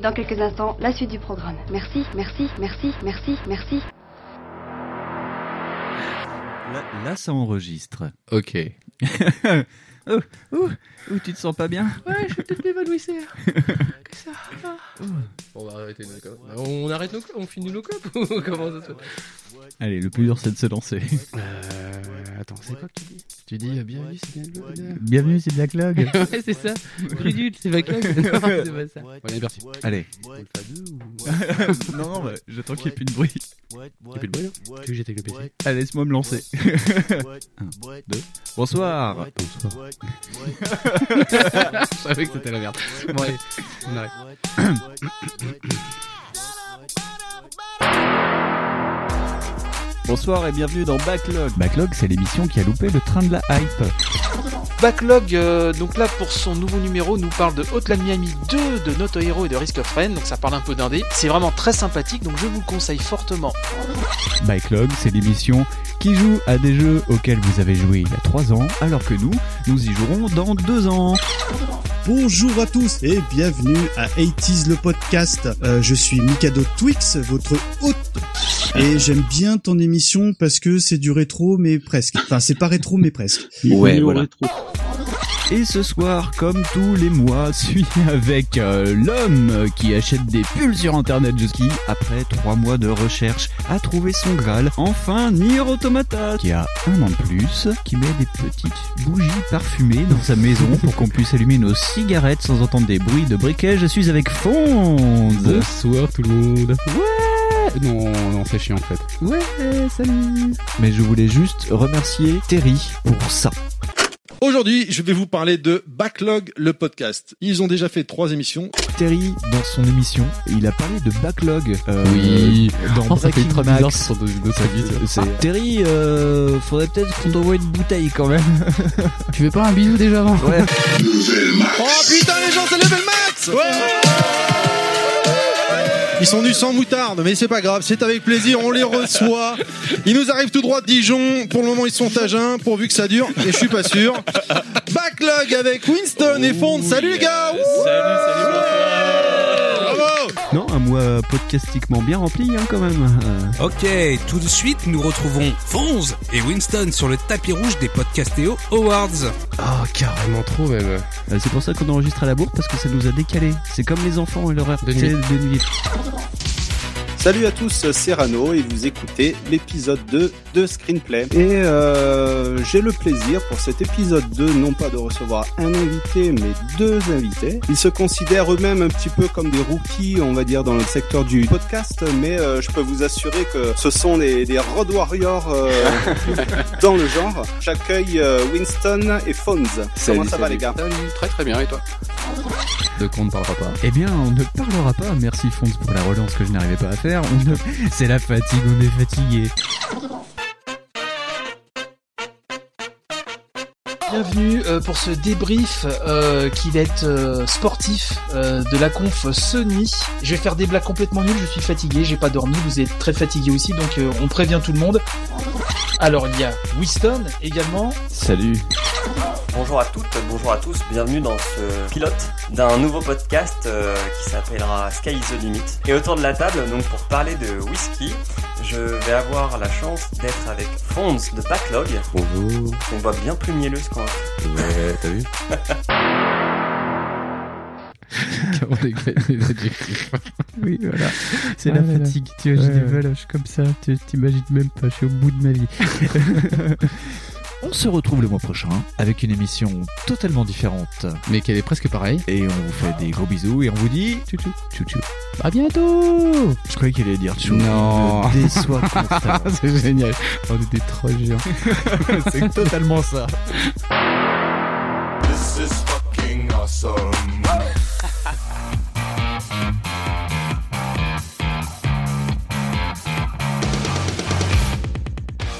Dans quelques instants, la suite du programme. Merci, merci, merci, merci, merci. Là, là, ça enregistre. Ok. oh, oh, oh, tu te sens pas bien Ouais, je vais peut-être hein. m'évanouir. On va arrêter nos clopes. Bah, On arrête nos clopes On finit nos clopes ou Comment ça se fait Allez, le plus dur, c'est de se lancer. Euh, Attends, c'est quoi que tu dis Tu dis euh, bienvenue, c'est bien le blog, Bienvenue, c'est Black Log. euh. Ouais, c'est ça. Bridule, c'est pas club. Non, c'est pas ça. Voilà, merci. Allez. On le fait à deux ou- non, non, bah, j'attends qu'il n'y ait plus de bruit. Y'a plus de bruit là Tu veux que j'étais avec le PC Allez, laisse-moi me lancer. Un, deux. Bonsoir. Bonsoir. Je savais que c'était la merde. Bon, allez, on arrête. Bonsoir et bienvenue dans Backlog. Backlog, c'est l'émission qui a loupé le train de la hype. Backlog, euh, donc là pour son nouveau numéro, nous parle de Hotline Miami 2, de Noto Hero et de Risk of Rain, donc ça parle un peu d'indé. C'est vraiment très sympathique, donc je vous le conseille fortement. Backlog, c'est l'émission qui joue à des jeux auxquels vous avez joué il y a 3 ans, alors que nous, nous y jouerons dans 2 ans. Bonjour à tous et bienvenue à 80s le podcast. Euh, je suis Mikado Twix, votre hôte. Et j'aime bien ton émission parce que c'est du rétro mais presque. Enfin, c'est pas rétro mais presque. Ouais, voilà. Et ce soir, comme tous les mois, suis avec euh, l'homme qui achète des pulls sur internet de ski après 3 mois de recherche a trouvé son Graal. Enfin, Nier Automata qui a un an de plus, qui met des petites bougies parfumées dans sa maison pour qu'on puisse allumer nos cigarettes sans entendre des bruits de briquet. Je suis avec Fonz. Bonsoir tout le monde. Ouais Non, non, c'est chiant en fait. Ouais, salut. Mais je voulais juste remercier Terry pour ça. Aujourd'hui, je vais vous parler de Backlog, le podcast. Ils ont déjà fait trois émissions. Terry, dans son émission, il a parlé de backlog. euh, Dans Oh, ça fait Breaking ultra Max. bizarre ce sont de, de sa vie. ça. C'est- Terry, euh, faudrait peut-être qu'on t'envoie une bouteille quand même. Tu veux pas un bisou déjà avant Ouais. Oh putain, les gens, c'est level max! Ils sont nus sans moutarde, mais c'est pas grave, c'est avec plaisir, on les reçoit. Ils nous arrivent tout droit de Dijon. Pour le moment, ils sont à jeun, pourvu que ça dure, et je suis pas sûr. Backlog avec Winston et Fond. Salut les gars! Bravo! Non, un mois podcastiquement bien rempli hein, quand même. Euh, Ok, tout de suite, nous retrouvons Fonz et Winston sur le tapis rouge des Podcastéo Awards. Ah, carrément trop même. euh, c'est pour ça qu'on enregistre à la bourre parce que ça nous a décalé. C'est comme les enfants et leur heure De tu sais, de nuit. Salut à tous, c'est Rano et vous écoutez l'épisode 2 de Screenplay. Et euh, j'ai le plaisir pour cet épisode 2 non pas de recevoir un invité mais deux invités. Ils se considèrent eux-mêmes un petit peu comme des rookies on va dire dans le secteur du podcast mais euh, je peux vous assurer que ce sont des, des road warriors euh, dans le genre. J'accueille euh, Winston et Fonz. Comment ça va les gars Salut, très très bien, et toi De quoi on ne parlera pas Eh bien, on ne parlera pas. Merci Fonds pour la relance que je n'arrivais pas à faire. On ne- C'est la fatigue, on est fatigué. Bienvenue euh, pour ce débrief euh, qui va être euh, sportif euh, de la conf Sony. Je vais faire des blagues complètement nulles, je suis fatigué, j'ai pas dormi, vous êtes très fatigué aussi, donc euh, on prévient tout le monde. Alors il y a Winston également. Salut. Bonjour à toutes, bonjour à tous, bienvenue dans ce pilote d'un nouveau podcast euh, qui s'appellera Sky is the Limit. Et autour de la table, donc pour parler de whisky, je vais avoir la chance d'être avec Fonds de Backlog. Bonjour. On voit bien plus mielleux ce qu'on va faire. Ouais, t'as vu Comment on écrit les adjectifs Oui, voilà. C'est Ah la là là. fatigue. Tu vois, j'ai Ouais, des ouais. valoches comme ça. Tu t'imagines même pas. Je suis au bout de ma vie. On se retrouve le mois prochain avec une émission totalement différente. Mais qu'elle est presque pareille. Et on vous fait des gros bisous et on vous dit tchou tchou tchou. À bientôt Je croyais qu'il allait dire tchou. Non. Il me déçoit constamment. Ah, c'est génial. On était trop géants. C'est totalement ça.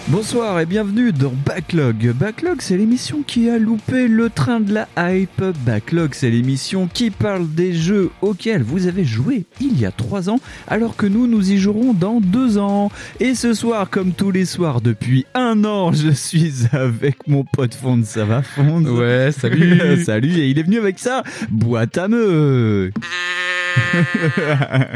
Bonsoir et bienvenue dans Backlog. Backlog, c'est l'émission qui a loupé le train de la hype. Backlog, c'est l'émission qui parle des jeux auxquels vous avez joué il y a 3 ans, alors que nous, nous y jouerons dans 2 ans. Et ce soir, comme tous les soirs depuis un an, je suis avec mon pote Fonz. Ça va, Fonz Ouais, salut Salut Et il est venu avec ça Boîte à meux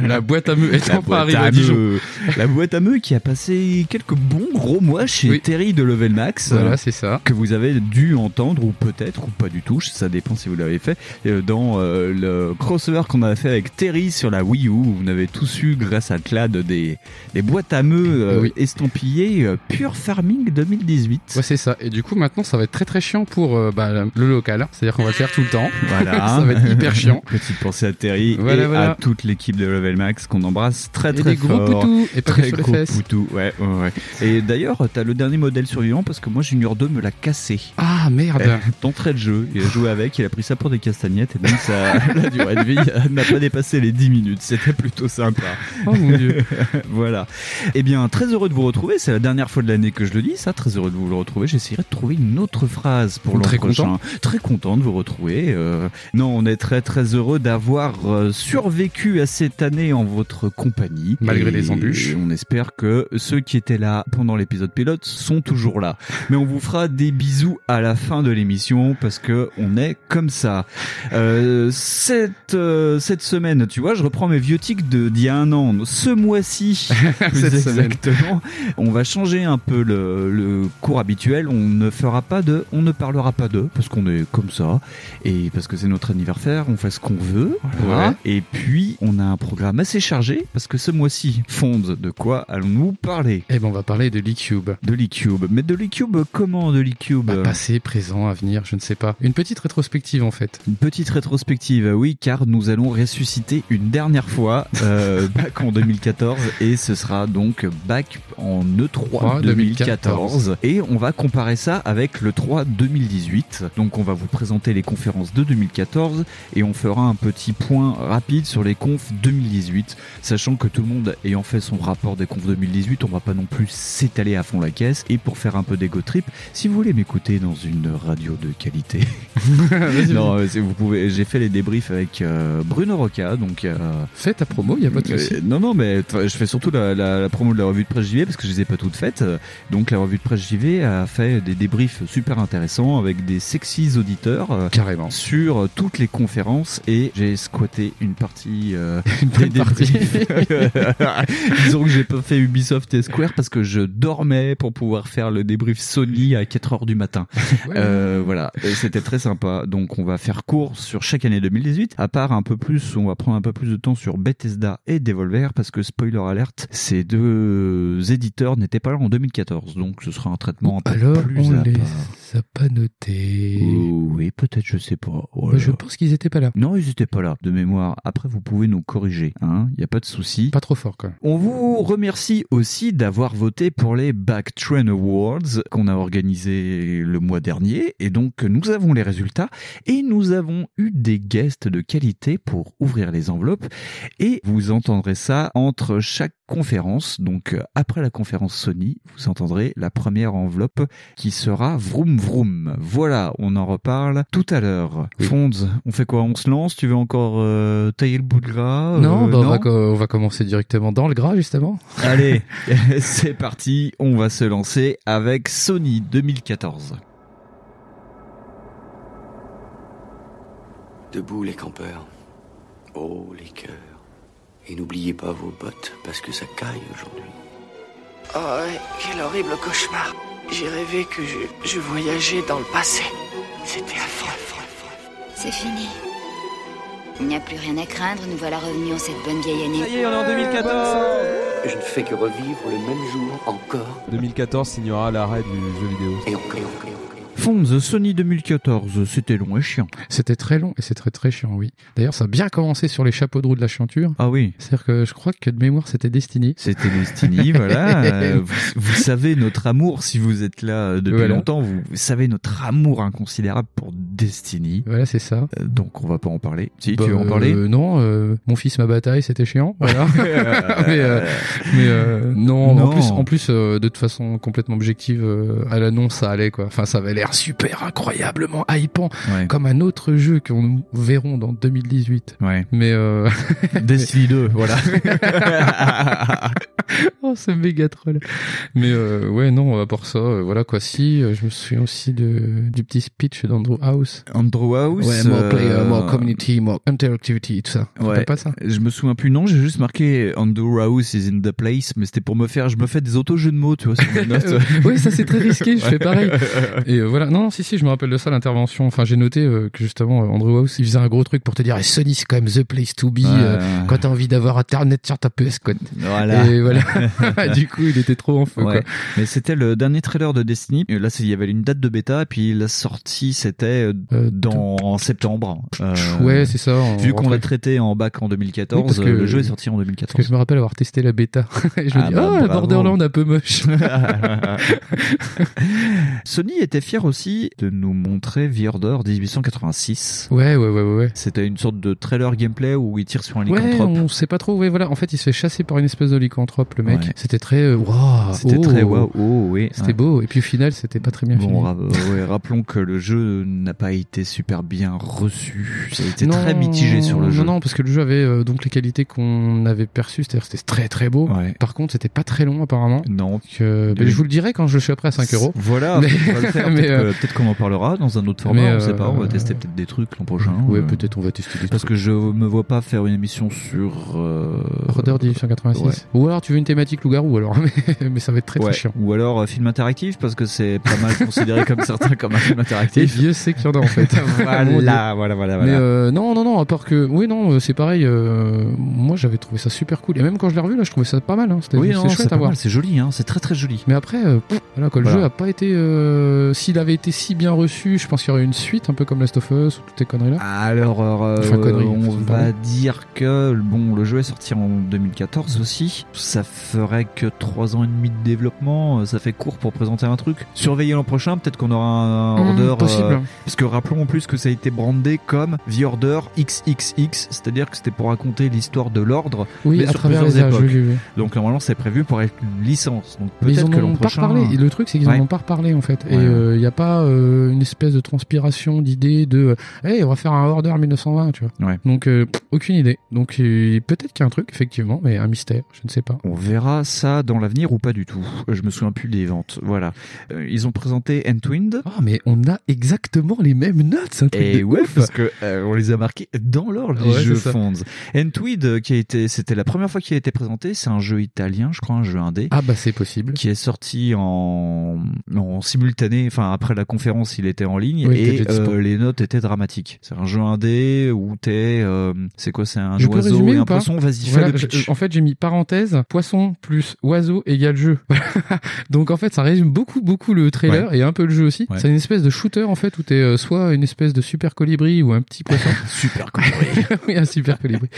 La boîte à meux est La en boîte, Paris, à à Dijon. meux. la boîte à meux qui a passé quelques bons gros mois chez Oui. Terry de Level Max. Voilà, c'est ça. que vous avez dû entendre ou peut-être ou pas du tout, ça dépend si vous l'avez fait, euh, dans euh, le crossover qu'on a fait avec Terry sur la Wii U, où vous n'avez tous eu grâce à Clad des, des boîtes à meux euh, Oui. estampillées euh, Pure Farming 2018. Ouais, c'est ça. Et du coup, maintenant, ça va être très très chiant pour euh, bah, le local. C'est-à-dire qu'on va le faire tout le temps. Voilà. Ça va être hyper chiant. Petite pensée à Terry Voilà, et voilà. à toute l'équipe de Level Max qu'on embrasse très et très des gros fort. poutous. Et pas que Très sur les gros fesses. poutou, ouais, ouais, ouais. Et d'ailleurs, t'as le dernier modèle survivant parce que moi, Junior 2 me l'a cassé. Ah merde. d'entrée de jeu. Il a joué avec, il a pris ça pour des castagnettes et donc ça, la durée de vie euh, n'a pas dépassé les 10 minutes. C'était plutôt sympa. Oh mon dieu. Voilà. Eh bien, très heureux de vous retrouver. C'est la dernière fois de l'année que je le dis, ça. Très heureux de vous le retrouver. J'essaierai de trouver une autre phrase pour l'an Très prochain. Très content de vous retrouver. Euh, non, on est très très heureux d'avoir euh, survécu à cette année en votre compagnie. Malgré Et les embûches. On espère que ceux qui étaient là pendant l'épisode pilote sont toujours là. Mais on vous fera des bisous à la fin de l'émission parce que on est comme ça. Euh, cette euh, cette semaine, tu vois, je reprends mes vieux tics de d'il y a un an. Ce mois-ci, plus Cette semaine. exactement, on va changer un peu le, le cours habituel. On ne fera pas de, on ne parlera pas de, parce qu'on est comme ça et parce que c'est notre anniversaire, on fait ce qu'on veut. Voilà. Et puis on a un programme assez chargé parce que ce mois-ci, Fonds, de quoi allons-nous parler Eh ben, on va parler de l'e-cube. De l'e-cube. Mais de l'e-cube, comment de l'e-cube Bah, passé, présent, à venir, je ne sais pas. Une petite rétrospective en fait. Une petite rétrospective, oui, car nous allons ressusciter une dernière fois euh, Back en 2014 et ce sera donc Back en E E3 3 2014 et on va comparer ça avec le 3 2018. Donc on va vous présenter les conférences de 2014 et on fera un petit point rapide sur les confs 2018, sachant que tout le monde ayant fait son rapport des confs 2018, on va pas non plus s'étaler à fond la caisse et pour faire un peu d'ego trip, si vous voulez m'écouter dans une radio de qualité Vas-y, non, vas-y. euh, c'est- vous pouvez. J'ai fait les débriefs avec euh, Bruno Roca, donc. euh, Fais ta promo, y a pas de euh, souci. non, non, mais t- je fais surtout la, la- la promo de la revue de presse JV parce que je les ai pas toutes faites. Euh, Donc la revue de presse JV a fait des débriefs super intéressants avec des sexys auditeurs. euh, Carrément. sur euh, toutes les conférences et j'ai squatté une partie euh, des bonne partie. débriefs. Disons que j'ai pas fait Ubisoft et Square parce que je dormais pour pouvoir faire le débrief Sony à 4h du matin. Ouais. Euh, voilà, Et c'était très sympa. Donc on va faire court sur chaque année 2018. À part un peu plus, on va prendre un peu plus de temps sur Bethesda et Devolver parce que spoiler alert, ces deux éditeurs n'étaient pas là en 2014. Donc ce sera un traitement un peu Alors, plus on à les part. a pas notés. Oh, oui, peut-être, je sais pas. Oh Bah, là je là. pense qu'ils étaient pas là. Non, ils étaient pas là de mémoire. Après, vous pouvez nous corriger. Hein, y a pas de souci. Pas trop fort quand même. On vous remercie aussi d'avoir voté pour les Backtrain Awards qu'on a organisés le mois dernier. Et donc, nous avons les résultats et nous avons eu des guests de qualité pour ouvrir les enveloppes. Et vous entendrez ça entre chaque conférence. Donc, euh, après la conférence Sony, vous entendrez la première enveloppe qui sera Vroom Vroom. Voilà, on en reparle tout à l'heure. Oui. Fonds, on fait quoi On se lance Tu veux encore euh, tailler le bout de gras non, Euh, bah, On, va, co- on va commencer directement dans le gras justement. Allez, c'est parti, on va se lancer avec Sony 2014. Debout les campeurs. Oh les cœurs. Et n'oubliez pas vos bottes parce que ça caille aujourd'hui. Oh, quel horrible cauchemar. J'ai rêvé que je, je voyageais dans le passé. C'était affreux. C'est fini. Il n'y a plus rien à craindre, nous voilà revenus en cette bonne vieille année. on est en 2014 Je ne fais que revivre le même jour encore 2014 signera l'arrêt du jeu vidéo. et encore et encore. et encore. Fonds, euh, Sony 2014, c'était long et chiant. C'était très long et c'est très très chiant, oui. D'ailleurs, ça a bien commencé sur les chapeaux de roue de la chanture. Ah oui. C'est-à-dire que je crois que de mémoire, c'était Destiny. C'était Destiny, voilà. Euh, Vous, vous savez notre amour, si vous êtes là euh, depuis Voilà. longtemps, vous, vous savez notre amour inconsidérable pour Destiny. Voilà, c'est ça. Euh, Donc on va pas en parler. Si Bah, tu veux en parler euh, Non, euh, mon fils, ma bataille, c'était chiant. Voilà. mais, euh, Euh, Mais euh, non, Non. en plus, en plus euh, de toute façon complètement objective, euh, à l'annonce, ça allait quoi. Enfin, ça avait l'air super, super, incroyablement hypant, comme un autre jeu que nous verrons dans 2018. Mais euh... Destiny 2, voilà. oh, ce méga troll. Mais euh, ouais, non, à part ça, euh, voilà quoi. Si, euh, je me souviens aussi de, du petit speech d'Andrew House. Andrew House. Ouais, more euh, player, more community, more interactivity, tout ça. Ouais. T'as pas ça Je me souviens plus, non, j'ai juste marqué Andrew House is in the place, mais c'était pour me faire, je me fais des auto-jeux de mots, tu vois, sur mes notes. Euh, oui, ça c'est très risqué, je fais pareil. Ouais. Et euh, voilà, non, non, si, si, je me rappelle de ça, l'intervention. Enfin, j'ai noté euh, que justement, euh, Andrew House, il faisait un gros truc pour te dire, eh, Sony, c'est quand même the place to be, euh, Ouais. quand t'as envie d'avoir Internet sur ta PS, quoi. Voilà. Et voilà. du coup, il était trop en feu, Ouais. quoi. Mais c'était le dernier trailer de Destiny. Et Là, c'est- il y avait une date de bêta, et puis la sortie, c'était euh, dans en septembre. Euh, Ouais, c'est ça, en Vu qu'on l'a rentrée. traité en bac en Oui, 2014, parce que euh, le jeu est sorti en 2014. Parce que je me rappelle avoir testé la bêta. Et je me Ah dis, bah, oh, la bravo. Borderland un peu moche. Sony était fier aussi de nous montrer The Order 1886. Ouais, ouais, ouais, ouais. C'était une sorte de trailer gameplay où il tire sur un ouais, lycanthrope. on sait pas trop. Ouais, voilà. En fait, il se fait chasser par une espèce de lycanthrope, le mec. Ouais. C'était très, euh, waouh. C'était oh. très waouh, oh, oui. C'était Ouais. beau. Et puis au final, c'était pas très bien Bon, fini. ra- euh, ouais, rappelons que le jeu n'a pas été super bien reçu. Ça a été Non, très mitigé sur le non, jeu. Non, parce que le jeu avait euh, donc les qualités qu'on avait perçues, c'est-à-dire que c'était très très beau. Par contre, c'était pas très long apparemment. euh, Non. je vous le dirai quand je le choperai à 5 euros. Voilà, Mais- on va le faire. mais, peut-être euh, que- peut-être qu'on en parlera dans un autre format, mais, on sait pas, on va euh, tester peut-être des trucs l'an prochain. ouais, euh, peut-être on va tester des Parce que je me vois pas faire une émission sur... Euh... Rodeur 1886. Ouais. Ou alors tu veux une thématique loup-garou alors, mais, mais ça va être très Ouais. très chiant. Ou alors euh, film interactif, parce que c'est pas mal considéré comme certains comme un film Et interactif. Dieu sait qu'il y en a en fait. Mon Dieu. voilà, voilà, voilà, Mais voilà. euh, non, non, non, à part que, oui, non, euh, c'est pareil. euh, moi, j'avais trouvé ça super cool. Et même quand je l'ai revu, là, je trouvais ça pas mal. Hein. C'était- Oui, c'est non, chouette c'est à pas voir. mal, c'est joli, hein, c'est très très joli. Mais après, euh, pff, voilà, quoi, le Voilà. jeu a pas été. euh, S'il avait été si bien reçu, je pense qu'il y aurait eu une suite, un peu comme Last of Us ou toutes ces conneries là. Alors, euh, Enfin, conneries, on c'est va pareil. dire que bon, le jeu est sorti en 2014 aussi. Ça ferait que 3 ans et demi de développement. euh, Ça fait court pour présenter un truc. Surveillez l'an prochain, peut-être qu'on aura un Hmm, order. euh, possible. parce que rappelons en plus que ça a été brandé comme The Order XXX, c'est-à-dire que c'était pour raconter l'histoire de l'ordre Oui, mais à sur travers plusieurs les âges, époques. oui, oui, oui. Donc normalement, c'est prévu pour être une licence. Donc Mais ils peut-être en que l'an ont pas prochain. euh, reparlé. Et le truc, c'est qu'ils Ouais. en ont pas reparlé en fait. Et Ouais, il ouais. n'y a pas euh, une espèce de transpiration d'idée de, euh, hey, on va faire un order 1920, tu vois. Ouais. Donc euh, pff, aucune idée. Donc euh, peut-être qu'il y a un truc effectivement, mais un mystère, je ne sais pas. On verra ça dans l'avenir ou pas du tout. Euh, Je me souviens plus des ventes. Voilà. Euh, ils ont présenté Entwined. Oh, mais on a exactement les mêmes notes. c'est un truc Et de ouais, ouf. parce que euh, on les a marqués dans l'ordre des Ouais, jeux c'est ça. Fonds. Entwid, euh, qui a été, c'était la première fois qu'il a été présenté, c'est un jeu italien, je crois, un jeu indé. Ah bah c'est possible. Qui est sorti en, en simultané, enfin après la conférence, il était en ligne Oui, il était et déjà dispo. euh, les notes étaient dramatiques. C'est un jeu indé où t'es, euh, c'est quoi, c'est un je peux oiseau résumer et ou un pas poisson. Vas-y, Voilà, fais le je- pitch. En fait, j'ai mis parenthèse poisson plus oiseau égale jeu. Donc en fait, ça résume beaucoup beaucoup le trailer Ouais. et un peu le jeu aussi. Ouais. C'est une espèce de shooter en fait où t'es euh, soit une espèce de super colibri ou un petit poisson. super colibri. oui, un super colibri.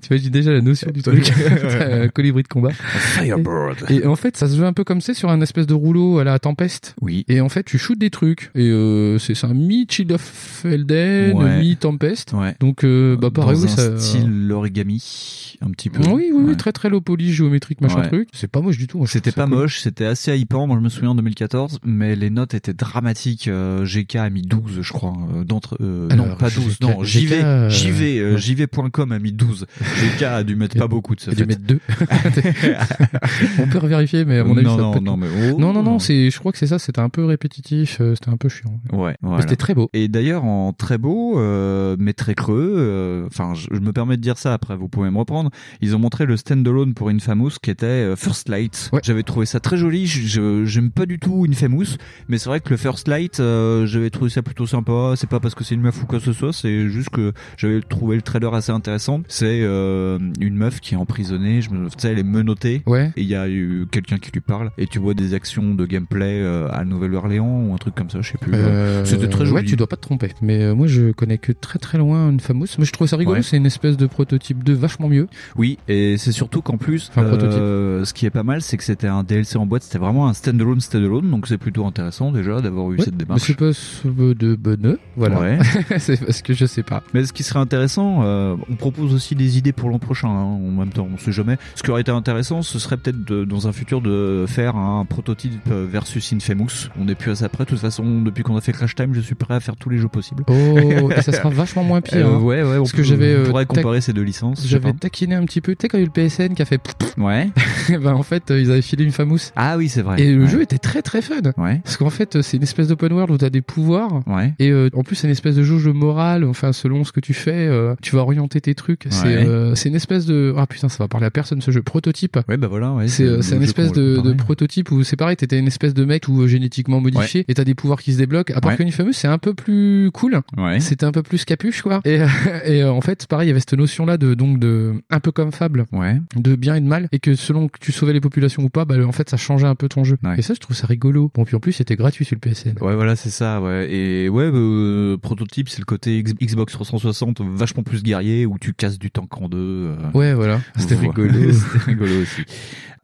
tu imagines déjà la notion du truc. T'as un colibri de combat. Firebird. Et en fait, ça se joue un peu comme c'est sur un espèce de rouleau à la tempeste. Oui. Et en fait, tu shootes des trucs. Et euh, c'est ça, mi Child of Elden, Ouais. mi Tempest. Ouais. Donc euh, bah pareil, Dans oui, un ça. euh, style origami, un petit peu. Oui, oui, oui, très très low poly, géométrique, machin Ouais. truc. C'est pas moche du tout. moi, je C'était trouve ça pas cool. moche, c'était assez hypant. Moi, je me souviens en 2014, mais les notes étaient dramatiques. Euh, GK a mis 12, je crois. euh, D'entre, euh, Alors, non, pas 12, GK, non, JV, euh, JV, euh, JV.com a mis 12. GK a dû mettre pas beaucoup de ce Il a dû fait. mettre deux. On peut revérifier, mais à mon avis, Non, ça non, peut être- non, mais oh. non, non, non, c'est, je crois que c'est ça, c'était un peu répétitif, euh, c'était un peu chiant. Ouais, Mais voilà. c'était très beau. Et d'ailleurs, en très beau, euh, mais très creux, euh, enfin, je, je me permets de dire ça après, vous pouvez me reprendre. Ils ont montré le standalone pour Infamous qui était euh, First Light. J'avais trouvé ça très joli, je- je- j'aime pas du tout Infamous, mais c'est vrai que le First Light, euh, j'avais trouvé ça plutôt sympa. C'est pas parce que c'est une meuf ou quoi que ce soit, c'est juste que j'avais trouvé le trailer assez intéressant. C'est euh, une meuf qui est emprisonnée, je me, tu sais, elle est menottée. Ouais. Et il y a eu quelqu'un qui lui parle, et tu vois des actions de gameplay euh, à Nouvelle-Orléans ou un truc comme ça, je sais plus. Euh, C'était très joli. Ouais, tu dois pas te tromper. Mais euh, moi, je connais que très très loin une fameuse. Moi, je trouve ça rigolo. Ouais. C'est une espèce de prototype 2 vachement mieux. Oui, et c'est surtout qu'en plus, Enfin, euh, ce qui est pas mal, c'est que c'était un DLC en boîte, c'était vraiment un standalone standalone, donc c'est plutôt intéressant déjà d'avoir eu Ouais, cette mais démarche. c'est pas ce de bonheur. Voilà. Ouais. c'est parce que je sais pas. Mais ce qui serait intéressant, euh, on propose aussi des idées pour l'an prochain. hein, en même temps, on sait jamais. Ce qui aurait été intéressant, ce serait peut-être de- dans un futur de faire un prototype euh, versus Infamous. On n'est plus à ça près, pas. De toute façon, depuis qu'on a fait Crash Time, je suis prêt à faire tous les jeux possibles. Oh, et ça sera vachement moins pire. Euh, hein. ouais, ouais. on Parce que peut- j'avais. on euh, pourrait tac- comparer ces deux licences. je sais J'avais pas. taquiné un petit peu. Tu sais, quand il y a eu le PSN qui a fait. Ouais. ben, en fait, euh, ils avaient filé une famousse. Ah oui, c'est vrai. Et le Ouais. jeu était très très fun. Ouais. Parce qu'en fait, euh, c'est une espèce d'open world où t'as des pouvoirs. Ouais. Et euh, en plus, c'est une espèce de jauge de morale. Enfin, selon ce que tu fais, euh, tu vas orienter tes trucs. C'est Ouais. euh, c'est une espèce de. Ah putain, ça va parler à personne ce jeu. Prototype. Ouais, bah voilà, ouais. C'est euh, c'est le un jeu espèce qu'on- de, de pareil. prototype où c'est pareil, t'étais une espèce de mec tout euh, génétiquement modifié et t'as des pouvoirs qui se débloquent. À part Ouais. que Infamous, c'est un peu plus cool. Ouais. C'était un peu plus capuche, quoi. Et, euh, et euh, en fait, pareil, il y avait cette notion-là de, donc, de, un peu comme Fable. De bien et de mal. Et que selon que tu sauvais les populations ou pas, bah, en fait, ça changeait un peu ton jeu. Et ça, je trouve ça rigolo. Bon, puis en plus, c'était gratuit sur le PSN. Ouais, voilà, c'est ça, ouais. Et ouais, euh, prototype, c'est le côté X- Xbox 360 vachement plus guerrier où tu casses du tank en deux. euh. Ouais, voilà. C'était rigolo. C'était rigolo aussi.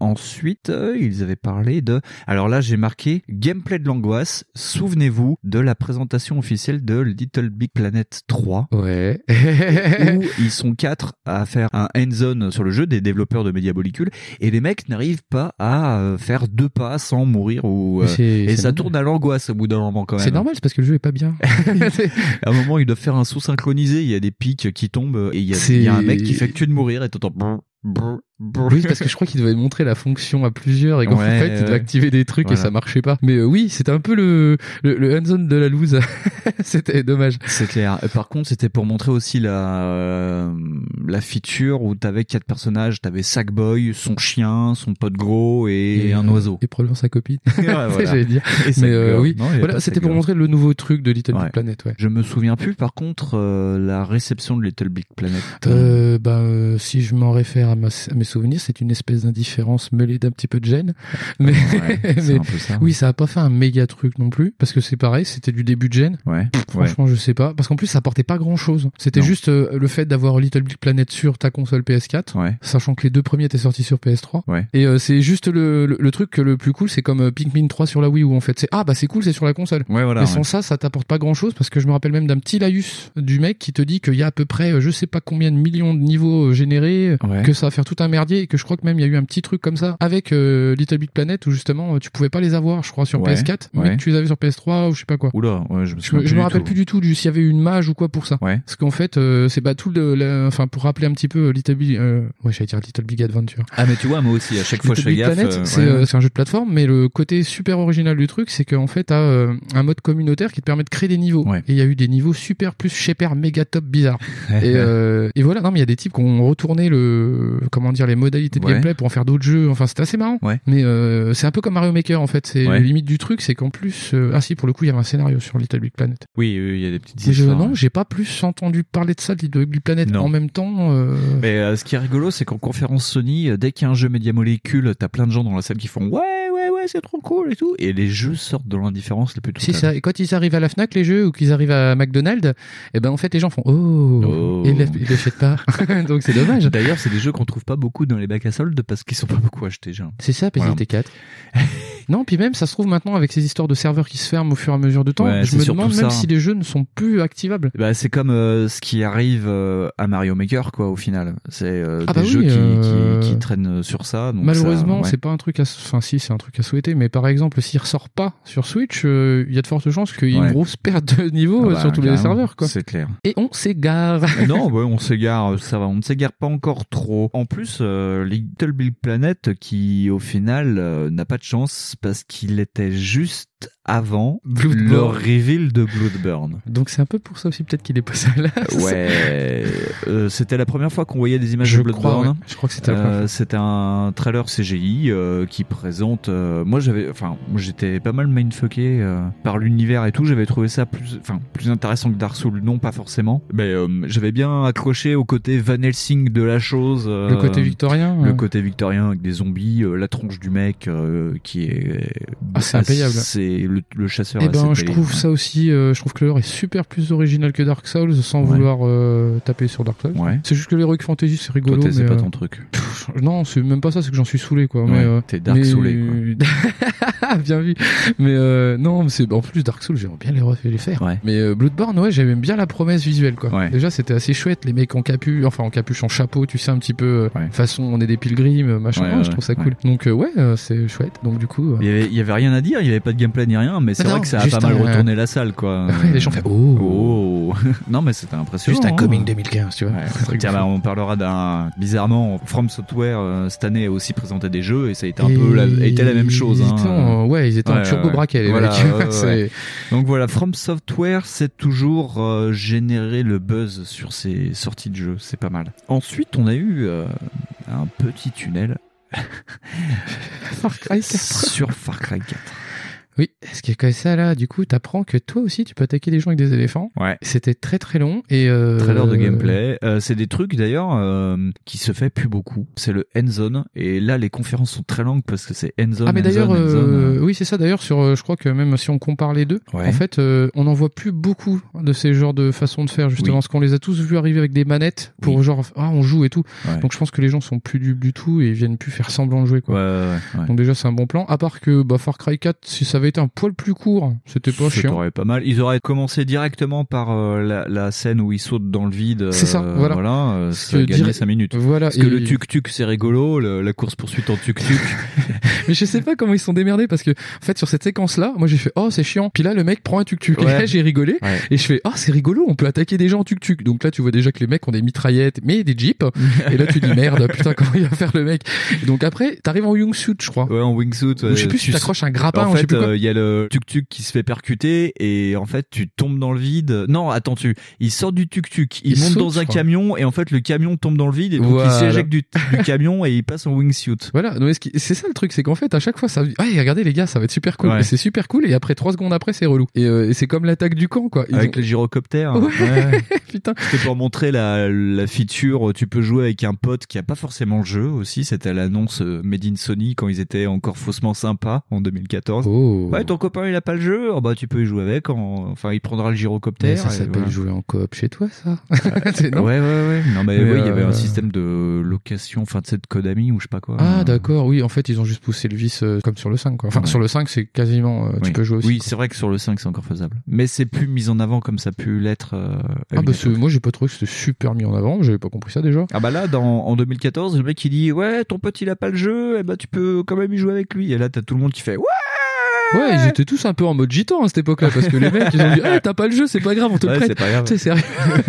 Ensuite, euh, ils avaient parlé de. Alors là, j'ai marqué gameplay de l'angoisse. Souvenez-vous de la présentation officielle de Little Big Planet 3. Ouais. où ils sont quatre à faire un end zone sur le jeu des développeurs de Media Molecule et les mecs n'arrivent pas à euh, faire deux pas sans mourir ou euh, Mais c'est- et c'est ça normal. tourne à l'angoisse au bout d'un moment quand même. C'est normal, c'est parce que le jeu est pas bien. À un moment, ils doivent faire un saut synchronisé. Il y a des pics qui tombent et il y a, il y a un mec qui fait que tu es de mourir et t'entends. brr, brr, brr. Oui, parce que je crois qu'il devait montrer la fonction à plusieurs et qu'en Ouais, fait, il devait ouais. activer des trucs Voilà. et ça marchait pas. Mais euh, oui, c'était un peu le, le, le hands-on de la loose. c'était dommage. C'est clair. Euh, Par contre, c'était pour montrer aussi la euh, la feature où t'avais quatre personnages. T'avais Sackboy, son chien, son pote gros et, un euh, oiseau. Et probablement sa copine. Ouais, voilà. J'allais dire. Et ça Mais euh, gore. oui, Non, il y avait voilà, pas c'était ça pour gore. montrer le nouveau truc de Little Big Planet. Ouais. Je me souviens plus, par contre, euh, la réception de Little Big Planet. Euh, bah, euh, si je m'en réfère à, ma- à mes souvenirs, c'est une espèce d'indifférence mêlée d'un petit peu de gêne. Mais, Ouais, c'est mais un peu ça. oui, ça a pas fait un méga truc non plus, parce que c'est pareil, c'était du début de gêne. Ouais. Franchement, je sais pas, parce qu'en plus ça apportait pas grand chose. C'était Non. juste euh, le fait d'avoir Little Big Planet sur ta console PS4, Ouais. sachant que les deux premiers étaient sortis sur PS3. Ouais. Et euh, c'est juste le, le, le truc que le plus cool, c'est comme euh, Pikmin 3 sur la Wii où en fait c'est ah bah c'est cool, c'est sur la console. Ouais, voilà, Mais sans ouais. ça, ça t'apporte pas grand chose parce que je me rappelle même d'un petit laïus du mec qui te dit qu'il y a à peu près euh, je sais pas combien de millions de niveaux euh, générés, euh, Ouais. que ça va faire tout un merdier et que je crois que même il y a eu un petit truc comme ça avec euh, Little Big Planet où justement euh, tu pouvais pas les avoir, je crois, sur Ouais, PS4, ouais. mais que tu les avais sur PS3 ou je sais pas quoi. Oula, ouais, je me, Je, me- souviens je me rappelle tout. plus du tout du s'il y avait eu une mage ou quoi pour ça. Ouais. Parce qu'en fait, euh, c'est pas tout le, le- enfin pour rappeler un petit peu euh, Little Big, euh, ouais, j'allais dire Little Big Adventure. Ah, mais tu vois, moi aussi, à chaque fois, je Little fais Big gaffe. Planet, euh, c'est ouais. euh, c'est un jeu de plateforme, mais le côté super original du truc, c'est qu'en fait, t'as euh, un mode communautaire qui te permet de créer des niveaux. Et il y a eu des niveaux super plus shaper méga top bizarre. et, euh, et voilà, non, mais il y a des types qui ont retourné le, comment dire, les modalités de Ouais. gameplay pour en faire d'autres jeux. Enfin, c'était assez marrant. Ouais. Mais euh, c'est un peu comme Mario Maker en fait. C'est Ouais. la limite du truc, c'est qu'en plus, euh, ah si, pour le coup, il y avait un scénario sur Little Big Planet. Oui, oui, il y a des petites Mais je- histoires. non, j'ai pas plus entendu parler de ça, de Little Big Planet. Non. En même temps, euh, Mais euh, ce qui est rigolo, c'est qu'en conférence Sony, euh, dès qu'il y a un jeu média molécule, t'as plein de gens dans la salle qui font ouais, ouais, ouais, c'est trop cool et tout. Et les jeux sortent de l'indifférence les plus Si totale. ça. Et quand ils arrivent à la Fnac les jeux ou qu'ils arrivent à McDonald's, et ben en fait les gens font oh, et ils les- ils les achètent pas. Donc c'est dommage. D'ailleurs, c'est des jeux qu'on trouve pas beaucoup dans les bacs à soldes parce qu'ils sont pas beaucoup achetés, genre. C'est ça, PST 4. non, puis même ça se trouve maintenant avec ces histoires de serveurs qui se ferment au fur et à mesure du temps, Ouais, je c'est me surtout demande ça. même si les jeux ne sont plus activables. Bah, c'est comme euh, ce qui arrive euh, à Mario Maker, quoi, au final. C'est euh, Ah des bah jeux oui, qui, euh, qui, qui traînent sur ça. donc ça, Malheureusement, ouais. c'est pas un truc à, s- enfin si, c'est un truc à souhaiter, mais par exemple, s'il ressort pas sur Switch, euh, il y a de fortes chances qu'il y ait Ouais. une grosse perte de niveau Ah euh, bah, sur tous les carrément, serveurs, quoi. C'est clair. Et on s'égare. Ah non, ouais, on s'égare, euh, ça va, on ne s'égare pas encore trop. En plus, euh, Little Big Planet, qui au final euh, n'a pas de chance parce qu'il était juste avant Bloodborne. le reveal de Bloodburn. Donc c'est un peu pour ça aussi peut-être qu'il est pas ça là. Ouais, euh, c'était la première fois qu'on voyait des images Je de crois, Bloodborne. ouais. Je crois que c'était la Euh, première fois. C'était un trailer CGI euh, qui présente. euh, moi, j'avais, enfin, j'étais pas mal mindfucké euh, par l'univers et tout. J'avais trouvé ça plus, enfin, plus intéressant que Dark Souls, non pas forcément, mais euh, j'avais bien accroché au côté Van Helsing de la chose. euh, Le côté victorien, euh. Le ouais. côté victorien avec des zombies, euh, la tronche du mec euh, qui est. Ah, c'est impayable. C'est le, le chasseur. Eh assez ben, je payé. trouve ça aussi, euh, je trouve que le lore est super plus original que Dark Souls sans vouloir euh, taper sur Dark Souls. Ouais. C'est juste que l'Heroic Fantasy c'est Toi, rigolo. t'es- c'est mais, pas euh, ton truc. pff, non, c'est même pas ça, c'est que j'en suis saoulé quoi. mais, Ouais, euh, t'es Dark mais- saoulé, bien vu. Mais euh, non, mais c'est en plus Dark Souls, j'aimerais bien les refaire les faire. Ouais. Mais euh, Bloodborne, ouais, j'aimais bien la promesse visuelle quoi. Déjà, c'était assez chouette, les mecs en capuche, enfin en capuche, en chapeau, tu sais un petit peu euh, façon, on est des pilgrims, machin. Ouais, je ouais, trouve ça ouais. cool. Donc euh, ouais, euh, c'est chouette. Donc du coup, euh, Il y, avait, il y avait rien à dire, il y avait pas de gameplay plaint ni rien, mais c'est Attends, vrai que ça a juste pas mal un- euh, retourné la salle, quoi. Ouais, les gens font, oh. non, mais c'était impressionnant. Juste un hein. coming 2015, tu vois. Ouais. Tiens, bah, on parlera d'un. Bizarrement, From Software euh, cette année a aussi présenté des jeux et ça a été un Et peu la, a été la même chose. ils hein. étaient en- ouais, ils étaient en turbo braquet, les Voilà, mecs. ouais, ouais, C'est- ouais. Donc voilà, From Software, c'est toujours euh, générer le buzz sur ses sorties de jeux. C'est pas mal. Ensuite, on a eu euh, un petit tunnel. Far Cry 4. Sur Far Cry 4. Oui, ce qui est comme ça là, du coup, t'apprends que toi aussi tu peux attaquer les gens avec des éléphants. Ouais. C'était très très long et euh, Trailer de gameplay. Euh, c'est des trucs d'ailleurs euh, qui se fait plus beaucoup. C'est le end zone et là les conférences sont très longues parce que c'est end zone. Ah mais end d'ailleurs, zone, end zone. hein. euh, oui c'est ça d'ailleurs sur, euh, je crois que même si on compare les deux, Ouais. en fait euh, on n'en voit plus beaucoup de ces genres de façons de faire justement, Oui. parce qu'on les a tous vus arriver avec des manettes pour Oui. genre ah on joue et tout. Ouais. Donc je pense que les gens sont plus dupes du tout et ils viennent plus faire semblant de jouer quoi. Donc déjà c'est un bon plan. À part que bah, Far Cry 4 si ça avait été un poil plus court, c'était pas Ça chiant. aurait pas mal. Ils auraient commencé directement par euh, la, la scène où ils sautent dans le vide. euh, C'est ça, voilà. euh, Parce ça que a gagné dire- 5 minutes. voilà, Parce que et- le tuk-tuk, c'est rigolo. le- la course-poursuite en tuk-tuk. Mais je sais pas comment ils se sont démerdés parce que en fait sur cette séquence là, moi j'ai fait oh c'est chiant. Puis là le mec prend un tuk-tuk. Et Ouais. là j'ai rigolé Ouais. et je fais oh c'est rigolo, on peut attaquer des gens en tuk-tuk. Donc là tu vois déjà que les mecs ont des mitraillettes mais des jeeps et là tu dis merde putain comment il va faire le mec. Et donc après t'arrives en wingsuit je crois. Ouais, en wingsuit. Ou je sais plus si t'accroches un grappin En ou Ah, je sais fait, plus quoi. euh, il y a le tuk-tuk qui se fait percuter et en fait, tu tombes dans le vide. Non, attends, tu, il sort du tuk-tuk, il, Il monte saute, dans je un crois. camion et en fait, le camion tombe dans le vide et donc Voilà. il s'éjecte du, du camion et il passe en wingsuit. Voilà, non, mais ce qui- c'est ça le truc, c'est qu'en fait à chaque fois ça, ouais regardez les gars ça va être super cool, Ouais. Et c'est super cool et après trois secondes après c'est relou. Et, euh, et c'est comme l'attaque du camp quoi. Ils Avec ont- les gyrocoptères. Ouais, putain. C'était pour montrer la, la feature. Tu peux jouer avec un pote qui a pas forcément le jeu aussi. C'était à l'annonce euh, Made in Sony quand ils étaient encore faussement sympas en 2014. Oh. Ouais, ton copain il a pas le jeu. Oh, bah, tu peux y jouer avec. en- Enfin, il prendra le gyrocoptère. Mais ça et s'appelle voilà. jouer en coop chez toi ça. C'est- non Ouais, ouais, ouais. Non, mais, Mais, oui, il y avait euh, un système de location, enfin, tu sais, de Kodami ou je sais pas quoi. Ah d'accord, oui, en fait ils ont juste poussé le vis euh, comme sur le 5 quoi. Enfin Ouais. sur le 5 c'est quasiment euh, tu Oui. peux jouer aussi. Oui, quoi. c'est vrai que sur le 5, c'est encore faisable. Mais c'est plus mis en avant comme ça a pu l'être. euh, à Ah une bah c'est- moi j'ai pas trouvé que c'était super mis en avant, j'avais pas compris ça déjà. Ah bah là, dans, en 2014, le mec il dit ouais, ton pote il a pas le jeu, et bah tu peux quand même y jouer avec lui. Et là, t'as tout le monde qui fait ouais. Ouais, ils étaient tous un peu en mode gitan à cette époque-là parce que les mecs ils ont dit "Ah, t'as pas le jeu, c'est pas grave, on te le Ouais, prête." c'est pas grave. Tu sais, sérieux.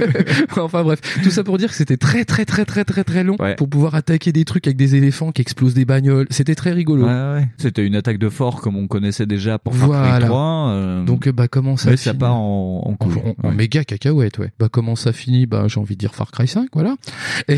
enfin bref, tout ça pour dire que c'était très très très très très très long pour pouvoir attaquer des trucs avec des éléphants qui explosent des bagnoles, c'était très rigolo. Ouais, ouais. C'était une attaque de fort comme on connaissait déjà pour Far Cry Voilà. 3. euh, Donc bah comment ça mais ça finit part en, en couille. En méga cacahuète, ouais. Bah comment ça finit Bah j'ai envie de dire Far Cry 5, voilà. Et-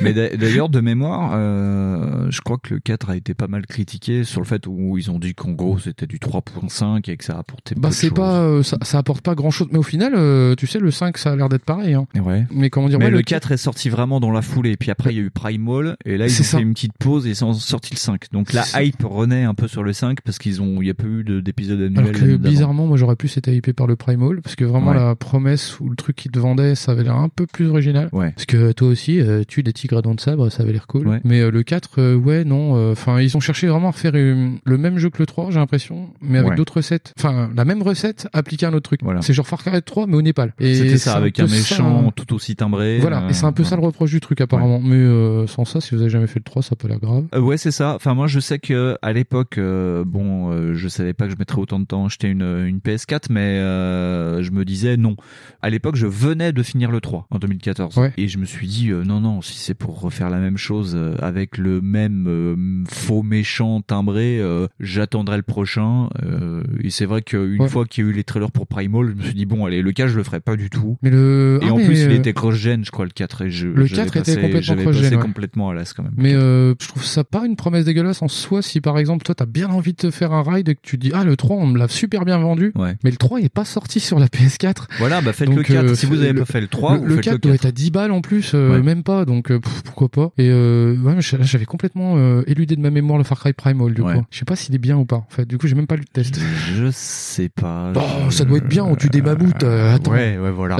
Mais d'a- d'ailleurs, de mémoire, euh, je crois que le 4 a été pas mal critiqué sur le fait où ils ont dit qu'en gros c'était du 3.5 et que ça apportait Bah peu de c'est choses. pas euh, ça, ça apporte pas grand chose mais au final euh, tu sais le 5 ça a l'air d'être pareil hein. Ouais. Mais comment dire Mais ouais, le 4 est sorti vraiment dans la foulée. Et puis après, il y a eu Primal. Et là, ils C'est ont ça. fait une petite pause et ils ont sorti le 5. Donc la C'est- hype renaît un peu sur le 5 parce qu'ils ont, il n'y a pas eu de- d'épisode annuel. alors que l'année d'avant. bizarrement moi j'aurais plus été hypé par le Primal parce que vraiment Ouais. la promesse ou le truc qui te vendait ça avait l'air un peu plus original. Ouais. Parce que toi aussi euh, tu des tigres à dents de sabre ça avait l'air cool. Ouais. Mais euh, le 4 euh, ouais non enfin ils ont cherché vraiment à refaire euh, le même jeu que le 3 j'ai l'impression mais avec Ouais. d'autres recettes. Enfin la même recette appliquée à un autre truc. Voilà. C'est genre Far Cry 3 mais au Népal. Et C'était c'est ça avec peu un ça, méchant hein. tout aussi timbré. Voilà, euh, et c'est un peu ça le reproche du truc apparemment. Mais euh, sans ça, si vous avez jamais fait le 3, ça peut l'air grave. Euh, ouais, c'est ça. Enfin, moi, je sais que à l'époque, euh, bon, euh, je savais pas que je mettrais autant de temps à acheter une, une PS4, mais euh, je me disais non. À l'époque, je venais de finir le 3 en 2014, Ouais. et je me suis dit euh, non, non, si c'est pour refaire la même chose euh, avec le même euh, faux méchant timbré, euh, j'attendrai le prochain. Euh, et c'est vrai qu'une Ouais. fois qu'il y a eu les trailers pour Primal, je me suis dit bon, allez, le cas, je le ferai pas du tout. Mais le Et ah, en mais, plus, il euh, était cross-gen, je crois, le 4. Et je, Le j'avais 4 était passé- complètement j'avais cross-gen, passé ouais. complètement à l'as quand même. Mais euh, je trouve ça pas une promesse dégueulasse en soi si par exemple toi t'as bien envie de te faire un ride et que tu dis ah le 3 on me l'a super bien vendu Ouais. mais le 3 il est pas sorti sur la PS4 Voilà, bah faites le 4. Si vous avez pas fait le 3, vous euh, le, faites le 4 doit être à 10 balles en plus euh, Ouais. même pas donc euh, pff, pourquoi pas et euh, ouais, mais je- là, j'avais complètement euh, éludé de ma mémoire le Far Cry Primal du Ouais. Euh, coup je sais pas s'il est bien ou pas en fait du coup j'ai même pas lu le test Je sais pas. Oh, je- ça doit être bien, on tue des mammouths, euh, attends. Ouais, ouais, voilà.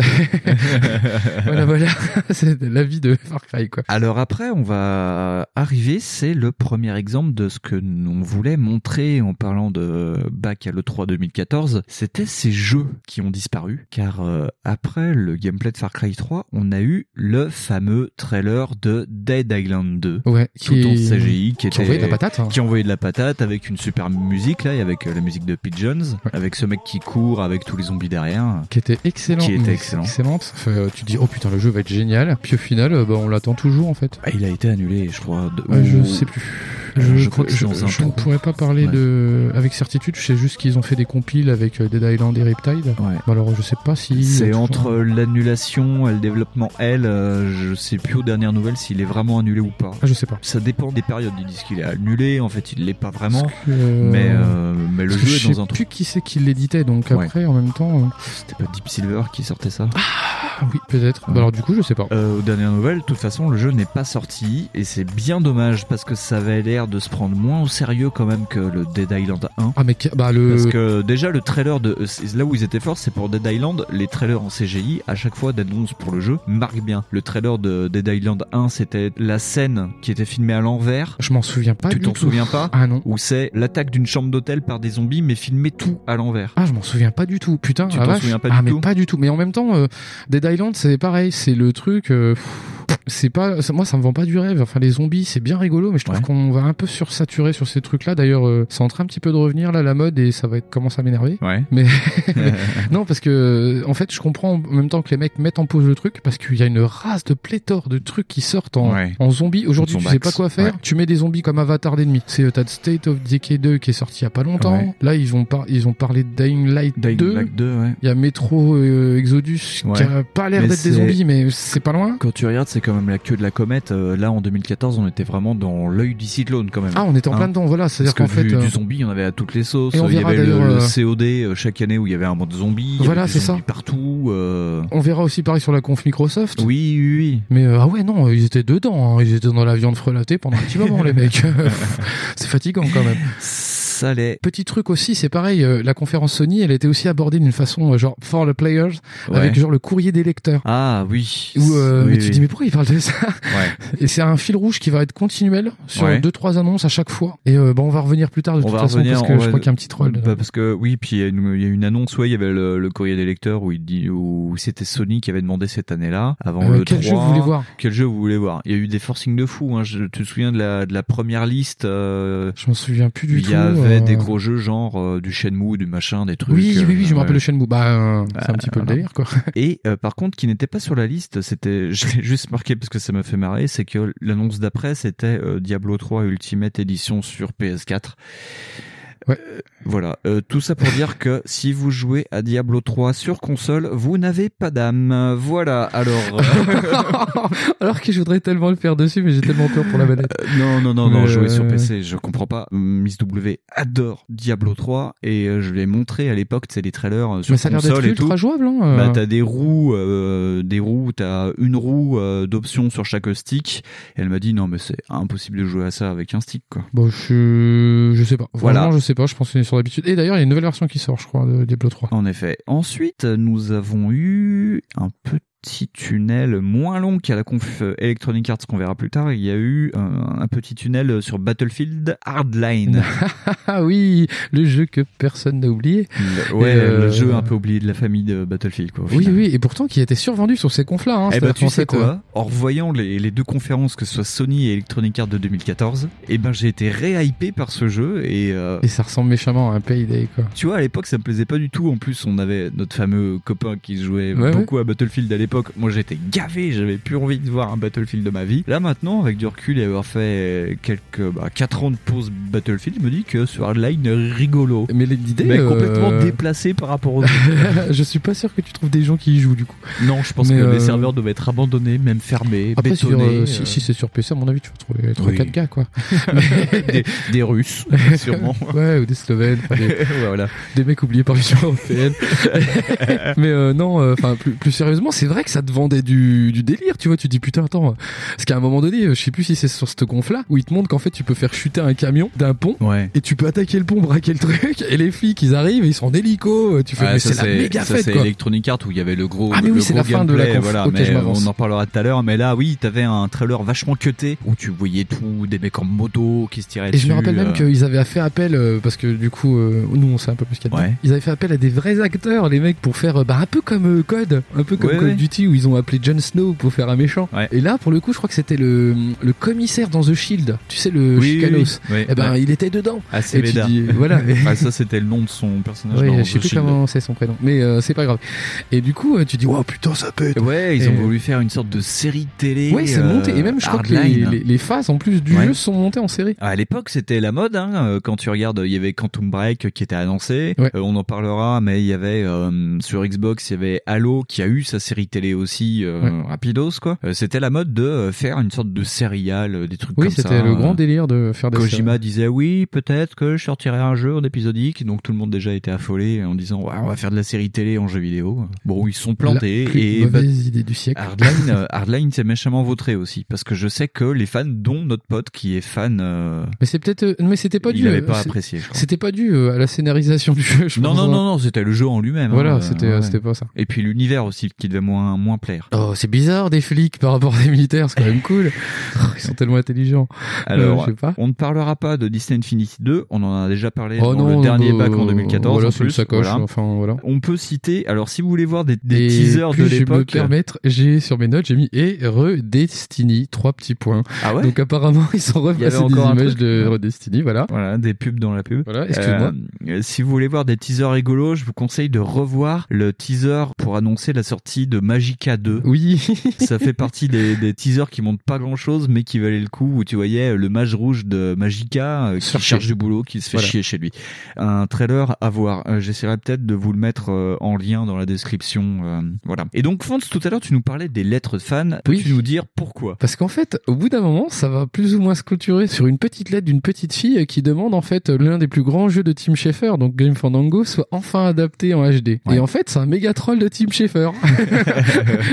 voilà voilà c'est l'avis de Far Cry quoi Alors après, on va arriver, c'est le premier exemple de ce que on voulait montrer en parlant de bac à l'E3 2014. C'était ces jeux qui ont disparu, car euh, après le gameplay de Far Cry 3, on a eu le fameux trailer de Dead Island 2. Ouais, tout qui- en CGI, qui, qui était- envoyait de la patate, hein. Qui envoyait de la patate avec une super musique là, et avec euh, la musique de Pigeons, avec ce mec qui court, avec tous les zombies derrière. Qui était excellent. Qui était mais excellent. Excellente. Enfin, euh, tu te dis, oh putain, le jeu va être génial. Puis au final, euh, bah, on l'attend toujours en fait. Ah, il a été annulé, je crois. de- Ouais, Euh, je ou- sais plus. Euh, Je, crois que c'est je, dans un je ne trou. pourrais pas parler Ouais. de avec certitude. Je sais juste qu'ils ont fait des compiles avec euh, Dead Island et Riptide. Bah, alors je sais pas si C'est toujours- entre l'annulation et le développement L. euh, je sais plus aux dernières nouvelles s'il est vraiment annulé ou pas. Ah, je sais pas. Ça dépend des périodes. Ils disent qu'il est annulé. En fait, il l'est pas vraiment. Parce que, euh, Mais, euh, mais le parce que jeu je est sais dans un trou. plus qui c'est qui l'éditait. Donc Ouais. après, en même temps, euh, C'était pas Deep Silver qui sortait ça Ah oui, peut-être. Bah, alors du coup, je sais pas. Euh, aux dernières nouvelles, de toute façon, le jeu n'est pas sorti et c'est bien dommage parce que ça avait l'air de se prendre moins au sérieux quand même que le Dead Island 1. Ah mais que- bah le Parce que déjà le trailer de euh, c'est- là où ils étaient forts, c'est pour Dead Island. Les trailers en CGI à chaque fois d'annonce pour le jeu marquent bien. Le trailer de Dead Island 1, c'était la scène qui était filmée à l'envers. Je m'en souviens Ah, pas. Tu du t'en tout. souviens pas Ah non. Où c'est l'attaque d'une chambre d'hôtel par des zombies, mais filmé tout à l'envers. Ah, je m'en souviens pas du tout. Putain, Tu la t'en vache. souviens pas ah, du mais tout pas du tout. Mais en même temps, euh, Dead Island, c'est pareil. C'est le truc. euh, pff, c'est pas. ça- moi, ça me vend pas du rêve. Enfin, les zombies, c'est bien rigolo, mais je trouve qu'on va un peu sursaturer sur ces trucs-là. D'ailleurs, euh, c'est en train un petit peu de revenir là la mode et ça va être commencer à m'énerver. Ouais. Mais non, parce que euh, en fait, je comprends en même temps que les mecs mettent en pause le truc parce qu'il y a une race de pléthore de trucs qui sortent en, Ouais. en zombies. Aujourd'hui, En tu sais zombax. pas quoi faire. Ouais. Tu mets des zombies comme avatar d'ennemis. C'est euh, t'as State of Decay 2 qui est sorti il y a pas longtemps. Ouais. Là, ils ont par- ils ont parlé de Dying Light 2. Black 2, ouais. Il y a Metro euh, Exodus qui Ouais. a pas l'air Mais d'être des c'est- zombies, mais c'est pas loin. Quand tu regardes, c'est quand même la queue de la comète. Euh, là, en 2014, on était vraiment dans l'œil du cyclone, quand même. Ah, on était en plein dedans, voilà, Hein. Parce c'est-à-dire que qu'en fait, du, euh, du zombie, il y en avait à toutes les sauces. Et on il y verra avait le, d'ailleurs, le euh, COD euh, chaque année où il y avait un monde zombie. il y Voilà, avait des c'est ça. zombies Partout. euh, On verra aussi pareil sur la conf Microsoft. Oui, oui, oui. Mais euh, ah ouais, non, ils étaient dedans. hein. Ils étaient dans la viande frelatée pendant un petit moment, les mecs. c'est fatigant quand même. Ça l'est. Petit truc aussi, c'est pareil. euh, la conférence Sony, elle a été aussi abordée d'une façon euh, genre for the players, Ouais. avec genre le courrier des lecteurs. Ah oui. Où, euh, Oui, mais tu oui. te dis mais pourquoi ils parlent de ça Ouais. Et c'est un fil rouge qui va être continuel sur Ouais. deux trois annonces à chaque fois. Et euh, bah, on va revenir plus tard on de toute va façon revenir. parce que on je va- crois qu'il y a un petit troll. dedans. Bah, parce que oui, puis il y a une, il y a une annonce. Ouais, il y avait le, le courrier des lecteurs où il dit où c'était Sony qui avait demandé cette année-là avant Euh, le quel 3. jeu vous voulez voir Quel jeu vous voulez voir Il y a eu des forcings de fou. Hein. Je tu te souviens de la, de la première liste euh, Je m'en souviens plus du Il tout. y avait euh, des gros jeux genre euh, du Shenmue, du machin, des trucs. Oui, euh, oui, oui, je me ouais. rappelle le Shenmue. Bah, euh, c'est un petit peu le voilà. délire, quoi. Et euh, par contre, qui n'était pas sur la liste, c'était, je l'ai juste marqué parce que ça m'a fait marrer, c'est que l'annonce d'après, c'était euh, Diablo 3 Ultimate Edition sur PS4. Ouais. voilà, Euh, tout ça pour dire que si vous jouez à Diablo 3 sur console, vous n'avez pas d'âme. Voilà, alors... euh, Alors que je voudrais tellement le faire dessus, mais j'ai tellement peur pour la manette. Non, non, non, non, Mais, jouer sur euh, PC, je comprends pas. Miss W adore Diablo 3 et euh, je l'ai montré à l'époque, c'est les trailers euh, sur Mais ça a l'air d'être console et ultra tout. jouable, hein, euh. Bah, t'as des roues, euh, des roues, t'as une roue euh, d'option sur chaque stick. Et elle m'a dit non, mais c'est impossible de jouer à ça avec un stick, quoi. Bon, je, je sais pas. Voilà. Vraiment, je sais pas. Je pense qu'on est sur l'habitude. Et d'ailleurs, il y a une nouvelle version qui sort, je crois, de Diablo 3. En effet. Ensuite, nous avons eu un petit tunnel moins long qu'à la conf euh, Electronic Arts qu'on verra plus tard. Il y a eu un, un petit tunnel sur Battlefield Hardline. Ah oui, le jeu que personne n'a oublié. Le- ouais, Et, euh, le jeu un peu oublié de la famille de Battlefield, quoi. au Oui, final. oui, et pourtant qui a été survendu sur ces confs-là. Hein, Eh ben, C'est-à-dire tu qu'en sais fait, quoi euh, En revoyant les, les deux conférences, que ce soit Sony et Electronic Arts de 2014, eh ben, j'ai été ré-hypé par ce jeu et, euh, Et ça ressemble méchamment à un Payday, quoi. tu vois, à l'époque, ça me plaisait pas du tout. En plus, on avait notre fameux copain qui jouait Ouais, beaucoup à Battlefield à l'époque. Moi, j'étais gavé, j'avais plus envie de voir un Battlefield de ma vie. Là, maintenant, avec du recul et avoir fait quelques, bah, 4 ans de pause Battlefield, je me dis que sur Hardline, rigolo. Mais l'idée. Mais euh, complètement déplacé par rapport aux autres. je suis pas sûr que tu trouves des gens qui y jouent, du coup. Non, je pense Mais, que les euh, serveurs doivent être abandonnés, même fermés, Après, sur, bétonnés. euh, euh, si, si c'est sur PC, à mon avis, tu vas trouver 3-4 Oui. gars, quoi. des, des Russes, sûrement. ouais, ou des Slovènes, enfin, des, Ouais, voilà. des mecs oubliés par l'Union européenne. Mais euh, non, euh, enfin plus, plus sérieusement, c'est vrai que ça te vendait du, du délire, tu vois. Tu te dis putain, attends, parce qu'à un moment donné, euh, je sais plus si c'est sur cette conf là où ils te montrent qu'en fait tu peux faire chuter un camion d'un pont Ouais. et tu peux attaquer le pont, braquer le truc et les flics ils arrivent, ils sont en hélico, euh, tu fais Ah, mais ça, c'est la méga ça, fête c'est quoi. Electronic Arts où il y avait le gros Ah, mais le oui, c'est gros la fin de la gameplay, conf. voilà, Ok, mais je m'avance. on en parlera tout à l'heure mais là oui t'avais un trailer vachement cuté où tu voyais tout des mecs en moto qui se tiraient Et je dessus me rappelle même euh, qu'ils avaient fait appel euh, parce que du coup euh, nous on sait un peu plus qu'il y a dedans. Ouais. Ils avaient fait appel à des vrais acteurs les mecs pour faire euh, bah un peu comme euh, Code, un peu comme Ouais, Code ouais. Duty où ils ont appelé Jon Snow pour faire un méchant. Et là, pour le coup, je crois que c'était le, le commissaire dans The Shield, tu sais, le Oui, oui, Chicanos. oui, oui. Eh ben, Ouais. il était dedans. Ah, c'est Et tu Veda. dis, voilà. Ah, ça, c'était le nom de son personnage. Ouais, dans je sais The plus Shield. comment c'est son prénom, mais euh, c'est pas grave. Et du coup, euh, tu dis, wow, putain, ça pète. Ouais, ils Et- ont voulu faire une sorte de série télé. Ouais, c'est euh, monté. Et même, je crois que les, hardline. les, les phases en plus du Ouais. jeu sont montées en série. À l'époque, c'était la mode. Hein. euh, Quand tu regardes, il y avait Quantum Break qui était annoncé. Euh, on en parlera, mais il y avait euh, sur Xbox, il y avait Halo qui a eu sa série télé aussi euh, Ouais. rapidos quoi. Euh, c'était la mode de euh, faire une sorte de sérial, euh, des trucs Oui, comme ça. c'était le euh, grand bah, délire de faire des séries. Kojima disait oui, peut-être que je sortirai un jeu en épisodique, donc tout le monde déjà était affolé en disant ouais, on va faire de la série télé en jeu vidéo. Bon, ils sont plantés La plus et mauvaise idée du siècle. Hardline, euh, Hardline s'est méchamment vautré aussi parce que je sais que les fans, dont notre pote qui est fan, euh, Mais c'est peut-être, euh, mais c'était pas Il dû. avait euh, pas c'est- apprécié, je crois. C'était pas dû euh, à la scénarisation du jeu. je non, pense, non, hein. non, non, c'était le jeu en lui-même. Voilà, hein, c'était- euh, c'était pas ça. Et puis l'univers aussi qui devait moins, moins plaire. Oh, c'est bizarre des flics par rapport à des militaires, c'est quand même cool. Ils sont tellement intelligents. Alors, Euh, je sais pas. on ne parlera pas de Disney Infinity 2, on en a déjà parlé Oh dans non, le non, dernier bah, bac en 2014. voilà, en c'est une plus, sacoche, voilà. enfin, voilà. On peut citer, alors si vous voulez voir des, des Et teasers puis, de Je vais me l'époque. permettre, j'ai sur mes notes, j'ai mis et Redestiny, trois petits points. Ah ouais Donc apparemment, ils sont Il y avait repassés des encore un images truc de Redestiny, voilà. Voilà, des pubs dans la pub. Voilà, excuse-moi. Euh, si vous voulez voir des teasers rigolos, je vous conseille de revoir le teaser pour annoncer la sortie de Magica 2. Oui. Ça fait partie des, des teasers qui montrent pas grand chose, mais qui valaient le coup, où tu voyais le mage rouge de Magica euh, qui cherche du boulot, qui se fait Voilà. chier chez lui. Un trailer à voir. Euh, J'essaierai peut-être de vous le mettre euh, en lien dans la description. euh, voilà. Et donc, Fonz, tout à l'heure, tu nous parlais des lettres de fans. Peux-tu nous dire pourquoi Parce qu'en fait, au bout d'un moment, ça va plus ou moins se clôturer sur une petite lettre d'une petite fille qui demande en fait l'un des plus grands jeux de Tim Schafer, donc Game Fandango, soit enfin adapté en HD. Et en fait, c'est un méga troll de Tim Schafer.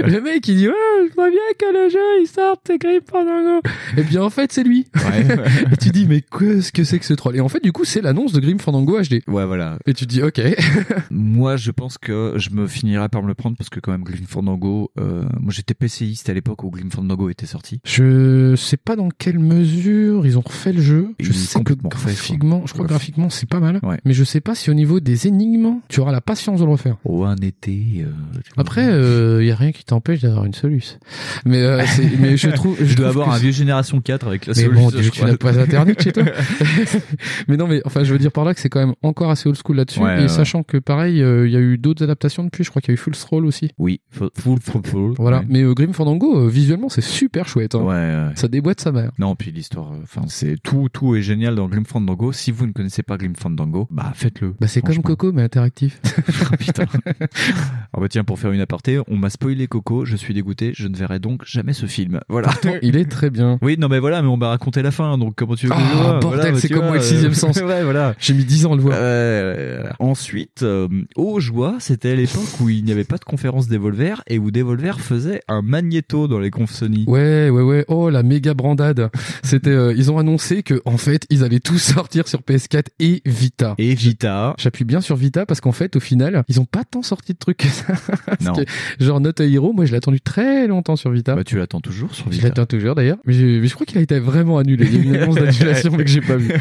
le mec, il dit ouais, je vois bien que le jeu il sort, c'est Game Fandango. Et bien en fait, c'est lui. Et tu dis mais qu'est-ce que c'est que ce troll Et en fait, du coup, c'est l'annonce de Grim Fandango HD. Ouais, voilà. Et tu dis ok. moi, je pense que je me finirai par me le prendre parce que quand même Grim Fandango, euh, moi j'étais PCiste à l'époque où Grim Fandango était sorti. Je sais pas dans quelle mesure ils ont refait le jeu. Ils je sais que complètement refait, quoi. graphiquement, je crois que Ouais. graphiquement c'est pas mal, Ouais. mais je sais pas si au niveau des énigmes, tu auras la patience de le refaire. Oh, un été. euh, Après, il y a rien qui t'empêche d'avoir une Solus. Mais, euh, c'est- mais je trouve, je, dois trouve avoir que un c'est- vieux génération 4 avec la mais Solus, bon, je Dieu, tu crois. n'as pas internet chez toi. mais non, mais enfin, je veux dire par là que c'est quand même encore assez old school là-dessus. Ouais, et ouais. sachant que pareil, euh, il y a eu d'autres adaptations depuis. Je crois qu'il y a eu Full Thrall aussi. Oui, full, full, full, full. Voilà. Ouais. Mais euh, Grim Fandango, euh, visuellement, c'est super chouette. hein. Ça déboîte sa mère. Non, puis l'histoire, euh, enfin, c'est tout, tout est génial dans Grim Fandango. Si vous ne connaissez pas Grim Fandango, bah faites-le. Bah, c'est comme Franchement. Coco, mais interactif. Ah bah tiens, pour faire une aparté, on m'a spoilé Coco, je suis dégoûté, je ne verrai donc jamais ce film. Voilà. Pourtant, il est très bien. Oui, non mais voilà, mais on m'a raconté la fin, donc comment tu veux que je le Ah, voie bordel, Voilà, bah, c'est tu comme vois, moi le euh, sixième sens. ouais, voilà. J'ai mis 10 ans à le voir. Euh, ensuite, euh, aux joies, c'était à l'époque où il n'y avait pas de conférence Devolver et où Devolver faisait un magnéto dans les confs Sony. Ouais, ouais, ouais. Oh, la méga brandade. C'était, euh, ils ont annoncé que, en fait, ils allaient tout sortir sur PS4 et Vita. Et Vita. J'appuie bien sur Vita parce qu'en fait, au final, ils ont pas tant sorti de trucs que ça. Parce Non. que, genre, Not a Hero, moi, je l'ai attendu très longtemps sur Vita. Bah, tu l'attends toujours sur Je Vita. l'attends toujours d'ailleurs, mais, j'ai- mais je crois qu'il a été vraiment annulé. Il y a eu une annonce d'annulation, mais que j'ai pas vu.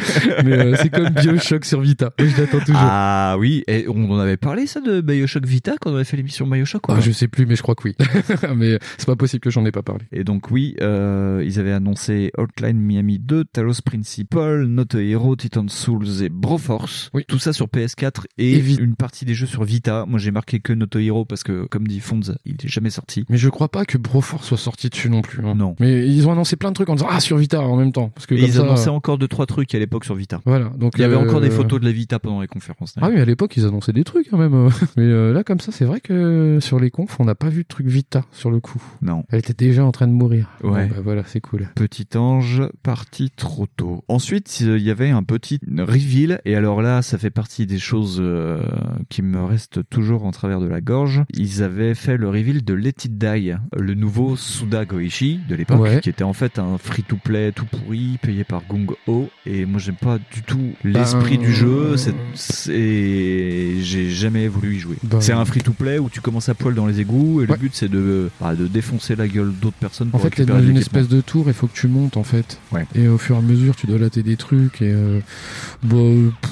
Mais euh, c'est comme Bioshock sur Vita. Moi, Je l'attends toujours. Ah oui, et on en avait parlé ça de Bioshock Vita quand on avait fait l'émission Bioshock ou Ah, pas je sais plus, mais je crois que oui. mais euh, c'est pas possible que j'en ai pas parlé. Et donc oui, euh, ils avaient annoncé Outline Miami 2, Talos Principal, Note Hero, Titan Souls et Broforce. Oui. Tout ça sur PS4 et, Et Vi- une partie des jeux sur Vita. Moi j'ai marqué que Note Hero parce que comme dit Fonz, il n'est jamais sorti. Mais je crois pas que Broforce soit sorti dessus non plus. hein. Non. Mais ils ont annoncé plein de trucs en disant ah sur Vita en même temps parce que Et comme ils ça, annonçaient euh, encore deux trois trucs à l'époque sur Vita. Voilà, donc, il y avait euh, encore des photos de la Vita pendant les conférences. Ah oui, à l'époque ils annonçaient des trucs quand même. Mais euh, là comme ça, c'est vrai que sur les confs, on n'a pas vu de truc Vita sur le coup. Non. Elle était déjà en train de mourir. Ouais. Bon, bah voilà, c'est cool. Petit ange parti trop tôt. Ensuite, euh, il y avait un petit reveal, et alors là, ça fait partie des choses euh, qui me restent toujours en travers de la gorge. Ils avaient fait le reveal de Let It Die, le nouveau Suda Goichi de l'époque, Ouais. qui était en fait un free-to-play tout pourri, payé par Gung Ho, et moi j'aime pas du tout l'esprit Ben, du jeu, c'est- c'est... j'ai jamais voulu y jouer. Ben- C'est un free-to-play où tu commences à poil dans les égouts, et le but c'est de, bah, de défoncer la gueule d'autres personnes En pour fait, t'es récupérer dans une l'équipement. espèce de tour, il faut que tu montes en fait. Et au fur et à mesure, tu dois latter des trucs et euh, bah, euh, pff,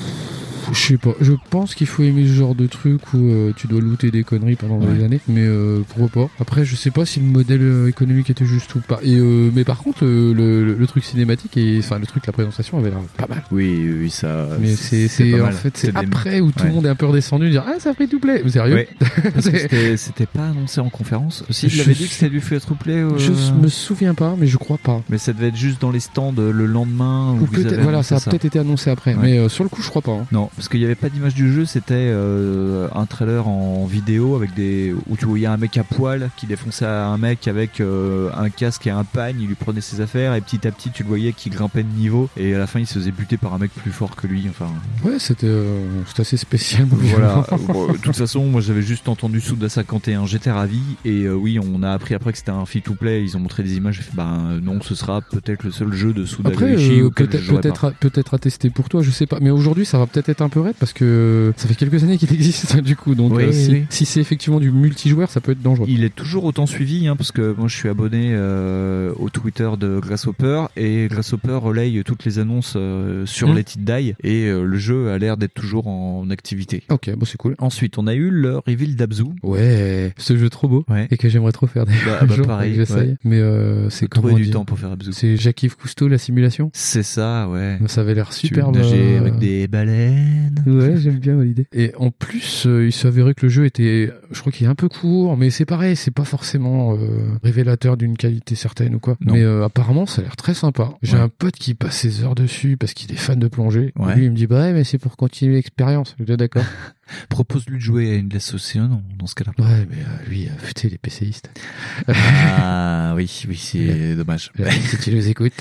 Faut- Je sais pas. Je pense qu'il faut aimer ce genre de truc où euh, tu dois looter des conneries pendant Ouais. des années. Mais euh, pourquoi pas Après, je sais pas si le modèle euh, économique était juste ou pas. Et euh, mais par contre, euh, le, le- le truc cinématique et enfin le truc, la présentation avait l'air pas mal. Oui, oui, ça. Mais c'est Euh, c'est c'est- pas en mal. fait c'est des- après où tout le Ouais. monde est un peu redescendu, dire ah ça a pris tout play. Vous sérieux Ouais. Parce que C'est- c'était- C'était pas annoncé en conférence. Si, Je il avait dit sais- que c'était du free to play. euh, Je me souviens pas, mais je crois pas. Mais ça devait être juste dans les stands euh, le lendemain. où Ou ils peut-être- avaient voilà, annoncé ça a peut-être été annoncé après, Ouais. mais euh, sur le coup, je crois pas. hein. Non, parce qu'il n'y avait pas d'image du jeu, c'était euh, un trailer en vidéo avec des où tu voyais un mec à poil qui défonçait un mec avec euh, un casque et un pagne, il lui prenait ses affaires et petit à petit tu le voyais qui grimpait de niveau et à la fin il se faisait buter par un mec plus fort que lui. Enfin Ouais, c'était euh, c'était assez spécial. mon voilà. violent. Bon, de toute façon, moi j'avais juste entendu Souda 51, j'étais ravi et euh, oui, on a appris après que c'était un free to play, ils ont montré des images, j'ai fait bah non, ce sera peut-être le seul jeu de Souda Après, Goichi euh, auquel je peut-être jouerai peut-être pas. à, peut-être à tester pour toi, je sais pas. Mais aujourd'hui, ça va peut-être être un peu raide parce que euh, ça fait quelques années qu'il existe du coup. Donc Oui, euh, si, oui. si c'est effectivement du multijoueur, ça peut être dangereux. Il est toujours autant suivi, hein, parce que moi je suis abonné euh, au Twitter de Grasshopper, et Grasshopper relaye toutes les annonces euh, sur Mhm. les petites die, et euh, le jeu a l'air d'être toujours en activité. Ok, bon c'est cool. Ensuite, on a eu le reveal d'Abzu. Ouais, ce jeu trop beau et que j'aimerais trop faire des Bah, bah, pareil, j'essaye. ouais. Mais euh, c'est Trouver comment du dire temps pour faire Abzu. C'est Jacques-Yves Cousteau, la simulation C'est ça, ouais. Ça avait l'air Tu superbe. nageais euh, avec des baleines. Ouais, j'aime bien l'idée. Et en plus, euh, il s'est avéré que le jeu était, je crois qu'il est un peu court, mais c'est pareil, c'est pas forcément euh, révélateur d'une qualité certaine ou quoi. Non. Mais euh, apparemment, ça a l'air très sympa. J'ai Ouais. un pote qui passe ses heures dessus parce qu'il est fan de plongée. Ouais. Et Lui, il me dit, bah ouais, mais c'est pour continuer l'expérience. Je dis, d'accord. Propose-lui de jouer à une association non, dans ce cas-là. ouais, mais euh, lui, euh, putain, il est PCiste. Ah oui, oui, c'est dommage. Si tu nous écoutes.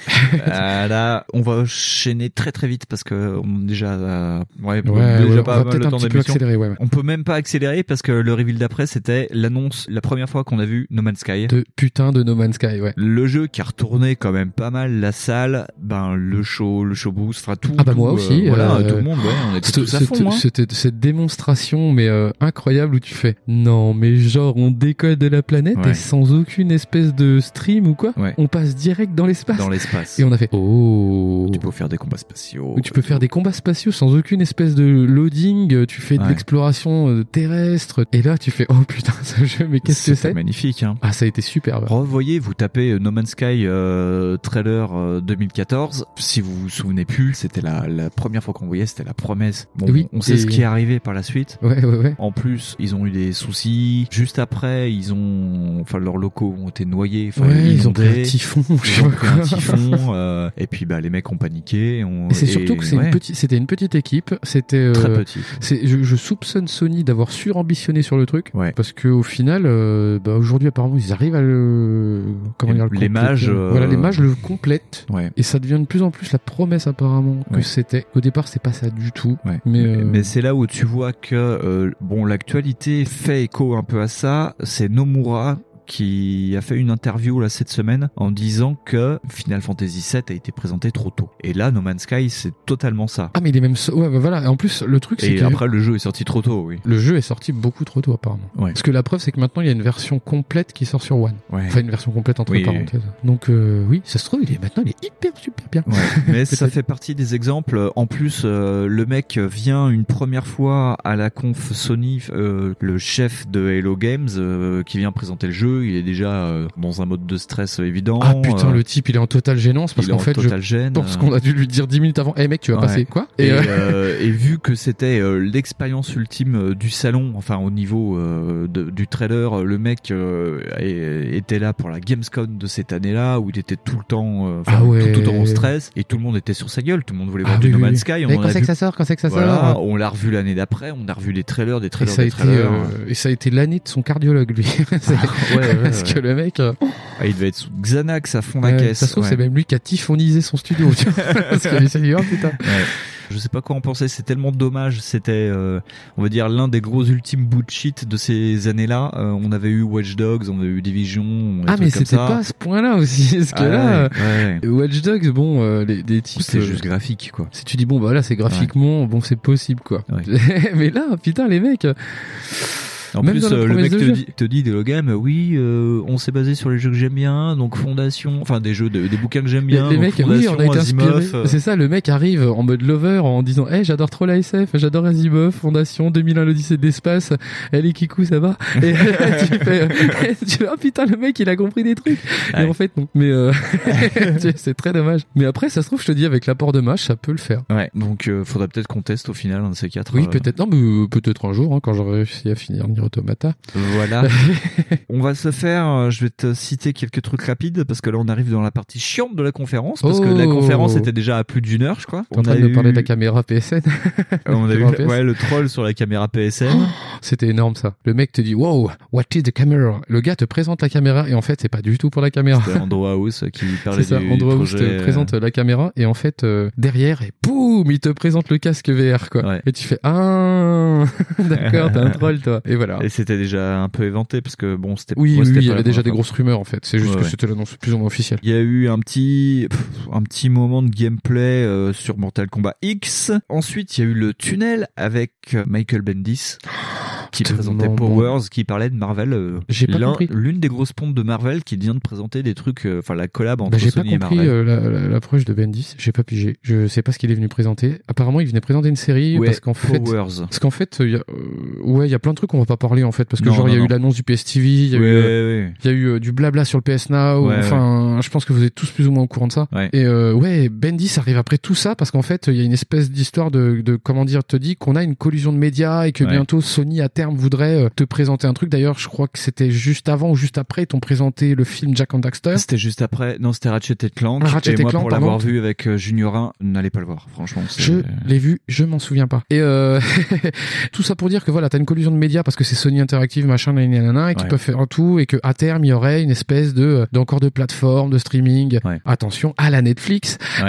Euh, là, on va enchaîner très très vite parce que on est déjà, euh, ouais, on Ouais, a déjà ouais, pas on va mal peut-être le un temps petit peu d'émission. accélérer, ouais, ouais. On peut même pas accélérer parce que le reveal d'après c'était l'annonce, la première fois qu'on a vu No Man's Sky. De putain de No Man's Sky, ouais. Le jeu qui a retourné quand même pas mal la salle, ben le show, le show boost, enfin tout. Ah bah moi tout, euh, aussi. voilà, euh, tout le monde, ouais, on était c'était- tous à c'était- fond. hein. C'était cette démonstration mais euh, incroyable où tu fais non mais genre on décolle de la planète Ouais. et sans aucune espèce de stream ou quoi, on passe direct dans l'espace. Dans l'espace. Et on a fait oh. Tu peux faire des combats spatiaux. Où tu peux faire des combats spatiaux sans aucune espèce de loading, euh, tu fais de Ouais. l'exploration euh, terrestre, et là tu fais oh putain ce jeu, mais qu'est-ce que C'était c'est magnifique. Hein. Ah, ça a été superbe. Revoyez, vous tapez euh, No Man's Sky euh, trailer euh, 2014. Si vous vous souvenez plus, c'était la, la première fois qu'on voyait, c'était la promesse. Bon, Oui, on sait et- ce qui est arrivé par la suite. Ouais, ouais, ouais. En plus, ils ont eu des soucis. Juste après, ils ont, enfin, leurs locaux ont été noyés. Enfin, Ouais, ils ont inondés. pris un typhon, je sais Ils ont pas pris un quoi. typhon. euh, et puis, bah, les mecs ont paniqué. ont- Et c'est surtout que c'est une ouais. petite- c'était une petite équipe, c'était euh, Très petite. c'est- Je, je soupçonne Sony d'avoir surambitionné sur le truc, parce que au final, euh, bah, aujourd'hui apparemment ils arrivent à le comment Les- dire, le les mages, compléter. Voilà, euh, les mages le complètent, Ouais. et ça devient de plus en plus la promesse apparemment que Ouais. c'était. Au départ, c'est pas ça du tout, Ouais. mais, euh, Mais c'est là où tu vois que euh, bon l'actualité fait écho un peu à ça, c'est Nomura qui a fait une interview là cette semaine en disant que Final Fantasy VII a été présenté trop tôt. Et là No Man's Sky c'est totalement ça. ah mais il est même so- ouais bah, voilà. Et en plus le truc c'est Et que après le jeu est sorti trop tôt, oui. le jeu est sorti beaucoup trop tôt apparemment. Ouais. Parce que la preuve c'est que maintenant il y a une version complète qui sort sur One. Ouais. Enfin une version complète entre Oui, oui, parenthèses. Donc euh, oui, ça se trouve il est maintenant il est hyper super bien. Mais ça fait partie des exemples. En plus, euh, le mec vient une première fois à la conf Sony, euh, le chef de Hello Games, euh, qui vient présenter le jeu. Il est déjà euh, dans un mode de stress évident. Ah putain, Euh, le type, il est en totale gênance parce il est qu'en en fait, je totale gêne, pense euh. qu'on a dû lui dire 10 minutes avant, eh mec, tu vas Ouais. passer quoi et, euh, euh, et vu que c'était euh, l'expérience ultime euh, du salon, enfin au niveau euh, de- du trailer, euh, le mec euh, est- était là pour la Gamescom de cette année-là où il était tout le temps, euh, enfin, Ah ouais. tout, le temps en stress et tout le monde était sur sa gueule, tout le monde voulait voir Ah du oui, No oui, Man's oui. Sky. on Mais en a quand c'est vu- que ça sort, quand c'est que ça sort hein. Voilà, On l'a revu l'année d'après, on a revu les trailers, des et trailers, ça a des été, trailers. Ah euh, et ça a été l'année de son cardiologue, lui. C'est- ouais, parce ouais. que le mec, euh, Ah, il devait être sous Xanax à fond la ouais, caisse. ça se trouve, ouais. c'est même lui qui a typhonisé son studio. tu vois, parce qu'il s'est dit, oh putain. Ouais. Je sais pas quoi en penser, c'est tellement dommage. C'était, euh, on va dire, l'un des gros ultimes bullshit de ces années-là. Euh, on avait eu Watch Dogs, on avait eu Division. on avait Ah des mais trucs comme c'était ça. pas à ce point-là aussi, parce que Ah là, ouais, euh, Watch Dogs, bon, euh, les, des types, C'était euh, juste graphique, quoi. si tu dis bon bah là c'est graphiquement, bon c'est possible quoi. mais là, putain les mecs, En Même plus, dans la euh, le mec promesse de te jeu. dit, te dit de Logam, oui, euh, on s'est basé sur les jeux que j'aime bien, donc Fondation, enfin des jeux, de- des bouquins que j'aime Les, bien. les donc mecs, oui, Fondation, on a été bah, Asimov, inspiré. euh, C'est ça, le mec arrive en mode lover en disant hey, j'adore trop la SF, j'adore Asimov, Fondation, 2001 l'Odyssée de l'espace, elle est Kikou, ça va Et tu fais, tu fais, oh putain, le mec, il a compris des trucs Et en fait, non. Mais euh, tu sais, c'est très dommage. Mais après, ça se trouve, je te dis, avec l'apport de Mash, ça peut le faire. Ouais, donc euh, faudrait peut-être qu'on teste au final un de ces quatre. Oui, euh, peut-être. Non, mais euh, peut-être un jour, hein, quand j'aurai réussi à finir Nier Automata. Voilà. on va se faire, euh, je vais te citer quelques trucs rapides parce que là on arrive dans la partie chiante de la conférence parce que la Oh. conférence était déjà à plus d'une heure, je crois. T'es en train de me parler de la caméra PSN on a La eu caméra PS. ouais, le troll sur la caméra PSN. Oh. C'était énorme ça. Le mec te dit wow, what is the camera Le gars te présente la caméra et en fait c'est pas du tout pour la caméra. C'était Andrew House qui parlait C'est ça, du Andrew House projet. euh, te présente la caméra et en fait euh, derrière et boum, il te présente le casque VR quoi. Et tu fais ah d'accord, t'es un troll toi. Et voilà. euh, Et c'était déjà un peu éventé parce que bon, c'était Oui, moi, oui, c'était oui, pas il y la avait déjà première des fois. grosses rumeurs en fait. C'est juste Ouais, que ouais. c'était l'annonce plus ou moins officielle. Il y a eu un petit, pff, un petit moment de gameplay euh, sur Mortal Kombat X. Ensuite, il y a eu le tunnel avec euh, Michael Bendis qui présentait bon. Powers, qui parlait de Marvel. euh, J'ai pas l'un- compris. L'une des grosses pompes de Marvel qui vient de présenter des trucs, euh, enfin la collab entre Bah, j'ai pas Sony et compris Marvel. euh, la- la- l'approche de Bendis, j'ai pas pigé. Je sais pas ce qu'il est venu présenter. Apparemment, il venait présenter une série Ouais, euh, parce qu'en fait, Powers. parce qu'en fait, il y a, euh, ouais, il y a plein de trucs qu'on va pas parler en fait parce que Non, genre il y non, a eu non. l'annonce du PS TV, il y a eu, Ouais, euh, ouais. il y a eu euh, du blabla sur le PS Now. Ouais, enfin, je pense que vous êtes tous plus ou moins au courant de ça. Et euh, ouais, Bendis arrive après tout ça parce qu'en fait, il y a une espèce d'histoire de, de comment dire, te dit qu'on a une collusion de médias et que Ouais. bientôt Sony à terme voudrait euh, te présenter un truc. D'ailleurs, je crois que c'était juste avant ou juste après ils t'ont présenté le film Jack and Daxter. C'était juste après, non, c'était Ratchet et Clank. Ratchet et moi, et Clank, pour l'avoir pardon. vu avec euh, Juniorin, n'allez pas le voir, franchement. c'est- Je l'ai vu, je m'en souviens pas. Et euh, tout ça pour dire que voilà, t'as une collusion de médias parce que c'est Sony Interactive, machin, nanana, nanana, et qu'ils Ouais. peuvent faire tout, et que à terme il y aurait une espèce de euh, d'encore de plateforme, de streaming. Attention à la Netflix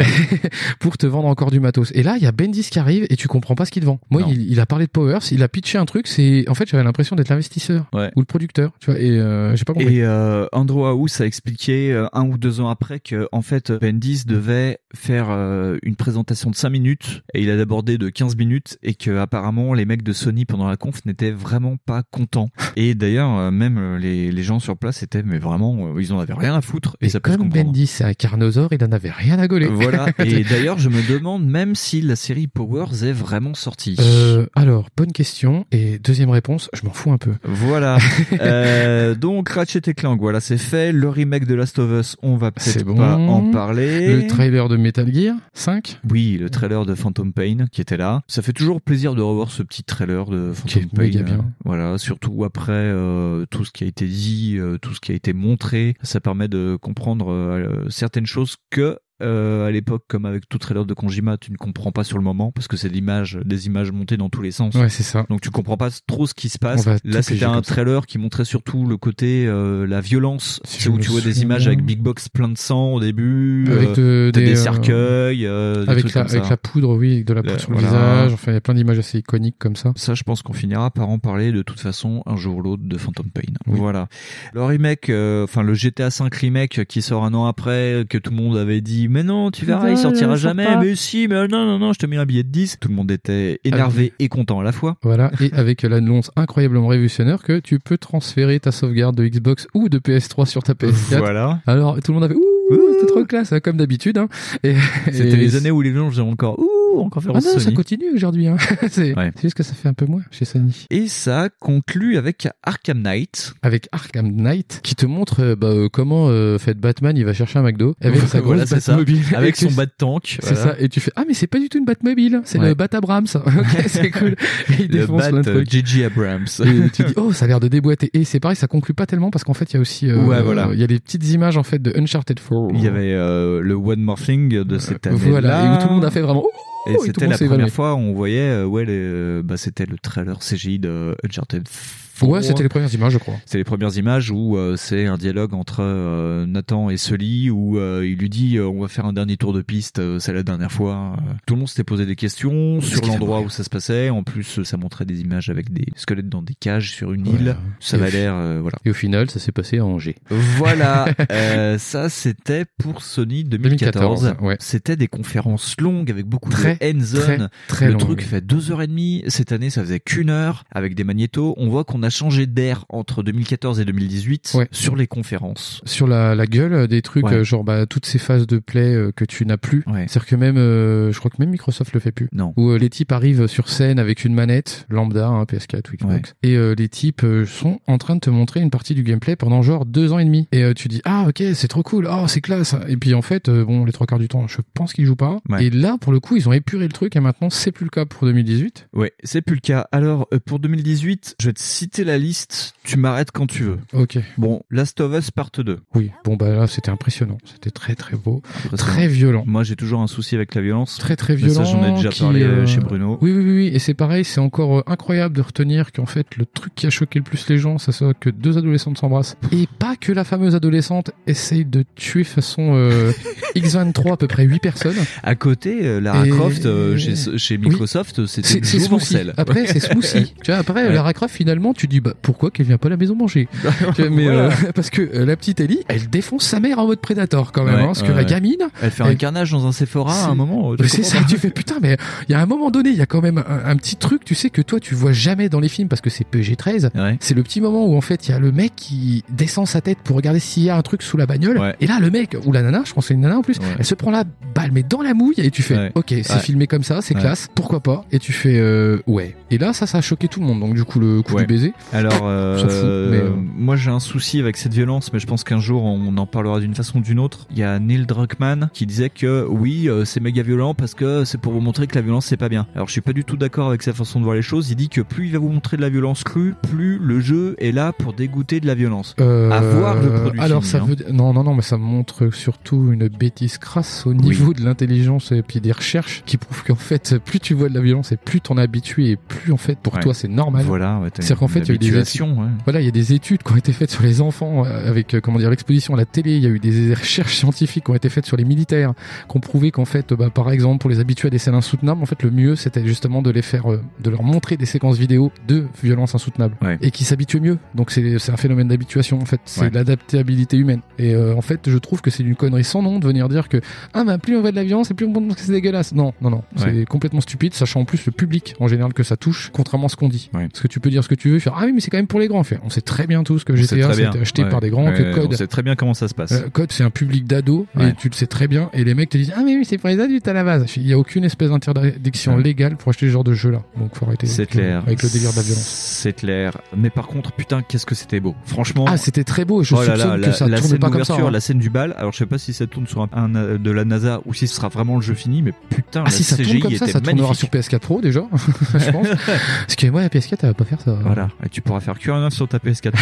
pour te vendre encore du matos. Et là, il y a Bendis qui arrive et tu comprends pas ce qu'il te vend. Moi, il, il a parlé de Powers, il a pitché un truc. C'est en fait, j'avais l'impression d'être l'investisseur Ouais. ou le producteur, tu vois. Et euh, j'ai pas compris. Et euh, Andrew House a expliqué euh, un ou deux ans après que en fait Bendis devait faire euh, une présentation de 5 minutes et il a abordé de 15 minutes et que apparemment les mecs de Sony pendant la conf n'étaient vraiment pas contents. Et d'ailleurs euh, même euh, les, les gens sur place étaient mais vraiment euh, ils en avaient rien à foutre et, Mais ça peut se comme comprendre. Bendis, c'est un carnosaure, il en avait rien à gauler. Voilà et d'ailleurs je me demande même si la série Powers est vraiment sortie. Euh, alors, bonne question. Et deuxième réponse, je m'en fous un peu. Voilà. Euh, donc Ratchet et Clank, voilà, c'est fait. Le remake de Last of Us, on va peut-être C'est bon. pas en parler. Le trailer de Metal Gear 5 Oui, le trailer de Phantom Pain qui était là. Ça fait toujours plaisir de revoir ce petit trailer de Phantom Pain. méga bien. Euh, Voilà, surtout après euh, tout ce qui a été dit, euh, tout ce qui a été montré. Ça permet de comprendre euh, certaines choses que euh, à l'époque, comme avec tout trailer de Kojima, tu ne comprends pas sur le moment parce que c'est de l'image, des images montées dans tous les sens. Ouais, c'est ça. Donc tu comprends pas trop ce qui se passe. On va Là, tout c'était piger un comme ça. trailer qui montrait surtout le côté euh, la violence, Si C'est je où me tu vois des souviens images bien. avec Big Box plein de sang au début, Avec euh, de- t'as des, des euh, cercueils, euh, des avec trucs la, comme ça. avec la poudre, oui, avec de la poudre Le- sur le voilà. visage. Enfin, il y a plein d'images assez iconiques comme ça. Ça, je pense qu'on finira par en parler de toute façon un jour ou l'autre de Phantom Pain. Voilà. Le remake, euh, enfin le GTA 5 remake qui sort un an après, que tout le monde avait dit, mais non, tu verras, Non, il sortira il sort jamais, pas. mais si, mais non, non, non, je te mets un billet de 10. Tout le monde était Ah, énervé et content à la fois. Voilà. Et avec l'annonce incroyablement révolutionnaire que tu peux transférer ta sauvegarde de Xbox ou de PS3 sur ta PS4. Voilà. Alors, tout le monde avait, ouh, c'était trop classe, hein, comme d'habitude, hein. Et- C'était et- les années où les gens faisaient encore, ouh, en Ah conférence non, ça Sony. continue aujourd'hui, hein. c'est c'est juste que ça fait un peu moins chez Sony. Et ça conclut avec Arkham Knight. Avec Arkham Knight, qui te montre euh, bah, euh, comment euh, fait Batman, il va chercher un McDo avec sa Voilà, grosse c'est ça. Batmobile. Avec Et que- son bat tank, C'est voilà. ça. Et tu fais ah mais c'est pas du tout une Batmobile, c'est Ouais. le Bat Abrams. ok, c'est cool. Et il Le défonce bat plein de euh, trucs. J.J. Abrams. Et tu dis oh ça a l'air de déboîter et c'est pareil ça conclut pas tellement parce qu'en fait il y a aussi euh, Ouais, voilà. il y a des petites images en fait de Uncharted 4 Il y avait euh, le One More Thing de cette année. Euh, voilà et où tout le monde a fait vraiment oh, Et tout le c'était monde la s'est première évanouit. fois où on voyait, euh, ouais, les- bah, c'était le trailer CGI de Uncharted 4. ouais c'était les premières images je crois C'est les premières images où euh, c'est un dialogue entre euh, Nathan et Sully où euh, il lui dit euh, on va faire un dernier tour de piste, euh, c'est la dernière fois. Euh, Tout le monde s'était posé des questions sur l'endroit où ça se passait. En plus, euh, ça montrait des images avec des squelettes dans des cages sur une île. Ça Et au va fi- l'air, euh, voilà. et au final ça s'est passé à Angers Voilà, euh, ça c'était pour Sony 2014. 2014, ouais. C'était des conférences longues avec beaucoup Très, de end zone. très, très le longues. truc fait deux heures et demie. Cette année, ça faisait qu'une heure avec des magnétos. On voit qu'on a a changé d'air entre 2014 et 2018 sur les conférences. sur la, la gueule des trucs Ouais. euh, genre bah toutes ces phases de play euh, que tu n'as plus c'est à dire que même euh, je crois que même Microsoft le fait plus Non. où euh, les types arrivent sur scène avec une manette lambda hein, PS4 ou Xbox et euh, les types euh, sont en train de te montrer une partie du gameplay pendant genre deux ans et demi et euh, tu dis ah ok c'est trop cool oh c'est classe et puis en fait euh, bon les trois quarts du temps je pense qu'ils jouent pas Ouais. et là pour le coup ils ont épuré le truc et maintenant c'est plus le cas pour 2018 Ouais, c'est plus le cas. Alors, euh, pour 2018, je vais te citer la liste, tu m'arrêtes quand tu veux. Ok. Bon, Last of Us Part 2. Oui, bon bah là c'était impressionnant, c'était très très beau, très violent. Moi, j'ai toujours un souci avec la violence. très très Mais violent. Bah, ça, j'en ai déjà qui, parlé euh, euh, chez Bruno. Oui, oui, oui, oui. Et c'est pareil, c'est encore euh, incroyable de retenir qu'en fait, le truc qui a choqué le plus les gens, ça soit que deux adolescentes s'embrassent. Et pas que la fameuse adolescente essaye de tuer façon euh, X23 à peu près 8 personnes. À côté, euh, Lara Et- Croft, euh, chez, chez Microsoft, euh, c'était C'est une c'est smoothie. jouvencelle. Après, c'est smoothie. tu vois, après, Ouais. Lara Croft, finalement, tu dis, bah, pourquoi qu'elle vient pas à la maison manger? Ah, Tu vois, mais, Voilà. euh, parce que euh, la petite Ellie, elle défonce sa mère en mode prédateur quand même, Ouais, hein, parce ouais, que la ouais. gamine. Elle fait un carnage dans un Sephora à un C'est- moment. euh, tu Mais c'est ça, comprends pas. tu fais putain, mais il y a un moment donné, il y a quand même un, un petit truc, tu sais, que toi tu vois jamais dans les films parce que c'est PG-13. C'est le petit moment où en fait il y a le mec qui descend sa tête pour regarder s'il y a un truc sous la bagnole. Et là, le mec, ou la nana, je pense que c'est une nana en plus, elle se prend la balle, mais dans la mouille, et tu fais ok, c'est Ouais. filmé comme ça, c'est Ouais. classe, pourquoi pas Et tu fais euh, ouais. Et là, ça, ça a choqué tout le monde, donc du coup, le coup Ouais. du baiser. Alors, On s'en fout, euh, mais, euh, moi j'ai un souci avec cette violence, mais je pense qu'un jour on en parlera d'une façon ou d'une autre. Il y a Neil Druckmann qui disait que oui, euh, c'est méga violent parce que c'est pour vous montrer que la violence c'est pas bien. Alors je suis pas du tout d'accord avec sa façon de voir les choses. Il dit que plus il va vous montrer de la violence crue, plus le jeu est là pour dégoûter de la violence. Euh, à voir le produit. Alors fini, ça hein. veut dire- non non non mais ça montre surtout une bêtise crasse au niveau de l'intelligence et puis des recherches qui prouvent qu'en fait plus tu vois de la violence et plus t'en es habitué et plus en fait pour Ouais. toi c'est normal. Voilà, ouais, t'as c'est-à-dire qu'en une fait il y a eu des études, habituation, ouais. voilà il y a des études qui ont été faites sur les enfants euh, avec euh, comment dire l'exposition à la télé, il y a eu des recherches scientifiques qui ont été faites sur les militaires qui ont prouvé qu'en fait euh, bah, par exemple pour les habitués à des scènes insoutenables en fait le mieux c'était justement de les faire euh, de leur montrer des séquences vidéo de violence insoutenable et qui s'habituent mieux donc c'est c'est un phénomène d'habituation en fait c'est Ouais. de l'adaptabilité humaine et euh, en fait je trouve que c'est une connerie sans nom de venir dire que ah bah plus on voit de la violence et plus on montre que c'est dégueulasse non non non Ouais. c'est complètement stupide sachant en plus le public en général que ça touche contrairement à ce qu'on dit parce que tu peux dire ce que tu veux faire ah oui mais c'est quand même pour les grands Fait, on sait très bien tous que On sait GTA très c'est bien. acheté Ouais. par des grands Ouais, que Code On sait très bien comment ça se passe. euh, Code, c'est un public d'ados, Ouais. et tu le sais très bien. Et les mecs te disent Ah, mais oui, c'est pour les adultes à la base. Il n'y a aucune espèce d'interdiction légale pour acheter ce genre de jeu-là. Donc, faut arrêter. C'est avec- clair. Avec le délire de la violence. C'est clair. Mais par contre, putain, qu'est-ce que c'était beau. Franchement. Ah, c'était très beau, et je soupçonne que Oh la- ça la tourne scène pas comme ça, d'ouverture, hein. La scène du bal. Alors, je sais pas si ça tourne sur un, un, euh, de la NASA ou si ce sera vraiment le jeu fini, mais putain, Ah, la si ça CGI tourne comme ça, était ça tournera magnifique. sur PS4 Pro déjà, je pense. Parce que moi, la PS4, elle va pas faire ça. Voilà. Et tu pourras faire qu'un 9 sur ta PS4.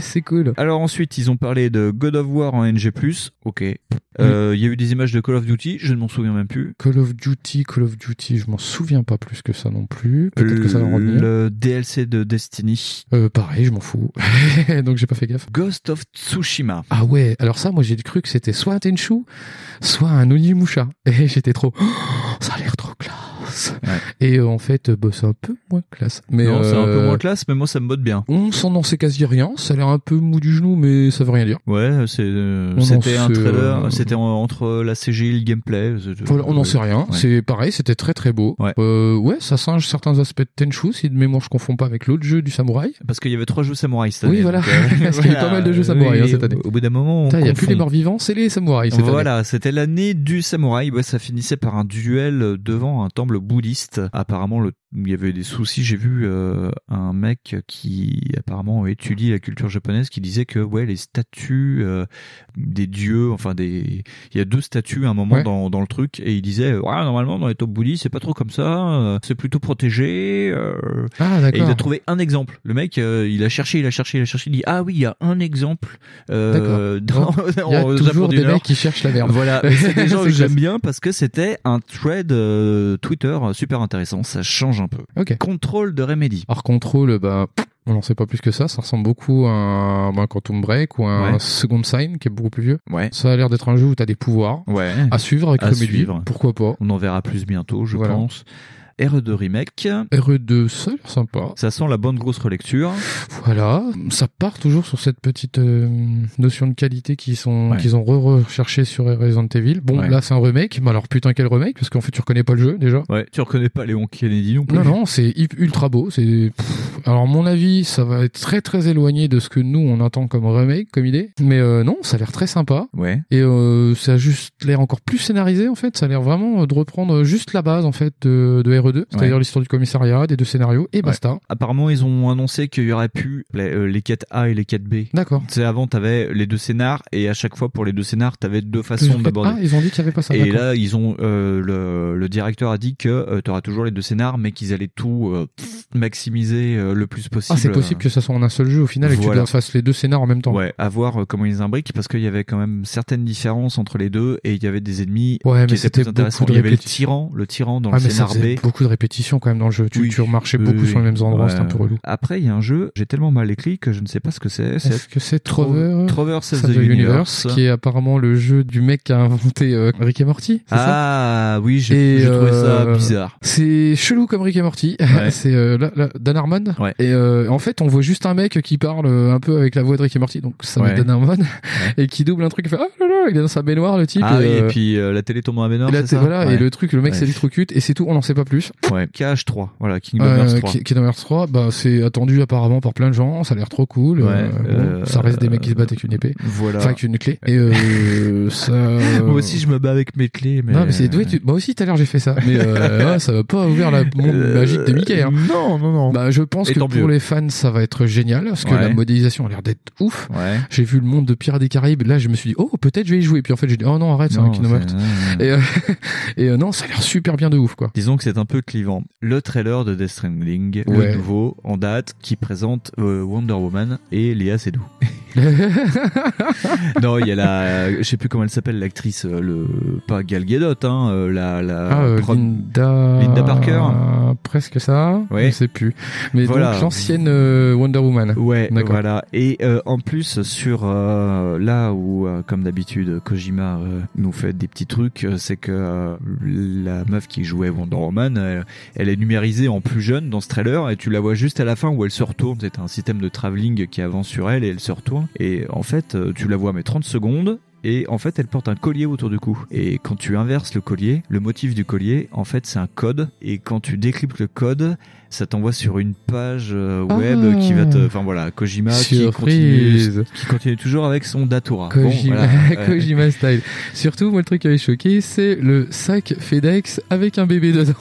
c'est cool. Alors ensuite, ils ont parlé de God of War en NG+. Ok. Euh, Il y a eu des images de Call of Duty. Je ne m'en souviens même plus. Call of Duty, Call of Duty, je m'en souviens pas plus que ça non plus. Peut-être que ça va revenir. Le DLC de Destiny. Euh, pareil, je m'en fous. Donc j'ai pas fait gaffe. Ghost of Tsushima. Ah ouais, alors ça, moi j'ai cru que c'était soit un Tenchu, soit un Onimusha. Et j'étais trop. Oh, ça a l'air trop classe. Et euh, en fait, euh, bah, c'est un peu moins classe. Mais non, c'est un peu euh, moins classe, mais moi, ça me botte bien. On s'en en sait quasi rien. Ça a l'air un peu mou du genou, mais ça veut rien dire. Ouais, c'est, euh, On en c'était un sait, trailer, euh, c'était en- entre la CGI et le gameplay. euh, Voilà, on n'en Ouais. sait rien. Ouais. C'est pareil, c'était très très beau. Ouais. Euh, ouais, ça singe certains aspects de Tenchu, si de mémoire je confonds pas avec l'autre jeu du samouraï. Parce qu'il y avait trois jeux samouraï cette année. Oui, voilà. donc, euh, Parce qu'il y a eu voilà. pas mal de jeux samouraïs Oui, hein, cette année. Au bout d'un moment, on Putain, Il n'y a plus confond. les morts vivants, c'est les samouraïs cette année. Voilà, c'était l'année du samouraï. Ouais, ça finissait par un duel devant un temple bouddhiste. Apparemment, le- il y avait des soucis. J'ai vu euh, un mec qui apparemment étudie la culture japonaise qui disait que ouais, les statues euh, des dieux, enfin des, il y a deux statues à un moment Ouais. dans, dans le truc et il disait ouais, normalement dans les temples bouddhistes c'est pas trop comme ça, euh, c'est plutôt protégé. euh. Ah, et d'accord. il a trouvé un exemple. Le mec, euh, il a cherché, il a cherché, il a cherché. Il dit ah oui, il y a un exemple. euh, D'accord. dans- Il y a en toujours Japon du des mecs Nord. qui cherchent la merde. Voilà, Et c'est des gens que C'est j'aime classe. bien parce que c'était un thread euh, Twitter super intéressant. Ça change un peu. Ok. Contrôle de Remedy. Alors contrôle, bah, on n'en sait pas plus que ça. Ça ressemble beaucoup à un, bah, un Quantum Break ou à un Ouais. Second Sign qui est beaucoup plus vieux. Ouais. Ça a l'air d'être un jeu où t'as des pouvoirs Ouais. à suivre avec À Remedy. suivre. Pourquoi pas On en verra plus bientôt, je Ah. Voilà. pense. RE2 remake. RE2, E ça a l'air sympa. Ça sent la bonne grosse relecture. Voilà, ça part toujours sur cette petite euh, notion de qualité qu'ils sont Ouais. qu'ils ont re recherché sur Resident Evil. Bon, Ouais. là c'est un remake, mais alors putain quel remake parce qu'en fait tu reconnais pas le jeu déjà. Ouais, tu reconnais pas Léon Kennedy non plus. Non non, c'est hy- ultra beau, c'est pff, Alors mon avis, ça va être très très éloigné de ce que nous on entend comme remake, comme idée. Mais euh, non, ça a l'air très sympa. Ouais. Et euh, ça a juste l'air encore plus scénarisé en fait. Ça a l'air vraiment euh, de reprendre juste la base en fait de, de RE2, c'est-à-dire Ouais. l'histoire du commissariat, des deux scénarios et basta. Ouais. Apparemment, ils ont annoncé qu'il y aurait pu les, euh, les quêtes A et les quêtes B. D'accord. Tu sais, avant, t'avais les deux scénars, et à chaque fois, pour les deux scénars, t'avais deux façons quêtes d'aborder. A, Ah, ils ont dit qu'il y avait pas ça, Et d'accord. là, ils ont, euh, le, le directeur a dit que euh, t'auras toujours les deux scénars, mais qu'ils allaient tout euh, pff, maximiser euh, le plus possible. Ah c'est possible que ça soit en un seul jeu au final et que tu Voilà. dois- fasses les deux scénars en même temps. Ouais, à voir euh, comment ils imbriquent parce qu'il y avait quand même certaines différences entre les deux et il y avait des ennemis Ouais, mais qui étaient c'était plus intéressants. beaucoup de Il y avait le répétitions. tyran, le tyran dans Ah, le mais ça scénar faisait B. beaucoup de répétitions quand même dans le jeu. Tu, tu remarchais beaucoup Oui, sur les mêmes endroits, ouais. c'était un peu relou. Après, il y a un jeu, j'ai tellement mal écrit que je ne sais pas ce que c'est. Est-ce que c'est Trover, Trover Save Save the Universe. qui est apparemment le jeu du mec qui a inventé euh, Rick et Morty c'est ça Ah oui, j'ai Et, j'ai trouvé ça euh, bizarre. C'est chelou comme Rick et Morty. Ouais. c'est euh, là- là, Dan Harmon. Ouais. Et euh, en fait, on voit juste un mec qui parle euh, un peu avec la voix de Rick et Morty, donc ça va Ouais. être Dan Harmon, et qui double un truc. Il fait ah là là, il est dans sa baignoire le type. Ah oui, et euh, puis euh, la télé tombe dans la baignoire, et là, c'est t'es- ça voilà, Ouais. et le truc, le mec Ouais. c'est s'électrocute et c'est tout, on n'en sait pas plus. Ouais, KH3, voilà, Kingdom Hearts Euh, 3. Ki- Kingdom Hearts 3, bah, c'est attendu apparemment par plein de gens, ça a l'air trop cool. euh, Ouais, bon, euh, ça reste des mecs qui se battent avec une épée, voilà. enfin avec une clé. Et euh, ça. Moi aussi, je me bats avec mes clés, mais. Non, mais c'est. ouais, tu- Moi aussi, tout à l'heure, j'ai fait ça. Mais euh, ouais, ça va pas ouvrir la monde Euh, magique de Mickey. Hein. Non, non, non. Bah, je pense Et que tant pour mieux. les fans, ça va être génial parce que Ouais. la modélisation a l'air d'être ouf. Ouais. J'ai vu le monde de Pirates des Caraïbes. Là, je me suis dit, oh, peut-être je vais y jouer. Puis en fait, j'ai dit, oh non, arrête, c'est Non, un Kingdom c'est- Hearts. Et, euh, et euh, non, ça a l'air super bien de ouf, quoi. Disons que c'est un peu clivant. Le trailer de Death Stranding, Ouais. le nouveau, en date, qui présente euh, Wonder Woman et Léa Seydoux. Euh, non, il y a la, euh, je sais plus comment elle s'appelle l'actrice, euh, le pas Gal Gadot, hein, euh, la, la Ah, euh, prom- Linda... Linda Parker. Presque ça. Ouais. Je sais plus. Mais Voilà. donc, l'ancienne euh, Wonder Woman. Ouais, D'accord. voilà. Et euh, en plus, sur euh, là où, euh, comme d'habitude, Kojima euh, nous fait des petits trucs, euh, c'est que euh, la meuf qui jouait Wonder Woman, elle, elle est numérisée en plus jeune dans ce trailer, et tu la vois juste à la fin où elle se retourne. C'est un système de travelling qui avance sur elle et elle se retourne. Et en fait, euh, tu la vois mais 30 secondes. Et en fait, elle porte un collier autour du cou. Et quand tu inverses le collier, le motif du collier, en fait, c'est un code. Et quand tu décryptes le code, ça t'envoie sur une page euh, web Ah. qui va te, Enfin voilà, Kojima qui Surprise. continue, qui continue toujours avec son Datora. Ah Bon, Kojima, voilà. Kojima style. Surtout, moi, le truc qui avait choqué, c'est le sac FedEx avec un bébé dedans.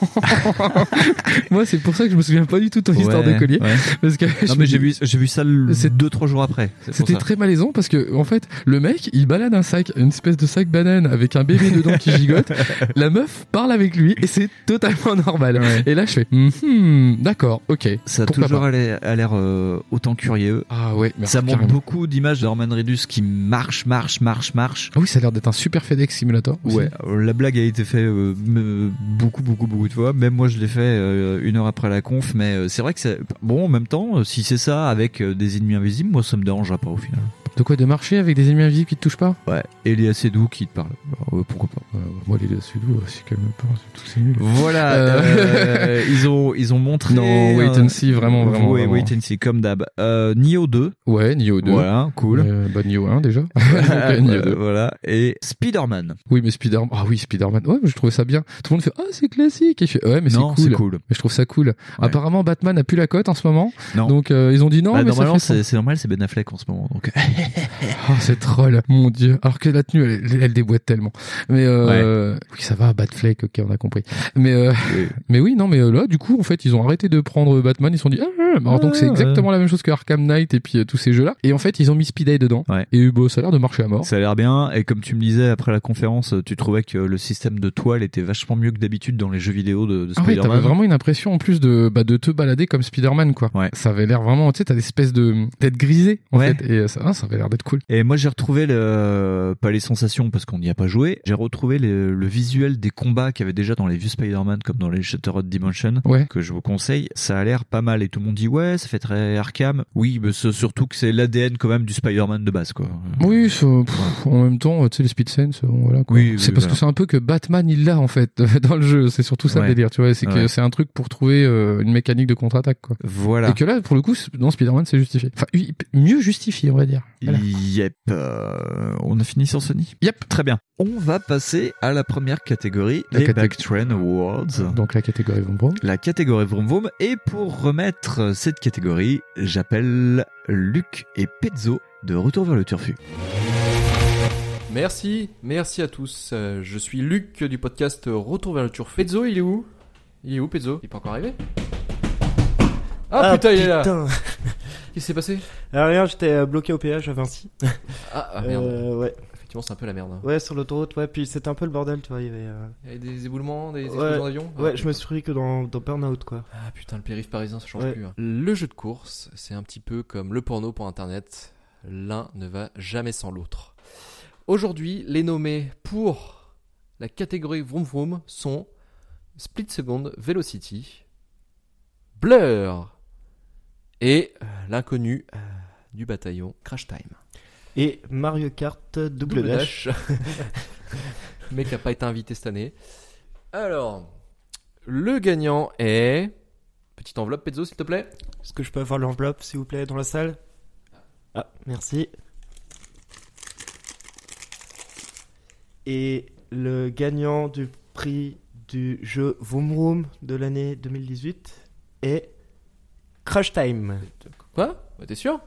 moi, c'est pour ça que je me souviens pas du tout de ton Ouais, histoire de collier. ouais. Parce que je non me mais j'ai dis- vu, j'ai vu ça le- C'est- deux trois jours après. C'est pour C'était ça. très malaisant parce que en fait le mec il balade un sac, une espèce de sac banane avec un bébé dedans qui gigote. la meuf parle avec lui et c'est totalement normal. Et là je fais hum, hum, d'accord, ok. Ça a pourquoi toujours pas. a l'air a l'air, euh, autant curieux. Ah ouais, merci, ça montre carrément. beaucoup d'images de Norman Reedus qui marche, marche, marche, marche. Ah oui, ça a l'air d'être un super FedEx Simulator. aussi. Ouais, euh, la blague a été faite euh, me- beaucoup, beaucoup, beaucoup de fois. Même moi, je l'ai fait euh, une heure après la conf, mais euh, c'est vrai que c'est bon. En même temps, euh, si c'est ça avec euh, des ennemis invisibles, moi, ça me dérangera pas au final. De quoi de marcher avec des ennemis invisibles qui te touchent pas Ouais, et les assez doux qui te parlent. Alors, euh, pourquoi pas Moi euh, les assez doux, c'est quand même pas, tout c'est nul. Voilà, Euh, euh, ils ont ils ont montré. Non, wait and see, vraiment, vraiment, Ouais, vraiment. wait and see, comme d'hab. Euh, Nioh 2. Ouais, Nioh 2. Voilà, cool. Euh, bah Nioh 1 déjà. Euh, Donc, Nioh 2. voilà. Et Spider-Man. Oui, mais Spider-Man. Ah oui, Spider-Man. Ouais, mais je trouvais ça bien. Tout le monde fait Ah, c'est classique. Et je fais Ouais, mais c'est Non, cool. c'est cool. Mais je trouve ça cool. Apparemment, Batman a plus la cote en ce moment. Non. Donc, euh, ils ont dit non. Bah, mais normalement, ça fait c'est c'est normal, c'est Ben Affleck en ce moment. Donc. Oh, c'est troll. Mon dieu. Alors que la tenue, elle, elle- elle déboîte tellement. Mais euh, oui, ça va, Batfleck. Ok, on a compris. Mais euh, mais oui, non, mais euh, là, du coup, en fait, ils ont arrêté de prendre Batman. Ils se sont dit Ah, ah, ah. alors donc c'est Ah, exactement la même chose que Arkham Knight et puis euh, tous ces jeux là. Et en fait, ils ont mis Speed Eye dedans. Et bon, ça a l'air de marcher à mort. Ça a l'air bien. Et comme tu me disais après la conférence, tu trouvais que le système de toile était vachement mieux que d'habitude dans les jeux vidéo de, de Ah ouais, Spider-Man. t'avais vraiment une impression en plus de bah, de te balader comme Spider-Man quoi. Ça avait l'air vraiment, tu sais, t'as l'espèce de d'être grisé en Ouais. fait. Et euh, ça, ah, ça avait l'air d'être cool. Et moi j'ai retrouvé le pas les sensations parce qu'on n'y a pas joué. J'ai retrouvé le, le visuel des combats qu'il y avait déjà dans les vieux Spider-Man comme dans les Shattered Dimension Ouais. que je vous conseille. Ça a l'air pas mal et tout le monde dit ouais ça fait très Arkham. Oui mais c'est surtout que c'est l'ADN quand même du Spider-Man de base quoi. Oui, ça- pff, en même temps, tu sais, les speed sense, bon, voilà. quoi. Oui, oui, c'est parce voilà. que c'est un peu que Batman il l'a en fait dans le jeu. C'est surtout ça Ouais. le délire, tu vois. C'est que Ouais. c'est un truc pour trouver euh, une mécanique de contre-attaque quoi. Voilà. Et que là, pour le coup, c'est- dans Spider-Man, c'est justifié. Enfin, oui, mieux justifié, on va dire. Voilà. Yep. Euh, on a fini sur Sony Yep. Très bien. on va passer à la première catégorie, La les catég- Backtrend Awards. Donc la catégorie Vroom Vroom. La catégorie Vroom Vroom. Et pour remettre euh, cette catégorie, j'appelle Luc et Pezzo de Retour vers le Turfu. Merci, merci à tous. Euh, je suis Luc du podcast Retour vers le Turf. Pezzo, il est où Il est où, Pezzo Il est pas encore arrivé ah, Ah, putain, il est là putain. Qu'est-ce qui s'est passé Alors rien, j'étais euh, bloqué au péage à Vinci. Ah, ah, merde. Euh, ouais. Effectivement, c'est un peu la merde. hein. Ouais, sur l'autoroute, ouais. Puis c'était un peu le bordel, tu vois. Il y avait. euh, Il y a des éboulements, des ouais, explosions d'avions Ouais, je me suis pris que dans, dans Burnout, quoi. Ah putain, le périph' parisien, ça change Ouais. plus. hein. Le jeu de course, c'est un petit peu comme le porno pour Internet. L'un ne va jamais sans l'autre. Aujourd'hui, les nommés pour la catégorie Vroom Vroom sont Split Second, Velocity, Blur et euh, l'inconnu euh, du bataillon Crash Time. Et Mario Kart double, dash. Le mec a pas été invité cette année. Alors, le gagnant est. Petite enveloppe, Pezzo, s'il te plaît. Est-ce que je peux avoir l'enveloppe, s'il vous plaît, dans la salle Ah, merci. Et le gagnant du prix du jeu Vroom Vroom de l'année 2018 est Crash Time. Quoi Bah, T'es sûr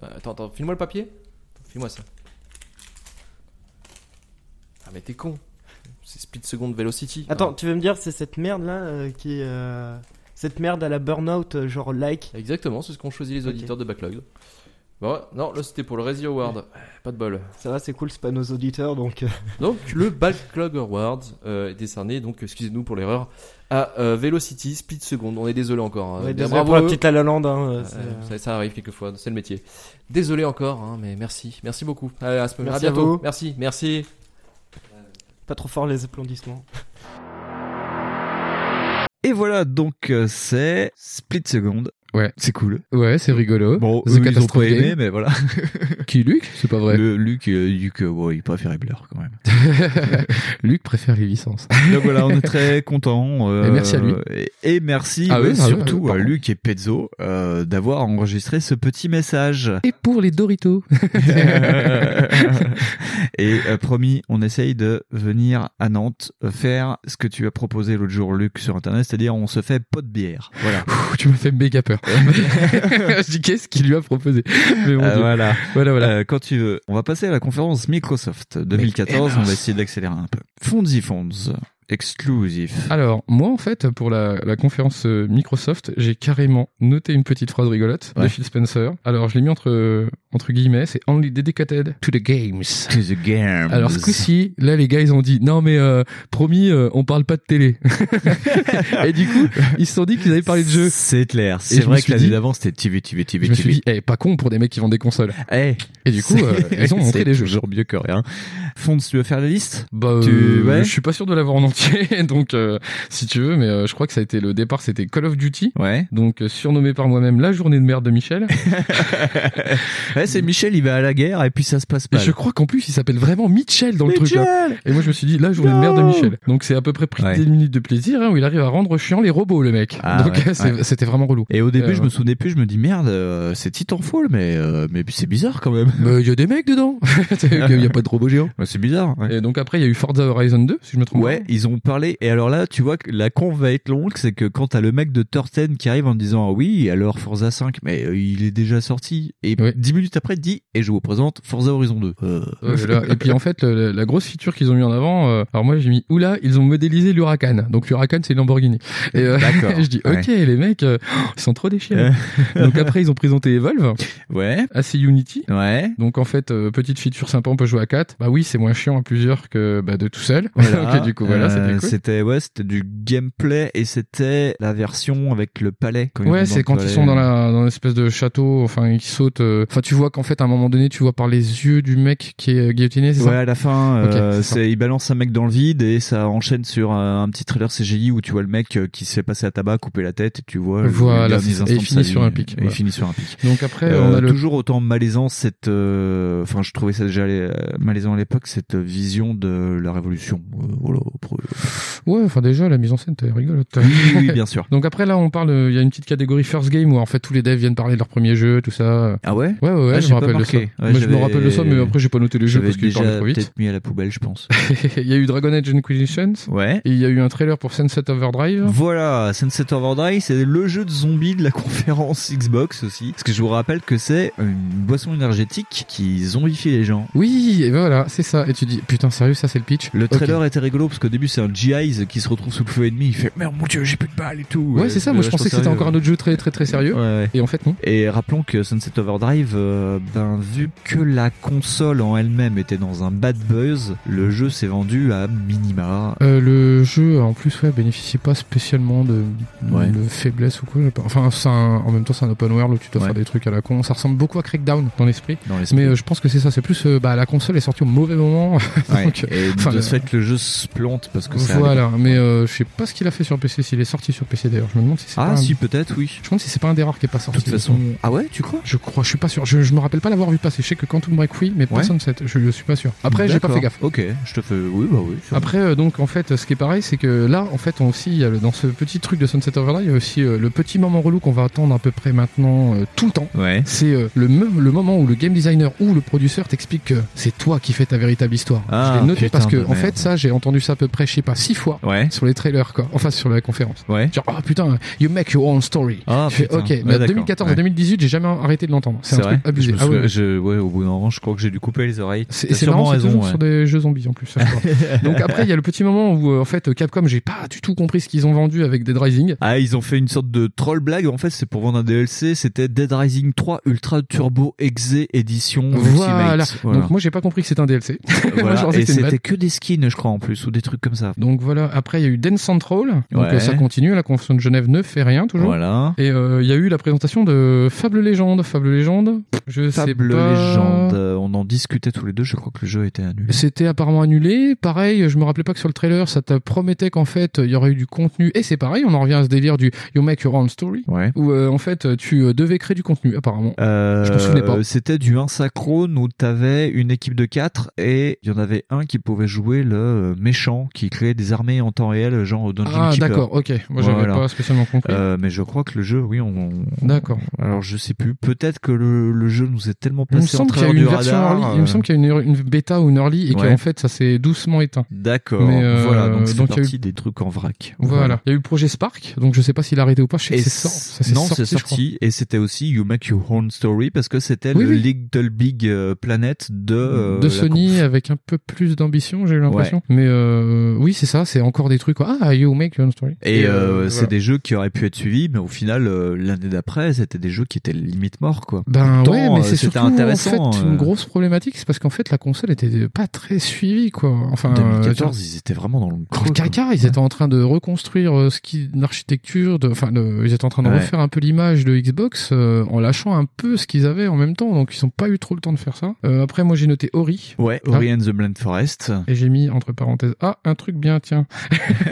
Bah, Attends, attends, file-moi le papier. File-moi ça. Ah, mais t'es con. C'est Split Second Velocity. Attends, tu veux me dire, c'est cette merde là euh, qui. euh, Cette merde à la burnout, euh, genre like. Exactement, c'est ce qu'ont choisi les Ok. auditeurs de Backlog. Bah, ouais, non, là c'était pour le Razzie Award. Pas de bol. Ça va, c'est cool, c'est pas nos auditeurs donc. euh, Donc le Backlog Award euh, est décerné, donc excusez-nous pour l'erreur, à euh, Velocity Split Second. On est désolé encore. hein. Ouais, Bien, désolé pour la eux. petite La La Land, hein, Euh, c'est- ça, ça arrive quelquefois, c'est le métier. Désolé encore, hein, mais merci, merci beaucoup. Allez, à, ce- à Merci à bientôt. vous. Merci, merci. Pas trop fort les applaudissements. Et voilà, donc euh, c'est Split Second. Ouais. C'est cool. Ouais, c'est rigolo. Bon, The eux, ils ont Catastrophe pas aimé, Game. mais voilà. Qui, Luc C'est pas vrai. Le Luc, euh, Luc, euh, bon, il préférait Blur quand même. Luc préfère les licences. Donc voilà, on est très content. euh, Et merci à lui. Et, et merci Ah euh, oui, ah oui, surtout pardon. à Luc et Pezzo euh, d'avoir enregistré ce petit message. Et pour les Doritos. et euh, promis, on essaye de venir à Nantes faire ce que tu as proposé l'autre jour, Luc, sur Internet, c'est-à-dire on se fait pot de bière. Voilà. Ouh, tu m'as fait méga peur. je dis qu'est-ce qu'il lui a proposé Mais mon Euh, Dieu. voilà. voilà, voilà. Euh, quand tu veux. On va passer à la conférence Microsoft 2014. On va essayer d'accélérer un peu. Fonzi Fonds. Exclusif. Alors, moi, en fait, pour la, la conférence euh, Microsoft, j'ai carrément noté une petite phrase rigolote de Ouais. Phil Spencer. Alors, je l'ai mis entre, euh, entre guillemets, c'est only dedicated to the games. To the games. Alors, ce coup-ci, là, les gars, ils ont dit, non, mais euh, promis, euh, on parle pas de télé. Et du coup, ils se sont dit qu'ils avaient parlé de jeux. C'est clair. Et C'est je me vrai que suis l'année dit- d'avant, c'était TV, TV, TV, Je me suis TV. dit, eh, pas con pour des mecs qui vendent des consoles. Eh. Et du coup, euh, ils ont montré des jeux. Toujours mieux que rien. Fonds, tu veux faire la liste Bah, Tu- euh, ouais. je suis pas sûr de l'avoir en entier, donc euh, si tu veux, mais euh, je crois que ça a été le départ, c'était Call of Duty, ouais. donc euh, surnommé par moi-même la journée de merde de Michel. ouais, c'est Michel, il va à la guerre Mm. et puis ça se passe Et pas. je crois qu'en plus il s'appelle vraiment Mitchell dans le truc là. Mitchell Et moi je me suis dit la journée Non de merde de Michel. Donc c'est à peu près pris 10 minutes de plaisir hein, où il arrive à rendre chiant les robots le mec. Ah, donc ouais, c'est- ouais. c'était vraiment relou. Et au début, Euh, je me souvenais plus, je me dis merde, euh, c'est Titanfall, mais, euh, mais c'est bizarre quand même. Mais il y a des mecs dedans. Il y a pas de robot géant. c'est bizarre. Et donc après, il y a eu Forza Horizon 2, si je me trompe Ouais, ils ont parlé. Et alors là, tu vois que la con va être longue, c'est que quand t'as le mec de Turten qui arrive en disant Ah oui, alors Forza 5, mais euh, il est déjà sorti. Et 10 minutes après, il dit et je vous présente Forza Horizon 2. Euh. Euh, là, et puis en fait, le- le- la grosse feature qu'ils ont mis en avant, euh, alors moi j'ai mis oula, ils ont modélisé l'Huracan. Donc l'Huracan c'est une Lamborghini. Et euh, D'accord, je dis ok, les mecs, euh, ils sont trop déchirés. Ouais. Donc après ils ont présenté Evolve. Ouais. Assez Unity. Ouais. Donc en fait, euh, petite feature sympa, on peut jouer à 4. Bah oui, c'est moins chiant à plusieurs que bah, de tout seul. Voilà. Ok, du coup voilà, Euh, c'était cool. c'était ouais, c'était du gameplay et c'était la version avec le palais. ils Ouais, vont c'est le quand ils palais. sont dans la dans l'espèce de château, enfin ils sautent. euh, Enfin, tu vois qu'en fait à un moment donné, tu vois par les yeux du mec qui est euh, guillotiné, c'est ça Ouais, à la fin, Ok, euh, c'est ça. c'est il balance un mec dans le vide et ça enchaîne sur euh, un, un petit trailer CGI où tu vois le mec euh, qui se fait passer à tabac, couper la tête et tu vois. le- Voilà, les derniers c'est ça. instants Et il de finit sa sur vie. un pic, Et Il voilà. finit sur un pic. Donc après, Euh, on a le- toujours autant malaisant cette. euh, Enfin, je trouvais ça déjà euh, malaisant à l'époque cette vision de la révolution. Euh, voilà. après- Ouais, enfin déjà la mise en scène, t'es rigolote. Oui, oui, bien sûr. euh, Donc après là, on parle, il y a une petite catégorie first game où en fait tous les devs viennent parler de leur premier jeu, tout ça. Ah ouais Ouais, ouais, ouais, Ah, je j'ai me pas rappelle de ça. marqué. Ouais, Moi, je me j'avais- rappelle de ça, mais après, j'ai pas noté les jeux j'avais parce qu'ils parlaient déjà trop vite. peut-être mis à la poubelle, je pense. il y a eu Dragon Age Inquisitions. Ouais. Et il y a eu un trailer pour Sunset Overdrive. Voilà, Sunset Overdrive, c'est le jeu de zombies de la conférence Xbox aussi. Parce que je vous rappelle que c'est une boisson énergétique qui zombifie les gens. Oui, et ben voilà, c'est ça. Et tu dis, putain, sérieux, ça c'est le pitch Le trailer était rigolo parce qu'au début c'est un GI qui se retrouve sous le feu ennemi, il fait merde mon dieu j'ai plus de balles et tout. Euh, Ouais, c'est ça. Moi, je pensais que c'était encore un autre jeu très, très, très sérieux. Et en fait, non. Et rappelons que Sunset Overdrive, euh, ben, vu que la console en elle-même était dans un bad buzz, le jeu s'est vendu à minima. Euh, le jeu en plus ouais, bénéficie pas spécialement de, Ouais. de faiblesse ou quoi. j'ai pas- Enfin, c'est un- en même temps c'est un open world où tu dois Ouais. faire des trucs à la con. Ça ressemble beaucoup à Crackdown dans l'esprit. Dans l'esprit. Mais euh, je pense que c'est ça. C'est plus euh, bah, la console est sortie au mauvais moment. Ouais. Donc, et enfin, de ce euh, fait, le jeu se plante parce que ça allait voilà, mais euh, je sais pas ce qu'il a fait sur PC, s'il est sorti sur PC d'ailleurs. Je me demande si c'est Ah, pas un- Mm. si, peut-être, oui. Je me demande si c'est pas un des rares qui est pas sorti. toute façon. Ah ouais, tu crois Je crois, je suis pas sûr. Je, je me rappelle pas l'avoir vu passer. Je sais que Quantum Break, oui, mais Ouais. pas Sunset. Je, je suis pas sûr. Après, j'ai pas D'accord. fait gaffe. Ok, je te fais. Oui, bah oui. sûrement. Après, euh, donc en fait, ce qui est pareil, c'est que là, en fait, on aussi, il y a le- dans ce petit truc de Sunset Overdrive, il y a aussi euh, le petit moment relou qu'on va attendre à peu près maintenant euh, tout le temps. Ouais. C'est euh, le, me- le moment où le game designer ou le producteur t'explique que c'est toi qui fais ta véritable histoire. Ah, je l'ai noté putain parce que, de en fait, merde. ça, j'ai entendu ça à peu près, je sais pas, six fois Ouais. sur les trailers, quoi. Enfin, sur la conférence. Ouais. Genre, oh putain, you make your own story. Ah, Je fais, putain. ok, Ouais, bah, d'accord. 2014 à Ouais. 2018, j'ai jamais arrêté de l'entendre. C'est un truc abusé. Je me Ah ouais, souviens- ouais. je- ouais, au bout d'un moment, je crois que j'ai dû couper les oreilles. C'est T'as c'est sûrement marrant, c'est raison. toujours ouais. sur des jeux zombies en plus. encore. Donc après, il y a le petit moment où euh, en fait Capcom, j'ai pas du tout compris ce qu'ils ont vendu avec Dead Rising. Ah, ils ont fait une sorte de troll blague. En fait, c'est pour vendre un DLC. C'était Dead Rising 3 Ultra Turbo Exe Edition Voilà. Ultimate. Voilà. Donc moi, j'ai pas compris que c'était un DLC. Moi, Voilà. je pensais que Et c'était une c'était blague. que des skins, je crois, en plus, ou des trucs comme ça. Donc voilà. Après, il y a eu Dance Central. Donc Ouais. euh, ça continue. La convention de Genève ne fait rien toujours. Voilà. Et euh, il y a eu la présentation de Fable Légende. Fable Légende. Je Fable sais pas. Légende. euh, On en discutait tous les deux. Je crois que le jeu était annulé. C'était apparemment annulé. Pareil, je me rappelais pas que sur le trailer, ça te promettait qu'en fait, il y aurait eu du contenu. Et c'est pareil, on en revient à ce délire du You Make Your Own Story. Ouais. Où euh, en fait, tu euh, devais créer du contenu, apparemment. Je me souvenais pas. Euh, C'était du 1 synchrone où t'avais une équipe de 4 et il y en avait un qui pouvait jouer le euh, méchant qui créait des armées en temps réel, genre Dungeon Ah, Keeper. d'accord, ok. Moi, j'avais pas spécialement compris. Euh, mais je crois que le jeu, oui, on. D'accord. Alors, je sais plus. Peut-être que le, le jeu nous est tellement Il me passé en semble qu'il y a travers eu une du version radar. early, il me euh, semble qu'il y a eu une, une bêta ou une early et Ouais. qu'en fait ça s'est doucement éteint. D'accord. Mais, euh, voilà, donc c'est donc il y a eu- parti des trucs en vrac. Voilà. Il y a eu Projet Spark, donc je sais pas s'il a arrêté ou pas. Je sais que c'est sor- ça s'est non, c'est je crois. sorti et c'était aussi You Make Your Own Story parce que c'était Oui, le oui. Little Big euh, Planet de euh, de la Sony avec un peu plus d'ambition, j'ai eu l'impression. Ouais. Mais euh, oui, c'est ça, c'est encore des trucs. quoi. Ah, You Make Your Own Story. Et euh, c'est voilà. des jeux qui auraient pu être suivis, mais au final, euh, l'année d'après, c'était des jeux qui étaient limite morts, quoi. Ben Pourtant, ouais, mais euh, c'est c'était surtout intéressant. en fait euh, une grosse problématique, c'est parce qu'en fait la console était pas très suivie quoi. Enfin, euh, 2014, tu vois, ils étaient vraiment dans le dans le caca, ils étaient en train de reconstruire euh, ce qui l'architecture, de- enfin le- ils étaient en train de Ouais. refaire un peu l'image de Xbox euh, en lâchant un peu ce qu'ils avaient en même temps, donc ils ont pas eu trop le temps de faire ça. Euh, après moi j'ai noté Ori. Ouais, Ah. Ori and the Blind Forest. Et j'ai mis entre parenthèses ah un truc bien tiens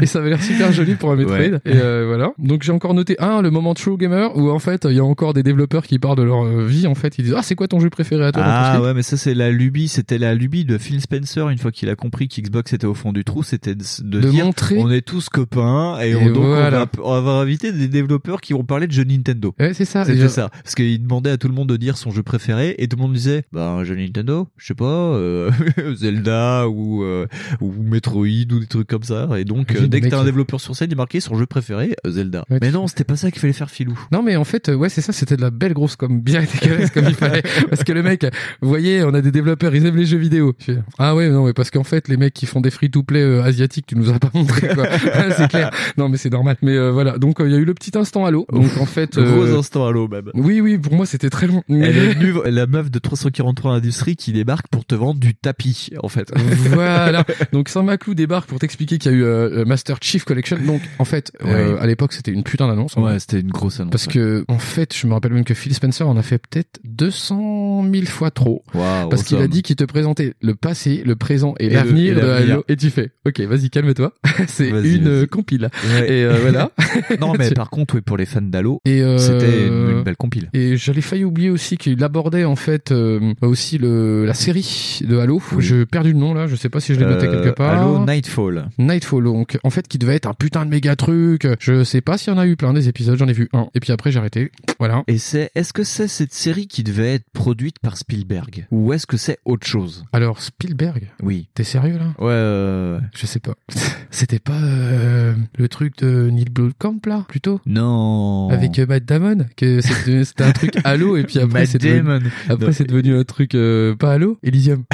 et ça avait l'air super joli pour un Metroid Ouais. et euh, voilà donc j'ai encore noté un le moment True Gamer où en fait il y a encore des développeurs qui parlent de leur euh, vie en fait ils disent ah c'est quoi ton jeu préféré à toi dans ton Ah slip ouais, mais ça c'est la lubie, c'était la lubie de Phil Spencer une fois qu'il a compris qu'Xbox était au fond du trou, c'était de, de De dire montrer. on est tous copains et, Et on, donc voilà. on, va, on va inviter des développeurs qui vont parler de jeux Nintendo. Ouais, c'est ça. C'était Et Ah, je- ça. Parce qu'il demandait à tout le monde de dire son jeu préféré et tout le monde disait bah un jeu Nintendo, je sais pas euh, Zelda ou euh, ou Metroid ou des trucs comme ça et donc euh, Imagine, dès que le t'as mec, un il- développeur sur scène, il marquait son jeu préféré euh, Zelda. Ouais, Mais tu- non, c'était pas ça qu'il fallait faire filou. Non mais en fait euh, ouais c'est ça c'était de la belle grosse comme bien dégueulasse comme il fallait parce que le mec vous voyez on a des développeurs ils aiment les jeux vidéo Je fais, ah ouais non mais parce qu'en fait les mecs qui font des free to play euh, asiatiques tu nous as pas montré quoi Ouais, c'est clair non mais c'est normal mais euh, voilà donc euh, il y a eu le petit instant halo donc en fait Le gros euh, instant à l'eau même. oui oui pour moi c'était très long Elle est venue, la meuf de 343 Industries qui débarque pour te vendre du tapis, en fait. voilà. Donc Saint Maclou débarque pour t'expliquer qu'il y a eu euh, euh, Master Chief Collection. Donc en fait, euh, Ouais. à l'époque, c'était une putain d'annonce. en Ouais, vrai. c'était une grosse annonce, Parce ouais. que en fait, je me rappelle même que Phil Spencer en a fait peut-être 200 000 fois trop. Waouh, parce qu'il a awesome. dit qu'il te présentait le passé, le présent et, Et le- l'avenir et de l'avenir. Halo. Et tu fais, ok, vas-y, calme-toi. C'est Vas-y, une vas-y. euh, compile. Ouais. Et euh, voilà. non, mais par contre, oui, pour les fans d'Halo, Et, euh, c'était une, une belle compile. Et j'allais failli oublier aussi qu'il abordait en fait euh, aussi le, la série de Halo. J'ai perdu le nom là, je sais pas si je l'ai noté Euh, quelque part. Halo Nightfall. Nightfall, donc en fait qui devait être un putain de méga truc. Je sais pas s'il y en a eu plein des épisodes, j'en ai vu un. Et puis après j'ai arrêté. Voilà. Et c'est, est-ce que c'est cette série qui devait être produite par Spielberg Ou est-ce que c'est autre chose Alors, Spielberg Oui. T'es sérieux là Ouais, ouais, ouais. Je sais pas. C'était pas euh, le truc de Neil Blomkamp là, plutôt Non. Avec euh, Matt Damon, que c'est devenu- c'était un truc Halo et puis après Matt c'est devenu, Damon. après Non. c'est devenu un truc euh, pas Halo, Elysium.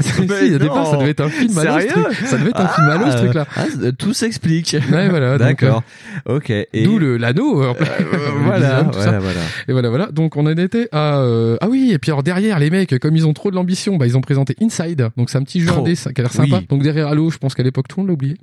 Si, Mais si, au départ, non. ça devait être un film Halo, ce Sérieux truc. Ça devait être un film Halo, ce Ah, truc-là. ah, c- tout s'explique. Ouais, voilà, donc, euh, D'accord. ok. Et... euh, D'où le l'anneau. en fait. voilà, Elysium, tout voilà, ça. voilà. Et voilà, voilà. Donc on en était à euh, ah oui. Et puis alors derrière, les mecs, comme ils ont trop de l'ambition, bah ils ont présenté Inside. Donc c'est un petit jeu Trop. indé, ça, qui a l'air sympa. Oui. Donc derrière Halo, je pense qu'à l'époque tout le monde l'a oublié.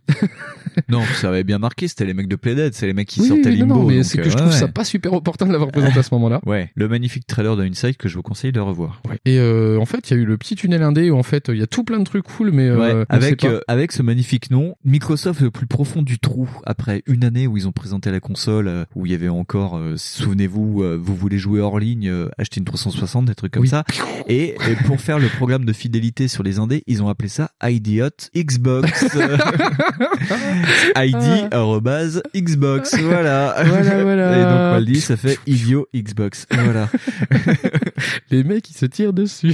Non, ça avait bien marqué, c'était les mecs de Playdead, c'est les mecs qui Oui, sortaient oui, non, Limbo. non, mais donc, c'est que euh, je trouve ouais, ça ouais. pas super opportun de l'avoir présenté à ce moment-là. Ouais, le magnifique trailer de Inside que je vous conseille de revoir. Et euh, en fait, il y a eu le petit tunnel indé où en fait, il y a tout plein de trucs cool, mais euh, Ouais, on sait avec pas. euh, avec ce magnifique nom, Microsoft le plus profond du trou après une année où ils ont présenté la console euh, où il y avait encore euh, souvenez-vous euh, vous voulez jouer hors ligne euh, acheter une 360 des trucs comme ça et, et pour faire le programme de fidélité sur les indés ils ont appelé ça idiot Xbox ID arrobase Xbox voilà Ah. Voilà, voilà. et donc Maldi ça fait idiot Xbox voilà les mecs ils se tirent dessus.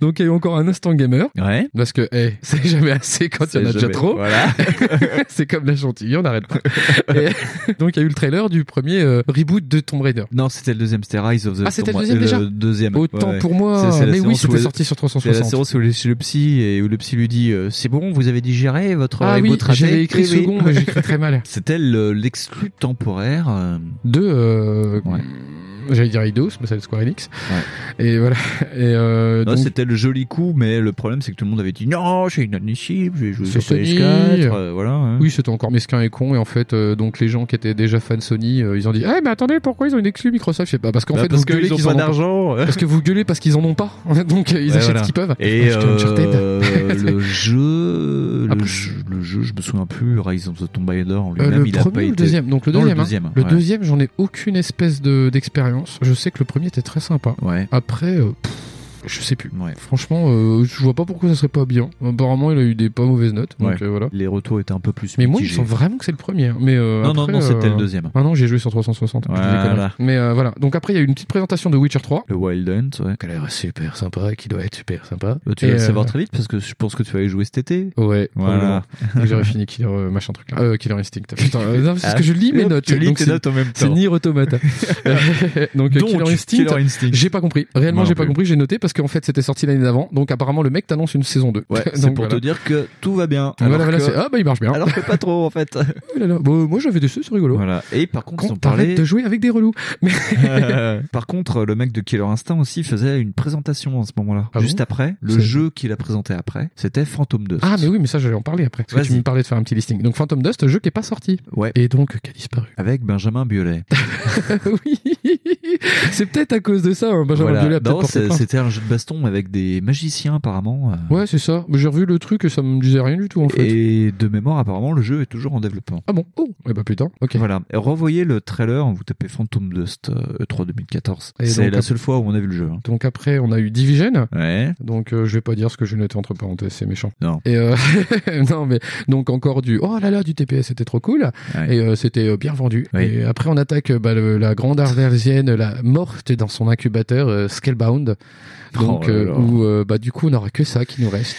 Donc il y a eu encore un instant gamer. Ouais. Parce que eh, c'est jamais assez quand il y en a C'est déjà jamais- trop. voilà. c'est comme la chantilly, on n'arrête pas. Et donc il y a eu le trailer du premier euh, reboot de Tomb Raider. Non, c'était le deuxième, c'était Rise of the Ah, c'était le Tomb- euh, deuxième déjà deuxième. Autant ouais. pour moi, C'est- c'est la mais oui, séance où c'était le- sorti sur 360. C'est la séance où le, chez le psy et où le psy lui dit euh, c'est bon, vous avez digéré votre Ah et oui, votre année j'avais écrit Oui, oui. second, mais j'écris très mal. C'était le- l'exclu temporaire. euh, de euh, j'allais dire Eidos mais ça va être Square Enix et voilà et euh, non, donc- c'était le joli coup, mais le problème c'est que tout le monde avait dit non, c'est inadmissible, j'ai joué C'est sur Sony. PS4, euh, voilà. hein. Oui, c'était encore mesquin et con. Et en fait, euh, donc les gens qui étaient déjà fans Sony, euh, ils ont dit Eh, mais attendez, pourquoi ils ont une exclu Microsoft Je sais pas. Parce qu'en Bah, fait, parce vous qu'ils gueulez ont qu'ils pas en ont d'argent. Parce que vous gueulez parce qu'ils en ont pas. Donc euh, ils Ouais, achètent voilà. ce qu'ils peuvent. Et Parce que Uncharted. euh, le jeu, Ah, le bon. jeu, le jeu, je me souviens plus, Rise of the Tomb Raider en Euh, lui-même, le il a pas premier ou le été- deuxième Donc le Non, deuxième. hein. deuxième, Le ouais. deuxième, j'en ai aucune espèce de d'expérience. Je sais que le premier était très sympa. Après, euh, pff, je sais plus. Franchement, euh, je vois pas pourquoi ça serait pas bien. Apparemment, il a eu des pas mauvaises notes. Donc, Ouais. euh, voilà. Les retours étaient un peu plus. Mais moi, il me mitigés. semble vraiment que c'est le premier. hein. Mais euh, Non, non, après, non, c'était euh, le deuxième. Ah non, j'ai joué sur 360. je Voilà. déconne. Mais euh, voilà. Donc après, il y a eu une petite présentation de Witcher 3. Le Wild Hunt, ouais. Qui a l'air super sympa, qui doit être super sympa. Bah, tu Et, vas le euh, savoir très vite parce que je pense que tu vas aller jouer cet été. Ouais, voilà. probablement. J'aurais fini Killer euh, machin truc là. Euh, Killer Instinct. Putain, euh, non, c'est parce que je lis mes Ah, notes. tu lis donc tes c'est- notes en même C'est temps. Nier Automata. donc, euh, Donc, Killer Instinct. Killer Instinct. J'ai pas compris. Moi Réellement, non j'ai pas plus. compris. J'ai noté parce qu'en fait, c'était sorti l'année d'avant. Donc apparemment, le mec t'annonce une saison 2. Ouais, Donc, c'est pour voilà. te dire que tout va bien. Voilà, Alors voilà, que- c'est- ah bah il marche bien. Alors que pas trop en fait. Oh là là. Bon, moi j'avais des ceux, c'est rigolo. Voilà. Et par contre, ils ont Quand parlé. t'arrêtes de jouer avec des relous. Mais Euh, par contre, le mec de Killer Instinct aussi faisait une présentation à ce moment-là. Juste après, le Ah C'est- jeu qu'il a présenté après, c'était Phantom 2. Ah mais oui, mais ça j'allais en parler après. Parce que tu Vas-y. me parlais de faire un petit listing. Donc Phantom Dust, jeu qui est pas sorti. Ouais. Et donc qui a disparu. Avec Benjamin Biolay. C'est peut-être à cause de ça, hein, Benjamin Voilà. Biolay a peut-être Non, porté c'est- plainte. c'était un jeu de baston avec des magiciens apparemment. euh, Ouais, c'est ça. J'ai revu le truc et ça me disait rien du tout en fait. Et de mémoire, apparemment, le jeu est toujours en développement. Ah bon Oh, eh ben putain, ok. Voilà. Et revoyez le trailer, vous tapez Phantom Dust euh, E3 2014. Et C'est donc, la ap- seule fois où on a vu le jeu. hein. Donc après, on a eu Division. Ouais. Donc euh, je vais pas dire ce que j'ai noté entre parenthèses, c'est méchant. Non. Et euh, non mais donc encore du oh là là du TPS, c'était trop cool. Ouais. Et euh, c'était euh, bien vendu. Oui. Et après on attaque euh, bah, le- la grande arlésienne, la morte dans son incubateur, euh, Scalebound. Donc Oh là euh, là. où euh, bah du coup on aura que ça qui nous reste.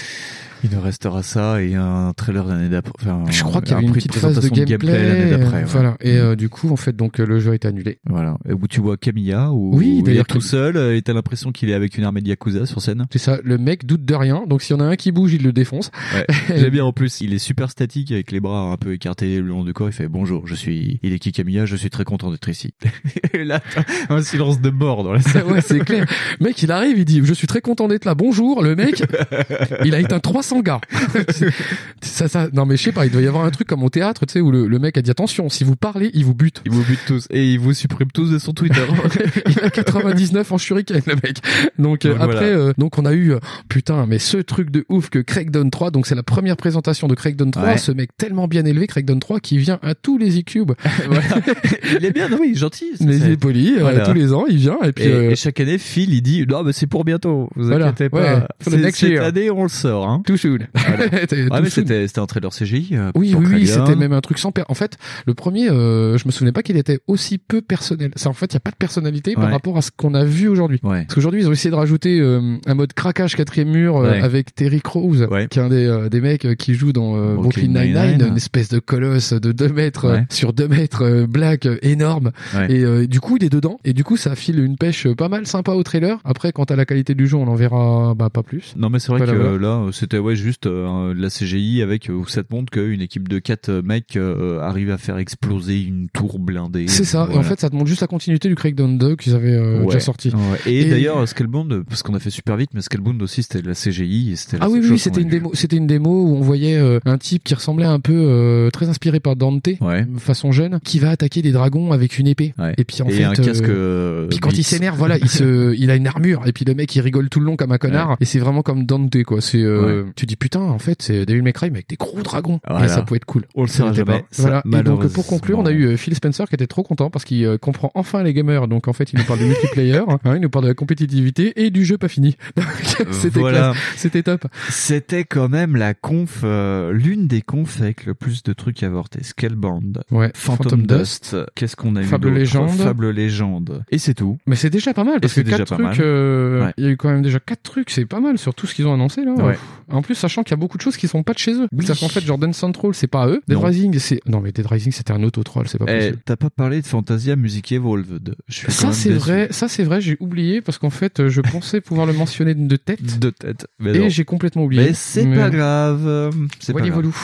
Il nous restera ça et un trailer l'année d'après. Enfin, Je crois qu'il y un avait une prix petite phase de présentation gameplay. l'année d'après. ouais. Mm. Voilà. Et euh, du coup en fait donc euh, le jeu a été annulé. Voilà. Et où tu vois Camilla, où Oui, il d'ailleurs, est tout seul euh, et t'as l'impression qu'il est avec une armée de Yakuza sur scène. C'est ça. Le mec doute de rien. Donc s'il y en a un qui bouge, il le défonce. Ouais. J'aime bien en plus, il est super statique avec les bras un peu écartés le long du corps. Il fait bonjour, je suis il est qui Camilla, je suis très content d'être ici. et là, t'as un silence de mort dans la salle. ouais, c'est clair. Mec, il arrive, il dit Je suis très content d'être là, bonjour. Le mec, il a éteint 300 gars. ça, ça, non, mais je sais pas, il doit y avoir un truc comme au théâtre, tu sais, où le, le mec a dit Attention, si vous parlez, il vous bute. Il vous bute tous et il vous supprime tous de son Twitter. il a 99 en shuriken, le mec. Donc, euh, Donc, après, voilà. euh, donc on a eu, euh, putain, mais ce truc de ouf que Crackdown 3, donc c'est la première présentation de Crackdown 3, Ouais. ce mec tellement bien élevé, Crackdown 3, qui vient à tous les E-Cubes. il est bien, non, oui, il est gentil. Ah, c'est- mais il c'est- est poli, euh, Voilà. tous les ans, il vient, et puis. Et, euh, et chaque année, Phil, il dit, non, mais c'est pour bientôt. Vous Voilà, inquiétez ouais, pas. for C'est- the next cette year. année, on le sort. Hein. Tout shoot. Voilà. T'avais Ouais, tout mais shoot. c'était c'était un trailer CGI. euh, Oui, plutôt oui, très oui, bien. c'était même un truc sans père. En fait, le premier, euh, je me souvenais pas qu'il était aussi peu personnel. Ça, en fait, il y a pas de personnalité par Ouais. rapport à ce qu'on a vu aujourd'hui. Parce qu'aujourd'hui, ils ont essayé de rajouter euh, un mode craquage quatrième mur euh, Ouais. avec Terry Crews, qui est un des, euh, des mecs euh, qui joue dans euh, Brooklyn Brooklyn Nine-Nine, Nine-Nine. une espèce de colosse de 2 mètres euh, Ouais. sur 2 mètres euh, black euh, énorme. Ouais. Et euh, du coup, il est dedans. Et du coup, ça file une pêche euh, pas mal sympa au trailer. Après, quant à la qualité du jeu, on en verra bah, pas plus. Non mais c'est vrai Pas que la voir. euh, là euh, c'était ouais juste euh, de la CGI avec euh, où ça te montre qu'une équipe de 4 mecs euh, arrive à faire exploser une tour blindée. C'est ça. Et en Voilà. fait, ça te montre juste la continuité du Crackdown 2 qu'ils avaient euh, Ouais. déjà sorti. Ouais. Et, Et- d'ailleurs Scalebound parce qu'on a fait super vite mais Scalebound aussi c'était de la CGI et c'était la Ah oui, seule oui, oui, chose qu'on c'était a une vue. démo, c'était une démo où on voyait euh, un type qui ressemblait un peu euh, très inspiré par Dante, de façon jeune, qui va attaquer des dragons avec une épée. Ouais. Et puis en Et fait, un casque, euh, puis quand il Blitz. s'énerve, voilà, il se, il a une armure. Et puis le mec, il rigole tout le long comme un connard. Et c'est vraiment comme Dante, quoi. C'est, euh, tu dis putain, en fait, c'est Devil May Cry mais avec des gros dragons. Voilà. Et ça pouvait être cool. On le Ça saura l'était jamais, pas. ça, Voilà. Et donc malheureusement. pour conclure, on a eu euh, Phil Spencer qui était trop content parce qu'il euh, comprend enfin les gamers. Donc en fait, il nous parle de multiplayer, hein, il nous parle de la compétitivité et du jeu pas fini. Donc, C'était Voilà. classe. C'était top. C'était quand même la conf, euh, l'une des confs avec le plus de trucs avortés. Scalebound, Ouais. Phantom, Phantom Dust, qu'est-ce qu'on a eu Fable d'autre Legend. Fable Légende. Et c'est tout. Mais c'est déjà pas mal Et parce que c'est déjà quatre pas trucs, mal. euh, Ouais. il y a eu quand même déjà quatre trucs, c'est pas mal sur tout ce qu'ils ont annoncé là. Ouais. En plus, sachant qu'il y a beaucoup de choses qui sont pas de chez eux. Parce qu'en fait, Jordan Central, c'est pas à eux. Dead Non. Rising, c'est non mais Dead Rising, c'était un auto troll, c'est pas Eh, possible. t'as pas parlé de Fantasia Music Evolved. Je suis quand Ça même c'est déçu. vrai, ça c'est vrai, j'ai oublié parce qu'en fait, euh, je pensais pouvoir le mentionner de tête. De tête. Mais non. Et j'ai complètement oublié. Mm. Mais c'est pas grave. C'est pas Voilà, grave. voilou.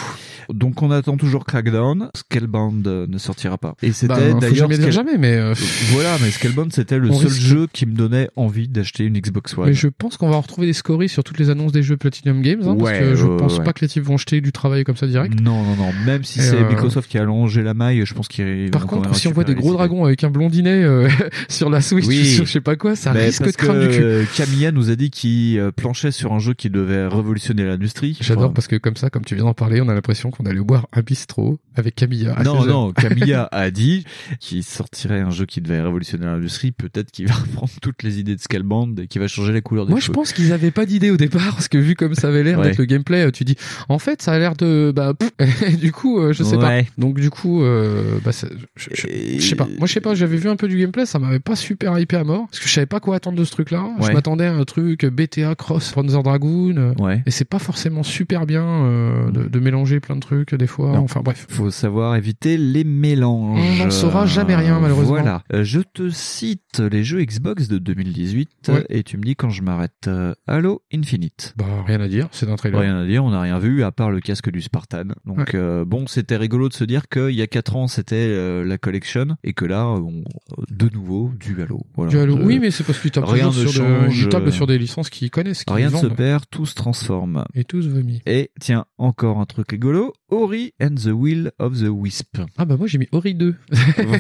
Donc on attend toujours Crackdown. Scalebound euh, ne sortira pas. Et c'était Bah, faut d'ailleurs. jamais dire Scal- jamais, mais, euh, Voilà, mais Scalebound c'était le On seul risque. jeu qui me donnait envie d'acheter une Xbox One. Mais je pense qu'on va en retrouver des scories sur toutes les annonces des jeux Platinum Games, hein, parce Ouais, que je ouais, pense ouais. pas que les types vont jeter du travail comme ça direct. Non, non, non. Même si Et, c'est euh, Microsoft qui a allongé la maille, je pense qu'il Par contre, si on voit des gros dragons avec un blondinet euh, sur la Switch, Oui. sur je sais pas quoi, ça Mais risque de parce cramer du cul. que Camilla nous a dit qu'il euh, planchait sur un jeu qui devait révolutionner l'industrie. J'adore parce que comme ça, comme tu viens d'en parler, on a l'impression qu'on allait boire un bistrot avec Camilla. Ah, à Non, 16 heures. non, Camilla a dit qu'il sortirait un jeu qui devait révolutionner l'industrie. Peut-être qu'il va reprendre toutes les idées de Scalband et qu'il va changer la couleur des Moi, je cheveux. pense qu'ils avaient pas d'idée au départ, parce que vu comme ça avait l'air Ouais. d'être le gameplay, euh, tu dis, en fait, ça a l'air de, bah, pff, et du coup, euh, je sais Ouais. pas. Donc, du coup, euh, bah, ça- je, je- je sais pas. Moi, je sais pas. J'avais vu un peu du gameplay, ça m'avait pas super hypé à mort, parce que je savais pas quoi attendre de ce truc-là. Je Ouais. m'attendais à un truc BTA Cross Panzer Dragoon, euh, Ouais. et c'est pas forcément super bien euh, de, de mélanger plein de trucs des fois. Non. Enfin, bref. Faut savoir éviter les mélanges. On n'en saura jamais rien, malheureusement. Voilà. Euh, Je te cite les jeux Xbox de 2018 Ouais. et tu me dis quand je m'arrête. Euh, Halo Infinite. Bah, rien à dire. C'est un trailer. Rien à dire, on n'a rien vu à part le casque du Spartan. Donc Ouais. euh, bon, c'était rigolo de se dire qu'il y a 4 ans c'était euh, la collection et que là, on, euh, de nouveau, du Halo. Voilà. Du Halo. Euh, Oui, mais c'est parce qu'ils tapent rien toujours ne sur, de, change, ils tapent euh, sur des licences qu'ils connaissent. qu'ils Rien ne se vendent. perd, tout se transforme. Et tous vomi. Et tiens, encore un truc rigolo, Ori and the Will of the Wisp. Ah bah moi j'ai mis Ori 2.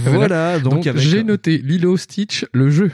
Voilà, donc avec- Euh, j'ai noté Lilo Stitch, le jeu.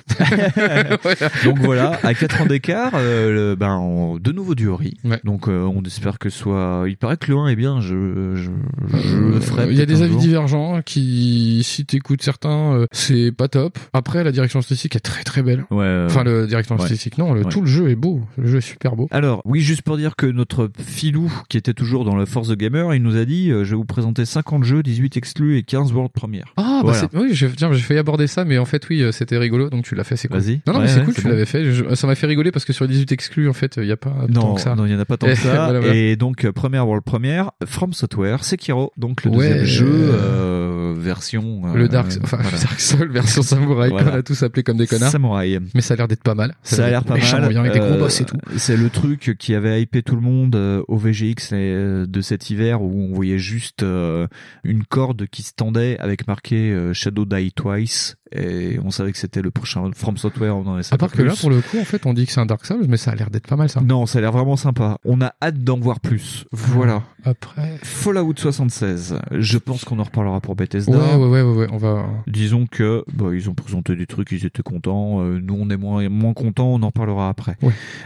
Donc voilà, à 4 ans d'écart, euh, le- ben on- de nouveau du Ori. Donc euh, on espère que ce soit. Il paraît que le 1 est bien. Je, je, je le ferai. Il y a peut-être des un avis jour. divergents qui, si t'écoutes certains, euh, c'est pas top. Après, la direction artistique est très très belle. Ouais, euh, ouais, enfin, ouais. le direction Ouais. artistique, non, le, Ouais. tout le jeu est beau. Le jeu est super beau. Alors, oui, juste pour dire que notre filou, qui était toujours dans la Force the Gamer, il nous a dit euh, Je vais vous présenter 50 jeux, 18 exclus et 15 world premières. Ah, bah Voilà. c'est- oui, j'ai, tiens, j'ai failli aborder ça, mais en fait, oui, euh, c'était rigolo, donc tu l'as fait, c'est cool. Vas-y. Non, non, Ouais, mais c'est ouais, cool, c'est tu bon. l'avais fait. Je- euh, ça m'a fait rigoler parce que sur les 18 exclus, en fait, il n'y a pas tant Non, que ça. non, il n'y en a pas tant que ça. Voilà, voilà. Et donc, euh, première world première, From Software, Sekiro, donc le Ouais. deuxième jeu, euh, version. euh, Le Dark, enfin, voilà. Dark Souls version Samouraï, Voilà. qu'on a tous appelé comme des connards. Samouraï. Mais ça a l'air d'être pas mal. Ça a l'air d'être pas méchant, mal. bien, avec des gros Euh, boss et tout. C'est le truc qui avait hypé tout le monde euh, au VGX euh, de cet hiver où on voyait juste euh, une corde qui se tendait avec marqué euh, Shadow Die Twice et on savait que c'était le prochain From Software. On en À part que là, pour le coup, en fait, on dit que c'est un Dark Souls, mais ça a l'air d'être pas mal ça. Non, ça a l'air vraiment sympa. On a hâte d'en voir plus. Ah. Voilà. Après. Fallout 76. Je pense qu'on en reparlera pour Bethesda. Ouais, ouais, ouais, ouais, ouais, on va. Disons que bah, ils ont présenté des trucs, ils étaient contents. Euh, nous, on est moins moins contents. On en parlera après.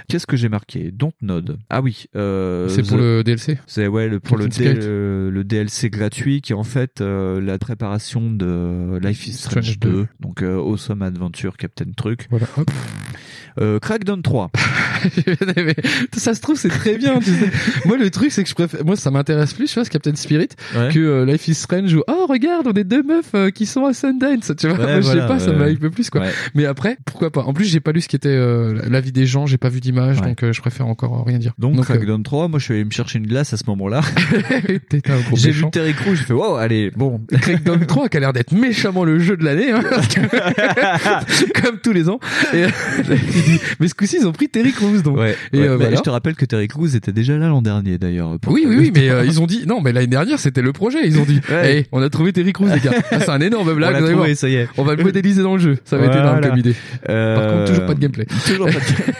Qu'est-ce que j'ai marqué Dontnod. Ah oui. euh, C'est pour The- le DLC C'est ouais le, pour le, Broken D- Spirit. euh, le DLC gratuit qui est en fait euh, la préparation de Life is Strange Strange 2. 2. Donc euh, Awesome Adventure Captain Truc. Voilà, hop. Euh, Crackdown 3. Mais ça se trouve c'est très bien tu sais. moi le truc c'est que je préfère moi ça m'intéresse plus tu vois ce Captain Spirit Ouais. que euh, Life is Strange ou oh regarde on est deux meufs euh, qui sont à Sundance tu vois Ouais, Moi, je sais voilà, pas ça ouais. m'a hype plus quoi Ouais. mais après pourquoi pas en plus j'ai pas lu ce qui était euh, l'avis des gens j'ai pas vu d'image donc euh, je préfère encore rien dire Donc, euh, Crackdown 3, moi je suis allé me chercher une glace à ce moment-là. t'es un gros J'ai méchant. vu Terry Crews, j'ai fait wow, allez, bon. Crackdown 3 qui a l'air d'être méchamment le jeu de l'année hein, parce que- comme tous les ans Et- euh, mais ce coup-ci ils ont pris Terry Crews donc et Ouais, euh, mais voilà. Je te rappelle que Terry Crews était déjà là l'an dernier d'ailleurs. pour Oui, oui, Crackdown oui, mais 3. euh, ils ont dit non, mais l'année dernière c'était le projet. Ils ont dit, Ouais. hey, on a trouvé Terry Crews, les gars. Ah, c'est un énorme blague. On l'a vous allez trouvé, voir. ça y est. On va le modéliser dans le jeu. Ça va être énorme Voilà. comme idée. Par Euh, contre, toujours pas de gameplay. Toujours pas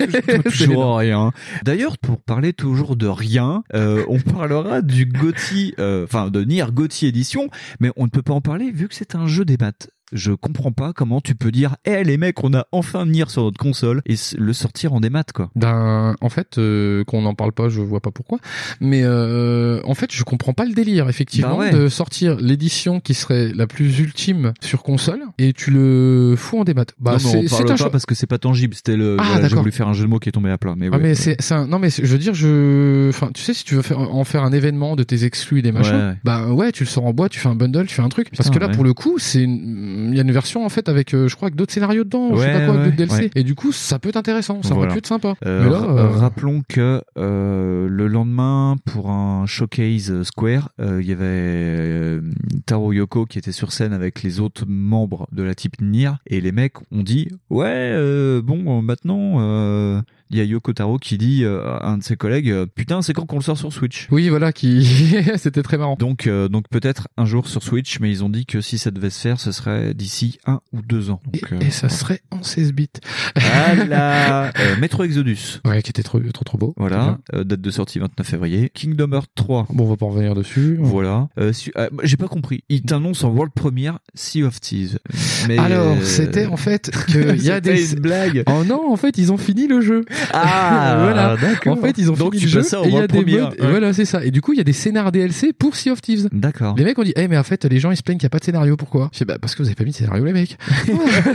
de gameplay. toujours rien. hein. D'ailleurs, pour parler toujours de rien, euh, on parlera du Gotti, euh, enfin de Nier Gotti édition, mais on ne peut pas en parler vu que c'est un jeu des maths. Je comprends pas comment tu peux dire, eh les mecs, on a enfin Nier sur notre console et s- le sortir en démat quoi. Ben, en fait, euh, qu'on n'en parle pas, je vois pas pourquoi. Mais euh, en fait, je comprends pas le délire, effectivement, Bah ouais. de sortir l'édition qui serait la plus ultime sur console et tu le fous en débat. Bah, non, mais on c'est parle c'est pas un choix. parce que c'est pas tangible. C'était le. Ah, voilà, J'ai d'accord. voulu faire un jeu de mots qui est tombé à plat, mais. Ah ouais. mais c'est c'est un- non mais c'est- je veux dire je enfin tu sais si tu veux faire en faire un événement de tes exclus et des machins Ouais, ouais. bah ouais tu le sors en boîte tu fais un bundle tu fais un truc parce Putain, que là ouais. pour le coup c'est une- il y a une version en fait avec euh, je crois avec d'autres scénarios dedans je sais Ouais, pas quoi avec ouais, d'autres DLC ouais. et du coup ça peut être intéressant ça Voilà. aurait pu être sympa Euh, mais là ra- euh, Rappelons que euh, le lendemain, pour un showcase euh, Square, euh, il y avait euh, Taro Yoko qui était sur scène avec les autres membres de la type Nier, et les mecs ont dit Ouais, euh, bon, euh, maintenant. euh, il y a Yoko Taro qui dit euh, à un de ses collègues euh, Putain, c'est quand qu'on le sort sur Switch Oui, voilà, qui c'était très marrant. Donc, euh, donc peut-être un jour sur Switch, mais ils ont dit que si ça devait se faire, ce serait d'ici un ou deux ans. Donc, euh, et ça serait en 16 bits voilà. Euh, Metro Exodus. Ouais, qui était trop trop trop beau. Voilà, Euh, date de sortie 29 février. Kingdom Hearts 3. Bon, on va pas revenir dessus. Voilà. Euh, si- ah, moi, J'ai pas compris. Il t'annonce en world première Sea of Thieves. Mais Alors, euh, c'était en fait que il y a C'était des une blague. Oh non, en fait, ils ont fini le jeu. Ah, voilà. d'accord. En fait, ils ont Donc, fini tu le jeu passes ça en et il y a voie des première, modes. ouais. Voilà, c'est ça. Et du coup, il y a des scénars DLC pour Sea of Thieves. D'accord. Les mecs ont dit, eh mais en fait, les gens ils se plaignent qu'il n'y a pas de scénario. Pourquoi Je dis, bah parce que vous avez pas mis de scénario, les mecs.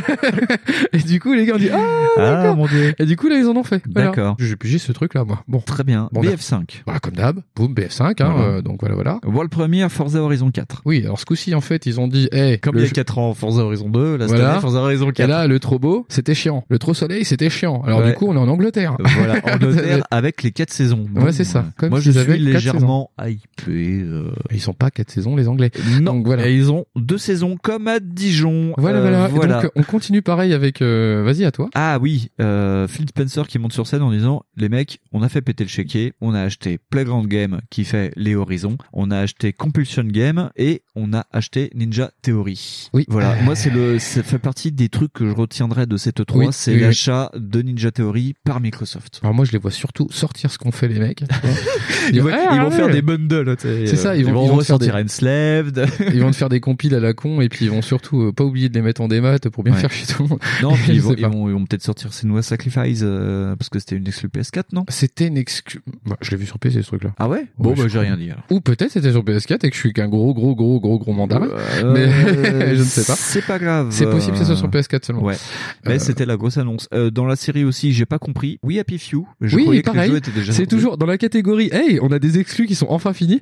et du coup, les gars ont dit, ah, d'accord. mon dieu. Et du coup, là, ils en ont fait. Voilà. D'accord. J'ai pigé ce truc là, moi. Bon. Très bien. Bon, BF5. Voilà, comme d'hab. Boum, BF5. Hein, Voilà. euh, donc voilà, voilà. World première Forza Horizon 4. Oui, alors ce coup-ci, en fait, ils ont dit, eh, Comme le il y a jeu- 4 ans, Forza Horizon 2, là, cette année, Forza Horizon 4. Et là, le trop beau, c'était chiant. Le trop soleil, c'était chiant. Alors Ouais. du coup, on est en Angleterre. Voilà, Angleterre avec les 4 saisons. Ouais, c'est ça. Comme moi, je suis s'ils avaient quatre légèrement hypé. euh, Ils sont pas 4 saisons, les Anglais. Non, Donc, voilà. Et ils ont deux saisons comme à Dijon. Voilà, Euh, voilà. Et Donc, on continue pareil avec. euh, Vas-y, à toi. Ah oui, euh, Phil Spencer qui monte sur scène en disant les mecs, on a fait péter le chéquier, on a acheté Playground Game qui fait les Horizons, on a acheté Compulsion Game et on a acheté Ninja Theory. Oui. Voilà, moi c'est le, ça fait partie des trucs que je retiendrai de cette 3, Oui, c'est oui, oui. l'achat de Ninja Theory par Microsoft. Alors moi, je les vois surtout sortir ce qu'ont fait les mecs. tu vois. Ils vont, Ah, ils vont ouais. faire des bundles. tu sais, euh, C'est ça, ils vont, ils vont te faire ressortir des- Enslaved. ils vont te faire des compiles à la con et puis ils vont surtout euh, pas oublier de les mettre en démat pour bien Ouais. faire chez tout le monde. Non, puis Je ils vont, sais pas. ils vont- ils vont peut-être sortir Senua Sacrifice euh, parce que c'était une exclu PS4, non C'était une exclu. Bah, je l'ai vu sur PC ce truc-là. Ah ouais Bon, Ouais, bah je j'ai crois. rien dit alors. Ou peut-être c'était sur PS4 et que je suis qu'un gros gros gros gros gros mandarin. Euh, Bah mais je ne sais pas. C'est pas grave. C'est possible que ce soit sur PS4 seulement. Ouais. Mais Euh, c'était la grosse annonce. Euh, dans la série aussi, j'ai pas compris. Oui, Happy Few. Je oui, croyais que pareil. le jeu était déjà C'est sorti. toujours dans la catégorie. Hey, on a des exclus qui sont enfin finis.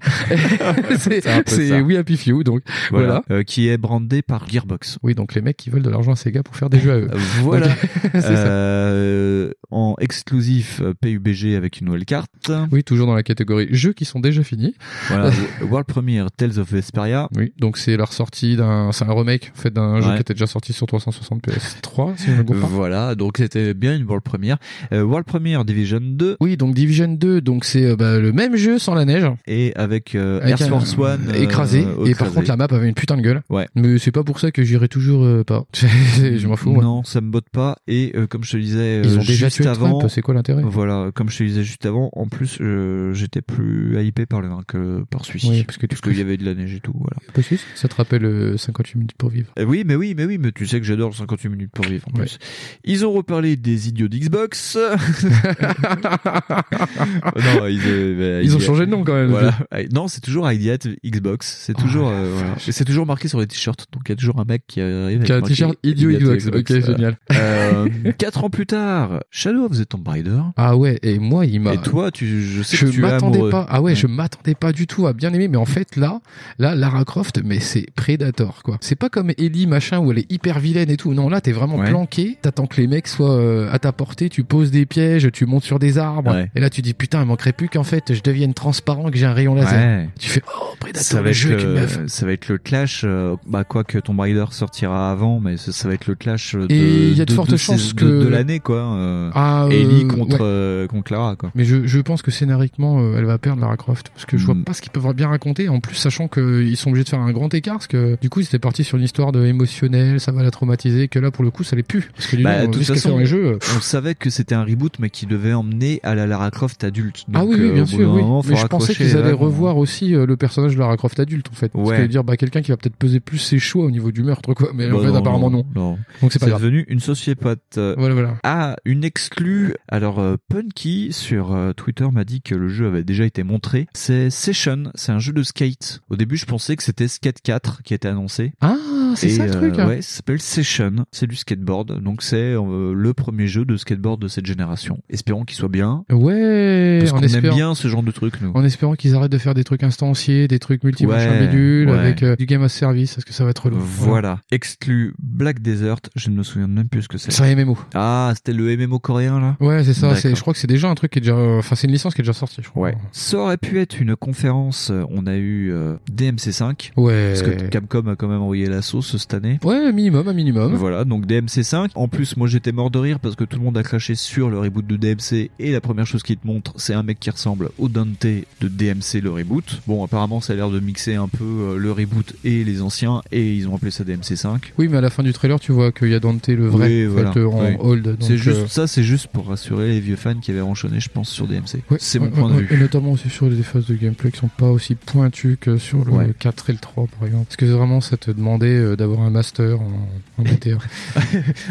c'est C'est un peu ça. c'est We Happy Few, donc voilà. Voilà. Euh, qui est brandé par Gearbox. Euh, Oui, donc les mecs qui veulent de l'argent à Sega pour faire des jeux à eux. Voilà. Donc, c'est ça. Euh, en exclusif euh, PUBG avec une nouvelle carte. Oui, toujours dans la catégorie jeux qui sont déjà finis. Voilà. World Premiere Tales of Vesperia. Oui, donc c'est la ressortie d'un, c'est un remake en fait d'un jeu Ouais. Euh, qui était déjà sorti sur 360 PS3, si je ne me trompe pas. Voilà, donc c'était bien une World Premiere. Euh, World Premiere Division 2 Oui, donc Division 2, donc c'est euh, bah, le même jeu sans la neige. et avec, euh, Avec Air un- Force One euh, écrasé. Et par écrasé. contre, la map avait une putain de gueule. Ouais. Mais c'est pas pour ça que j'irai toujours euh, pas. je m'en fous. moi. Non, ça me botte pas. Et euh, comme je te le disais, euh, Ils ont déjà juste tué Trump, avant, c'est quoi l'intérêt Voilà, comme je te le disais juste avant, en plus, euh, j'étais plus hypé par le vin que par celui-ci. Oui, parce que tu qu'il y avait de la neige et tout. Voilà. Possus, ça te rappelle euh, 58 minutes pour vivre. Eh oui, mais oui, mais oui, mais tu sais que j'adore le 58 minutes pour vivre en plus. Ils ont reparlé des idiots d'Xbox. non, ils, euh, bah, Ils ont Ideate. changé de nom quand même. Voilà. Eh, Non, c'est toujours Ideate Xbox. C'est toujours, la euh, voilà. vache. Et c'est toujours marqué sur les t-shirts. Donc il y a toujours un mec qui arrive. Qui a avec un t-shirt marqué idiot Ideate Xbox. Ok, voilà. génial. Euh, Quatre ans plus tard, Shadow of the Tomb Raider. Ah ouais, et moi, il m'a. Et toi, tu, je sais je que tu es m'attendais amoureux. pas. Ah ouais, je m'attendais pas du tout à bien aimer, mais en fait là, là Lara Croft, mais c'est Predator quoi. C'est pas comme Ellie machin où elle est hyper vilaine et tout. Non, là t'es vraiment Ouais. planqué. T'attends que les mecs soient euh, à ta portée. Tu poses des pièges, tu montes sur des arbres. Ouais. Et là tu dis putain, il manquerait plus qu'en fait je devienne transparent, que j'ai un rayon laser. Ouais. Tu fais oh Predator, ça va, le être jeu avec une le, meuf. ça va être le clash, euh, bah quoi que Tomb Raider sortira avant, mais ça, ça va être le clash euh, de, Et il y a de fortes ces- chances de- que- de l'année quoi. euh, Ah, euh, Ellie contre ouais. euh, contre Lara quoi. Mais je, je pense que scénariquement, euh, elle va perdre Lara Croft. Parce que je Mm. vois pas ce qu'ils peuvent bien raconter. En plus, sachant qu'ils sont obligés de faire un grand écart. Parce que du coup, ils étaient partis sur une histoire de émotionnelle, ça va la traumatiser. Que là, pour le coup, ça les pue. Parce que du Bah, coup, de toute jusqu'à façon, faire un jeu. euh, on savait que c'était un reboot, mais qui devait emmener à la Lara Croft adulte. ah Donc, oui, oui, euh, bien au bout sûr, d'un oui. moment, faut Mais je pensais raccrocher, qu'ils et là, allaient bon. revoir aussi euh, le personnage de Lara Croft adulte, en fait. Ouais. Parce que dire, bah, quelqu'un qui va peut-être peser plus ses choix au niveau du meurtre, quoi. Mais en Bah fait, non, apparemment, non. non. Donc, c'est pas grave. devenu une sociopathe. Voilà, voilà. Ah, une exclue. Alors, euh, Punky sur euh, Twitter m'a dit que le jeu avait déjà été montré. C'est Session, c'est un jeu de skate. Au début, je pensais que c'était Skate 4 qui était annoncé. Ah, c'est Et, ça, le euh, truc, hein. là. Ouais, ça s'appelle Session. C'est du skateboard. Donc, c'est euh, le premier jeu de skateboard de cette génération. Espérons qu'il soit bien. Ouais, Parce on qu'on aime espère. bien ce genre de truc, nous. En espérant qu'ils arrêtent de faire des trucs instanciés, des trucs multi-machins Ouais, bidules, ouais. avec euh, du game as service, parce que ça va être relou. Voilà. Exclu Black Desert, je ne me souviens même plus ce que c'est. C'est un MMO. Ah, c'était le MMO coréen là Ouais, c'est ça. c'est- D'accord. Je crois que c'est déjà un truc qui est déjà. Enfin, c'est une licence qui est déjà sortie, je crois. Ouais. Ça aurait pu être une conférence. euh, On a eu euh, DMC5. Ouais. Parce que Capcom a quand même envoyé la sauce cette année. Ouais, un minimum, un minimum. Voilà, donc DMC5. En plus, moi j'étais mort de rire parce que tout le monde a craché sur le reboot de DMC et la première chose qu'il te montre, c'est un mec qui ressemble au Dante de DMC le reboot. Bon, apparemment, ça a l'air de mixer un peu euh, le reboot et les anciens et ils ont appelé ça DMC5. Oui, mais à la fin du trailer, tu vois qu'il y a Dante le vrai Oui, en fait, voilà. euh, en Oui. hold. donc, C'est juste euh, ça, c'est juste pour rassurer les vieux fans qui avaient ronchonné, je pense, sur DMC. ouais, c'est ouais, mon point de ouais, vue. Et notamment aussi sur des phases de gameplay qui sont pas aussi pointues que sur le Ouais. 4 et le 3, par exemple. Parce que vraiment, ça te demandait euh, d'avoir un master en, en BTR.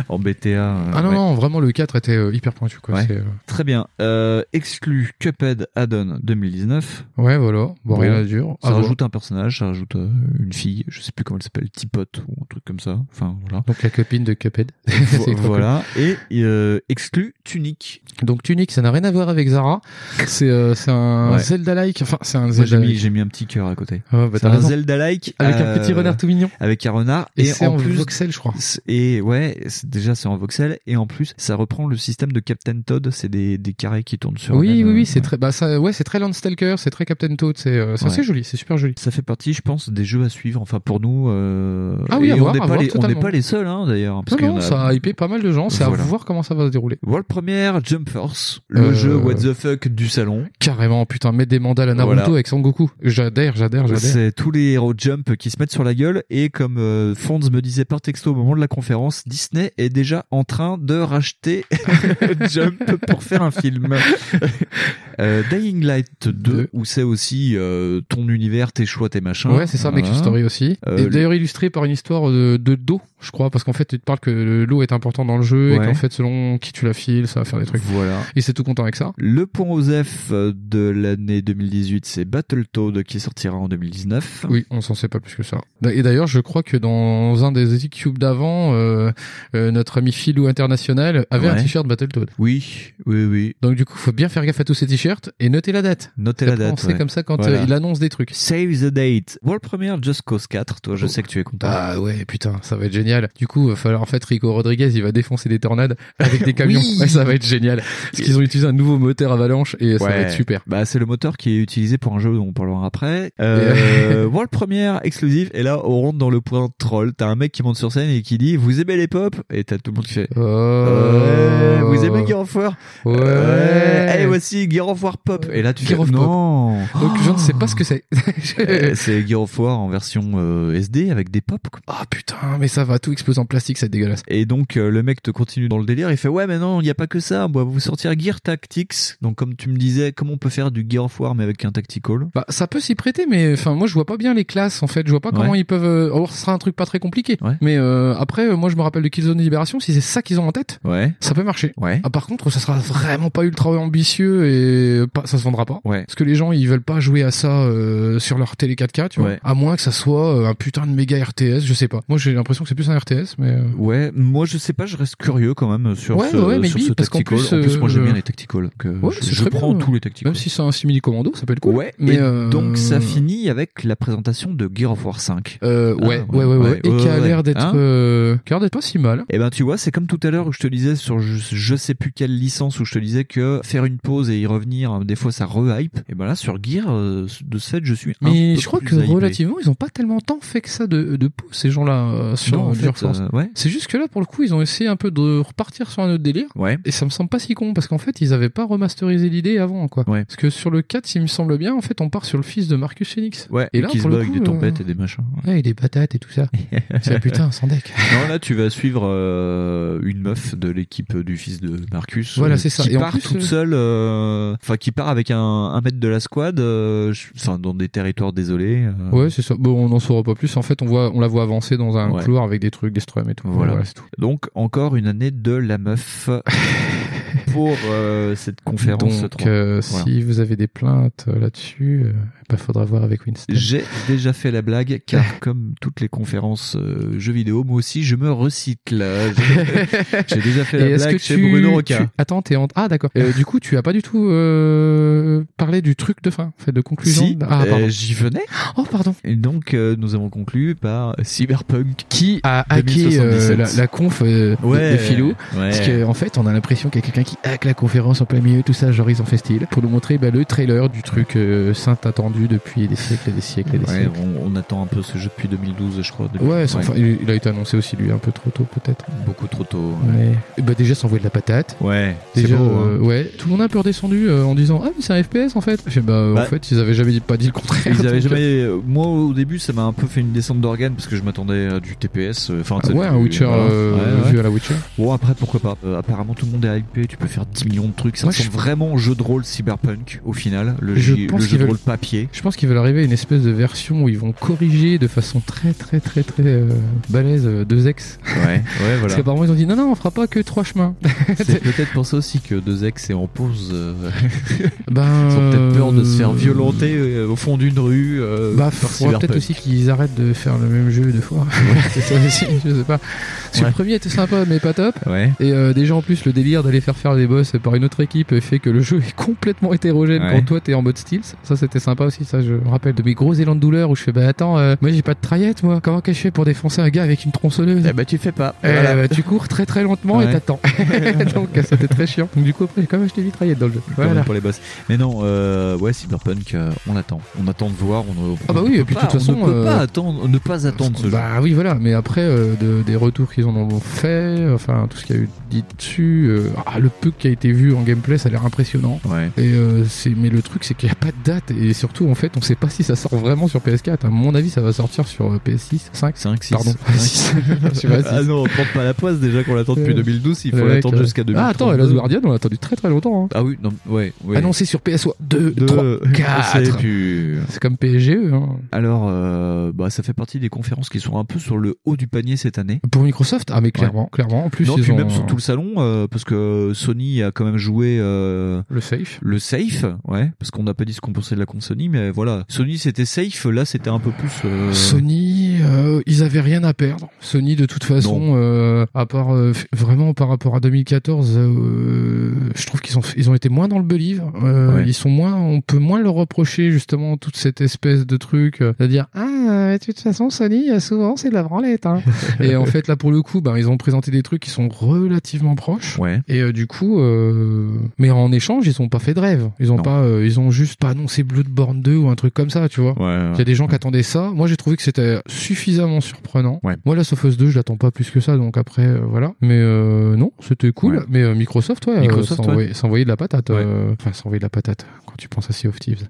en BTA. euh, ah non, ouais. non, vraiment, le 4 était euh, hyper pointu, quoi. Ouais. c'est, euh, Très bien. Euh, exclu Cuphead Add-on 2019. Ouais, voilà. Ah Bon, rien à dire. À Ça voir. rajoute un personnage, ça rajoute euh, une fille, je sais plus comment elle s'appelle, Tipote ou un truc comme ça. Enfin, voilà. Donc la copine de Cuphead. C'est trop cool. voilà. Et euh, exclu Tunic. Donc Tunic, ça n'a rien à voir avec Zara. C'est euh, c'est un Ouais. Zelda-like. Enfin, c'est un Moi, j'ai Zelda. mis, j'ai mis un petit cœur à côté. Ah, bah, C'est t'as un raison. Zelda-like. euh, Avec un petit renard tout mignon. Avec un renard. Et c'est en plus, voxel, je crois. c'est- Et ouais, c'est- déjà c'est en voxel. Et en plus, ça reprend le système de Captain Todd. C'est des, des carrés qui tournent sur. Oui, eux-mêmes, oui, euh, oui, c'est très, bah ça, ouais, c'est très Landstalker, c'est très Captain Toad, c'est, euh, c'est assez Ouais. joli, c'est super joli. Ça fait partie, je pense, des jeux à suivre. Enfin, pour nous, euh, Ah oui, et à on voir, n'est à pas, voir, les- on n'est totalement. pas les seuls, hein, d'ailleurs. hein, parce Non, qu'il y en non, a- ça a hypé pas mal de gens, c'est Voilà. à voir comment ça va se dérouler. World Première, Jump Force, le Euh, jeu What the fuck du salon. Carrément, putain, mettre des mandales à Naruto Voilà. avec Son Goku. J'adhère, j'adhère, j'adhère. C'est tous les héros Jump qui se mettent sur la gueule et comme euh, Fonz me disait par texto au moment de la conférence, Disney est déjà en train de racheter Jump pour faire un film. Euh, Dying Light 2 où c'est aussi euh, ton univers, tes choix, tes machins. Ouais, c'est ça, Make Your Voilà. Story aussi. Euh, et d'ailleurs illustré par une histoire de, de dos, je crois, parce qu'en fait, tu te parles que le- l'eau est important dans le jeu Ouais. et qu'en fait, selon qui tu la files, ça va faire des trucs. Voilà. Et c'est tout content avec ça. Le point OZEF de l'année 2018, c'est Battletoad qui sortira en 2019. Oui, on s'en sait pas plus que ça. Et d'ailleurs, je crois que dans un des Cube d'avant, euh, euh, notre ami Philou International avait un Ouais. t-shirt Battletoad. Oui, oui, oui. Donc du coup, faut bien faire gaffe à tous ces t-shirts et noter la date. Notez la Après, date. On sait ouais. comme ça quand Voilà. euh, il annonce des trucs. Save the date. World Premiere Just Cause 4. Toi, je sais que tu es content. Ah ouais, putain, ça va être génial. Du coup, va falloir en fait Rico Rodriguez, il va défoncer des tornades avec des camions. Oui. Ouais, ça va être génial. Parce qu'ils ont utilisé un nouveau moteur avalanche et ça va Ouais. être super. Bah, c'est le moteur qui est utilisé pour un jeu dont on parlera après. Euh, Et- World Premiere exclusive. Et là, on rentre dans le point troll. T'as un mec qui monte sur scène et qui dit Vous aimez les pop Et t'as tout le monde qui fait Ouais, Vous aimez Guerrefoire Euh, Oh. Ouais. Allez, Eh, voici Guerrefoire Pop. Et là, tu fais Guerre of Non Pop. Donc je ne sais pas ce que c'est. Euh, C'est Guerrefoire en version euh, SD avec des pop. quoi. Ah putain, mais ça va tout exploser en plastique, c'est dégueulasse. Et donc euh, le mec te continue dans le délire, il fait ouais mais non, il n'y a pas que ça, on va vous sortir Gear Tactics. Donc comme tu me disais, comment on peut faire du Gear of War mais avec un tactical Bah ça peut s'y prêter, mais enfin moi je vois pas bien les classes en fait. Je vois pas comment Ouais. ils peuvent. euh, Alors ce sera un truc pas très compliqué. Mais euh, après euh, moi je me rappelle de Killzone Libération. Si c'est ça qu'ils ont en tête, Ouais. ça peut marcher. Ah, par contre ça sera vraiment pas ultra ambitieux et pas, ça se vendra pas. Ouais. Parce que les gens ils veulent pas jouer à ça euh, sur leur télé 4K, tu vois. Ouais. À moins que ça soit euh, un putain de méga RTS, je sais pas. Moi j'ai l'impression que c'est plus un RTS, mais. euh, Ouais, moi je sais pas, je reste curieux quand même sur Ouais, ce, ouais, mais sur bi, ce parce qu'en tactical. plus, en plus, moi euh, j'aime bien les tacticals. donc, euh, Ouais, je- c'est je très prends bien. tous les tacticals. Même si c'est un simili commando, ça peut être cool. Ouais, mais et euh, donc ça finit avec la présentation de Gear of War 5. Euh, ouais, ouais, ouais, ouais, Et qui a Ah, ouais. l'air d'être, Hein euh, qui a l'air d'être pas si mal. Eh ben tu vois, c'est comme tout à l'heure où je te disais sur je, je sais plus quelle licence où je te disais que faire une pause et y revenir, euh, des fois ça re-hype. Et ben là sur Gear, euh, de ce fait, je suis un Mais peu je crois plus que hypé. relativement, ils ont pas tellement tant fait que ça de, de pouce, ces gens-là, euh, sur Non, en euh, Gear fait, Force. euh, ouais. C'est juste que là, pour le coup, ils ont essayé un peu de repartir sur un autre délire. Ouais. Et ça me semble pas si con, parce qu'en fait, ils avaient pas remasterisé l'idée avant, quoi. Parce que sur le 4, il me semble bien, en fait, on part sur le fils de Marcus Phoenix. Ouais, et là, qui se pour bat le avec coup, des tempêtes euh, et des machins. Ouais, et des patates et tout ça. C'est putain, sans deck. Non, là, tu vas suivre euh, une meuf de l'équipe du fils de Marcus. Voilà, euh, c'est ça. Qui Et en part plus, toute euh, seule, euh, enfin, qui part avec un, un mètre de la squad, euh, je- enfin, dans des territoires désolés. euh, Ouais, c'est ça. Bon, on n'en saura pas plus. En fait, on voit, on la voit avancer dans un Ouais. couloir avec des trucs, des strums et tout. Voilà. c'est tout. Donc, encore une année de la meuf pour euh, cette conférence. Donc, 3. euh, Voilà. si vous avez des plaintes euh, là-dessus, euh, bah, faudra voir avec Winston. J'ai déjà fait la blague car comme toutes les conférences euh, jeux vidéo, moi aussi je me recycle. J'ai- J'ai déjà fait Et la est-ce blague que chez tu- Bruno Rocard. tu- Attends, t'es en... Ah, d'accord. Euh, du coup, tu as pas du tout euh, parlé du truc de fin, en fait, de conclusion. Si, ah, euh, pardon. j'y venais. Oh, pardon. Et donc, euh, nous avons conclu par Cyberpunk qui a hacké euh, la, la conf euh, de- Ouais. de Philou. Ouais. Parce qu'en en fait, on a l'impression qu'il y a quelqu'un qui hack la conférence en plein milieu, tout ça, genre ils ont fait style, pour nous montrer bah, le trailer du truc euh, saint attendu depuis des siècles et des siècles et des Ouais, siècles. on, on attend un peu ce jeu depuis 2012, je crois. depuis- Ouais, c'est- enfin, il il a été annoncé aussi lui un peu trop tôt peut-être. Beaucoup trop tôt. Ouais. Et Bah déjà s'envoyer de la patate. Ouais, c'est Déjà, beau, hein. euh, ouais. Tout le monde a un peu redescendu euh, en disant ah mais c'est un FPS en fait. Je fais, bah, euh, Bah. en fait ils avaient jamais dit, pas dit le contraire. Ils avaient donc, jamais. euh, Moi, au début, ça m'a un peu fait une descente d'organes parce que je m'attendais à du TPS. euh, Enfin, Ah tu sais, ouais, du- un Witcher, euh, vu à la Witcher. Bon, après, pourquoi pas. Euh, apparemment, tout le monde est hypé. Tu peux faire 10 millions de trucs. Ça Moi, ressemble je- vraiment au jeu de rôle cyberpunk au final. Le, Je jeu- pense le jeu qu'ils de veulent- rôle papier. Je pense qu'ils veulent arriver à une espèce de version où ils vont corriger de façon très très très très euh, balèze euh, deux ex. Ouais, ouais, Parce voilà. qu'apparemment ils ont dit non non on fera pas que trois chemins. C'est peut-être pour ça aussi que deux ex est en pause. euh, Ben, Ils ont peut-être peur de se faire euh, violenter euh, au fond d'une rue. euh, bah, par faudra peut-être cyberpunk. aussi qu'ils arrêtent de faire le même jeu deux fois. c'est ça aussi, je sais pas. Parce que Ouais. le premier était sympa, mais pas top. Ouais. Et euh, déjà, en plus, le délire d'aller faire faire des boss par une autre équipe fait que le jeu est complètement hétérogène Ouais. quand toi t'es en mode stealth. Ça, c'était sympa aussi. Ça, je me rappelle de mes gros élans de douleur où je fais, bah attends, euh, moi j'ai pas de traillette, moi. Comment que je fais pour défoncer un gars avec une tronçonneuse Eh bah, tu fais pas. Eh Voilà. bah, tu cours très très lentement Ouais. et t'attends. Donc, c'était très chiant. Donc, du coup, après, j'ai quand même acheté des traillettes dans le jeu. Quand même Voilà. pour les boss. Mais non, euh, ouais, Cyberpunk, euh, on attend. On attend de voir. On, on- Ah bah on oui, peut et puis de pas- toute façon, on ne peut euh, pas attendre, ne pas attendre ce jeu. Bah oui, voilà, mais après, euh, de- des retours qu'ils en ont fait, enfin, tout ce qu'il y a eu dit dessus, euh, ah, le peu qui a été vu en gameplay, ça a l'air impressionnant. Et, euh, c'est- mais le truc, c'est qu'il n'y a pas de date, et surtout, en fait, on sait pas si ça sort vraiment sur PS4. À mon avis, ça va sortir sur euh, PS6, 5, 5, 6. pardon. Six. Je sais pas, ah six. non, on porte pas la poisse déjà qu'on l'attend depuis Euh, 2012. Il le faut mec, l'attendre euh, jusqu'à 2012. Ah, attends, Last Guardian, on l'a attendu très très longtemps. hein. Ah oui, non, ouais, ouais. Annoncé sur PS1, 2, 3, Deux, je sais 4. plus. C'est comme PSGE. hein. Alors, euh, bah, ça fait partie des conférences qui sont un peu sur le haut du panier cette année. Pour Microsoft, ah mais clairement, Ouais. clairement. En plus, hein. non, ils puis ont- même sur tout le salon, euh, parce que Sony a quand même joué euh, le safe. Le safe, ouais, parce qu'on n'a pas dit ce qu'on pensait de la console Sony, mais voilà, Sony c'était safe, là c'était un peu plus. euh, Sony, euh, ils avaient rien à perdre. Sony, de toute façon, euh, à part euh, f- vraiment par rapport à 2014, euh, je trouve qu'ils ont ils ont été moins dans le believe. Euh, Ouais. Ils sont moins, on peut moins leur reprocher justement toute cette espèce de truc, euh, c'est-à-dire ah euh, de toute façon, Sony, euh, souvent, c'est de la branlette. hein. et en fait, là, pour le coup, bah, ils ont présenté des trucs qui sont relativement proches. Ouais. Et euh, du coup, euh, mais en échange, ils ont pas fait de rêve. Ils ont Non. pas, euh, ils ont juste pas annoncé Bloodborne 2 ou un truc comme ça, tu vois. ouais, Il y a des gens ouais. qui attendaient ça. Moi, j'ai trouvé que c'était suffisamment surprenant. Moi, la Us 2, je l'attends pas plus que ça, donc après, euh, voilà. Mais euh, non, c'était cool. Ouais. Mais euh, Microsoft, ouais, Microsoft, euh, ouais. s'envoyait- s'envoyait de la patate. euh, Enfin, s'envoyer de la patate quand tu penses à Sea of Thieves.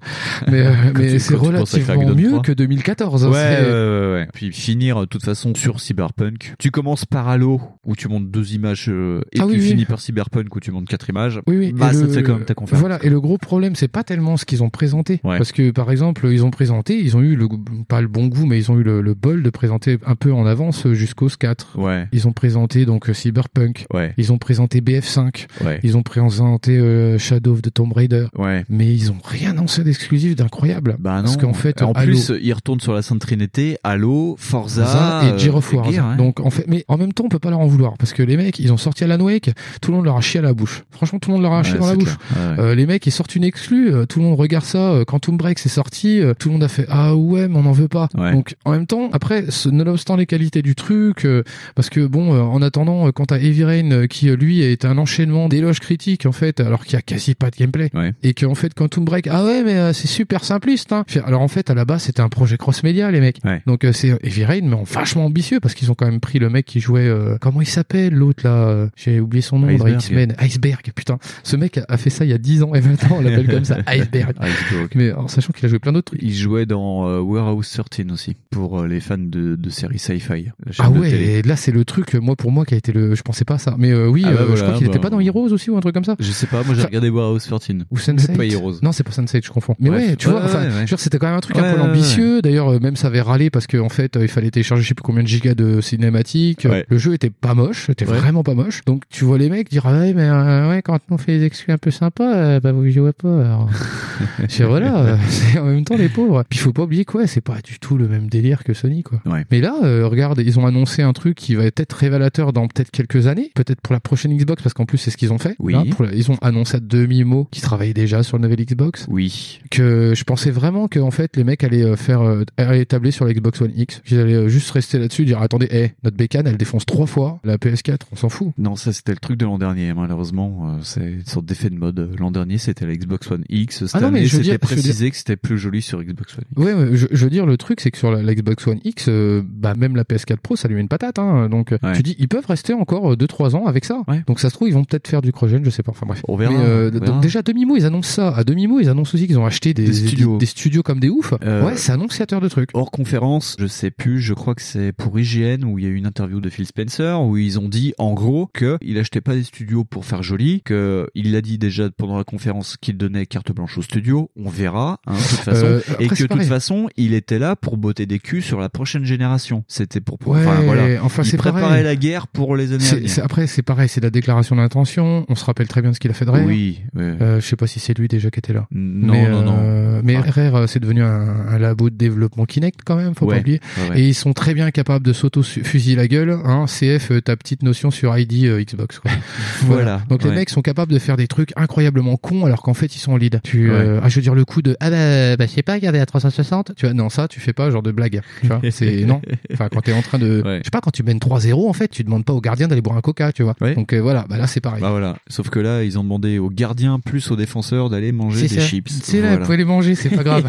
Mais, euh, Quand mais tu- c'est quand tu penses à relativement Crackdown mieux 3. que 2014. hein, Ouais, c'est- ouais, ouais, ouais. Puis finir de toute façon sur Cyberpunk. Tu commences par Halo où tu montes deux images euh, et Ah tu oui, oui. finis par Cyberpunk où tu montes quatre images. Oui, oui. Bah, et ça le- te fait quand même ta conférence. Voilà, et le gros problème, c'est pas tellement ce qu'ils ont présenté. Ouais. Parce que, par exemple, ils ont présenté, ils ont eu le, go- pas le bon goût, mais ils ont eu le, le bol de présenter un peu en avance euh, jusqu'au 4. Ouais. Ils ont présenté donc euh, Cyberpunk. Ouais. Ils ont présenté BF5. Ouais. Ils ont présenté euh, Shadow of the Tomb Raider. Ouais. Mais ils ont rien lancé d'exclusif, d'incroyable. Bah non. Parce qu'en fait, en Halo- plus, ils retournent sur la Sainte Trinité, Halo, Forza, Forza euh, et Gear of War. Gear, hein. Donc en fait, mais en même temps, on peut pas leur en vouloir parce que les mecs, ils ont sorti Alan Wake, tout le monde leur a chié à la bouche. Franchement, tout le monde leur a chié Ouais, Ah, dans la c'est bouche. clair. Ouais, Euh, les mecs, ils sortent une exclue, euh, tout le monde regarde ça. euh, Quand Tomb Break c'est sorti, euh, tout le monde a fait ah ouais, mais on n'en veut pas. Ouais. Donc en même temps, après, ce- nonobstant les qualités du truc, euh, parce que bon, euh, en attendant, euh, quand t'as Heavy Rain euh, qui euh, lui est un enchaînement d'éloges critiques en fait, alors qu'il y a quasi pas de gameplay, et qu'en fait quand Tomb Break ah ouais mais euh, c'est super simpliste. Hein. Fait- Alors en fait à la base c'était un projet cross-média les mecs. Donc euh, c'est Heavy Rain mais en vachement ambitieux parce qu'ils ont quand même pris le mec qui jouait euh, comment il s'appelle l'autre là, euh, j'ai oublié son nom dans Iceberg. X-Men, Iceberg. Putain, ce mec a- a fait ça il y a 10 ans et maintenant on l'appelle comme ça Iceberg. Ah, Iceberg. Mais en sachant qu'il a joué plein d'autres trucs. Il jouait dans euh, Warehouse 13 aussi pour euh, les fans de, de séries sci-fi. la chaîne Ah de ouais, télé. et là c'est le truc moi pour moi qui a été le je pensais pas à ça. Mais euh, oui, Ah bah euh, je voilà, crois qu'il bah. était pas dans Heroes aussi ou un truc comme ça. Je sais pas, moi j'ai regardé Warehouse 13. Ou Sunset Pas Heroes. Non, c'est pas Sunset, je confonds. Mais Bref. ouais, tu Ouais, vois, ouais, enfin, ouais. je veux dire, c'était quand même un truc Ouais, un peu ouais, ouais. ambitieux. D'ailleurs, euh, même ça avait râlé parce qu'en en fait, euh, il fallait télécharger je sais plus combien de gigas de cinématiques. Ouais. Le jeu était pas moche, était vraiment pas moche. Donc tu vois les mecs dire ah ouais, mais euh, ouais, quand on fait des exclus un peu sympas, euh, bah vous jouez pas. alors. Je dis, voilà, euh, c'est en même temps les pauvres. Puis faut pas oublier que ouais, c'est pas du tout le même délire que Sony quoi. Mais là, euh, regarde, ils ont annoncé un truc qui va être peut-être révélateur dans peut-être quelques années, peut-être pour la prochaine Xbox parce qu'en plus c'est ce qu'ils ont fait. Oui. Là, pour la- ils ont annoncé à demi-mot qu'ils travaillaient déjà sur le nouvel Xbox. Oui. Que je pensais vraiment que en fait les mecs allaient euh, faire euh, allaient tabler sur la Xbox One X, qu'ils allaient euh, juste rester là-dessus, dire attendez, hé, notre bécane elle défonce trois fois la PS4, on s'en fout. Non, ça c'était le truc de l'an dernier, malheureusement. euh, C'est une sorte d'effet de mode. L'an dernier c'était la Xbox One X. Cette Ah non, mais année je c'était veux dire- je veux précisé que c'était plus joli sur Xbox One. Ouais, ouais, je, je veux dire, le truc, c'est que sur la, la Xbox One X, euh, bah, même la PS4 Pro, ça lui met une patate. Hein, donc, euh, tu dis, ils peuvent rester encore 2-3 ans avec ça. Donc, ça se trouve, ils vont peut-être faire du cross-gen, je sais pas. Enfin, bref. On verra, Mais, euh, on donc, verra. déjà, à demi-mot, ils annoncent ça. À demi-mot, ils annoncent aussi qu'ils ont acheté des, Des studios. des, des studios comme des oufs. Euh, Ouais, c'est annonciateur de trucs. Hors conférence, je sais plus, je crois que c'est pour IGN où il y a eu une interview de Phil Spencer où ils ont dit en gros que il achetait pas des studios pour faire joli, que il l'a dit déjà pendant la conférence qu'il donnait carte blanche aux studios, on verra hein, de toute façon, Euh, et après, que c'est de toute pareil. façon il était là pour botter des culs sur la prochaine génération. C'était pour, Ouais, enfin voilà, enfin, il c'est préparait pareil. la guerre pour les années à C'est- venir. c'est- Après, c'est pareil, c'est la déclaration d'intention. On se rappelle très bien de ce qu'il a fait de Rare. Oui, ouais. Euh, je sais pas si c'est lui déjà qui était là. Non, mais, non, non. euh, mais Ah. Rare, euh, c'est devenu un, un labo de développement Kinect quand même, faut Ouais, pas oublier. ouais, ouais. Et ils sont très bien capables de s'auto-fusiller la gueule. Hein. CF, euh, ta petite notion sur ID euh, Xbox. Quoi. Voilà, Donc ouais. les mecs sont capables de faire des trucs incroyablement cons alors qu'en fait ils sont en lead. Tu, Ouais. euh, ah, je veux dire le coup de ah bah, bah je sais pas, regardez à 360. Tu vois, non ça tu fais pas genre de blague. Tu vois, c'est non. Enfin quand t'es en train de, je sais pas, quand tu mènes 3-0 en fait, tu demandes pas au gardien d'aller boire un coca, tu vois. Donc euh, voilà, bah là c'est pareil. Bah voilà, sauf que là ils ont demandé aux gardiens plus aux défenseurs d'aller manger C'est des ça. chips. C'est là, Voilà. vous pouvez les manger, c'est pas grave.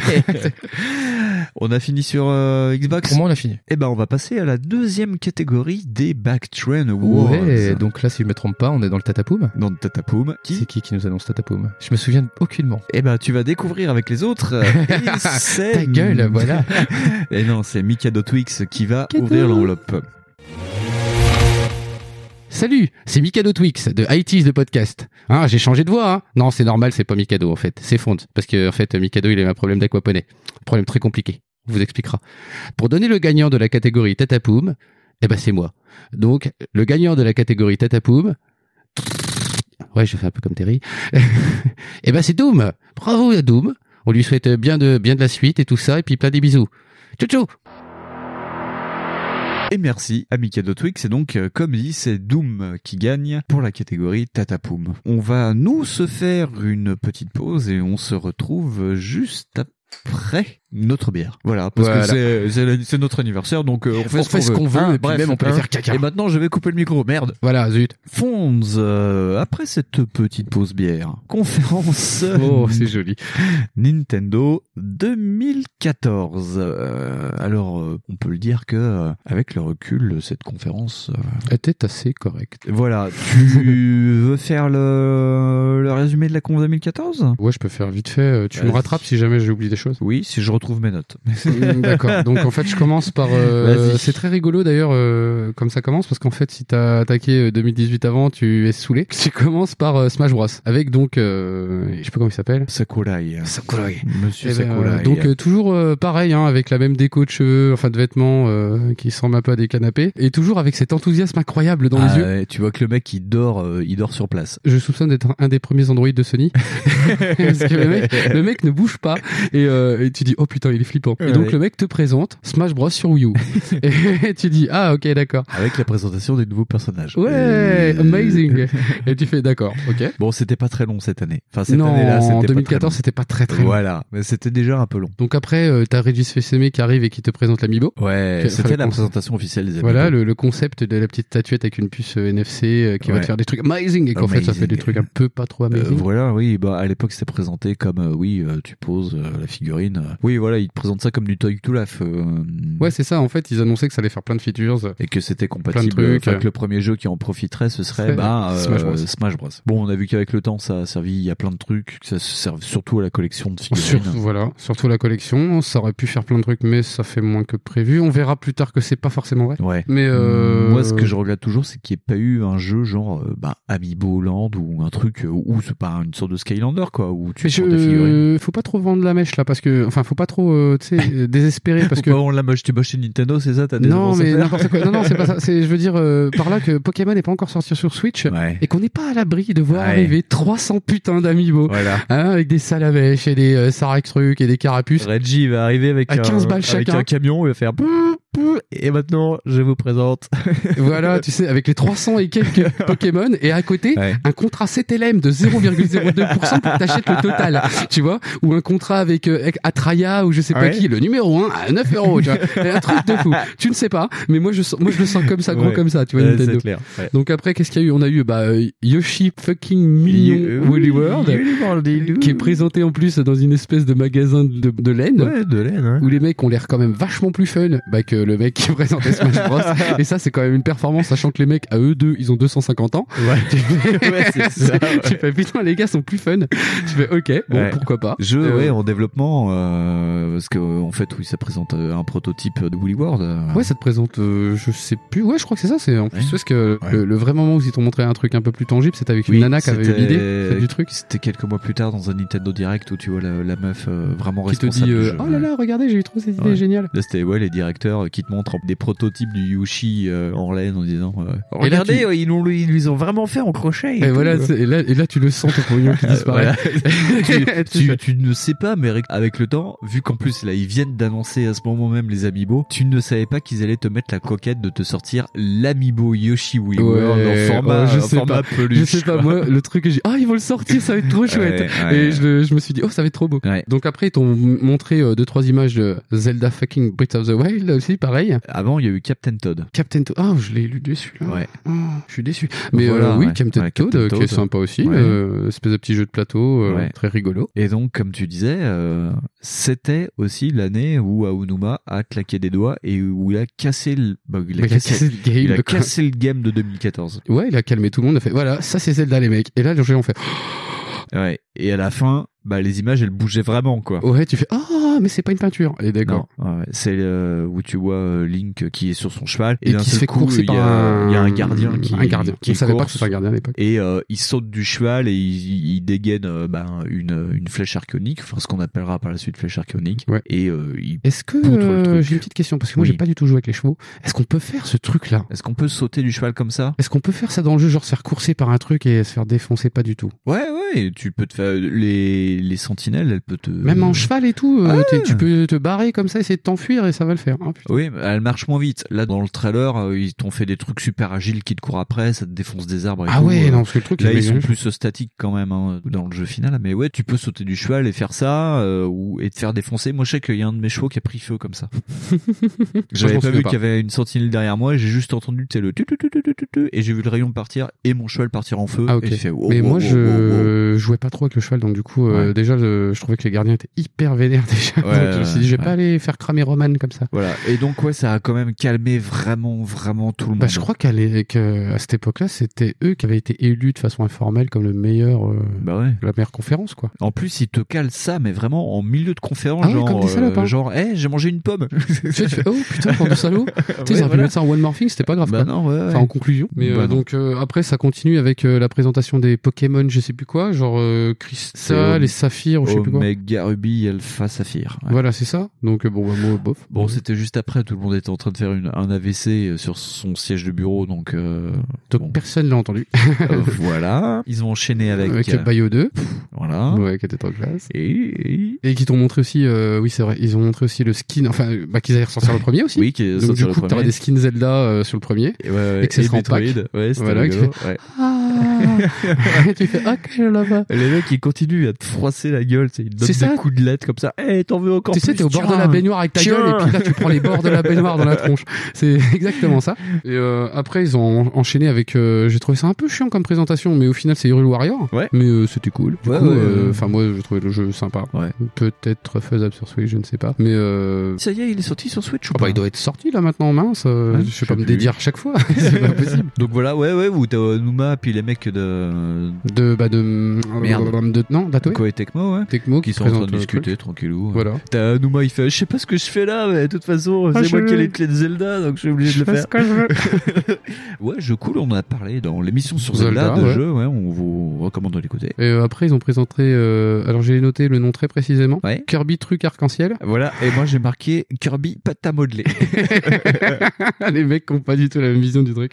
on a fini sur euh, Xbox. Pour moi, on a fini. Eh ben, on va passer à la deuxième catégorie des Backtrend Awards. Ouais, donc là, si je me trompe pas, on est dans le Tatapoum. Dans le Tatapoum. C'est qui qui nous annonce Tatapoum Je me souviens aucunement. Eh ben, tu vas découvrir avec les autres. Et c'est- Ta gueule, voilà. Et non, c'est Mikado Twix qui va Mikado. ouvrir l'enveloppe. Salut, c'est Mikado Twix de IT's le podcast. Hein, j'ai changé de voix. Hein non, c'est normal, c'est pas Mikado en fait, c'est Fonte parce que en fait Mikado il a un problème d'aquaponie, problème très compliqué. On vous expliquera. Pour donner le gagnant de la catégorie Tatapoum, eh ben c'est moi. Donc le gagnant de la catégorie Tatapoum, ouais, j'ai fait un peu comme Terry. eh ben c'est Doom. Bravo à Doom. On lui souhaite bien de bien de la suite et tout ça et puis plein des bisous. Ciao ciao. Et merci à Mikado Twix. Et donc, euh, comme dit, c'est Doom qui gagne pour la catégorie Tatapoum. On va nous se faire une petite pause et on se retrouve juste après Notre bière. Voilà, parce Voilà. que c'est- c'est le- c'est notre anniversaire, donc euh, on fait On ce fait qu'on ce veut. qu'on veut, Hein, et puis même, on peut aller faire caca. Et maintenant, je vais couper le micro, merde. Voilà, zut. Fonz, euh, après cette petite pause bière, conférence. Oh, c'est joli. Nintendo 2014. Euh, alors, euh, on peut le dire que, euh, avec le recul, cette conférence euh, était assez correcte. Voilà, tu veux faire le, le résumé de la conf 2014 Ouais, je peux faire vite fait. Euh, Tu me Vas-y. rattrapes si jamais j'ai oublié des choses. Oui, si je retrouve mes notes. D'accord. Donc en fait, je commence par. euh, Mm, Vas-y. c'est très rigolo d'ailleurs, euh, comme ça commence, parce qu'en fait, si t'as attaqué euh, 2018 avant, tu es saoulé. Tu commences par euh, Smash Bros. Avec donc, euh, je sais pas comment il s'appelle. Sakurai. Sakurai. Monsieur Eh ben, euh, Sakurai. donc euh, toujours euh, pareil, hein, avec la même déco de cheveux, enfin de vêtements euh, qui s'en à pas des canapés, et toujours avec cet enthousiasme incroyable dans Ah les yeux. ouais, tu vois que le mec, il dort, euh, il dort sur place. Je soupçonne d'être un des premiers Android de Sony. Parce que le mec, le mec ne bouge pas. Et, euh, et tu dis, oh putain, il est flippant. Ouais. Et donc le mec te présente Smash Bros sur Wii U. et tu dis, ah ok, d'accord. Avec la présentation des nouveaux personnages. Ouais, Euh, amazing. Et tu fais, d'accord, ok. Bon, c'était pas très long cette année. Enfin, cette Non, année-là, c'était en pas 2014, très long. c'était pas très, très long. Voilà, mais c'était déjà un peu long. Donc après, euh, t'as Regis Fils-Aimé qui arrive et qui te présente l'Amiibo. Ouais, Que- c'était la enfin, le- présentation officielle des Voilà Amiibo. le, le concept de la petite statuette avec une puce euh, NFC euh, qui va Ouais. te faire des trucs amazing et qu'en fait ça fait des Amazing. trucs un peu pas trop Euh, amazing. voilà, oui, bah à l'époque c'était présenté comme euh, oui, euh, tu poses euh, la figurine. euh. oui, voilà, ils te présentent ça comme du toy to laugh euh, Ouais, c'est ça. En fait, ils annonçaient que ça allait faire plein de features. euh, et que c'était Plein de compatible trucs, enfin, que euh. le premier jeu qui en profiterait ce serait C'est- bah, euh, Smash Smash, Bros. Bros. Bon, on a vu qu'avec le temps ça a servi à plein de trucs, que ça se serve surtout à la collection de figurines. Surtout, voilà, surtout la collection. Ça aurait pu faire plein de trucs, mais ça fait moins que prévu. On verra plus tard que c'est pas forcément vrai. Ouais. Mais euh, Moi, ce que je regrette toujours, c'est qu'il n'y ait pas eu un jeu genre euh, bah, Amiibo Land ou un truc euh, où c'est pas une sorte de Skylander quoi, où tu Mais sors des figurines. je... faut pas trop vendre la mèche là parce que enfin faut pas trop euh, tu sais euh, désespérer parce que Pourquoi on l'a moche, tu moches chez Nintendo, c'est ça T'as des non annonces à mais faire n'importe quoi non non c'est pas ça c'est je veux dire euh, par là que Pokémon n'est pas encore sorti sur Switch et qu'on n'est pas à l'abri de voir Ouais. arriver 300 putains d'amiibo hein, avec des salamèches et des euh, Sarax trucs et des carapuces Reggie va arriver avec, À 15 un, balles avec chacun. un camion, il va faire Pouh, pouh et maintenant je vous présente. voilà tu sais avec les 300 et quelques Pokémon et à côté Ouais. un contrat CTLM de 0,02% pour que t'achètes le total tu vois ou un contrat avec, euh, avec Atraya ou je sais pas Ouais. qui le numéro 1 à 9 euros tu vois Et un truc de fou tu ne sais pas mais moi je sens- moi je le sens comme ça gros Ouais. comme ça tu vois Ouais, Nintendo Euh, c'est clair, ouais. donc après qu'est-ce qu'il y a eu on a eu bah euh, Yoshi fucking Million Yo- Woolly oui, World Woolly World, il- qui est présenté en plus dans une espèce de magasin de, de laine de laine hein. où les mecs ont l'air quand même vachement plus fun bah, que le mec qui présentait Smash Bros et ça c'est quand même une performance sachant que les mecs à eux deux ils ont 250 ans Ouais, c'est ça, ouais. tu fais putain les gars sont plus fun tu fais ok bon Ouais. pourquoi pas Jeu Euh, ouais, en développement, euh, parce que euh, en fait, oui, ça présente euh, un prototype de Woolly World. euh. Ouais, ça te présente, euh, je sais plus. Ouais, je crois que c'est ça. C'est en plus parce que le, le vrai moment où ils t'ont montré un truc un peu plus tangible, c'était avec une Oui, nana qui avait eu c'était- l'idée du truc. C'était quelques mois plus tard dans un Nintendo Direct où tu vois la, la meuf euh, vraiment Qui te responsable. dit, du euh, jeu. oh là là, regardez, j'ai eu trop cette idée Ouais. géniale. Là, c'était ouais, les directeurs euh, qui te montrent des prototypes du Yoshi euh, en laine en disant euh, Et là, tu- euh, ils l'ont- ils lui ont vraiment fait en crochet. Et, tout, voilà, euh. c'est- et là, et là, tu le sens ton pognon qui disparaît. Voilà. tu, C'est tu- ça. tu ne sais pas, mais avec- avec le temps, vu qu'en plus là ils viennent d'annoncer à ce moment même les amiibo, tu ne savais pas qu'ils allaient te mettre la coquette de te sortir l'amiibo Yoshi Wii World Ouais, en format, oh, je en sais format pas. peluche. Je sais pas, quoi. moi, le truc que j'ai, ah, ils vont le sortir, ça va être trop chouette. Ouais, ouais. et Je, le- je me suis dit, oh, ça va être trop beau. Donc après, ils t'ont m- montré euh, deux, trois images de Zelda fucking Breath of the Wild aussi, pareil. Avant, il y a eu Captain Todd. Captain Toad. Ah, je l'ai lu dessus, là. Ah, Ouais. je suis déçu. Mais Voilà, euh, oui, ouais. Captain Ouais, Toad, Captain euh, qui est Toad. sympa aussi, Ouais. euh, espèce de petit jeu de plateau, euh, Ouais. très rigolo. Et donc, comme tu disais, euh, c'était aussi l'année où Aonuma a claqué des doigts et où il a cassé le, bah, il a Mais il a cassé le game, il a quoi. cassé le game de 2014. Ouais, il a calmé tout le monde, il a fait, voilà, ça c'est Zelda, les mecs. Et là, le jeu, on fait, Ouais. Et à la fin, bah, les images, elles bougeaient vraiment, quoi. ouais, tu fais, ah, mais c'est pas une peinture. Et d'accord. Non, ouais, c'est euh, où tu vois euh, Link qui est sur son cheval Et d'un qui se seul fait coup, courser il y a- par un- il y a un gardien qui un gardien. qui On savait pas course que c'était un gardien à l'époque. et euh, il saute du cheval et il, il dégaine euh, ben, une, une flèche archéonique enfin ce qu'on appellera par la suite flèche archéonique et euh, il Est-ce que poutre le euh, truc. j'ai une petite question parce que moi Oui. j'ai pas du tout joué avec les chevaux. Est-ce qu'on peut faire ce truc là est-ce qu'on peut sauter du cheval comme ça Est-ce qu'on peut faire ça dans le jeu genre se faire courser par un truc et se faire défoncer pas du tout ouais ouais tu peux te faire les les, les sentinelles, elles peuvent te. Même en cheval et tout, euh, t'es- Ah. tu peux te barrer comme ça, essayer de t'enfuir et ça va le faire. hein, putain. Oui, mais elle marche moins vite. Là, dans le trailer, euh, ils t'ont fait des trucs super agiles qui te courent après, ça te défonce des arbres. Et Ah tout. ouais, Euh, non, parce que le truc, là, il est ils sont bien. plus euh, statiques quand même hein, dans le jeu final. Mais ouais, tu peux sauter du cheval et faire ça euh, ou et te faire défoncer. Moi, je sais qu'il y a un de mes chevaux qui a pris feu comme ça. J'avais m'en pas souviens vu pas. qu'il y avait une sentinelle derrière moi. J'ai juste entendu tu sais, le tu tu tu tu tu tu tu et j'ai vu le rayon partir et mon cheval partir en feu. Ah ok. Et j'ai fait, wow, mais wow, moi wow, je wow, wow. jouais pas trop avec le cheval donc du coup euh, Ouais. déjà le- je trouvais que les gardiens étaient hyper vénères déjà. Ouais, donc je me suis dit je vais ouais. pas aller faire cramer Roman comme ça. Voilà. Et donc ouais, ça a quand même calmé vraiment vraiment tout le monde. Bah, je crois qu'à l'é- que, à cette époque-là, c'était eux qui avaient été élus de façon informelle comme le meilleur, euh, la meilleure conférence, quoi. Bah, En plus, ils te calent ça, mais vraiment en milieu de conférence, Ah oui, genre, comme des salopes, hein. euh, genre, hey, j'ai mangé une pomme. Tu fais, oh putain, pour de salaud. Tu sais, Ouais, ils auraient pu voilà. mettre ça en one morphing, c'était pas grave. Bah quoi. non, ouais, ouais. Enfin, en conclusion. Mais euh, Bah non. donc euh, après, ça continue avec euh, la présentation des Pokémon, je sais plus quoi, genre euh, Cristal et Saphir, ou je sais plus quoi. Omega Ruby, Alpha Saphir. ouais. Voilà, c'est ça. Donc euh, bon, bah, moi, bof. Bon, c'était juste après, tout le monde était en train de faire une, un AVC euh, sur son siège de bureau, donc. euh, Donc personne l'a entendu. euh, voilà. Ils ont enchaîné avec. Avec euh, hein le Bayo 2. Voilà. Ouais, qui était trop classe. Et, Et qui t'ont montré aussi, euh, oui c'est vrai, ils ont montré aussi le skin, enfin euh, bah, qu'ils allaient ressortir le premier aussi. Oui, qui est Donc sorti du le coup t'aurais premier. des skins Zelda euh, sur le premier. Et, ouais, ouais, et que ça et sera en pack. Metroid, ouais, c'était voilà, rigolo, qui fait, ouais. Ah tu fais ok là-bas. Les mecs, ils continuent à te froisser la gueule, tu sais, ils te donnent C'est des ça. coups de lettre comme ça. Hey, t'en veux encore Tu sais, plus t'es au bord de Tiens, la baignoire avec ta tiens. gueule et puis là tu prends les bords de la baignoire dans la tronche. C'est exactement ça. Et euh, après ils ont en- enchaîné avec, euh, j'ai trouvé ça un peu chiant comme présentation, mais au final c'est Hyrule Warrior. Ouais. Mais euh, c'était cool. Du Ouais, coup, ouais, euh, ouais. enfin moi j'ai trouvé le jeu sympa. Ouais. Peut-être faisable sur Switch, je ne sais pas. Mais euh, Ça y est, il est sorti sur Switch ou Ah bah, pas il doit être sorti là maintenant, mince. euh, je sais pas me dédire à chaque fois. c'est pas possible. Donc voilà, ouais, ouais, où t'as Onuma, puis les mecs de. De, bah, de. Merde. De, non, d'Atoé. Koei Tecmo, ouais. Tecmo qui Ah, qui sont en train présente euh, de le discuter tranquillou. ouais. Voilà. T'as Onuma, il fait Je sais pas ce que je fais là, mais de toute façon, Ah, c'est je- moi qui ai les clés de Zelda, donc je suis obligé de le fais faire. ce que je veux. ouais, je cool, on en a parlé dans l'émission sur Zelda, Zelda, de ouais. jeu, ouais, on vous recommande de l'écouter. Et euh, après, ils ont présenté. euh, alors, j'ai noté le nom très précisément. Kirby Truc Arc-en-Ciel. Voilà, et moi j'ai marqué Kirby pâte à modeler. les mecs qui ont pas du tout la même vision du truc.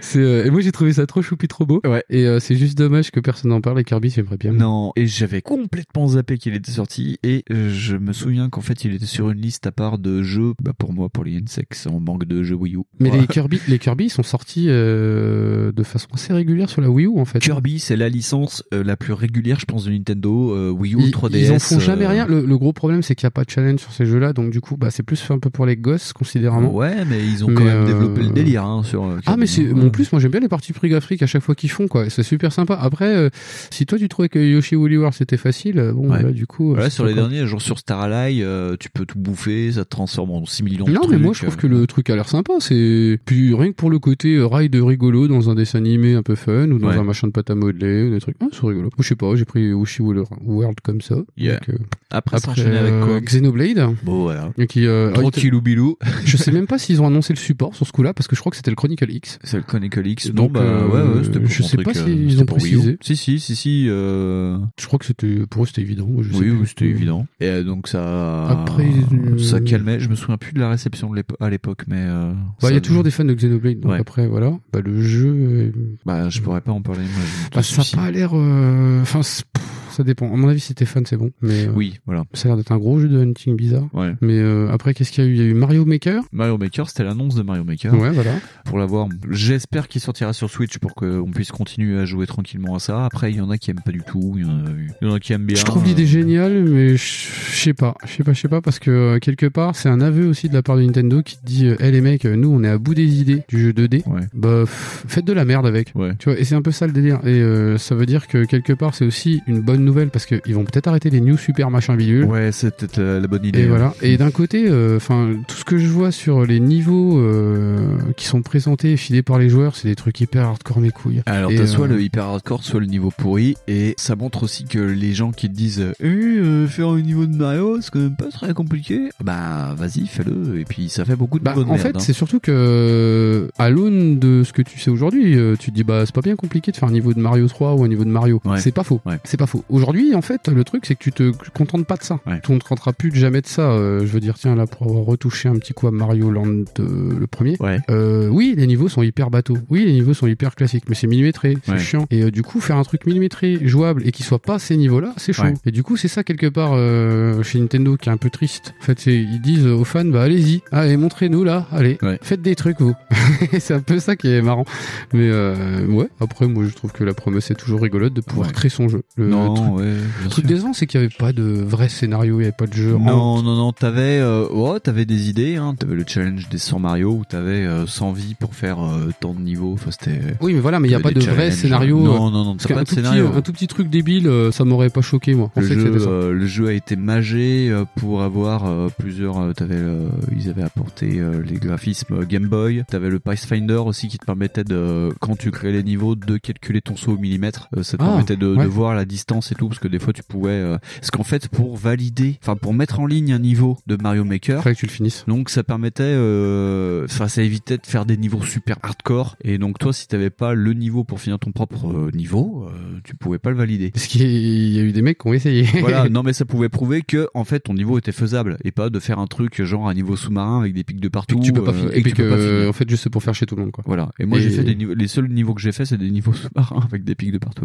C'est, euh, et moi, j'ai trouvé ça trop choupi, trop beau. Et euh, c'est juste dommage que personne n'en parle. Et Kirby, j'aimerais bien. Non, et j'avais complètement zappé qu'il était sorti, et euh, je me souviens qu'en fait il était sur une liste à part de jeux, bah pour moi, pour les Insex, on manque de jeux Wii U. Mais Voilà. les Kirby, les Kirby, ils sont sortis euh, de façon assez régulière sur la Wii U en fait. Kirby, c'est la licence euh, la plus régulière, je pense, de Nintendo, euh, Wii U, Ils, 3DS. ils en font jamais euh, rien. Le, le gros problème, c'est qu'il n'y a pas de challenge sur ces jeux-là, donc du coup, bah, c'est plus un peu pour les gosses, considérablement. Ouais, mais ils ont quand Mais, même euh, développé le délire hein, sur. euh, Ah Kirby, mais c'est hein. mais en plus moi j'aime bien les parties prix graphiques à chaque fois qu'ils font quoi c'est super sympa après euh, si toi tu trouvais que Yoshi Woolly World c'était facile euh, bon Ouais. là du coup euh, Voilà, c'est sur les quoi. derniers, genre sur Star Ally, euh, tu peux tout bouffer, ça te transforme en 6 millions de non trucs. euh, mais moi je trouve que le truc a l'air sympa c'est puis rien que pour le côté euh, ride rigolo dans un dessin animé un peu fun ou dans Ouais. un machin de pâte à modeler ou des trucs ah, c'est rigolo Ou je sais pas j'ai pris Yoshi Woolly World comme ça Yeah. Donc, euh, Après, ça enchaînait avec euh, quoi Xenoblade Bon, voilà. Et qui, euh, Tranquillou bilou. je sais même pas s'ils ont annoncé le support sur ce coup là parce que je crois que c'était le Chronicle X C'est le Chronicle X. Donc, Donc, bah, euh, ouais, ouais, c'était pour je son sais truc, pas euh, s'ils c'était ont pour Wii U. précisé. Si, si, si, si. euh, je crois que c'était pour eux c'était évident moi, je sais Oui, plus. oui, c'était évident. Et euh, donc, ça. Après, euh, Ça calmait. Je me souviens plus de la réception de l'épo- à l'époque, mais. euh, Bah, il y ça- a toujours des fans de Xenoblade, donc Ouais. après, voilà. Bah, le jeu. euh, Bah, je pourrais pas en parler. Moi, j'ai bah, de ça soucis. a pas l'air. euh, Enfin, c'est- pff, ça dépend. À mon avis, si t'es fan, c'est bon. Mais, euh, Oui, voilà. Ça a l'air d'être un gros jeu de hunting bizarre. Ouais. Mais euh, après, qu'est-ce qu'il y a eu Il y a eu Mario Maker. Mario Maker, c'était l'annonce de Mario Maker. Ouais, voilà. Pour l'avoir, j'espère qu'il sortira sur Switch pour qu'on puisse continuer à jouer tranquillement à ça. Après, il y en a qui aiment pas du tout, il y en a, il y en a euh, qui aiment bien. Je trouve l'idée géniale, mais je je sais pas, je sais pas, je sais pas, parce que euh, quelque part, c'est un aveu aussi de la part de Nintendo qui te dit, hé les mecs, euh, nous on est à bout des idées du jeu 2D, bah f- faites de la merde avec, tu vois, et c'est un peu ça le délire, et euh, ça veut dire que quelque part, c'est aussi une bonne nouvelle parce qu'ils vont peut-être arrêter les new super machin bidule. Ouais, c'est peut-être euh, la, la bonne idée. hein. Et ouais. voilà. Et d'un côté, euh, enfin, tout ce que je vois sur les niveaux euh, qui sont présentés et filés par les joueurs, c'est des trucs hyper hardcore mes couilles. Alors, Et, t'as soit euh, le hyper hardcore, soit le niveau pourri, et ça montre aussi que les gens qui te disent euh, Eh, euh, faire un niveau de Mario, c'est quand même pas très compliqué. Bah, vas-y, fais-le, et puis ça fait beaucoup de Bah, bonnes hein. en fait, c'est surtout que euh, à l'aune de ce que tu sais aujourd'hui, euh, tu te dis bah c'est pas bien compliqué de faire un niveau de Mario 3 ou un niveau de Mario. C'est pas faux. C'est pas faux. Aujourd'hui, en fait, le truc, c'est que tu te contentes pas de ça. Tu ne te contenteras plus de jamais de ça. Euh, je veux dire, tiens, là, pour avoir retouché un petit coup à Mario Land euh, le premier, hein. euh, oui, les niveaux sont hyper bateaux. Oui, les niveaux sont hyper classiques, mais c'est millimétré, c'est Ouais. chiant. Et euh, du coup, faire un truc millimétré, jouable, et qui soit pas à ces niveaux-là, c'est chaud. Ouais. Et du coup, c'est ça, quelque part, euh, chez Nintendo, qui est un peu triste. En fait, c'est- ils disent aux fans, bah, allez-y, allez, montrez-nous, là, allez, faites des trucs, vous. c'est un peu ça qui est marrant. Mais euh, ouais, après, moi, je trouve que la promesse est toujours rigolote de pouvoir Ouais. créer son jeu. Le Non, truc, ouais, le truc décevant, c'est qu'il n'y avait pas de vrai scénario, il n'y avait pas de jeu. en- Non, non, non, t'avais, euh, oh, t'avais des idées, hein. T'avais le challenge des 100 Mario où t'avais euh, 100 vies pour faire euh, tant de niveaux. Enfin, c'était. Oui, mais voilà, mais il n'y a t'avais pas de des vrai challenges. scénario. euh, Non, non, non, Parce t'as qu'un pas de tout petit- scénario. Un tout petit truc débile, euh, ça m'aurait pas choqué, moi. En le, fait, jeu, c'était ça. euh, le jeu a été magé euh, pour avoir euh, plusieurs. euh, t'avais, euh, ils avaient apporté euh, les graphismes Game Boy. T'avais le Pathfinder aussi qui te permettait de, quand tu créais les niveaux, de calculer ton saut au millimètre. Euh, ça te Ah, permettait de, de ouais. voir la distance et tout, parce que des fois tu pouvais. euh, parce qu'en fait, pour valider, enfin pour mettre en ligne un niveau de Mario Maker, fallait que tu le finisses. Donc ça permettait, euh, enfin ça évitait de faire des niveaux super hardcore. Et donc toi, si t'avais pas le niveau pour finir ton propre euh, niveau, euh, tu pouvais pas le valider. Parce qu'il y a eu des mecs qui ont essayé. voilà, non mais ça pouvait prouver que en fait ton niveau était faisable et pas de faire un truc genre un niveau sous-marin avec des pics de partout tu peux pas euh, finir. et que tu peux pas finir. en fait, juste pour faire chez tout le monde, quoi. Voilà. Et moi Et- j'ai fait des niveaux, les seuls niveaux que j'ai fait c'est des niveaux sous-marins avec des pics de partout.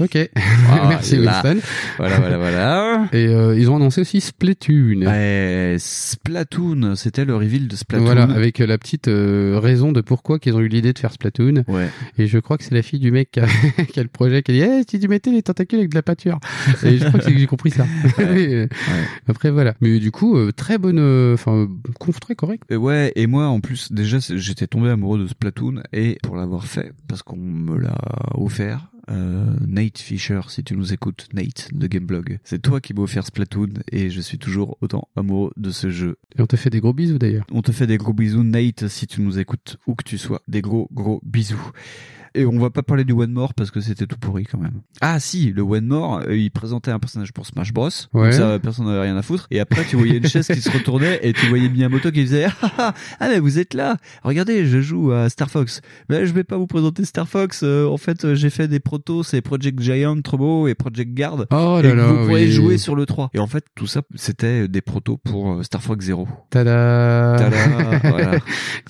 Ok. Voilà. Merci, Winston. Voilà, voilà, voilà. Et euh, ils ont annoncé aussi Splatoon. Splatoon, c'était le reveal de Splatoon. Voilà, avec euh, la petite euh, raison de pourquoi qu'ils ont eu l'idée de faire Splatoon. Et je crois que c'est la fille du mec qui a, qui a le projet qui a dit Eh, si tu mettais les tentacules avec de la pâture. Et je crois que c'est que j'ai compris ça. Mais, euh, Après, voilà. Mais du coup, euh, très bonne. euh, Enfin, euh, conf très correct. Et ouais, et moi en plus, déjà c'est- j'étais tombé amoureux de Splatoon et pour l'avoir fait, parce qu'on me l'a offert, euh, Nate Fisher, si tu nous écoutes, Nate de Gameblog, c'est toi qui m'as offert Splatoon et je suis toujours autant amoureux de ce jeu. Et on te fait des gros bisous d'ailleurs. On te fait des gros bisous, Nate, si tu nous écoutes, où que tu sois. Des gros, gros bisous. Et on va pas parler du One More parce que c'était tout pourri quand même. Ah si, le One More, euh, il présentait un personnage pour Smash Bros. Ouais. Donc ça, euh, personne n'avait rien à foutre. Et après, tu voyais une chaise qui se retournait et tu voyais Miyamoto qui faisait ah, ah, ah mais vous êtes là. Regardez, je joue à Star Fox. Mais je vais pas vous présenter Star Fox. Euh, en fait, euh, j'ai fait des protos, c'est Project Giant, Trobo et Project Guard. Oh et là que là, vous pourrez oui. jouer sur le 3. Et en fait, tout ça, c'était des protos pour euh, Star Fox Zero. Tada. Tada, voilà.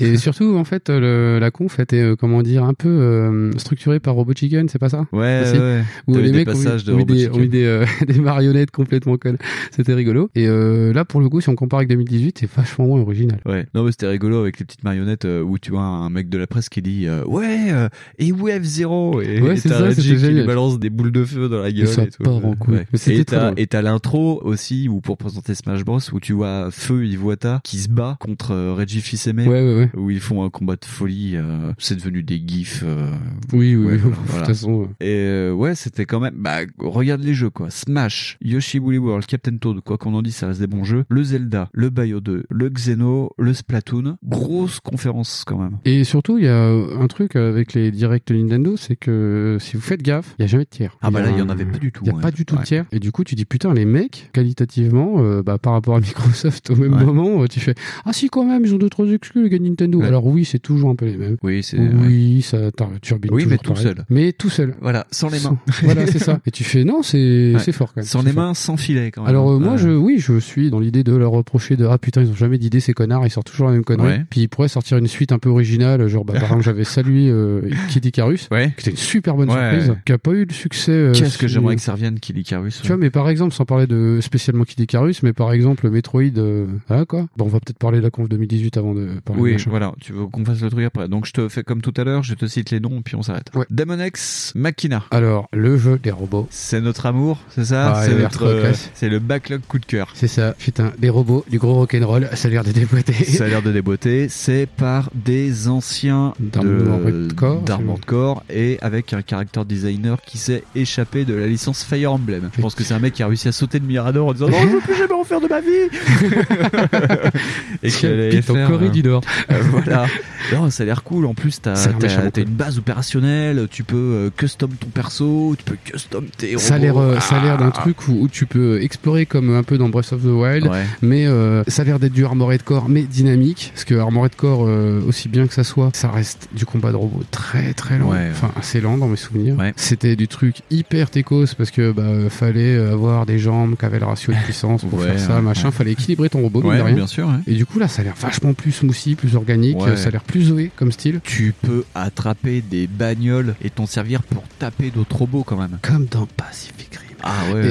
Et surtout, en fait, le- la conf était, euh, comment dire, un peu euh, structurée par Robot Chicken, c'est pas ça Ouais, Aussi. ouais, ouais. Où T'avais les des mecs ont mis, passages de ont mis Robot des, Chicken. ont mis des, euh, des marionnettes complètement connes. C'était rigolo. Et euh, là, pour le coup, si on compare avec 2018, c'est vachement moins original. Ouais. Non, mais c'était rigolo avec les petites marionnettes euh, où tu vois un mec de la presse qui dit euh, Ouais, euh, et Wave Zero Et Ouais, et c'est t'as ça, Reggie c'était qui lui génial. balance des boules de feu dans la gueule. ça et tout. part en couille. Ouais. Mais c'était Et très t'as- drôle. et t'as l'intro aussi où pour présenter Smash Bros. où tu vois Feu Iwata qui se bat contre euh, Reggie Fils-Aimé. Ouais, ouais, ouais. Où ils font un combat de folie. euh, c'est devenu des gifs. euh, Oui, oui, voilà, oui, de voilà. toute façon, ouais. Et euh, ouais, c'était quand même. Bah, regarde les jeux quoi. Smash, Yoshi Woolly World, Captain Toad, quoi qu'on en dise, ça reste des bons jeux. Le Zelda, le Bayo 2, le Xeno, le Splatoon. Grosse conférence quand même. Et surtout, il y a euh, un truc avec les directs de Nintendo, c'est que euh, si vous faites gaffe, il n'y a jamais de tiers. Euh, Ah bah là, il y en a- avait pas du tout, Il n'y a ouais. pas du tout Ouais. de tiers. Et du coup, tu dis putain, les mecs, qualitativement, euh, bah, par rapport à Microsoft au même Ouais. moment, euh, tu fais ah si quand même, ils ont deux trois exclus les gars de Nintendo. Ouais. Alors oui, c'est toujours un peu les mêmes. Oui, c'est. Oui, ça tar- turbine Oui, mais tout toujours pareil. seul. Mais tout seul. Voilà, sans les mains. voilà, c'est ça. Et tu fais non, c'est Ouais. c'est fort quand même. Sans C'est les fort. mains, sans filet quand même. Alors euh, moi Ouais. je oui je suis dans l'idée de leur reprocher de ah putain ils ont jamais d'idée ces connards ils sortent toujours la même connerie Ouais. puis ils pourraient sortir une suite un peu originale genre bah, par exemple j'avais salué euh, Kid Icarus Ouais. qui était une super bonne Ouais. surprise qui a pas eu de succès euh, Qu'est-ce que si- j'aimerais que ça revienne, Kid Icarus tu vois, mais par exemple, sans parler de spécialement Kid Icarus, mais par exemple Metroid, euh, voilà quoi. Bon, on va peut-être parler de la conf 2018 avant de parler de Oui, machin. voilà, tu veux qu'on fasse le truc après. Donc je te fais comme tout à l'heure, je te cite les noms, puis on s'arrête. Demon X, Machina. Alors, le jeu des robots. C'est notre amour, c'est ça Ah, C'est il a l'air notre, trop euh, classe. c'est le backlog coup de cœur. C'est ça, putain, des robots, du gros rock'n'roll, ça a l'air de déboîter. Ça a l'air de déboîter. C'est par des anciens de- D'Armored Core, d'Armored Core et avec un character designer qui s'est échappé de la licence Fire Emblem. Je pense que c'est un mec qui a réussi à sauter de Mirador en disant non, je veux plus jamais en faire de ma vie. et Tiens, pite en Corridor. euh, voilà. Non, ça a l'air cool. En plus, t'as Ça a l'air t'as- méchamment t'as une base opérationnelle. Tu peux euh, custom ton perso. Tu peux custom tes. Ça a l'air, robots. euh, ça a l'air d'un Ah. truc où, où tu peux explorer comme un peu dans Breath of the Wild, Ouais. mais euh, ça a l'air d'être du Armored Core, mais dynamique, parce que Armored Core, euh, aussi bien que ça soit, ça reste du combat de robot très très lent. Ouais. Enfin, assez lent dans mes souvenirs. C'était du truc hyper techos parce que bah, fallait avoir des jambes qui avaient le ratio de puissance pour Ouais, faire ça, ouais. machin. Fallait équilibrer ton robot, mine Ouais, de rien. bien sûr, ouais. Et du coup, là, ça a l'air vachement plus smoothie, plus organique. Ouais. Ça a l'air plus zoé comme style. Tu peux attraper des bagnoles et t'en servir pour taper d'autres robots quand même. Comme dans Pacific Rim. Ah ouais, Et- ouais,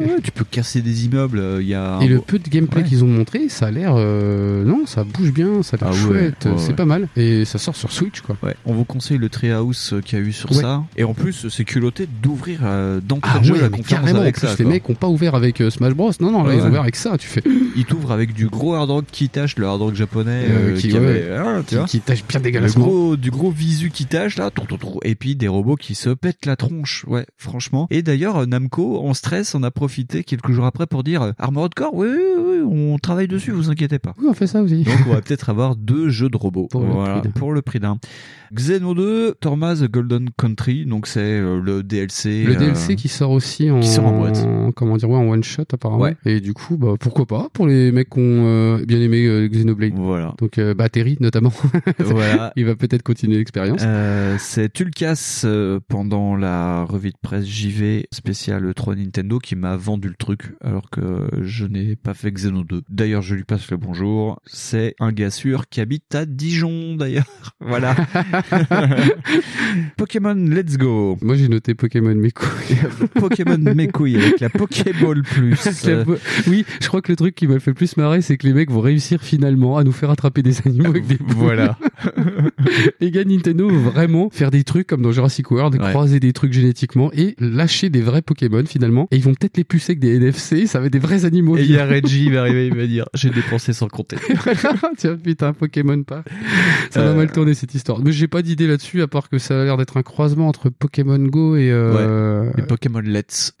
ouais, ouais, tu peux casser des immeubles. euh, Il y a un- Et le peu de gameplay qu'ils ont montré, ça a l'air. euh, non, ça bouge bien, ça a l'air Ah ouais, chouette, ouais, c'est ouais. pas mal. Et ça sort sur Switch, quoi. Ouais, on vous conseille le Treehouse euh, qu'il y a eu sur Ouais. ça. Et en plus, c'est culotté d'ouvrir euh, dans Ah le jeu ouais, la mais conférence carrément, en avec plus, ça. les quoi. mecs ont pas ouvert avec euh, Smash Bros. Non, non, là, Ouais, ils ont ouais. ouvert avec ça, tu fais. Il t'ouvre avec du gros hard rock qui tâche, le hard rock japonais Euh, euh, qui- qui, avait, ouais, hein, tu qui- vois. qui tâche bien Le dégueulassement. gros- du gros visu qui tâche là, ton, ton, ton, et puis des robots qui se pètent la tronche, ouais, franchement. Et d'ailleurs, euh, Namco, en stress, en a profité quelques jours après pour dire euh, Armored Core, oui, oui, oui, on travaille dessus, vous inquiétez pas. Oui, on fait ça aussi. Donc on va peut-être avoir deux jeux de robots Pour le Voilà, prix d'un. pour le prix d'un. Xeno 2, Torma The Golden Country, donc c'est euh, le DLC. Le euh, DLC qui sort aussi en, qui sort en boîte. comment dire, ouais, en one shot apparemment. Ouais. Et du coup, bah, pourquoi pas pour les mecs qui ont euh, bien aimé euh, Xenoblade. Voilà. Donc euh, bah, Terry notamment. Voilà. Il va peut-être continuer l'expérience. Euh, c'est Tulkas euh, pendant la revue de presse JV spéciale 3 Nintendo qui m'a vendu le truc alors que je n'ai pas fait Xeno 2. D'ailleurs, je lui passe le bonjour. C'est un gars sûr qui habite à Dijon d'ailleurs. voilà. Pokémon Let's Go. Moi j'ai noté Pokémon mes couilles. Pokémon mes couilles avec la Pokéball Plus. La po- oui, je crois que le truc qui m'a le fait le plus marrer, c'est que les mecs vont réussir finalement à nous faire attraper des animaux Ah avec des boules. Voilà. les gars Nintendo vont vraiment faire des trucs comme dans Jurassic World, croiser des trucs génétiquement et lâcher des vrais Pokémon finalement. Et ils vont peut-être les pucer avec des NFC, ça va être des vrais animaux. Et il y a vivants. Reggie, il va arriver, il va dire J'ai dépensé sans compter. Tiens, putain, Pokémon pas. Ça va Euh. mal tourner cette histoire. Mais j'ai pas d'idée là-dessus, à part que ça a l'air d'être un croisement entre Pokémon Go et, euh, Et Pokémon Let's.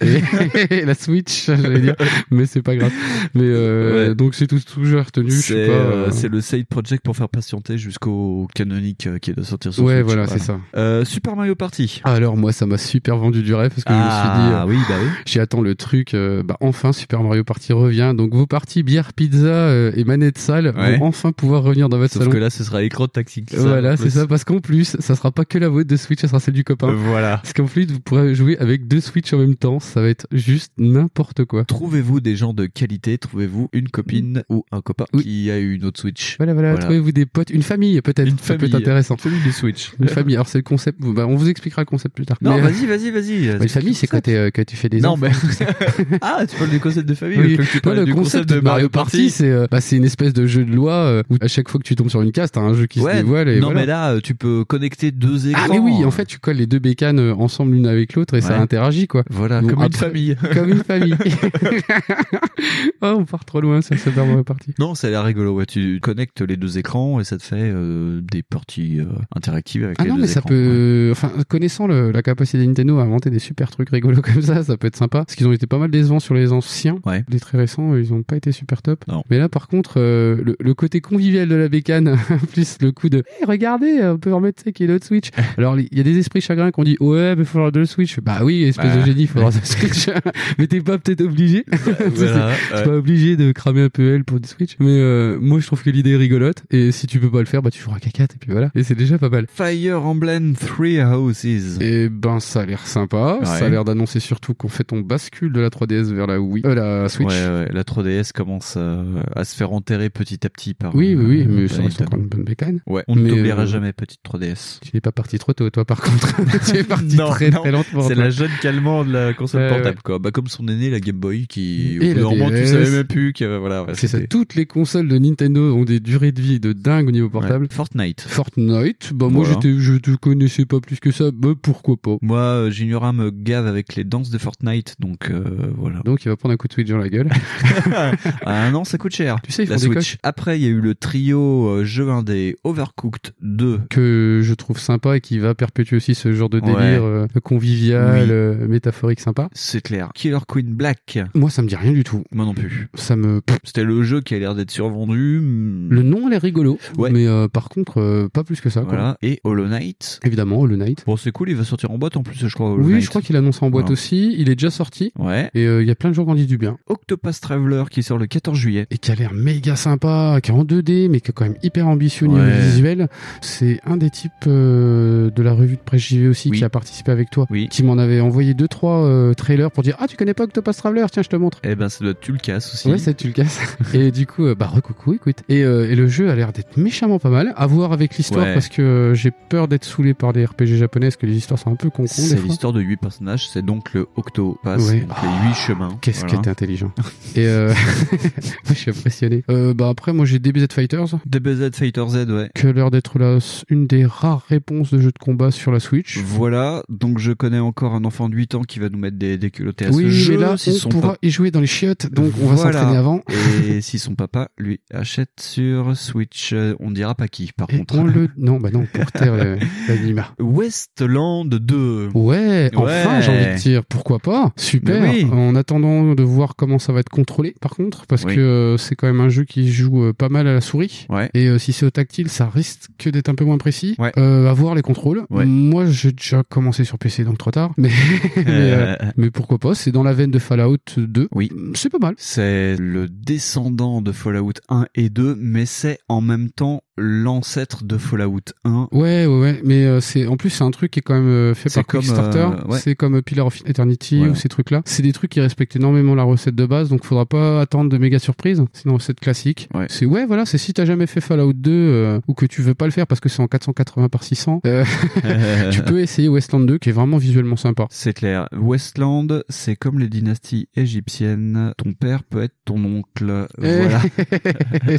et la Switch, j'allais dire. Mais c'est pas grave. Mais euh, Ouais. donc c'est tout, tout j'ai retenu. Je C'est sais pas. euh, euh, c'est le side project pour faire patienter jusqu'au canonique euh, qui est de sortir sur Ouais, Switch, voilà, c'est ça. Euh, Super Mario Party. Alors moi, ça m'a super vendu du rêve parce que je me suis dit, euh, Ah, oui, bah oui. j'attends le truc. euh, bah enfin, Super Mario Party revient. Donc vos parties bière, pizza euh, et manette sale Ouais. vont enfin pouvoir revenir dans votre Sauf salon. que là, ce sera écran tactique. ça, en voilà, plus. Euh, c'est ça. Parce qu'en plus, ça sera pas que la vôtre de Switch, ça sera celle du copain. Voilà. Parce qu'en plus, vous pourrez jouer avec deux Switch en même temps. Ça va être juste n'importe quoi. Trouvez-vous des gens de qualité, trouvez-vous une Mm. copine ou un copain qui a eu une autre Switch. Voilà, voilà, trouvez-vous des potes, une famille peut-être. Une Ça peut famille. être intéressant. Une famille de Switch. Une famille. Alors c'est le concept. bah, on vous expliquera le concept plus tard. Non, Mais- vas-y, vas-y, vas-y. Bah, une famille, c'est quand t'es, euh, que tu fais des Non, enfants. mais. ah, tu parles du concept de famille. Oui. au lieu que tu Non, parles le du Bah, concept de Mario Party, c'est euh, bah, c'est une espèce de jeu de loi euh, où à chaque fois que tu tombes sur une case, t'as un jeu qui se Ouais, dévoile. Et non, voilà. mais là, euh, tu peux connecter deux écrans. ah mais oui, en fait tu colles les deux bécanes euh, ensemble l'une avec l'autre et ça Ouais. interagit quoi. euh, Voilà, Donc, comme une après- famille. Comme une famille. Ah, on part trop loin sur Super Mario Party. Non, ça a l'air rigolo. Ouais, tu connectes les deux écrans et ça te fait euh, des parties euh, interactives avec Ah les non deux mais ça écrans. peut, enfin connaissant le- la capacité de Nintendo à inventer des super trucs rigolos comme ça, ça peut être sympa. Parce qu'ils ont été pas mal décevants sur les anciens, les très récents, euh, ils ont pas été super top. Mais là par contre, euh, le, le côté convivial de la bécane, plus le coup de, Hey, regardez, on peut remettre ça qui est notre Switch. Alors il y a des esprits chagrins qui ont dit, ouais mais il faudra de le Switch. Bah oui, espèce Bah. de génie, il faudra de le Switch. mais t'es pas peut-être obligé. Tu sais, voilà, c'est ouais. pas obligé de cramer un peu elle pour du Switch. Mais euh, moi je trouve que l'idée est rigolote. Et si tu peux pas le faire, bah tu feras cacate et puis voilà. Et c'est déjà pas mal. Fire Emblem Three Houses. Et ben ça a l'air sympa, Ouais. ça a l'air d'annoncer surtout qu'on fait on bascule de la 3DS vers la Wii, euh, la Switch. Ouais, ouais, la 3DS commence euh, à se faire enterrer petit à petit par. Oui, oui, oui, euh, mais par ça reste Nintendo. encore une bonne bécane. Ouais, on ne Mais, t'oubliera euh, jamais, petite 3DS. Tu n'es pas parti trop tôt, toi par contre. tu es parti Non, très non, très lentement. C'est toi. la jeune calmant de la console Ouais, portable, ouais. quoi. Bah, comme son aîné, la Game Boy, qui, au Et bout la d'un moment, tu DS. savais même plus que, voilà. ouais, C'est ça. c'était- Toutes les consoles de Nintendo ont des durées de vie de dingue au niveau portable. Fortnite. Fortnite. Bah moi Voilà. j'étais, je te connaissais pas plus que ça. Bah pourquoi pas. Moi, euh, Juniora me gave avec les danses de Fortnite, donc euh, voilà. Donc il va prendre un coup de Switch dans la gueule. ah non, ça coûte cher. Tu sais, ils la font des Switch. Après, il y a eu le trio euh, jeu indé Overcooked 2. que je trouve sympa et qui va perpétuer aussi ce genre de Ouais. délire euh, convivial, Oui. euh, métaphorique, sympa. C'est clair. Killer Queen Black. Moi, ça me dit rien du tout. Moi non plus. Ça me. C'était le jeu qui a l'air d'être survendu. mm, Le nom a l'air rigolo, mais euh, par contre, euh, pas plus que ça. quoi. Voilà. Et Hollow Knight. Évidemment, Hollow Knight. Bon, c'est cool, il va sortir en boîte en plus, je crois. Hollow Oui, Oh, Knight. je crois qu'il annonce en boîte Voilà. aussi. envie, il est déjà sorti. Ouais. Et euh, il y a plein de gens qui en disent du bien. Octopus Traveler qui sort le 14 juillet. Et qui a l'air méga sympa, qui est en 2D, mais qui est quand même hyper ambitieux au niveau Ouais. visuel. C'est un des types euh, de la revue de presse JV aussi qui a participé avec toi, qui m'en avait envoyé deux trois euh, trailers pour dire ah tu connais pas Octopus Traveler, tiens je te montre. Eh ben, ça doit être tu le casses aussi. Ouais, ça tu le casses. et du coup, euh, bah recoucou, écoute. Et, euh, et le jeu a l'air d'être méchamment pas mal. À voir avec l'histoire Ouais. parce que euh, j'ai peur d'être saoulé par des RPG japonais parce que les histoires sont un peu con C'est l'histoire de 8 personnages, c'est donc le Octopass, Ouais. donc les 8 chemins. Qu'est-ce Voilà. que t'es intelligent. Et euh, je suis impressionné. Euh, bah après, moi j'ai DBZ Fighters. DBZ Fighter Z, ouais. Que l'air d'être la, une des rares réponses de jeux de combat sur la Switch. Voilà, donc je connais encore un enfant de 8 ans qui va nous mettre des, des culottés à oui, ce mais jeu. là, si on son pourra pap- y jouer dans les chiottes, donc on va Voilà. s'entraîner avant. Et si son papa lui achète sur Switch, euh, on dira pas qui, par Et contre. on le... Non, bah non, pour taire le- l'anima. Westland 2. Ouais, enfin, Ouais. j'ai envie de dire, pourquoi pas Super. Mais oui. En attendant de voir comment ça va être contrôlé, par contre, parce Oui. que euh, c'est quand même un jeu qui joue euh, pas mal à la souris. Et euh, si c'est au tactile, ça risque d'être un peu moins précis. Euh, à voir les contrôles. Ouais. Moi, j'ai déjà commencé sur PC, donc trop tard. Mais, mais, euh, Euh. mais pourquoi pas C'est dans la veine de Fallout 2. Oui. C'est pas mal. C'est le descendant de Fallout 1 et 2, mais c'est en même temps l'ancêtre de Fallout 1. Ouais, ouais, ouais. Mais euh, c'est en plus c'est un truc qui est quand même euh, fait C'est par comme, Kickstarter. euh, ouais. C'est comme Pillar of Eternity Voilà. ou ces trucs-là. C'est des trucs qui respectent énormément la recette de base, donc faudra pas attendre de méga surprises. C'est une recette classique. C'est ouais, voilà. C'est si t'as jamais fait Fallout 2 euh, ou que tu veux pas le faire parce que c'est en 480 par 600, euh, tu peux essayer Westland 2 qui est vraiment visuellement sympa. C'est clair. Westland, c'est comme les dynasties égyptiennes. Ton père peut être ton oncle. Eh, Voilà.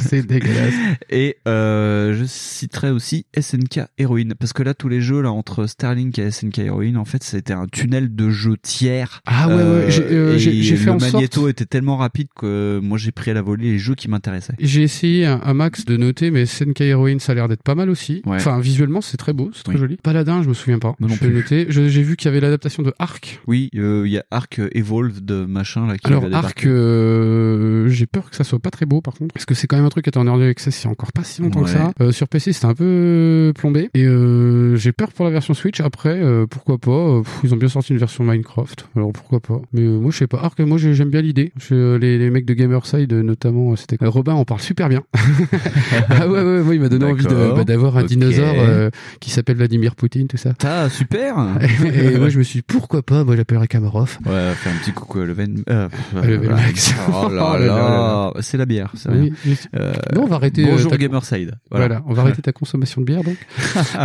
c'est dégueulasse. Et euh, je citerai aussi SNK Heroine. Parce que là, tous les jeux là entre Starlink et SNK Heroine, en fait, c'était un tunnel de jeu tiers. Ah ouais, ouais, j'ai- euh, et j'ai- j'ai fait le en sorte- magnéto était tellement rapide que moi, j'ai pris à la volée les jeux qui m'intéressaient. J'ai essayé un, un max de noter, mais SNK Heroine, ça a l'air d'être pas mal aussi. Ouais. Enfin, visuellement, c'est très beau, c'est très Oui. joli. Paladin, je me souviens pas. Moi non je vais plus. noter. Je- J'ai vu qu'il y avait l'adaptation de Arc. Oui, euh, il y a Arc Evolved, machin, là, qui Alors va Arc, débarquer. euh, j'ai peur que ça soit pas très beau par contre, parce que c'est quand même un truc qui était en early access il y a encore pas si longtemps que Ouais. ça. Euh, sur PC c'était un peu plombé et euh, j'ai peur pour la version Switch. Après euh, pourquoi pas, euh, pff, ils ont bien sorti une version Minecraft, alors pourquoi pas. Mais euh, moi je sais pas. Arc, moi j'ai- j'aime bien l'idée. Je- euh, Les, les mecs de Gamerside euh, notamment, euh, c'était euh, Robin en parle super bien. ah ouais ouais, moi il m'a donné envie de- D'accord. bah, d'avoir un Ok. dinosaure euh, qui s'appelle Vladimir Poutine tout ça. Ah, super et moi je me suis dit, pourquoi pas, moi j'appellerais Kamarov. Ouais, faire un petit coucou à Leven. euh, Eleven voilà. Max. Oh là là, c'est la bière, c'est Oui, rien. juste- Euh, Non, on va arrêter. euh, Bonjour ta- Gamerside. Voilà. on va arrêter ta consommation de bière donc.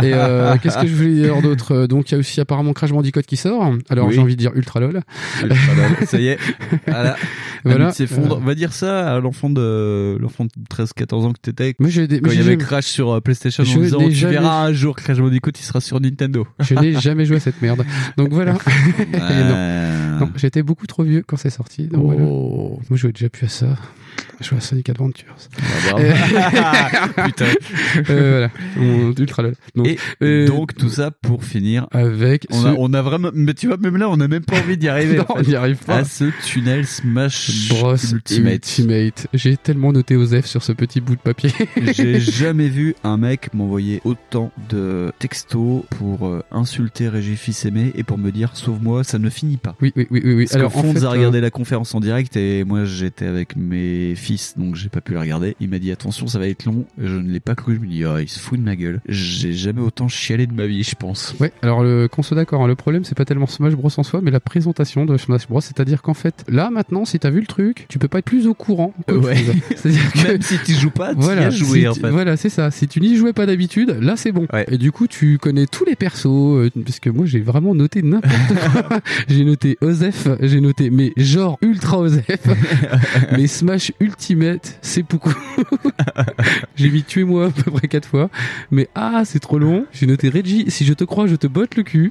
Et euh, qu'est-ce que je voulais dire d'autre Euh, Donc il y a aussi apparemment Crash Bandicoot qui sort. Alors Oui. j'ai envie de dire Ultra LOL. Ultra lol, Ça y est, voilà. Voilà. voilà. s'effondre. Euh. Va dire ça à l'enfant de l'enfant de 13-14 ans que t'étais. Euh, Moi, j'ai des- quand il mais y j'ai avait jamais- Crash sur euh, PlayStation Je en disant n'ai tu jamais- verras un jour Crash Bandicoot, il sera sur Nintendo. Je n'ai jamais joué à cette merde. Donc voilà. Et Euh, non. bah, Non, j'étais beaucoup trop vieux quand c'est sorti. Donc voilà. Moi je jouais déjà plus à ça. Je jouais à Sonic Adventures. bravo. Et- Putain. Euh, voilà. Mon Ultra LOL. Donc, Et euh, donc tout ça pour finir avec on, ce- a, on a vraiment mais tu vois même là on n'a même pas envie d'y arriver Non, en fait. on n'y arrive pas. à ce tunnel smash Bros ultimate Ultimate. J'ai tellement noté Osef sur ce petit bout de papier. J'ai jamais vu un mec m'envoyer autant de textos pour euh, insulter Régis Fils-Aimé et pour me dire sauve-moi, ça ne finit pas. Oui, oui, oui, oui. oui. Parce Alors, en Fonds fait, euh, a regardé la conférence en direct et moi j'étais avec mes fils donc j'ai pas pu la regarder. Il m'a dit attention, ça va être long. Je ne l'ai pas cru. Je me dis ah, il se fout de ma gueule. J'ai jamais autant chialé de ma vie, je pense. euh, Ouais, alors le, qu'on soit d'accord, hein, le problème c'est pas tellement Smash Bros en soi, mais la présentation de Smash Bros, c'est-à-dire qu'en fait, là maintenant, si t'as vu le truc, tu peux pas être plus au courant. qu'autre Ouais. chose. C'est-à-dire que Même si tu joues pas, tu y as joué si en tu- fait. Voilà, c'est ça. Si tu n'y jouais pas d'habitude, là c'est bon. Et du coup, tu connais tous les persos, euh, parce que moi j'ai vraiment noté n'importe quoi. j'ai noté Osef, j'ai noté mais genre ultra Osef, mais Smash Ultimate, c'est beaucoup. j'ai mis tuer moi à peu près quatre fois, mais ah c'est trop long. J'ai noté Reggie, si je te crois, je te botte le cul.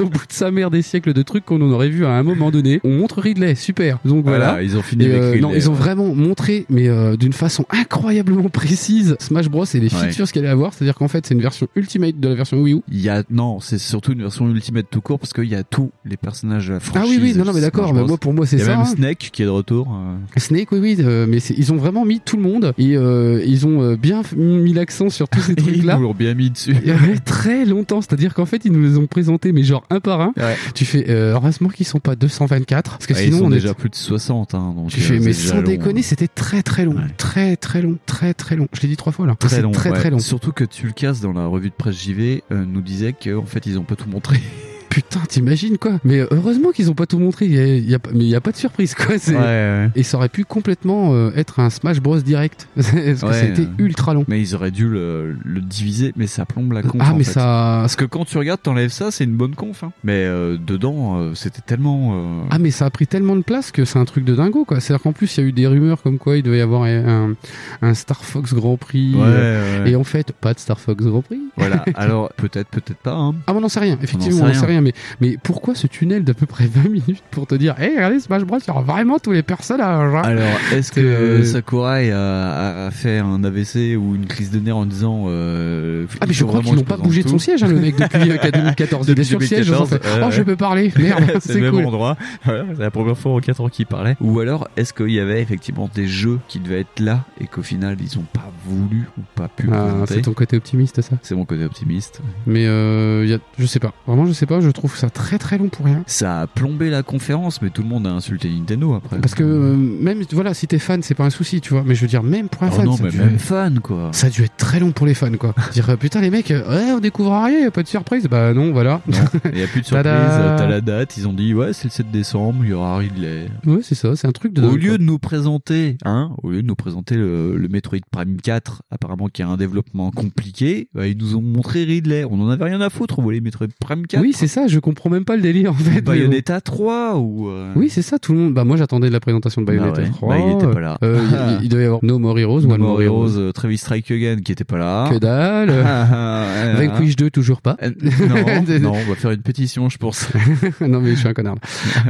Au bout de sa mère des siècles de trucs qu'on en aurait vu à un moment donné, on montre Ridley, super. Donc voilà, Voilà, ils ont fini Et, avec euh, Ridley, Non, ils ont ouais. vraiment montré, mais euh, d'une façon incroyablement précise, Smash Bros et les Ouais. features qu'elle allait avoir. C'est-à-dire qu'en fait, c'est une version ultimate de la version Wii U. Il y a non, c'est surtout une version ultimate tout court parce qu'il y a tous les personnages de la Ah franchise. oui, oui, non, non, mais Smash d'accord, Bros. mais moi, pour moi, c'est Il y a ça, même hein. Snake qui est de retour. euh. Snake mec, oui, oui, euh, mais c'est- ils ont vraiment mis tout le monde et euh, ils ont euh, bien f- mis l'accent sur tous ces trucs-là. Ils nous l'ont bien mis dessus. Ouais, très longtemps, c'est-à-dire qu'en fait, ils nous les ont présentés, mais genre un par un. Tu fais, euh, heureusement qu'ils sont pas 224, parce que Ouais, sinon Ah, ils sont on est déjà plus de 60. Hein, donc, tu fais, euh, mais c'est déjà sans long, déconner, c'était très très long, très très long, très très long. Je l'ai dit trois fois là. Très C'est long, très ouais. très long. Surtout que Tulkas dans la revue de presse JV euh, nous disait qu'en fait ils ont pas tout montré. Putain, t'imagines quoi Mais euh, heureusement qu'ils ont pas tout montré. Il y a, il y a pas- mais il y a pas de surprise quoi. c'est- Ouais, ouais. Et ça aurait pu complètement euh, être un Smash Bros direct. Parce que Ouais, c'était euh, ultra long. Mais ils auraient dû le, le diviser, mais ça plombe la conf. Ah, en mais fait. ça- Parce que quand tu regardes, t'enlèves ça, c'est une bonne conf. hein. Mais euh, dedans, euh, c'était tellement. euh, Ah mais ça a pris tellement de place que c'est un truc de dingo quoi. C'est-à-dire qu'en plus il y a eu des rumeurs comme quoi il devait y avoir un, un Star Fox Grand Prix. Ouais, euh, ouais. Et en fait pas de Star Fox Grand Prix. Voilà. Alors peut-être, peut-être pas. hein. Ah, mais on n'en sait rien, effectivement, on n'en sait rien. Mais, mais pourquoi ce tunnel d'à peu près 20 minutes pour te dire, hé, regardez Smash Bros, il y aura vraiment tous les personnages. hein. Alors, est-ce que C'est- euh, Sakurai a, a- a fait un AVC ou une crise de nerfs en disant euh, Ah, mais je faut crois vraiment que qu'ils n'ont je pas présente bougé de son tout siège, hein, le mec, depuis euh, 2014. Il était Depuis sur le siège, ils ont 2014, fait, ouais, oh, je ouais. peux parler, merde, le c'est même cool. endroit. Voilà, c'est la première fois en 4 ans qu'il parlait. Ou alors, est-ce qu'il y avait effectivement des jeux qui devaient être là et qu'au final, ils n'ont pas voulu ou pas pu Ah, présenter c'est ton côté optimiste, ça. C'est mon côté optimiste. Mais euh, il y a- je sais pas, vraiment, je sais pas, je trouve ça très très long pour rien. Ça a plombé la conférence, mais tout le monde a insulté Nintendo après. Parce que euh, même, voilà, si t'es fan, c'est pas un souci, tu vois. Mais je veux dire, même pour un Oh fan, non, ça mais devait- même fan quoi. Ça a dû être très long pour les fans, quoi. Dire, euh, putain, les mecs, euh, ouais, on découvre rien, y a pas de surprise. Bah non, voilà. Il n'y a plus de surprise, Tada. t'as la date, ils ont dit ouais c'est le 7 décembre, il y aura Ridley. Ouais, c'est ça, c'est un truc de. Au dingue, lieu de nous présenter, hein, au lieu de nous présenter le, le Metroid Prime 4, apparemment qui a un développement compliqué, bah, ils nous ont montré Ridley. On en avait rien à foutre, vous voulez Metroid Prime 4 Oui, c'est ça, je comprends même pas le délire en fait. Bayonetta 3 ou euh, Oui, c'est ça, tout le monde. Bah, moi, j'attendais de la présentation de Bayonetta Ah ouais. 3. Bah, il était pas là. Euh, il- il, il devait y avoir No More Heroes, No One More More Heroes. Heroes, euh, Travis Strike Again qui était pas là. Que dalle. Ah, ah, ah. Vanquish 2, toujours pas. Euh, Non, non, on va faire une pétition, je pense. non, mais je suis un connard. là.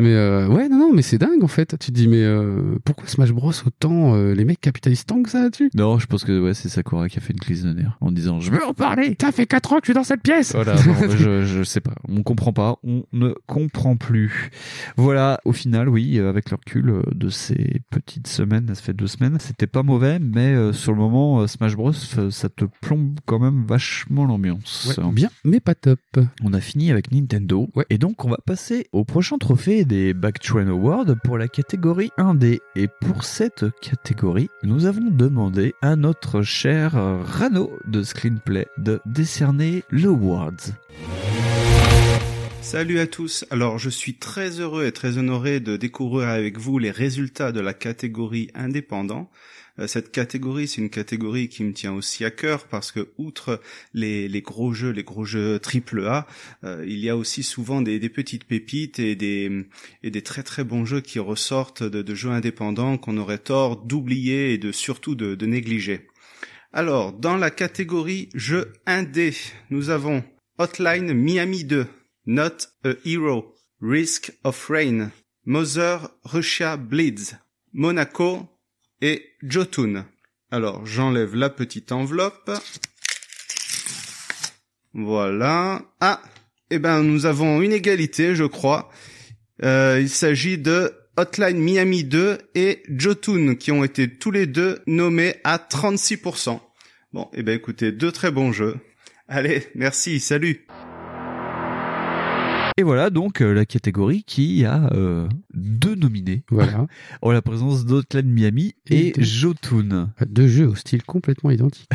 mais euh, ouais, non, non, mais c'est dingue en fait. Tu te dis, mais euh, pourquoi Smash Bros autant euh, les mecs capitalistes tant que ça là-dessus Non, je pense que ouais, c'est Sakura qui a fait une crise de nerfs en disant je veux en parler Ça fait 4 ans que je suis dans cette pièce Voilà, non, je, je sais pas. On comprend pas. On ne comprend plus. Voilà, au final, oui, euh, avec le recul euh, de ces petites semaines, ça fait deux semaines, c'était pas mauvais, mais euh, sur le moment, euh, Smash Bros, euh, ça te plombe quand même vachement l'ambiance. Ouais, bien, mais pas top. On a fini avec Nintendo. Et donc, on va passer au prochain trophée des Backtrain Awards pour la catégorie 1D. Et pour cette catégorie, nous avons demandé à notre cher euh, Rano de Screenplay de décerner le Awards. Salut à tous. Alors, je suis très heureux et très honoré de découvrir avec vous les résultats de la catégorie indépendant. Euh, Cette catégorie, c'est une catégorie qui me tient aussi à cœur parce que, outre les, les gros jeux, les gros jeux triple A, euh, il y a aussi souvent des, des petites pépites et des, et des très très bons jeux qui ressortent de, de jeux indépendants qu'on aurait tort d'oublier et de surtout de, de négliger. Alors, dans la catégorie jeux indé, nous avons Hotline Miami 2, Not a Hero, Risk of Rain, Mother Russia Bleeds, Monaco et Jotun. Alors, j'enlève la petite enveloppe. Voilà. Ah, eh ben nous avons une égalité, je crois. Euh, il s'agit de Hotline Miami 2 et Jotun qui ont été tous les deux nommés à 36%. Bon, eh ben écoutez, deux très bons jeux. Allez, merci, salut. Et voilà donc euh, la catégorie qui a euh, deux nominés. Voilà. en la présence d'Outland Miami et, Et de- Jotun. Deux jeux au style complètement identique.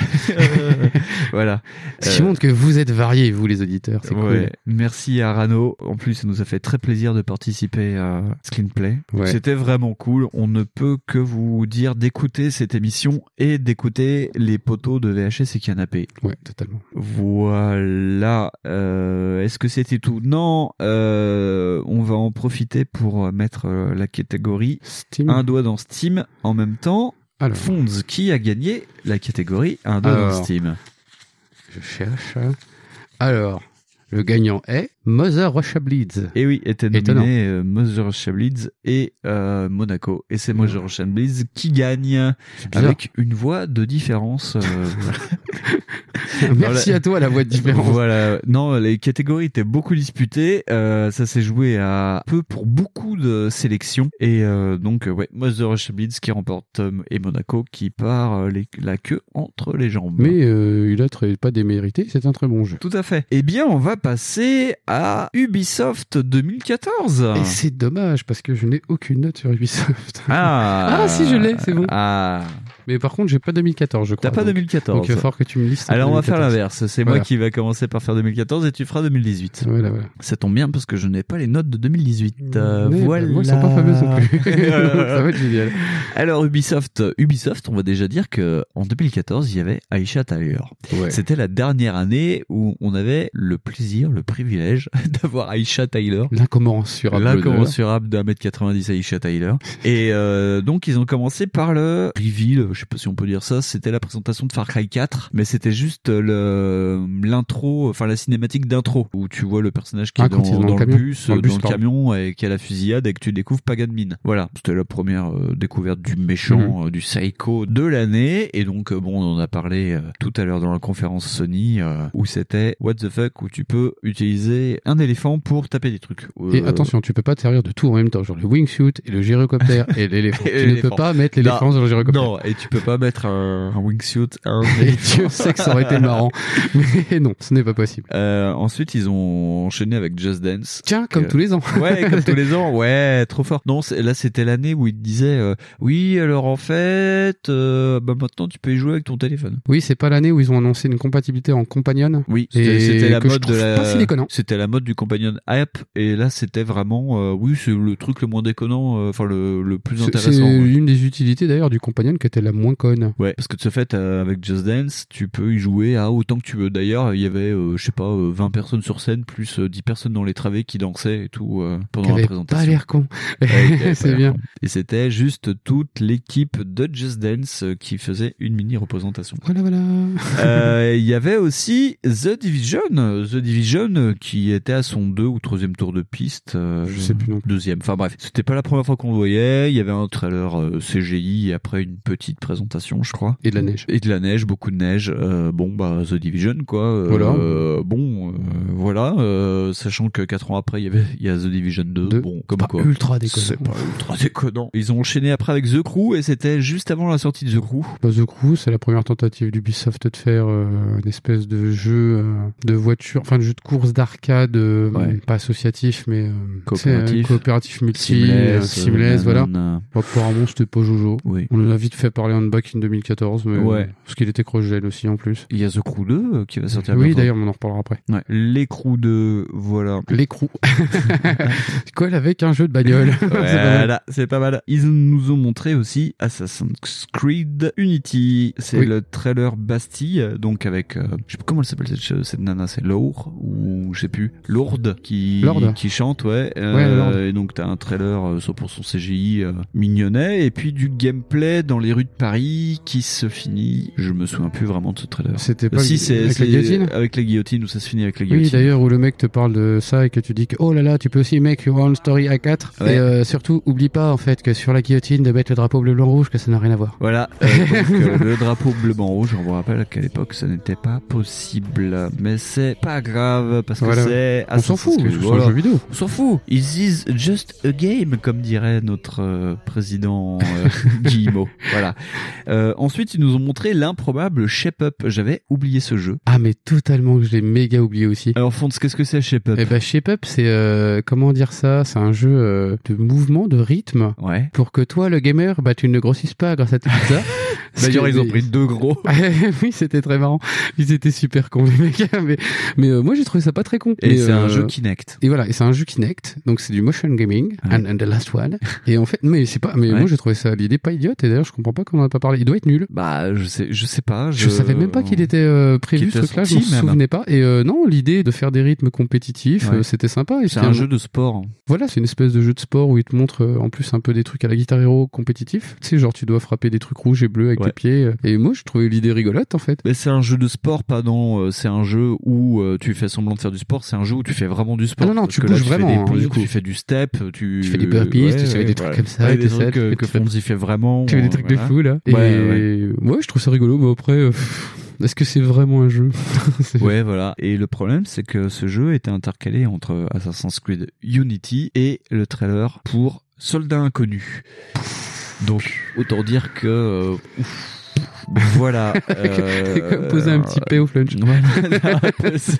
voilà. Ce qui Euh, montre que vous êtes variés, vous les auditeurs, c'est cool. ouais. Merci à Rano. En plus, ça nous a fait très plaisir de participer à Screenplay. Ouais. C'était vraiment cool. On ne peut que vous dire d'écouter cette émission et d'écouter les poteaux de VHS et Canapé. Ouais, totalement. Voilà. Euh, Est-ce que c'était tout Non. Euh, on va en profiter pour mettre euh, la catégorie Mmh. un doigt dans Steam en même temps. Alors. Fonds qui a gagné la catégorie un doigt dans Euh. Alors. Steam. Je cherche. Alors, le gagnant est Mother Russia Bleeds. Et oui, était Étonnant. nominé euh, Mother Shablitz et euh, Monaco. Et c'est Mother Shablitz qui gagne Mmh. bizarre. avec une voix de différence. euh, voilà. Merci à toi, la voix de différence. Voilà. Non, les catégories étaient beaucoup disputées. Euh, ça s'est joué à peu pour beaucoup de sélections. Et euh, donc, euh, ouais, Mother Russia Blitz qui remporte Tom et Monaco qui part euh, les- la queue entre les jambes. Mais euh, il a très- pas démérité, c'est un très bon jeu. Tout à fait. Eh bien, on va passer à Ubisoft 2014. Et c'est dommage parce que je n'ai aucune note sur Ubisoft. Ah. Ah, si, je l'ai, c'est bon. Ah. Mais par contre, j'ai pas 2014, je crois. T'as pas donc. 2014. Donc euh, il va falloir que tu me listes. Alors on va faire l'inverse. C'est moi Voilà. qui va commencer par faire 2014 et tu feras 2018. Voilà, voilà. Ça tombe bien parce que je n'ai pas les notes de 2018. Euh, Ouais, bah, voilà. moi, elles sont pas fameuses non plus. Ça va être génial. Alors Ubisoft, Ubisoft, on va déjà dire que en 2014, il y avait Aisha Tyler. C'était la dernière année où on avait le plaisir, le privilège d'avoir Aisha Tyler. L'incommensurable. L'incommensurable d'un mètre 90 Aisha Tyler. Et euh, donc ils ont commencé par le reveal, je sais pas si on peut dire ça, c'était la présentation de Far Cry 4, mais c'était juste euh, le l'intro, enfin la cinématique d'intro où tu vois le personnage qui Ah, est dans, quand il est dans le dans le camion. bus, euh, Dans dans le le bus, pardon. camion et qui a la fusillade et que tu découvres Paganmine. Voilà, c'était la première euh, découverte du Mhm. méchant, euh, du psycho de l'année et donc euh, bon, on en a parlé euh, tout à l'heure dans la conférence Sony euh, où c'était What the fuck où tu peux utiliser un éléphant pour taper des trucs. Et Euh, attention, tu peux pas te servir de tout en même temps, genre le wingsuit et le gyrocoptère et l'éléphant. Et tu ne peux l'éléphant. pas mettre l'éléphant Non, sur le gyrocoptère. Non, et tu peux pas mettre un, un wingsuit. Un Et Dieu sait que ça aurait été marrant. Mais non, ce n'est pas possible. Euh, ensuite, ils ont enchaîné avec Just Dance. Tiens, comme tous les ans. ouais, comme tous les ans. Ouais, trop fort. Non, c'est- là, c'était l'année où ils disaient euh, oui, alors en fait, euh, bah, maintenant tu peux y jouer avec ton téléphone. Oui, c'est pas l'année où ils ont annoncé une compatibilité en compagnon. Oui, c'était Et c'était la que je mode de trouve la- Pas si déconnant. C'était la mode du compagnon app et là c'était vraiment euh, oui c'est le truc le moins déconnant, euh, enfin le, le plus C'est- intéressant. C'est ouais. une des utilités d'ailleurs du compagnon qui était la moins conne. Ouais, parce que de ce fait, euh, avec Just Dance, tu peux y jouer à autant que tu veux. D'ailleurs, il y avait, euh, je sais pas, euh, 20 personnes sur scène, plus euh, 10 personnes dans les travées qui dansaient et tout euh, Qui pendant avait la pas présentation. l'air con. Ouais, qui avait pas c'est l'air bien. con. Et c'était juste toute l'équipe de Just Dance euh, qui faisait une mini-représentation. Voilà, voilà. Euh, Il y avait aussi The Division, The Division euh, qui était à son deux ou troisième tour de piste, euh, Ah, je sais plus deuxième. Enfin bref, c'était pas la première fois qu'on le voyait. Il y avait un trailer euh, CGI et après une petite présentation, je crois. Et de la neige. Et de la neige, beaucoup de neige. Euh, bon bah The Division quoi. Euh, Voilà. euh, bon, euh, voilà. euh, sachant que quatre ans après, il y avait il y a The Division 2. Bon, comme quoi. ultra déconnant. C'est pas ultra déconnant. Ils ont enchaîné après avec The Crew et c'était juste avant la sortie de The Crew. Bah, The Crew, c'est la première tentative d'Ubisoft de faire euh, une espèce de jeu euh, de voiture, enfin de jeu de course d'arcade, euh, pas associatif, mais euh, Coopératif. c'est, euh, coopératif multi, Seamless, euh, seamless, euh, voilà. nanana. Apparemment, c'était pas Jojo. Oui. On en a vite fait parler en back in 2014, mais Ouais. euh, parce qu'il était crogel aussi en plus. Il y a The Crew 2 euh, qui va sortir. Oui, bientôt. d'ailleurs, on en reparlera après. Ouais. L'écrou de voilà. L'écrou. Quoi avec un jeu de bagnole C'est pas mal. Voilà, c'est pas mal. Ils nous ont montré aussi Assassin's Creed Unity. C'est Oui. le trailer Bastille, donc avec euh, je sais pas comment elle s'appelle cette, cette nana, c'est Laure ou je sais plus, Lourde qui Lourde. qui chante, ouais. Euh, Ouais, Lourde. et donc t'as un trailer euh, 100% CGI euh, mignonnet et puis du gameplay dans les rues de Paris qui se finit. Je me souviens plus vraiment de ce trailer. C'était pas si le- c'est avec la c'est- guillotine avec la guillotine où ça se finit avec la guillotine. Oui, d'ailleurs, où le mec te parle de ça et que tu dis que oh là là, tu peux aussi make your own story à 4. Ouais. Et euh, surtout, oublie pas en fait que sur la guillotine de mettre le drapeau bleu, blanc, rouge, que ça n'a rien à voir. Voilà, euh, donc, euh, le drapeau bleu-blanc-rouge, on vous rappelle qu'à l'époque ça n'était pas possible. Mais c'est pas grave, parce que Voilà. Ah, c'est. On s'en Assassin's fout, Creed, c'est un voilà. jeu vidéo. On s'en fout. Ils disent just a game, comme dirait notre euh, président euh, Guillemot. Voilà. Euh, ensuite, ils nous ont montré l'improbable Shape Up. J'avais oublié ce jeu. Ah mais totalement que je l'ai méga oublié aussi. Alors Fonds, qu'est-ce que c'est Shape Up Eh ben Shape Up c'est euh, comment dire ça C'est un jeu euh, de mouvement, de rythme. Ouais. Pour que toi le gamer, bah tu ne grossisses pas grâce à tout ça. Parce D'ailleurs, que ils ont les- pris deux gros. oui, c'était très marrant. Ils étaient super cons les mecs, mais, mais euh, moi j'ai trouvé ça pas très con. Et Mais, c'est un euh, jeu Kinect. Et voilà, et c'est un jeu Kinect, donc c'est du motion gaming, and, and the last one. Et en fait, mais c'est pas, mais Ouais. moi j'ai trouvé ça l'idée pas idiote. Et d'ailleurs, je comprends pas qu'on en a pas parlé. Il doit être nul. Bah, je sais, je sais pas. Je savais même pas qu'il était euh, prévu Qu'il ce était truc-là, je m'en sorti, même. souvenais pas. Et euh, non, l'idée de faire des rythmes compétitifs, Ouais. euh, c'était sympa. Et C'est c'était un jeu de sport. Voilà, c'est une espèce de jeu de sport où il te montre euh, en plus un peu des trucs à la guitare héros compétitif. Tu sais, genre tu dois frapper des trucs rouges et bleus avec tes pieds. euh. Et moi, je trouvais l'idée rigolote en fait. Mais c'est un jeu de sport, pas dans. euh, c'est un jeu où euh, tu fais semblant de faire du sport. C'est un jeu où tu fais vraiment du sport. Ah non, non, Parce tu que bouges là, tu vraiment, hein, Fais des du pompes, coup. tu fais du step, tu. Tu fais des burpees, tu fais des trucs comme ça, Ouais, et des tout ça, trucs euh, tu fais que, des que trucs- Fonz y fait vraiment. Tu fais des euh, trucs de voilà. fou là. Ouais, et ouais. ouais. je trouve ça rigolo, mais après. euh, Est-ce que c'est vraiment un jeu C'est- Ouais, voilà. Et le problème, c'est que ce jeu était intercalé entre euh, Assassin's Creed Unity et le trailer pour Soldat Inconnu. Donc, autant dire que. euh, ouf. voilà. euh, Comme poser un petit P au flunch. Voilà, un peu ça.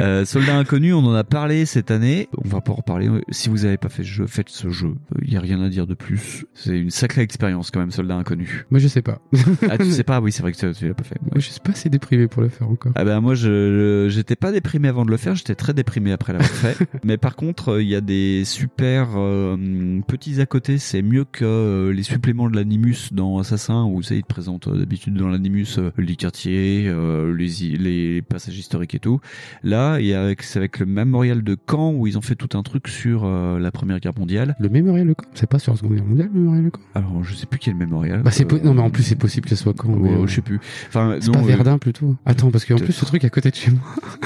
Euh, Soldat Inconnu, on en a parlé cette année. On va pas en reparler. Si vous avez pas fait ce jeu, faites ce jeu. Il y a rien à dire de plus. C'est une sacrée expérience quand même, Soldat Inconnu. Moi, je sais pas. Ah, tu sais pas Oui, c'est vrai que tu, tu l'as pas fait. Moi, je suis pas assez déprimé pour le faire encore. Ah ben moi, je je- j'étais pas déprimé avant de le faire, j'étais très déprimé après l'avoir fait. Mais par contre, euh, il y a des super euh, hum, petits à côté. C'est mieux que euh, les suppléments de l'animus dans Assassin, où tu sais, ils te présentent euh, d'habitude dans l'animus euh, les quartiers, euh, les, i- les passages historiques et tout. Là, il y a avec- c'est avec le mémorial de Caen où ils ont fait tout un truc sur euh, la Première Guerre mondiale. Le mémorial de Caen C'est pas sur la Seconde Guerre mondiale, le mémorial de Caen Alors, je sais plus quel mémorial. Bah, c'est po- Euh, Non, mais en plus, c'est possible que ce soit Caen. ouais, mais, euh, je sais plus. Enfin, C'est non, pas euh, Verdun plutôt. Attends, parce qu'en peut-être. plus ce truc est à côté de chez moi.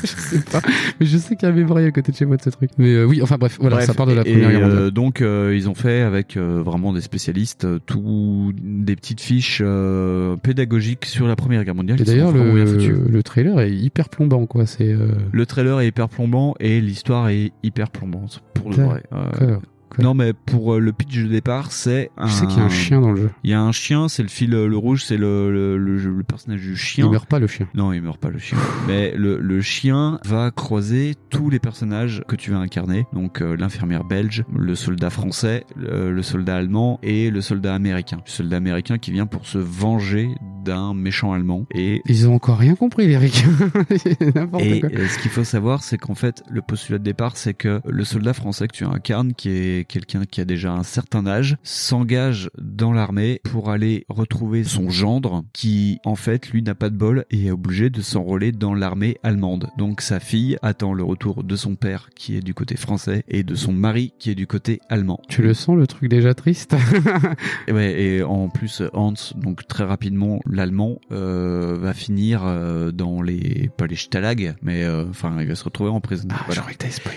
je sais pas. Mais je sais qu'il y a un mémorial à côté de chez moi de ce truc. Mais euh, oui, enfin bref, voilà, Bref, ça part de la et, première guerre euh, mondiale. donc euh, ils ont fait avec euh, vraiment des spécialistes euh, tout des petites fiches euh, pédagogiques sur la Première Guerre mondiale. Et qui sont d'ailleurs, vraiment le, bien foutues. le trailer est hyper plombant, quoi. C'est. euh, Le trailer est hyper plombant et l'histoire est hyper plombante pour le vrai. Euh, D'accord. non mais pour euh, le pitch de départ, c'est un... Je sais qu'il y a un chien dans le jeu. Il y a un chien, c'est le fil euh, le rouge, c'est le, le, le- le personnage du chien. Il meurt pas le chien. Non, il meurt pas le chien. Mais le, le chien va croiser tous les personnages que tu vas incarner. Donc euh, l'infirmière belge, le soldat français, le, le soldat allemand et le soldat américain. Le soldat américain qui vient pour se venger d'un méchant allemand. Et Ils ont encore rien compris, les Ricains. N'importe et quoi. euh, ce qu'il faut savoir, c'est qu'en fait, le postulat de départ, c'est que le soldat français que tu incarnes, qui est quelqu'un qui a déjà un certain âge, s'engage dans l'armée pour aller retrouver son gendre, qui en fait, lui, n'a pas de bol et est obligé de s'enrôler dans l'armée allemande. Donc sa fille attend le retour de son père, qui est du côté français, et de son mari, qui est du côté allemand. Tu le sens le truc déjà triste Ah, Et, ouais, et en plus, Hans, donc très rapidement, l'allemand euh, va finir euh, dans les pas les Stalag, mais euh, enfin, il va se retrouver en prison. Ah,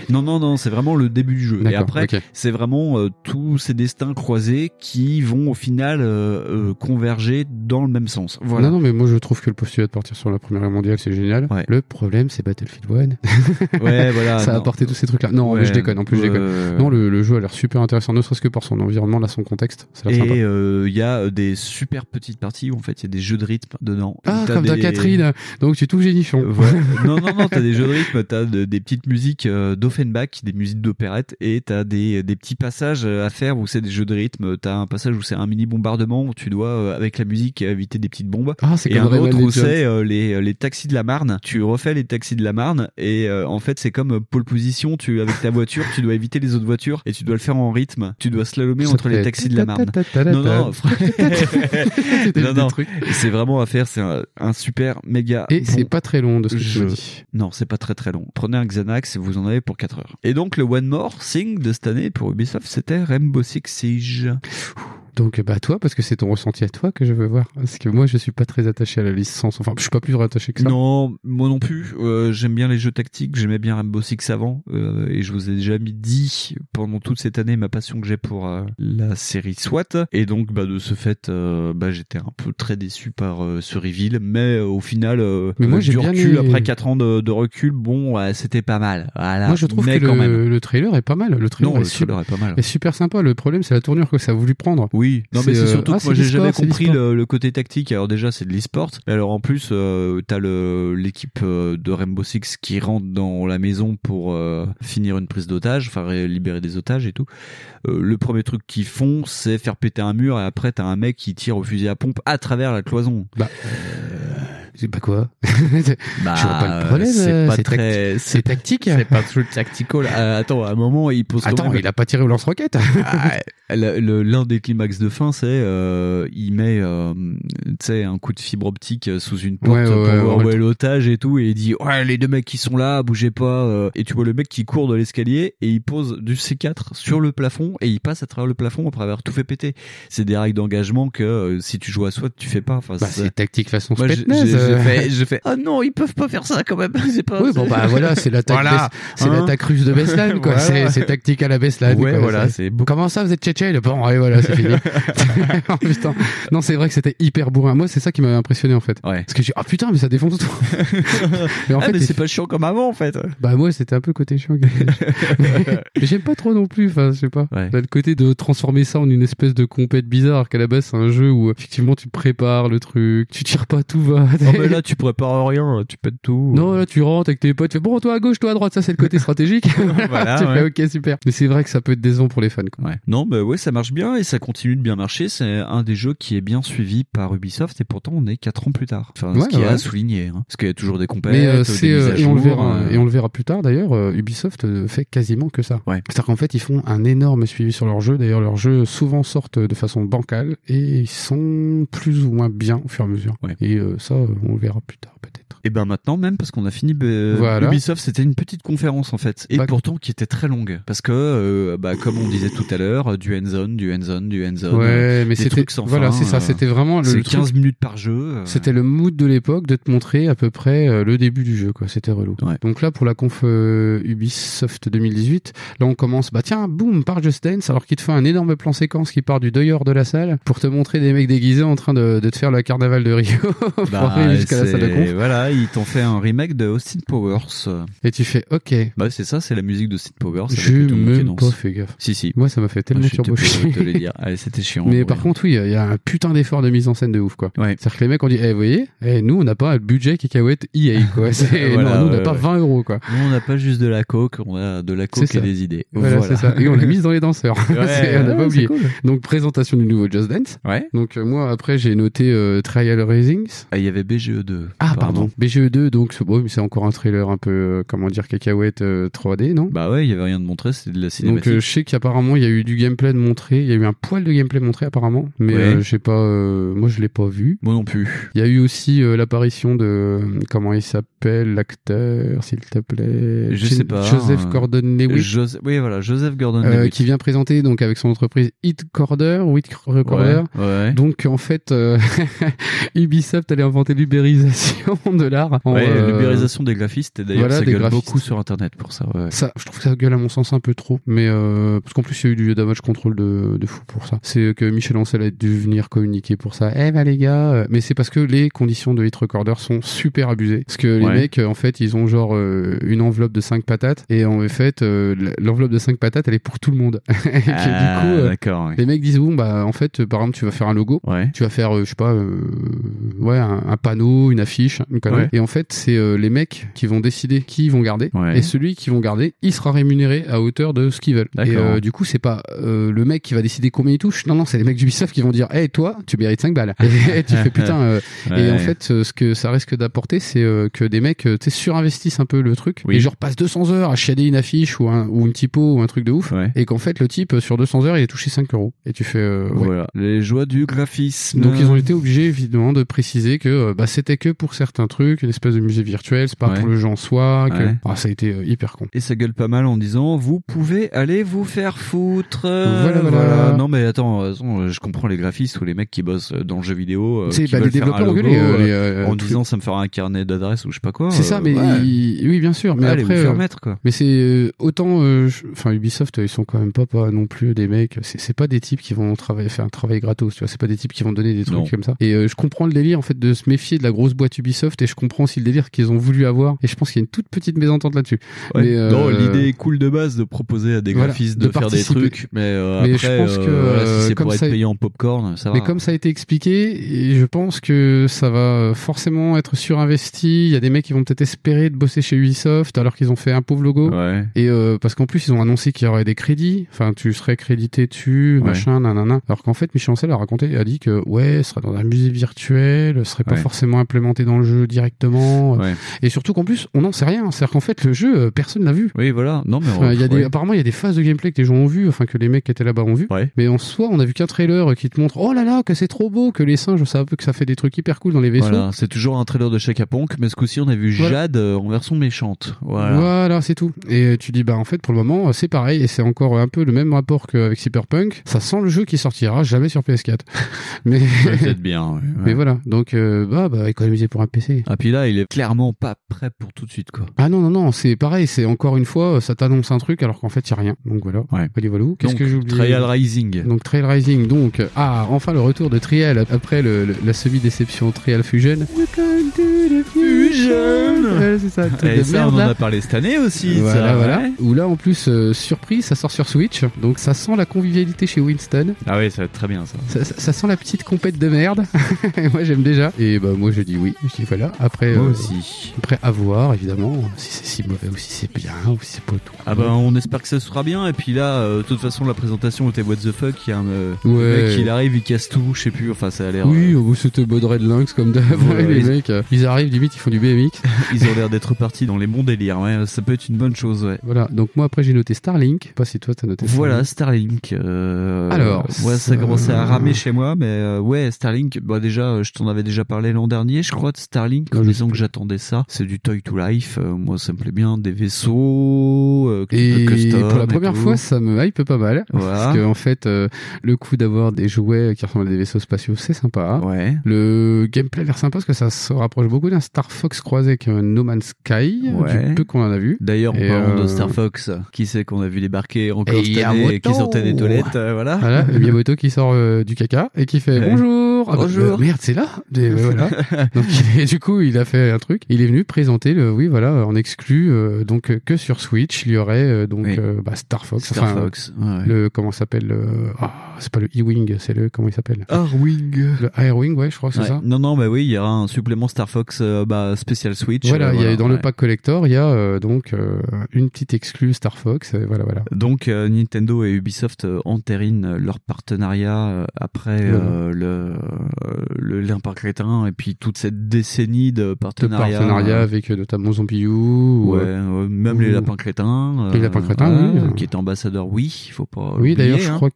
Non, non, non, c'est vraiment le début du jeu. Et D'accord, après, ok. c'est vraiment euh, tous ces destins croisés qui vont au final euh, euh, converger dans le même sens. Voilà. Non, non, mais moi je trouve que le postulat de partir sur la Première Guerre mondiale, c'est génial. Le problème, c'est Battlefield 1. Ouais, voilà, Ça Ah, a non. apporté tous ces trucs-là. Non, Ouais, mais je déconne, en plus ouais, je déconne. ouais, ouais. Non, le, le jeu a l'air super intéressant, ne serait-ce que par son environnement, là, son contexte. Ça a l'air sympa. Et euh, il y a des super petites parties où en fait il y a des jeux de rythme dedans. Ah, Où t'as comme dans des- Catherine. Donc tu touches Génichon. non, non, non, t'as des jeux de rythme, t'as de- des petites musiques euh, d'Offenbach, des musiques d'opérette, et t'as des, des petits passages euh, à faire où c'est des jeux de rythme. T'as un passage où c'est un mini bombardement où tu dois, euh, avec la musique, éviter des petites bombes. Ah, c'est et comme un Rayman autre et où Jones. c'est euh, les, les taxis de la Marne. Tu refais les taxis de la Marne, et euh, en fait, c'est comme euh, pole position. Tu, avec ta voiture, tu dois éviter les autres voitures, et tu dois le faire en rythme. Tu dois slalomer Ça entre les fait taxis de la Marne. ta-ta-ta-ta-ta. Non, non, C'était non, des non. trucs. c'est vraiment à faire. C'est un, un super méga. Et bon c'est pas très long de ce que tu jeu. m'as dit. Non, c'est pas très très long. Prenez un Xanax, vous en avez pour 4 heures. Et donc le One More Thing de cette année pour Ubisoft, c'était Rainbow Six Siege. Donc bah toi, parce que c'est ton ressenti à toi que je veux voir. Parce que moi je suis pas très attaché à la licence. Enfin, je suis pas plus attaché que ça. Non, moi non plus. Euh, J'aime bien les jeux tactiques. J'aimais bien Rainbow Six avant, euh, et je vous ai déjà mis dit pendant toute cette année ma passion que j'ai pour euh, la série SWAT. Et donc, bah de ce fait, euh, bah j'étais un peu très déçu par euh, ce reveal, mais euh, au final, euh, Mais moi, euh, j'ai du bien recul aimé. après 4 ans de, de recul, bon, euh, c'était pas mal. Voilà. Moi je trouve mais que quand le, même. le trailer est pas mal. Le trailer, Non, est, le trailer sup- est pas mal. est super sympa. Le problème c'est la tournure que ça a voulu prendre. Oui. Non mais c'est euh, surtout ah, que moi c'est j'ai jamais l'e-sport, c'est compris l'e-sport. le, le côté tactique. Alors déjà c'est de l'e-sport. Mais Alors en plus euh, t'as le l'équipe euh, de Rainbow Six qui rentre dans la maison pour euh, finir une prise d'otage, enfin ré- libérer des otages et tout. Euh, le premier truc qu'ils font c'est faire péter un mur et après t'as un mec qui tire au fusil à pompe à travers la cloison. Bah. C'est pas quoi Bah, Je vois pas le problème. C'est euh, pas c'est tacti- très. C'est tactique. C'est pas tout tactical. Euh, attends, à un moment, il pose. Attends, il a pas tiré au lance-roquette. Ah, Le- le- L'un des climax de fin, c'est euh, il met euh, tu sais, un coup de fibre optique sous une porte Ouais, ouais, pour ouais, voir ouais. où est l'otage et tout, et il dit ouais les deux mecs qui sont là, bougez pas. euh. Et tu vois le mec qui court de l'escalier et il pose du C4 sur le plafond et il passe à travers le plafond après avoir tout fait péter. C'est des règles d'engagement que euh, si tu joues à SWAT tu fais pas. Enfin, Bah, c'est tactique façon Moi, j'ai- Spetsnaz, j'ai- je fais, je fais, oh non, ils peuvent pas faire ça quand même. C'est pas. Oui, bon, bah, voilà, c'est l'attaque Voilà, Bes- c'est hein. l'attaque russe de Beslan, quoi. Voilà. C'est- C'est tactique à la Beslan. Ouais, quoi. voilà, C'est- Comment ça, vous êtes tchétchène Bon, allez, voilà, c'est fini. Oh, putain. Non, c'est vrai que c'était hyper bourrin. Moi, c'est ça qui m'avait impressionné, en fait. Parce que j'ai, ah putain, mais ça défonce tout. mais en Ah, fait, mais les- c'est pas chiant comme avant en fait. bah moi c'était un peu le côté chiant. que j'avais. Mais j'aime pas trop non plus, enfin je sais pas. Bah, Le côté de transformer ça en une espèce de compète bizarre qu'à la base c'est un jeu où euh, effectivement tu prépares le truc, tu tires pas tout va. Oh, mais là, tu prépares rien, tu pètes tout. Non, là, tu rentres avec tes potes, tu fais bon, toi à gauche, toi à droite, ça c'est le côté stratégique. Voilà, tu Ah ouais. fais ok, super. Mais c'est vrai que ça peut être décevant pour les fans. Quoi. Non, bah ouais, ça marche bien et ça continue de bien marcher. C'est un des jeux qui est bien suivi par Ubisoft et pourtant on est 4 ans plus tard. Enfin, Ouais, bah ce qui ouais. est à souligner, hein. parce qu'il y a toujours des compètes, Mais euh, des c'est mises euh, à et on le jour, verra euh, et on le verra plus tard d'ailleurs euh, Ubisoft euh, fait quasiment que ça. C'est-à-dire qu'en fait ils font un énorme suivi sur leurs jeux. D'ailleurs leurs jeux souvent sortent de façon bancale et ils sont plus ou moins bien au fur et à mesure. Et euh, ça euh, on le verra plus tard. Et ben maintenant même parce qu'on a fini euh, Voilà. Ubisoft, c'était une petite conférence en fait, et Bah- pourtant qui était très longue parce que euh, bah comme on disait tout à l'heure, euh, du end zone, du end zone, du end zone. Ouais, euh, mais des c'était- trucs sans voilà, fin, c'est ça, euh, c'était vraiment le- c'est le truc- 15 minutes par jeu. euh, C'était le mood de l'époque de te montrer à peu près euh, le début du jeu, quoi. C'était relou. Donc là, pour la conf euh, Ubisoft 2018, là on commence, bah tiens, boum, par Just Dance, alors qu'il te fait un énorme plan séquence qui part du dehors de la salle pour te montrer des mecs déguisés en train de, de te faire le carnaval de Rio pour bah, arriver jusqu'à la salle de c'est- conf. Voilà, ils t'ont fait un remake de Austin Powers. Et tu fais OK. Bah c'est ça, c'est la musique d'Austin Powers. avec J'ai le Tom même Hanks. pas fait gaffe. Si si. Moi ça m'a fait tellement Ah, je te- surbocher. Je te l'ai dit. Allez, c'était chiant. Mais ouais. par contre, oui, il y a un putain d'effort de mise en scène de ouf, quoi. C'est-à-dire que les mecs ont dit, eh, vous voyez, eh, nous, on n'a pas le budget cacahuète EA, quoi. C'est- Voilà, non, nous, on n'a ouais, pas ouais. 20 euros, quoi. Nous, on n'a pas juste de la coke, on a de la C'est coke ça. et des idées. Voilà, c'est ça. Et on l'a mise dans les danseurs. Ouais, C'est- on n'a ouais, pas c'est oublié. cool. Donc, présentation du nouveau Just Dance. Donc, euh, moi, après, j'ai noté euh, Trial Raisings. Ah, il y avait BGE2. Ah, pardon. BGE2, donc, c'est- bon, mais c'est encore un trailer un peu, euh, comment dire, cacahuète euh, 3D, non Bah ouais, il y avait rien de montré, c'était de la cinématique. Donc euh, je sais qu'apparemment il y a eu du gameplay de montré, il y a eu un poil de gameplay montré apparemment, mais Ouais. euh, je sais pas, euh, moi je l'ai pas vu. Moi non plus. Il y a eu aussi euh, l'apparition de euh, comment il s'appelle l'acteur, s'il te plaît, je Jin- sais pas. Joseph euh, Gordon-Levitt. Jose- Oui, voilà, Joseph euh, Gordon-Levitt. qui vient présenter donc avec son entreprise Hitcorder ou Hitcorder. Ouais, ouais. euh, Donc en fait euh, Ubisoft allait inventer l'ubérisation de l'art. en, Ouais, euh, l'ubérisation des graphistes, et d'ailleurs, voilà, ça des gueule graphistes. beaucoup sur Internet pour ça. Ouais. Ça, je trouve que ça gueule à mon sens un peu trop, mais euh, parce qu'en plus il y a eu du damage control de, de fou pour ça. C'est que Michel Ancel a dû venir communiquer pour ça. Eh bah les gars, euh, mais c'est parce que les conditions de hit recorder sont super abusées. Parce que les Ouais. mecs, euh, en fait, ils ont genre euh, une enveloppe de 5 patates et en fait, euh, l- l'enveloppe de 5 patates, elle est pour tout le monde. et que, Ah, du coup, euh, d'accord, ouais. les mecs disent bon bah en fait, euh, par exemple, tu vas faire un logo, tu vas faire, euh, je sais pas, euh, ouais, un, un panneau, une affiche, une connerie. Ouais. Et en fait, c'est euh, les mecs qui vont décider qui ils vont garder. Ouais. Et celui qui vont garder, il sera rémunéré à hauteur de ce qu'ils veulent. Et D'accord. euh, du coup, c'est pas euh, le mec qui va décider combien il touche. Non, non, c'est les mecs d'Ubisoft qui vont dire, hey, toi, tu mérites 5 balles. Et tu fais putain. euh, Et Ouais. en fait, euh, ce que ça risque d'apporter, c'est euh, que des mecs, euh, tu sais, surinvestissent un peu le truc. Oui. Et genre passent 200 heures à chialer une affiche ou, un, ou une typo ou un truc de ouf. Et qu'en fait, le type, euh, sur 200 heures, il a touché 5 euros. Et tu fais, euh, ouais. Voilà, les joies du graphisme. Donc ils ont été obligés évidemment de préciser que euh, bah, c'était que pour certains trucs, une espèce de musée virtuel, c'est pas Ouais. pour le jeu en soi. Que... Ouais. Ah, ça a été euh, hyper con. Et ça gueule pas mal en disant vous pouvez aller vous faire foutre. Voilà, voilà. Non mais attends, euh, attends, euh, je comprends les graphistes ou les mecs qui bossent euh, dans le jeu vidéo. euh, C'est, qui bah, les veulent faire développeurs un ont logo, gueulé, euh, euh, les, euh, en tous- disant ça me fera un carnet d'adresses ou je sais pas quoi. c'est ça, euh, mais ouais. il- oui, bien sûr. Mais Allez après, vous faire euh, mettre, quoi. Mais c'est euh, autant, euh, je- enfin Ubisoft, euh, ils sont quand même pas, pas non plus des mecs. C'est, c'est pas des types qui vont travailler, faire un travail gratos. Tu vois, c'est pas des types qui vont donner des trucs Non. comme ça. Et euh, je comprends le délire en fait de se méfier de la grosse boîte Ubisoft et je comprends aussi le délire qu'ils ont voulu avoir. Et je pense qu'il y a une toute petite mésentente là-dessus. Ouais. Mais, euh, Non, l'idée est cool de base de proposer à des voilà, graphistes de de, faire des participer. trucs, mais, euh, Mais après, je pense euh, que, voilà, si euh, c'est comme pour ça- être payé en popcorn, ça va. Mais comme ça a été expliqué, et je pense que ça va euh, forcément être surinvesti. Il y a des mecs qui vont peut-être espérer de bosser chez Ubisoft alors qu'ils ont fait un pauvre logo. Et euh, parce qu'en plus ils ont annoncé qu'il y aurait des crédits. Enfin, tu serais crédité dessus, Ouais. machin, nanana. Alors qu'en fait, Michel Ancel a raconté, a dit que ouais, ce serait dans un musée virtuel, ce serait pas Ouais. forcément implémenté dans le jeu directement. euh, Et surtout qu'en plus, on n'en sait rien. C'est-à-dire qu'en fait, le jeu, euh, personne l'a vu. Oui, voilà. Non, mais on- Euh, il y a des, Oh, ouais. apparemment, il y a des phases de gameplay que les gens ont vu, enfin que les mecs qui étaient là-bas ont vu. Mais en soi, on a vu qu'un trailer qui te montre, oh là là, que c'est trop beau, que les singes, ça, que ça fait des trucs hyper cool dans les vaisseaux. Voilà, c'est toujours un trailer de Shaka Ponk, mais ce coup-ci, on a vu Voilà. Jade euh, en version méchante. Voilà. Voilà, c'est tout. Et euh, tu dis, bah en fait, pour le moment, euh, c'est pareil, et c'est encore un peu le même rapport qu'avec Cyberpunk. Ça sent le jeu qui sortira jamais sur PS4. Mais Peut-être bien. ouais. Mais voilà, donc euh, bah, bah économiser pour un PC. Ah, puis là, il est clairement pas prêt pour tout de suite, quoi. Ah non, non, non, c'est pareil, c'est encore une fois, ça t'annonce un truc alors qu'en fait, il a rien. Donc voilà. Voilà, voilà. Qu'est-ce Donc, que j'ai oublié Trial Rising. Donc Trail Rising, donc, euh, ah, enfin le retour de Trial après le- le- la semi-déception Trial Fusion. Ouais, c'est ça, truc Et de Eh, ça, merde, on en là. a parlé cette année aussi. Voilà, ça, voilà. ouais. Où là, en plus, euh, surprise, ça sort sur Switch, donc ça sent la convivialité chez Winston. Ah oui, ça va être très bien, ça. Ça, ça- ça sent la petite compète de merde. moi j'aime déjà. Et bah moi je dis oui. Je dis voilà. Après Moi aussi. Après à voir évidemment si c'est si mauvais ou si c'est bien ou si c'est pas tout. Ah bah on espère que ça sera bien et puis là euh, de toute façon la présentation était what the fuck il y a un euh, le Ouais. mec il arrive il casse tout je sais plus enfin ça a l'air Oui, oh, vous c'était Baudrey de Lynx comme d'hab. Ouais, les ils- mecs, euh, ils arrivent limite, ils font du BMX. euh, ils ont l'air d'être partis dans les bons délires ouais ça peut être une bonne chose ouais Voilà, donc moi après j'ai noté Starlink. Je sais Pas si toi t'as noté. voilà Starlink euh, Alors, ouais ça ça- commençait à ramer chez moi mais euh, ouais Starlink bah déjà euh, je t'en avais déjà parlé l'an dernier je crois de Starlink en disant que j'attendais ça c'est du toy to life euh, moi ça me plaît bien des vaisseaux euh, Et custom pour la et première tout. fois, ça me hype pas Ah. mal. Parce que, en fait, euh, le coup d'avoir des jouets qui ressemblent à des vaisseaux spatiaux, c'est sympa. Le gameplay a l'air sympa parce que ça se rapproche beaucoup d'un Star Fox croisé avec un No Man's Sky. Ouais. Du peu qu'on en a vu. D'ailleurs, en Et, parlant de euh, Star Fox, qui c'est qu'on a vu débarquer encore Et cette Miyamoto. année, qui sortait des toilettes, euh, voilà. Voilà, le Miyamoto qui sort euh, du caca et qui fait Ouais. bonjour. Ah bah, Bonjour. euh, merde, c'est là. Et, ouais, voilà. donc il est- du coup, il a fait un truc. Il est venu présenter le, oui, voilà, en exclu, euh, donc euh, que sur Switch, il y aurait euh, donc euh, bah, Star Fox. Star enfin, Fox, euh, Le comment ça s'appelle euh, ah, C'est pas le E-wing, c'est le comment il s'appelle Arwing. Le Airwing, ouais, je crois, que c'est Ouais. ça. Non, non, bah oui, il y aura un supplément Star Fox euh, bah, spécial Switch. Voilà, euh, il y a, dans le ouais. pack collector, il y a euh, donc euh, une petite exclue Star Fox. euh, voilà, voilà. Donc euh, Nintendo et Ubisoft euh, entérinent leur partenariat euh, après euh, le euh, le lapin crétin et puis toute cette décennie de De partenariats. partenariat avec euh, notamment Zombie U. ou, Ouais, euh, euh, même les ou- lapins crétins. euh, hein, Les Lapins Crétins, oui. Qui est ambassadeur, oui, faut pas. Oui, d'ailleurs, l'oublier, je hein. crois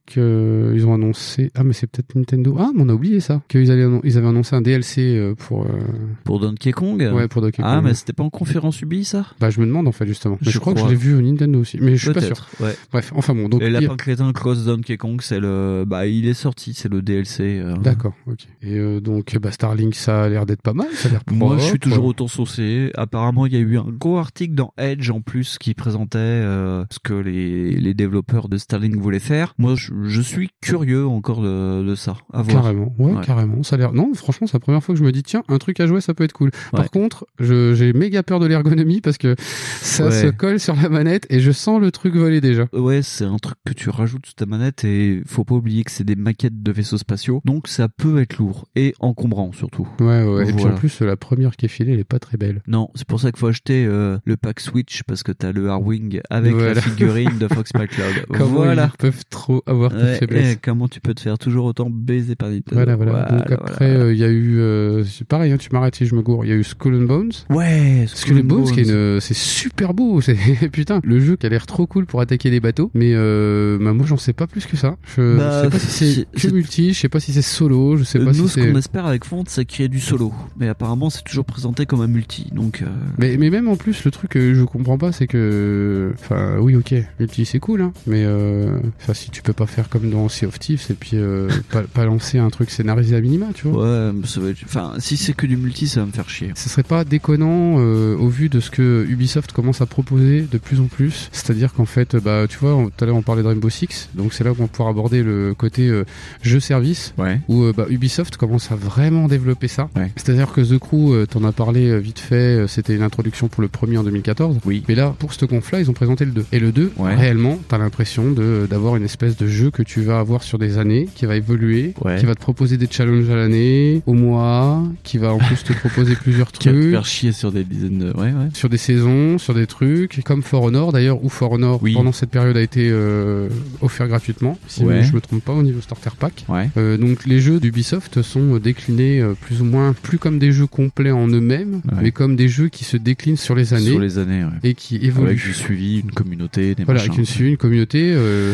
qu'ils ont annoncé. Ah, mais c'est peut-être Nintendo. Ah, mais on a oublié ça. Qu'ils allaient annon- ils avaient annoncé un DLC euh, pour. euh, Pour Donkey Kong Ouais, pour Donkey Ah, Kong. mais c'était pas en conférence Ubi, ça Bah, je me demande en fait, justement. Mais Je je, crois, crois. que je l'ai vu au Nintendo aussi. Mais je suis pas sûr. Peut-être, ouais. Bref, enfin bon. Donc, Et il- Lapin Crétin Cross Donkey Kong, c'est le. Bah, il est sorti, c'est le DLC. euh. D'accord, ok. Et euh, donc, bah, Starlink, ça a l'air d'être pas mal. Ça a l'air Moi, je propre. suis toujours autant saucé. Apparemment, il y a eu un gros article dans Edge en plus qui présentait euh, ce que les, les développeurs de Starlink voulaient faire. Moi, je, je suis curieux encore de, de ça. À voir. Carrément, ouais, carrément. Ça a l'air. Non, franchement, c'est la première fois que je me dis tiens, un truc à jouer, ça peut être cool. Ouais. Par contre, je- j'ai méga peur de l'ergonomie parce que ça Ouais. se colle sur la manette et je sens le truc voler déjà. Ouais, c'est un truc que tu rajoutes sur ta manette et faut pas oublier que c'est des maquettes de vaisseaux spatiaux, donc ça peut être lourd et encombrant surtout. Ouais, ouais. Et puis en Voilà. plus, la première qui est filée, elle est pas très belle. Non, c'est pour ça qu'il faut acheter euh, le pack Switch parce que t'as le Harwing avec la Voilà. figurine de Fox McCloud. Comment voilà. ils peuvent trop avoir de Ouais, faiblesse. et Eh, comment tu peux te faire toujours autant baiser par Nintendo Voilà, voilà. Donc Voilà, après, voilà. euh, il y a eu, euh, c'est pareil, hein, tu m'arrêtes si je me gourre. Il y a eu Skull and Bones. Ouais, Skull and Bones, Bones. qui est une- c'est super beau. C'est putain, le jeu qui a l'air trop cool pour attaquer les bateaux. Mais euh, bah, moi, j'en sais pas plus que ça. Je Bah, sais pas si c'est- c'est que multi, je sais pas si c'est solo, je sais Euh, pas si Nous, ce c'est. qu'on espère avec Font, c'est qu'il y ait du solo. Mais apparemment, c'est toujours présenté comme un multi. Donc, euh, Mais, mais même en plus, le truc que je comprends pas, c'est que. Enfin, oui, ok, multi c'est cool, hein, mais. euh, Enfin, si tu peux pas faire comme dans Sea of Thieves et puis euh, pas, pas lancer un truc scénarisé à minima, tu vois. ouais, ça va être- Enfin, si c'est que du multi, ça va me faire chier. ce serait pas déconnant euh, au vu de ce que Ubisoft commence à proposer de plus en plus c'est-à-dire qu'en fait euh, bah tu vois on- tout à l'heure on parlait de Rainbow Six donc c'est là où on va pouvoir aborder le côté euh, jeu service où euh, bah, Ubisoft commence à vraiment développer ça c'est-à-dire que The Crew euh, t'en as parlé euh, vite fait euh, c'était une introduction pour le premier en 2014 oui mais là pour ce conf là ils ont présenté le 2 et le 2 réellement t'as l'impression de d'avoir une euh, espèce de jeu que tu vas avoir sur des années, qui va évoluer, qui va te proposer des challenges à l'année, au mois, qui va en plus te proposer plusieurs trucs. Qui va te faire chier sur des dizaines de. Ouais, ouais. Sur des saisons, sur des trucs, comme For Honor d'ailleurs, où For Honor pendant cette période a été euh, offert gratuitement, si Ouais. je me trompe pas, au niveau Starter Pack. Euh, donc les jeux d'Ubisoft sont déclinés euh, plus ou moins, plus comme des jeux complets en eux-mêmes, Ouais. mais comme des jeux qui se déclinent sur les années. Sur les années, ouais. Et qui évoluent. Avec du suivi, une communauté, des Voilà, machins. avec une, suivi, une communauté. euh,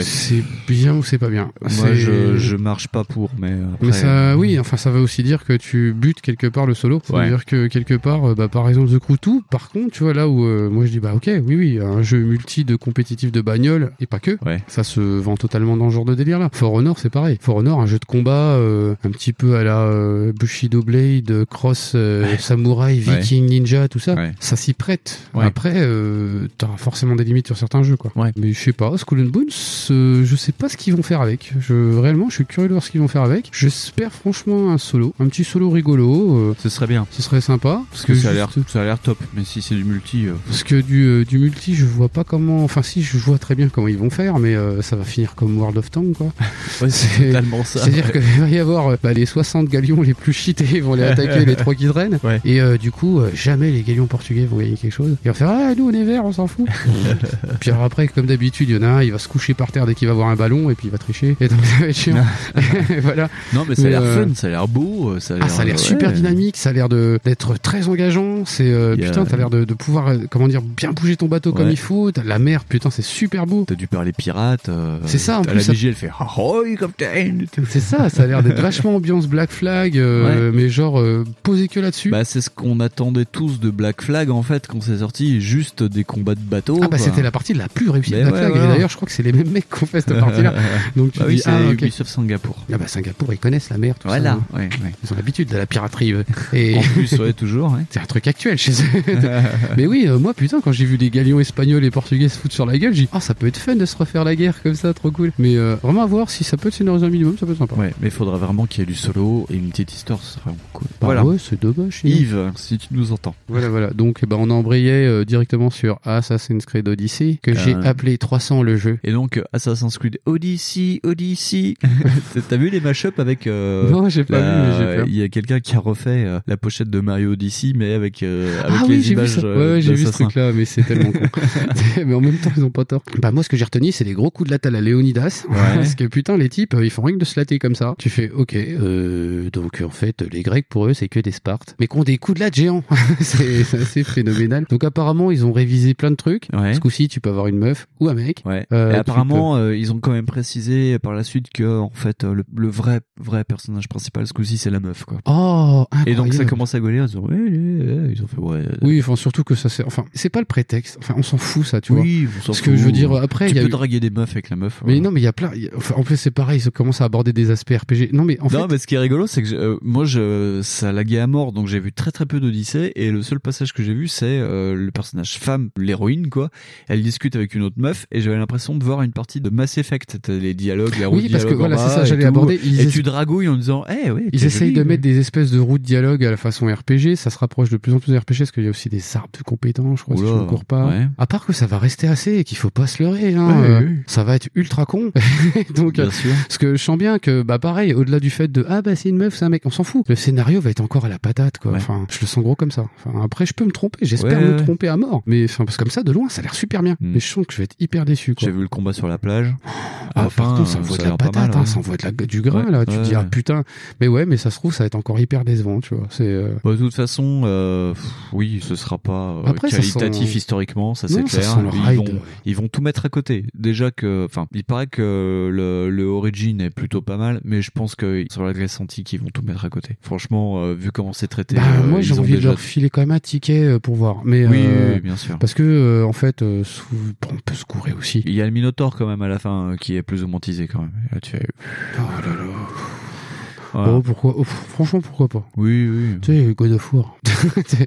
C'est bien ou c'est pas bien. Moi, C'est- je, je marche pas pour, mais. Après... euh, mais ça, oui, enfin, ça va aussi dire que tu butes quelque part le solo. Ça veut Ouais. dire que quelque part, euh, bah, par exemple, The Crew 2, par contre, tu vois, là où euh, moi je dis, bah, ok, oui, oui, un jeu multi de compétitif de bagnole, et pas que, ça se vend totalement dans ce genre de délire là. For Honor, c'est pareil. For Honor, un jeu de combat, euh, un petit peu à la euh, Bushido Blade, euh, Cross, euh, Samouraï, Ouais. Viking, Ninja, tout ça, ça s'y prête. Ouais. Après, euh, t'auras forcément des limites sur certains jeux, quoi. Mais je sais pas, Skull and Bones, euh, je sais pas ce qu'ils vont faire avec. Je, réellement, je suis curieux de voir ce qu'ils vont faire avec. J'espère franchement un solo, un petit solo rigolo. euh, ce serait bien. Ce serait sympa. Parce que ça a juste- l'air ça a l'air top, mais si c'est du multi. euh, parce que du, euh, du multi, je vois pas comment. Enfin, si, je vois très bien comment ils vont faire, mais euh, ça va finir comme World of Tanks, quoi. c'est totalement ça. C'est-à-dire Ouais. qu'il va y avoir euh, bah, les 60 galions les plus cheatés vont les attaquer, les trois qui traînent. Ouais. Et euh, du coup, euh, jamais les galions portugais vont gagner quelque chose. Ils vont faire Ah, nous on est verts, on s'en fout. Puis alors après, comme d'habitude, il y en a un, il va se coucher par terre dès qu'il va voir un ballon et puis il va tricher. Et donc ça va être chiant. voilà. Non, mais ça a l'air euh, fun, ça a l'air beau, euh, ça a l'air. ah, ça a l'air ouais. super dynamique, ça a l'air de d'être très engageant. C'est euh, Il y a- putain, t'as l'air de, de pouvoir euh, comment dire bien bouger ton bateau comme Ouais. il faut. T'as la mer, putain, c'est super beau. T'as dû parler pirate. euh, C'est ça, en t'as plus, La ça- BG, elle fait. "Ah, oh, Ahoy, Captain C'est ça, ça a l'air d'être vachement ambiance Black Flag, euh, mais genre euh, posé que là-dessus. Bah, c'est ce qu'on attendait tous de Black Flag en fait quand c'est sorti, juste des combats de bateaux. Ah bah c'était la partie la plus réussie de Black Flag. Et d'ailleurs, je crois que c'est les mêmes mecs qu'on fait cette partie-là. Donc tu Bah te oui, dis, c'est ah, ok. Ubisoft Singapour. Ah bah Singapour, ils connaissent la mer, tout Voilà, ça. hein. Ils ont l'habitude de la piraterie. eux. Et... En plus, ouais, toujours. C'est un truc actuel chez eux. Mais oui, euh, moi putain, quand j'ai vu des galions espagnols et portugais se foutre sur la gueule, j'ai dit, ah ça peut être fun de se refaire la guerre comme ça, trop cool. Mais euh, vraiment à voir si ça peut être scénarisé un minimum, ça peut être sympa. Ouais, mais faudra vraiment qu'il y ait du solo et une petite histoire, ce serait vraiment cool. Bah ouais, c'est dommage. sinon. Yves, si tu nous entends. Voilà, voilà. Donc, eh ben, on embrayait euh, directement sur Assassin's Creed Odyssey, que j'ai Euh. appelé 300 le jeu. Et donc, euh, Assassin's Creed Odyssey, Odyssey. T'as vu les mashups avec. euh, Non, j'ai pas la- vu, mais j'ai peur. Il y a quelqu'un qui a refait euh, la pochette de Mario Odyssey, mais avec, euh, avec ah les oui, j'ai vu images. ça. Ouais, euh, ouais, j'ai vu ce d'Assassin. truc-là, mais c'est tellement con. mais en même temps, ils ont pas tort. Bah, moi, ce que j'ai retenu, c'est les gros coups de latte à la Léonidas. Ouais. Parce que putain, les types, euh, ils font rien que de se latter comme ça. Tu fais, ok, euh, donc en fait, les Grecs, pour eux, c'est que des Spartes. Mais qu'on des coups de latte géants. c'est c'est assez phénoménal. Donc, apparemment, ils ont révisé plein de trucs. Ce coup-ci, tu peux avoir une meuf ou un mec. Ouais. Euh, Et tu apparemment, euh, ils ont quand même précisé par la suite que, en fait, euh, le, le vrai, vrai personnage principal, ce coup-ci, c'est la meuf, quoi. Oh, Et donc, ça incroyable. commence à gauler, ils ont, ouais, ouais, ouais. ils ont fait, ouais. Oui, enfin surtout que ça c'est enfin c'est pas le prétexte. Enfin on s'en fout ça, tu vois. Oui, on s'en Parce fout. que je veux dire après Tu il y a peux eu- draguer des meufs avec la meuf. hein. Mais non, mais il y a plein il y a- enfin, en plus c'est pareil, ils commencent à aborder des aspects RPG. Non mais en non, fait mais ce qui est rigolo, c'est que je- euh, moi, je, ça laguait à mort, donc j'ai vu très très peu d'Odyssée, et le seul passage que j'ai vu, c'est euh, le personnage femme, l'héroïne, quoi. Elle discute avec une autre meuf, et j'avais l'impression de voir une partie de Mass Effect. T'as les dialogues, la route Oui, parce que dialogue en voilà, c'est bas et ça, j'allais tout. aborder, ils Et es- tu dragouilles en disant, eh ouais, ils t'es essayent de jolie, mettre des espèces de routes dialogue à la façon RPG, ça se rapproche de plus en plus de RPG parce qu'il y a aussi des arbres de compétences, je crois, si Oula, je me cours pas. ouais. À part que ça va rester assez et qu'il faut pas se leurrer, hein, Ouais, euh, ouais, ouais. ça va être ultra con. Donc, Bien euh, sûr. parce que je sens bien que, bah pareil, au-delà du fait de ah bah c'est une meuf, c'est un mec, on s'en fout. Le scénario va être encore à la patate, quoi. Enfin, je le sens gros comme ça. Enfin, après, je peux me tromper, j'espère Ouais, me ouais. Hmm. tromper à mort. Mais enfin, parce que comme ça, de loin, ça a l'air super bien. Mais je sens que je vais être hyper déçu, quoi. J'ai vu le combat sur la plage. Ah, Enfin, par contre, ça euh, envoie de a la l'air pas patate, mal, hein, ouais. ça envoie de la, du grain, Ouais, là. Tu ouais, te dis, ah ouais. putain. Mais ouais, mais ça se trouve, ça va être encore hyper décevant, tu vois. C'est, euh, Bah, de toute façon, euh, pff, oui, ce sera pas euh, Après, ça qualitatif sent- historiquement, ça c'est Non, ça clair. sent le ils, ride, vont, ouais. ils vont tout mettre à côté. Déjà que, enfin, il paraît que le, le Origin est plutôt pas mal, mais je pense que sur la Grèce antique, ils vont tout mettre à côté. Franchement, euh, vu comment c'est traité, Bah, euh, moi ils j'ai ont envie de déjà- leur filer quand même un ticket euh, pour voir. Mais, Oui, euh, oui, bien sûr. Parce que euh, en fait, euh, sous- bon, on peut se courir aussi. Il y a le Minotaur quand même à la fin euh, qui est plus ou moins teasé quand même. Et là, tu fais- Oh là là. Oh, pourquoi oh, pff, Franchement, pourquoi pas Oui, oui. Tu sais, God of War.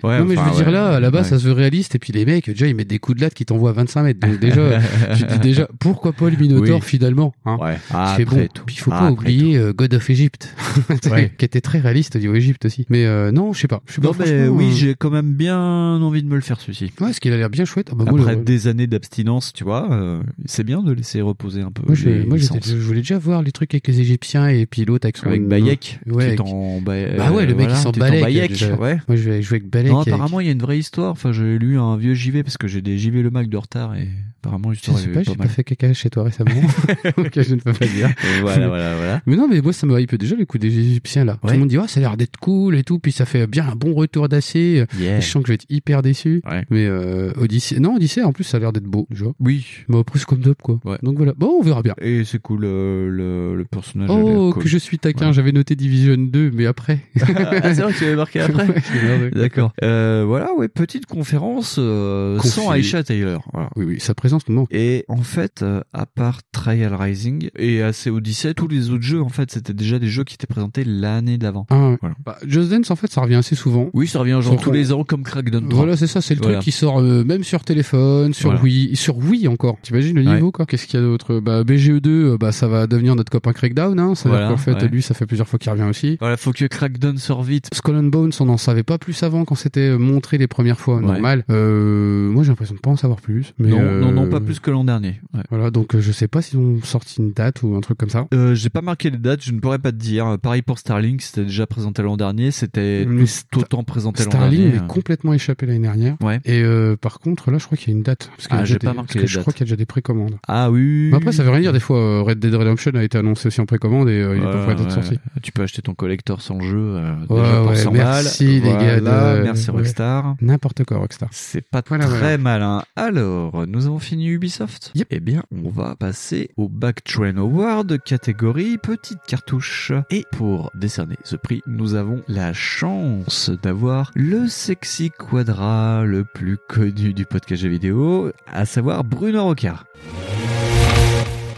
Ouais, non, mais enfin, je veux dire, ouais. là, à la base, Ouais. ça se veut réaliste, et puis les mecs, déjà, ils mettent des coups de latte qui t'envoient à 25 mètres. Donc, déjà, tu te dis déjà, pourquoi pas le Minotaur, Oui. finalement hein Ah, Tu fais, après bon, tout. puis il faut Ah, pas après oublier euh, God of Egypt, Ouais. qui était très réaliste au niveau Egypte aussi. Mais euh, non, je sais pas. Je sais Non, pas, mais franchement, oui, euh, j'ai quand même bien envie de me le faire, celui-ci. Ouais, ce qu'il a l'air bien chouette. Ah, bah, moi, Après le- des années d'abstinence, tu vois, euh, c'est bien de laisser reposer un peu. Moi, je, les moi j'étais- licences. je voulais déjà voir les trucs avec les Égyptiens et puis l'autre avec son. Avec Bayek, qui Ouais, est avec- en Ba- Bah ouais, le mec voilà, il s'en qui est en balèque. Bayek, déjà. ouais. Moi je vais jouer avec Balek. Non, avec- apparemment, il y a une vraie histoire. Enfin, j'ai lu un vieux JV parce que j'ai des JV le Mac de retard et apparemment, Je l'histoire sais est pas, j'ai pas mal. fait caca chez toi récemment. Donc je ne peux pas dire. Et voilà, voilà, voilà. Mais non, mais moi ça me hype déjà le coup des Égyptiens là. Tout Ouais. le monde dit, oh, ça a l'air d'être cool et tout. Puis ça fait bien un bon retour d'acier. Yeah. Et Je sens que je vais être hyper déçu. Mais euh, Odyssée. Non, Odyssée en plus ça a l'air d'être beau. Déjà. Oui. Mais après c'est comme d'hab quoi. Donc voilà. Bon, on verra bien. Et c'est cool, euh, le, le personnage. a l'air Oh, cool. que je suis taquin. Ouais. J'avais noté Division 2, mais après. Ah, c'est vrai que tu l'avais marqué après. Ouais, je l'ai marqué. D'accord. Euh, voilà, ouais, petite conférence euh, sans Confi- Aisha Taylor. Oui, oui, sa présence nous manque. Et en fait, euh, à part Trial Rising et AC Odyssey, tous les autres jeux, en fait, c'était déjà des jeux qui étaient présentés l'année d'avant. Ah ouais. Voilà. Bah, Just Dance, en fait, ça revient assez souvent. Oui, ça revient genre Sauf tous qu'on- les ans comme Crackdown 3. Voilà, c'est ça, c'est le Voilà. truc qui sort euh, même sur téléphone, sur Voilà. Wii, sur Wii encore. T'imagines le niveau quoi Qu'est-ce qu'il y a d'autre Bah BGE2, euh, bah ça va devenir notre copain Crackdown, hein. Ça veut Voilà, dire qu'en fait ouais. lui, ça fait plusieurs fois qu'il revient aussi. Voilà, faut que Crackdown sorte vite. Skull and Bones, on n'en savait pas plus avant quand c'était euh, montré les premières fois, normal. Euh, moi j'ai l'impression de pas en savoir plus. Mais non, euh, non, non, pas plus que l'an dernier. Ouais. Voilà, donc euh, je sais pas s'ils ont sorti une date ou un truc comme ça. Euh, j'ai pas marqué les dates, je ne pourrais pas te dire. Euh, Pareil pour Starlink, c'était déjà présenté l'an dernier, c'était Mais tout autant présenté l'an Starling dernier. hein. est complètement échappé l'année dernière. Ouais. Et euh, par contre, là, je crois qu'il y a une date. Parce qu'il y a Ah, déjà j'ai pas des- marqué parce que les Je dates. crois qu'il y a déjà des précommandes. Ah oui. Mais après, ça veut rien dire. Des fois, euh, Red Dead Redemption a été annoncé aussi en précommande et euh, il est Voilà, pas prêt d'être ouais. sorti. Tu peux acheter ton collector sans jeu euh, Ouais, déjà pour ouais, 100 merci balles. les gars. Voilà, de- Merci ouais. Rockstar. N'importe quoi, Rockstar. C'est pas Voilà, très voilà. malin. Alors, nous avons fini Ubisoft. Eh bien, on va passer au Backtrain Award, catégorie petite cartouche. Et pour décerner ce prix, nous avons la chance d'avoir le sexy quadra le plus connu du podcast jeux vidéo, à savoir Bruno Rocard.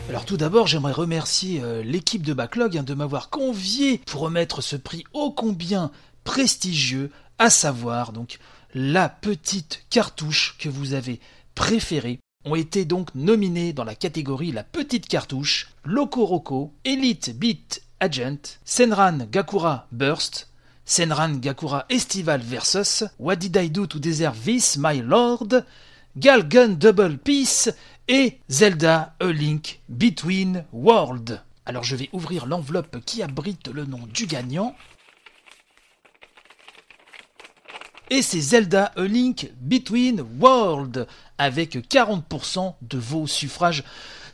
Alors tout d'abord, j'aimerais remercier euh, l'équipe de Backlog hein, de m'avoir convié pour remettre ce prix ô combien prestigieux, à savoir donc la petite cartouche que vous avez préférée. Ont été donc nominés dans la catégorie la petite cartouche Loco Elite Beat Agent, Senran Gakura Burst, Senran Gakura Estival versus What Did I Do to Deserve This My Lord, Gal Gun Double Peace et Zelda A Link Between World. Alors je vais ouvrir l'enveloppe qui abrite le nom du gagnant. Et c'est Zelda A Link Between World avec 40% de vos suffrages.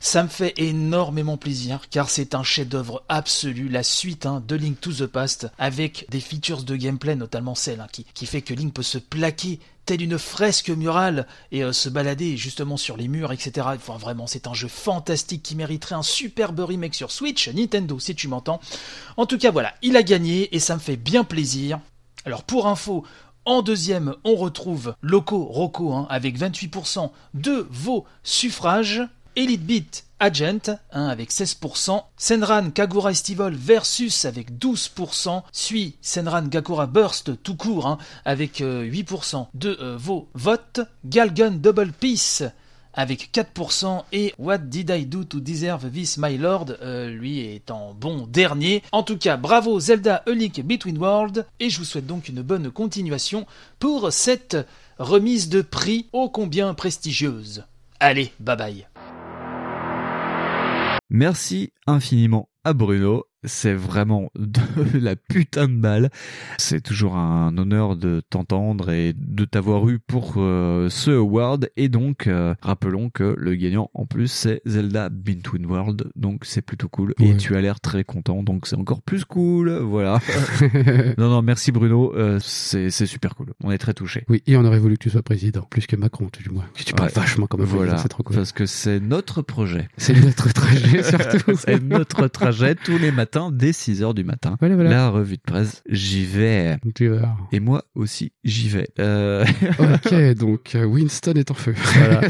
Ça me fait énormément plaisir car c'est un chef-d'œuvre absolu, la suite hein, de Link to the Past avec des features de gameplay, notamment celle hein, qui, qui fait que Link peut se plaquer telle une fresque murale et euh, se balader justement sur les murs, etc. Enfin, vraiment, c'est un jeu fantastique qui mériterait un superbe remake sur Switch, Nintendo si tu m'entends. En tout cas, voilà, il a gagné et ça me fait bien plaisir. Alors pour info, en deuxième, on retrouve Loco Rocco hein, avec 28% de vos suffrages. Elite Beat Agent hein, avec 16%. Senran Kagura Estival versus avec 12%. Suit Senran Gakura Burst tout court hein, avec euh, 8% de euh, vos votes. Galgun Double Peace avec 4% et What Did I Do to Deserve This My Lord, euh, lui est en bon dernier. En tout cas, bravo Zelda Ulick Between World et je vous souhaite donc une bonne continuation pour cette remise de prix ô combien prestigieuse. Allez, bye bye. Merci infiniment à Bruno. C'est vraiment de la putain de balle. C'est toujours un honneur de t'entendre et de t'avoir eu pour euh, ce award. Et donc, euh, rappelons que le gagnant en plus, c'est Zelda Between World. Donc, c'est plutôt cool. Et Ouais. tu as l'air très content. Donc, c'est encore plus cool. Voilà. non, non, merci Bruno. Euh, c'est c'est super cool. On est très touchés. Oui, et on aurait voulu que tu sois président, plus que Macron, tu- du moins. Que tu parles Ouais. vachement comme un Voilà. président, c'est trop cool. Parce que c'est notre projet. C'est notre trajet, surtout. c'est notre trajet tous les matins. matin, dès 6h du matin. Voilà, voilà. La revue de presse, j'y vais. Et moi aussi, j'y vais. Euh, ok, donc euh, Winston est en feu. voilà.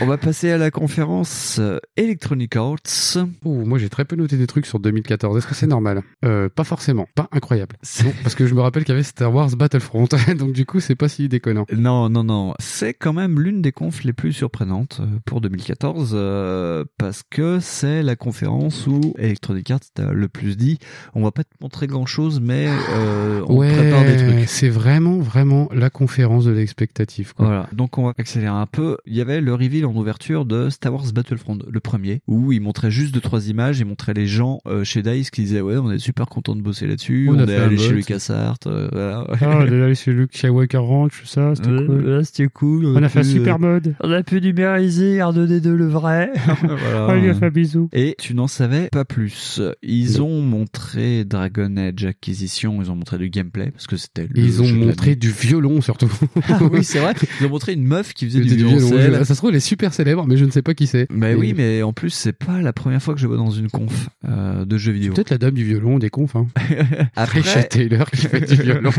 On va passer à la conférence euh, Electronic Arts. Ouh, Oh, moi j'ai très peu noté des trucs sur 2014. Est-ce que c'est normal Euh, Pas forcément, pas incroyable. Non, parce que je me rappelle qu'il y avait Star Wars Battlefront, donc du coup c'est pas si déconnant. Non, non, non. C'est quand même l'une des confs les plus surprenantes euh, pour 2014 euh, parce que c'est la conférence où Electronic Arts t'a le plus dit on va pas te montrer grand chose mais euh, on ouais, prépare des trucs. c'est vraiment vraiment la conférence de l'expectative. quoi. Voilà, donc on va accélérer un peu. Il y avait le reveal en ouverture de Star Wars Battlefront, le premier, où ils montraient juste deux trois images, ils montraient les gens euh, chez Dice qui disaient ouais on est super content de bosser là-dessus, On on, a est fait un allé bot. chez LucasArts, euh, voilà. Ah, on est allé chez Luke Skywalker Ranch, tout ça, c'était Ouais, Euh, cool. ouais, c'était cool. On a fait un super mode. On a pu numériser R2D2 le vrai. Voilà. Ah On lui a fait un bisou. Et tu n'en savais pas plus. Ils ont montré Dragon Age Acquisition, ils ont montré du gameplay parce que c'était. le Ils ont jeu de montré l'année. du violon surtout. Ah oui, c'est vrai. Ils ont montré une meuf qui faisait C'était du du violon. violoncelle. Ça se trouve, elle est super célèbre, mais je ne sais pas qui c'est. Mais Et- oui, mais en plus, c'est pas la première fois que je vois dans une conf euh, de jeux vidéo. Peut-être la dame du violon, des confs. Hein. Après- Trisha Taylor qui fait du violon.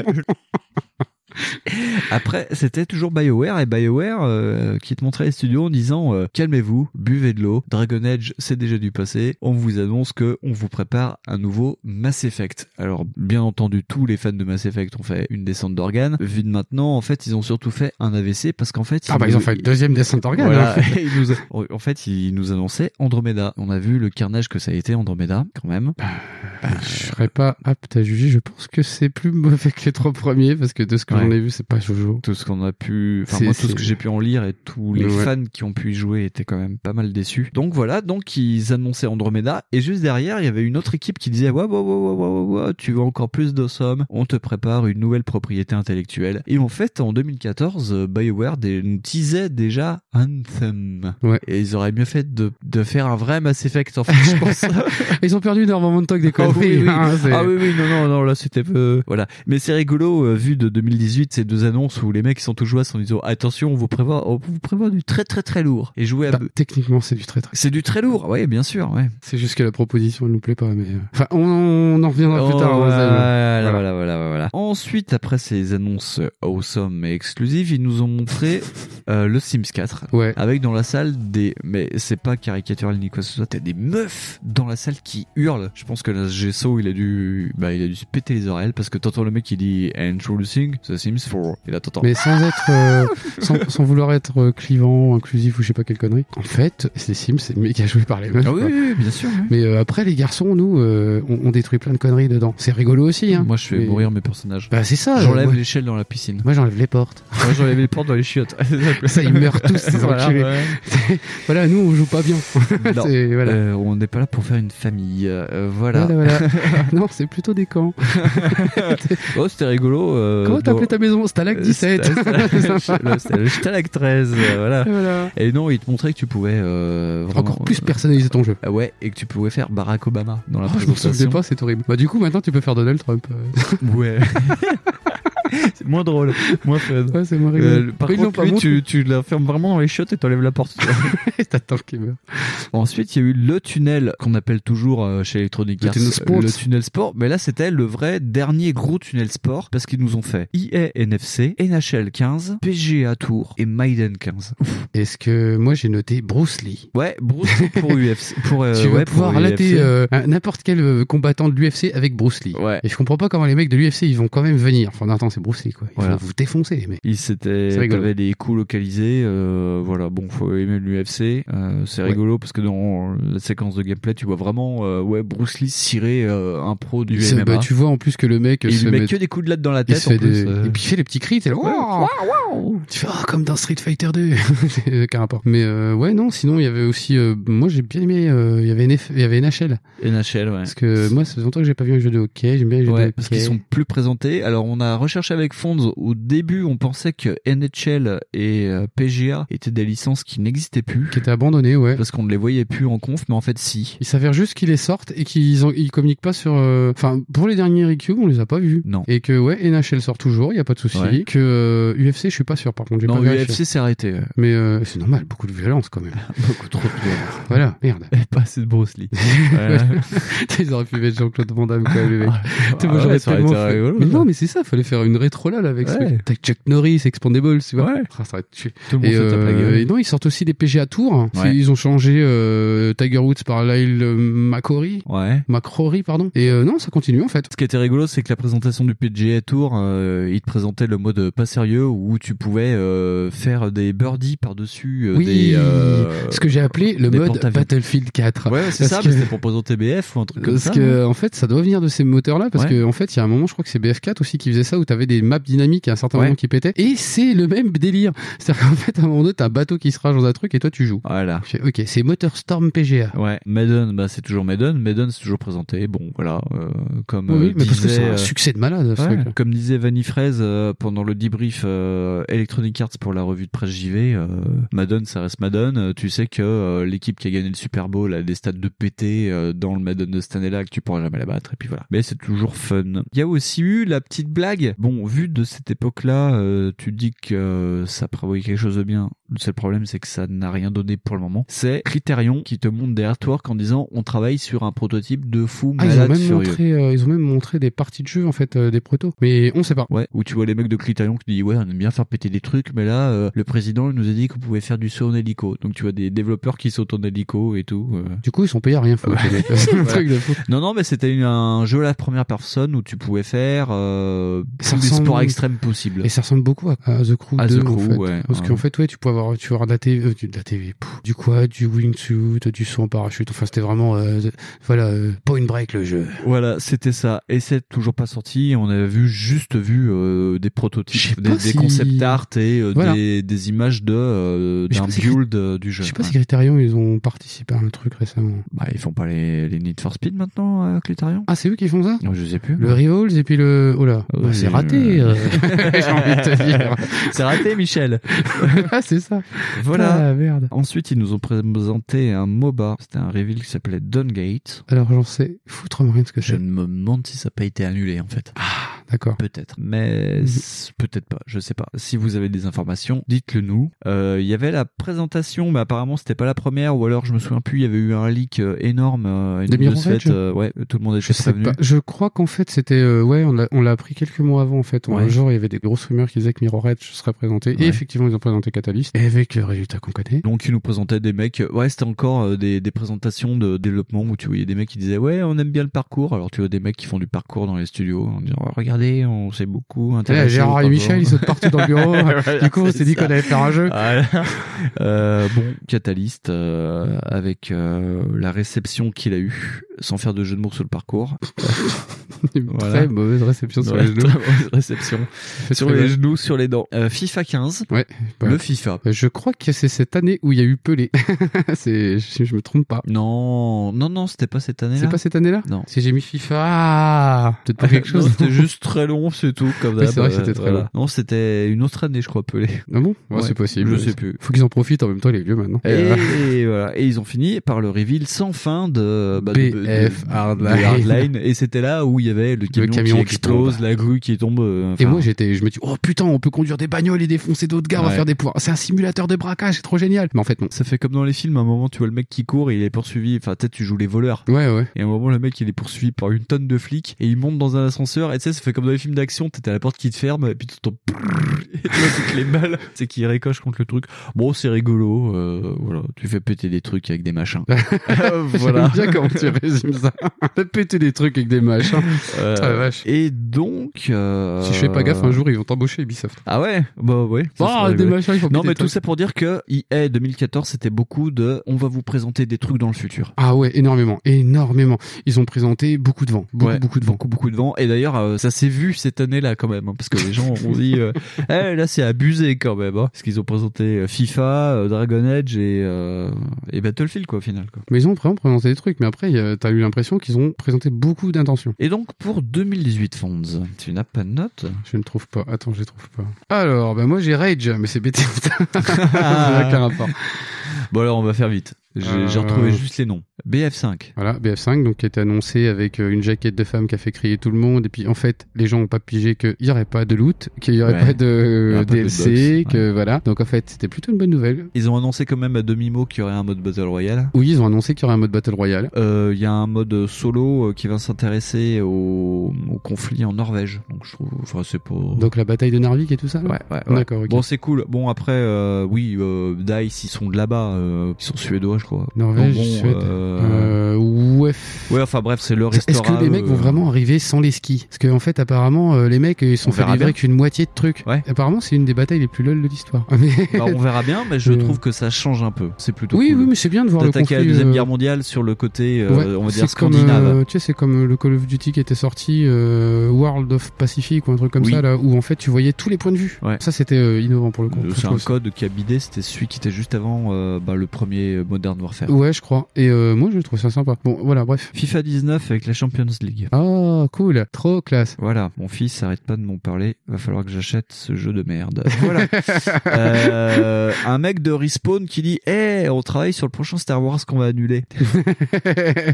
Après, c'était toujours BioWare et BioWare euh, qui te montrait les studios en disant euh, calmez-vous, buvez de l'eau, Dragon Age c'est déjà du passé, on vous annonce que on vous prépare un nouveau Mass Effect. Alors bien entendu, tous les fans de Mass Effect ont fait une descente d'organes. Vu de maintenant, en fait, ils ont surtout fait un AVC parce qu'en fait, Ah bah, ils ont fait une deuxième descente d'organes, Voilà. hein. Et ils nous- en fait, ils nous annonçaient Andromeda. On a vu le carnage que ça a été Andromeda quand même. Je serais pas apte à juger. Je pense que c'est plus mauvais que les trois premiers parce que de ce que Ouais. j'en ai vu, c'est pas Jojo. Tout ce qu'on a pu, enfin C'est- moi tout ce c'est- que j'ai pu en lire et tous les Ouais. fans qui ont pu y jouer étaient quand même pas mal déçus. Donc voilà, donc ils annonçaient Andromeda et juste derrière il y avait une autre équipe qui disait ouais ouais ouais ouais ouais ouais, ouais, tu veux encore plus de sommes, on te prépare une nouvelle propriété intellectuelle. Et en fait en 2014 euh, Bioware dé- nous disait déjà Anthem. Et ils auraient mieux fait de, de faire un vrai Mass Effect en fait je pense. Ils ont perdu leur moment de talk des Ah oui, conneries, oui. hein, c'est- Ah oui, oui, non, non, non, là c'était peu. Voilà. Mais c'est rigolo, euh, vu de 2018, ces deux annonces où les mecs ils sont tout joyeux en disant attention, on vous prévoit, on vous prévoit du très très très lourd. Et jouer à. Bah, techniquement, c'est du très très. C'est du très lourd, oui, bien sûr, ouais. C'est juste que la proposition ne nous plaît pas, mais. euh, Enfin, on, on en reviendra plus tard. Oh, hein, voilà, Zeb. voilà, voilà, voilà, voilà. Ensuite, après ces annonces euh, awesome et exclusives, ils nous ont montré euh, le Sims 4. Avec dans la salle des. Mais c'est pas caricatural ni quoi que ce soit, t'as des meufs dans la salle qui hurlent. Je pense que le GSO, il a dû. Bah, il a dû se péter les oreilles parce que t'entends le mec qui dit Introducing The Sims 4. Et là, t'entends. Mais sans être, euh, sans, sans vouloir être euh, clivant, inclusif ou je sais pas quelle connerie. En fait, c'est Sims, c'est méga joué par les meufs. Ah oui, quoi. oui, oui, bien sûr. oui. Mais euh, après, les garçons, nous, euh, on, on détruit plein de conneries dedans. C'est rigolo aussi. Hein. Moi, je fais Mais- mourir mes personnages. Bah, c'est ça. J'enlève euh, moi- l'échelle dans la piscine. Moi, j'enlève les portes. Moi, j'enlève les portes dans les chiottes. Ça, ils meurent tous, ces Voilà, enculés. ouais. C'est- voilà, nous, on joue pas bien. Non, C'est- voilà. euh, on n'est pas là pour faire une famille. euh, voilà. Euh, Voilà, voilà. non, c'est plutôt des camps. oh, c'était rigolo. euh, Comment bon. t'appelais ta maison Stalag Euh, 17. Stalag- Stalag- le Stalag 13. euh, voilà. Et voilà. Et non, il te montrait que tu pouvais euh, Encore plus personnaliser ton jeu. ah ouais, et que tu pouvais faire Barack Obama dans la Oh, je m'en présentation. souvenais pas, c'est horrible. Bah, du coup, maintenant, tu peux faire Donald Trump. Euh, Ouais. c'est moins drôle, moins fun. Ouais, c'est moins rigolo. Euh, par Mais ils l'ont contre, pas lui, montré. tu, tu la fermes vraiment dans les chiottes et t'enlèves la porte. T'attends qu'il meure. Ensuite, il y a eu le tunnel qu'on appelle toujours euh, chez Electronic Le Arts tunnel sport. le tunnel sport. Mais là, c'était le vrai dernier gros tunnel sport parce qu'ils nous ont fait EA NFC, NHL 15, PGA Tour et Maiden 15. Est-ce que moi, j'ai noté Bruce Lee Ouais, Bruce Lee pour UFC. Pour, euh, tu vas ouais, pour pouvoir latter UFC. euh, un- n'importe quel euh, combattant de l'UFC avec Bruce Lee. Et je comprends pas comment les mecs de l'UFC ils vont quand même venir. Enfin, attends, c'est Bruce Lee quoi. Ils Voilà. vont vous défoncer les mecs. Il s'était, C'est rigolo. t'avais des coups localisés, euh, voilà. Bon, faut aimer l'UFC, euh, c'est Ouais. rigolo parce que dans la séquence de gameplay, tu vois vraiment, euh, ouais, Bruce Lee cirer euh, un pro du Ça, MMA. bah, tu vois en plus que le mec. euh, Et il se lui met met- que des coups de latte dans la il tête. se fait en plus, des- euh. Et puis il fait les petits cris, t'es là. Waouh Tu fais Ah, comme dans Street Fighter 2. C'est Aucun rapport. Mais euh, ouais, non, sinon il y avait aussi. euh, moi j'ai bien aimé. euh, Il y avait NF il y avait NHL. NHL, ouais. Parce que moi, ça fait longtemps que j'ai pas vu un jeu de hockey. J'aime bien les jeux de Ouais, hockey. parce qu'ils sont plus présentés. Alors, on a recherché avec Fonds, au début, on pensait que NHL et euh, PGA étaient des licences qui n'existaient plus. Qui étaient abandonnées, ouais. Parce qu'on ne les voyait plus en conf, mais en fait, si. Il s'avère juste qu'ils les sortent et qu'ils ont- ils communiquent pas sur. euh, Enfin, pour les derniers Recube, on les a pas vus. Non. Et que ouais, NHL sort toujours, il y a pas de souci. Ouais. Que euh, UFC, je suis pas sûr par contre. j'ai Non, pas vérifié. UFC s'est arrêté. ouais. Mais euh, c'est normal, beaucoup de violence quand même. Beaucoup trop de violence. Voilà, merde. Et pas assez de Bruce Lee. Voilà. Ils auraient pu mettre Jean-Claude Van Damme quand même. les mecs. Tu sais, Ah, moi, Ah ouais, j'aurais ça aurait tellement été fait- rigolo, Mais ça. non, mais c'est ça, fallait faire une rétro là, là, avec ce Ouais. mec. Tac, Chuck Norris, Expandables, tu vois. Ah, ça aurait tué. Tout le monde Et, euh, se tape la gueule. et non, ils sortent aussi des PGA Tour. C'est- Ouais. Ils ont changé euh, Tiger Woods par Lyle euh, McCrory. Ouais. McCrory, pardon. Et euh, non, ça continue en fait. Ce qui était rigolo, c'est que la présentation du PGA Tour, euh, il te présentait le mode pas sérieux où tu pouvais euh, faire des birdies par-dessus euh, oui, des. euh, ce que j'ai appelé le des mode porte-avions. Battlefield 4. Ouais, c'est Parce ça, que- mais c'était pour présenter BF ou un truc comme parce ça. que non en fait ça doit venir de ces moteurs là parce Ouais. que en fait il y a un moment je crois que c'est BF4 aussi qui faisait ça où t'avais des maps dynamiques à un certain Ouais. moment qui pétaient et c'est le même délire c'est à dire qu'en fait à un moment donné t'as un bateau qui se rage dans un truc et toi tu joues Voilà. ok c'est moteur Storm PGA Ouais, Maiden, bah c'est toujours Maiden. Maiden c'est toujours présenté. Bon, voilà, euh, comme Oui, euh, mais parce que disait, c'est un euh, succès de malade, ce ouais, truc-là. comme disait Vanny Fraise euh, pendant le débrief euh, Electronic Arts pour la revue de presse JV, euh, Madden ça reste Madden. Euh, Tu sais que euh, l'équipe qui a gagné le Super Bowl a des stats de pété euh, dans le Madden de cette année-là que tu pourras jamais la battre. Et puis voilà. Mais c'est toujours fun. Il y a aussi eu la petite blague. Bon, vu de cette époque-là, euh, tu dis que euh, ça prévoyait quelque chose de bien. Le seul problème, c'est que ça n'a rien donné pour le moment. C'est Criterion qui te montre des artworks en disant on travaille sur un prototype de fou ah, ils ont malade même furieux. montré euh, ils ont même montré des parties de jeu en fait euh, des protos mais on sait pas Ouais, où tu vois les mecs de Clitalion qui disent ouais, on aime bien faire péter des trucs, mais là, euh, le président, il nous a dit qu'on pouvait faire du saut en hélico. Donc tu vois des développeurs qui sautent en hélico et tout. euh. du coup ils sont payés à rien foutre les mecs. C'est un Voilà. truc de fou. Non, non, mais c'était une- un jeu à la première personne où tu pouvais faire euh, tous Ça les ressemble- sports extrêmes possibles. Et ça ressemble beaucoup à, à The Crew À 2, The en Crew, fait. ouais, Parce ouais. qu'en fait, ouais, tu peux avoir, tu vas avoir de la TV, euh, du- de la TV, pouf, du quad, du wingsuit, du saut en parachute. Enfin, c'était vraiment, euh, de- voilà, euh, point break le jeu. Voilà, c'était ça. Et c'est toujours pas sorti. On avait vu juste vu euh, des prototypes, des, pas des si- concept art et euh, Voilà. des, des images de euh, Mais je sais d'un pas si- build euh, du jeu. Je sais pas Ouais. si Criterion, ils ont participé à un truc récemment. Bah, ils font pas les, les Need for Speed maintenant, euh, Clitarion Ah, c'est eux qui font ça Je sais plus. Le Rivals et puis le, oh là, bah, Ouais, c'est euh, raté. euh. J'ai envie de te dire. C'est raté, Michel. ah, c'est ça. Voilà. Ah, merde. Ensuite, ils nous ont présenté un MOBA. C'était un reveal qui s'appelait Dungate. Alors, j'en sais foutrement rien de ce que Je c'est. ne me demande si ça n'a pas été annulé, en fait. Ah, d'accord. Peut-être. Mhm. Mais c'est- peut-être pas. Je sais pas. Si vous avez des informations, dites-le nous. Euh, Il y avait la présentation, mais apparemment, c'était pas la première. Ou alors, je me souviens plus, il y avait eu un leak euh, énorme. euh, une De Mirror's se fait, Edge euh, Ouais, tout le monde Je était sais prévenu. pas. Je crois qu'en fait, c'était, euh, ouais, on l'a, on l'a appris quelques mois avant, en fait. Ouais. Genre, il y avait des grosses rumeurs qui disaient que Mirror Edge serait présenté. Ouais. Et effectivement, ils ont présenté Catalyst. Et avec le résultat qu'on connaît. Donc ils nous présentaient des mecs, ouais c'était encore euh, des, des présentations de développement où tu voyais des mecs qui disaient ouais on aime bien le parcours, alors tu vois des mecs qui font du parcours dans les studios en disant Oh, regardez on s'est beaucoup intéressé. Eh, Gérard au et parcours. Michel, ils sautent partout dans le bureau. oh, Du coup, on c'est s'est dit ça. qu'on allait faire un jeu. Voilà. Euh, bon Catalyst euh, avec euh, la réception qu'il a eu sans faire de jeu de mots sur le parcours. Une Voilà. Très mauvaise réception sur Ouais, les genoux. très mauvaise réception sur Très les mal. genoux, sur les dents. Euh, FIFA 15. Ouais. Le FIFA. Je crois que c'est cette année où il y a eu Pelé. c'est, je, je me trompe pas. Non, non, non, c'était pas cette année-là. C'est pas cette année-là Non. Si j'ai mis FIFA, ah, peut-être pas quelque Non, chose. c'était juste très long, c'est tout, comme Oui, d'hab. c'est vrai que Euh, c'était très voilà. long. Non, c'était une autre année, je crois, Pelé. Ah bon Ouais, Ouais, C'est possible. Je sais plus. Faut qu'ils en profitent en même temps, les vieux maintenant. Et, Euh, et voilà. Et ils ont fini par le reveal sans fin de, bah, de- de- BF de- Hardline. de Hardline. Et c'était là où il y avait le camion, camion qui qui explose, la grue qui tombe. euh, Et enfin, moi j'étais, je me dis, oh putain, on peut conduire des bagnoles et défoncer d'autres gars, on va Ouais. faire des pouvoirs. C'est un simulateur de braquage, c'est trop génial. Mais en fait non. ça fait comme dans les films, à un moment tu vois le mec qui court et il est poursuivi, enfin peut-être tu joues les voleurs. Ouais ouais. Et à un moment le mec il est poursuivi par une tonne de flics et il monte dans un ascenseur et tu sais ça fait comme dans les films d'action, t'étais à la porte qui te ferme et puis tu tombes et tu vois toutes les balles, c'est qui ricoche contre le truc. Bon c'est rigolo, euh, voilà, tu fais péter des trucs avec des machins. Euh, voilà. J'aime bien comment tu résumes ça. Faites péter des trucs avec des machins. Euh, Ah, la vache. et donc, euh, Si je fais pas gaffe, un jour ils vont t'embaucher Ubisoft. Ah ouais, bah ouais. ça Ah, serait des rigolo. machins, il faut Non, péter mais des tout trucs. ça pour dire que E EA 2014, c'était beaucoup de, on va vous présenter des trucs dans le futur. Ah ouais, énormément, énormément. Ils ont présenté beaucoup de vent, beaucoup Ouais, beaucoup de vent. beaucoup beaucoup de vent et d'ailleurs euh, ça s'est s'est vu cette année-là quand même, hein, parce que les gens ont dit, euh, Eh, là c'est abusé quand même, hein, parce qu'ils ont présenté euh, FIFA, euh, Dragon Age et, euh, et Battlefield quoi au final. Quoi. Mais ils ont vraiment présenté des trucs, mais après, y a- t'as eu l'impression qu'ils ont présenté beaucoup d'intentions. Et donc pour 2018 Fonds, tu n'as pas de note Je ne trouve pas. Attends, je ne trouve pas. Alors, bah moi j'ai Rage, mais c'est bêtise. C'est Ah. là qu'un rapport. Bon alors on va faire vite. J'ai Euh, j'ai retrouvé juste les noms. BF5. Voilà, BF5, donc qui a été annoncé avec euh, une jaquette de femme qui a fait crier tout le monde. Et puis en fait, les gens ont pas pigé qu'il n'y aurait pas de loot, qu'il n'y aurait Ouais. pas de Il y euh, aurait pas de DLC, box, que voilà. Donc en fait, c'était plutôt une bonne nouvelle. Ils ont annoncé quand même à demi-mot qu'il y aurait un mode Battle Royale. Oui, ils ont annoncé qu'il y aurait un mode Battle Royale. Euh, Il y a un mode solo euh, qui va s'intéresser au, au conflit en Norvège. Donc je trouve, enfin c'est pas. Donc la bataille de Narvik et tout ça là Ouais, ouais, ouais. D'accord, ok. Bon, c'est cool. Bon, après, euh, oui, euh, Dice, ils sont de là-bas. euh, ils sont suédois, je crois. Norvège, Donc bon, Suède. euh, Euh, ouais. Ouais, enfin bref, c'est leur histoire. Est-ce que à les eux, mecs euh. vont vraiment arriver sans les skis Parce qu'en fait, apparemment, euh, les mecs, ils sont On fait verra livrer bien. qu'une moitié de trucs. Apparemment, c'est une des batailles les plus lol de l'histoire. Bah, on verra bien, mais je Mais, euh, trouve que ça change un peu. C'est plutôt Oui, cool. oui, mais c'est bien de voir le D'attaquer à la conflit, Deuxième euh, Guerre mondiale sur le côté, euh, Ouais, on va dire, c'est comme, scandinave. euh, tu sais, c'est comme le Call of Duty qui était sorti, euh, World of Pacific ou un truc comme Oui. ça, là, où en fait tu voyais tous les points de vue. Ouais. Ça, c'était euh, innovant pour le coup. Euh, Enfin, je C'est un trouve ça- code qui a bidé, c'était celui qui était juste avant euh, bah, le premier Modern Warfare. Ouais, je crois. Et euh, moi, je trouve ça sympa. Bon, voilà, bref. FIFA 19 avec la Champions League. Ah, cool, trop classe. Voilà, mon fils arrête pas de m'en parler. Va falloir que j'achète ce jeu de merde. Voilà. Euh, un mec de Respawn qui dit Eh, on travaille sur le prochain Star Wars qu'on va annuler.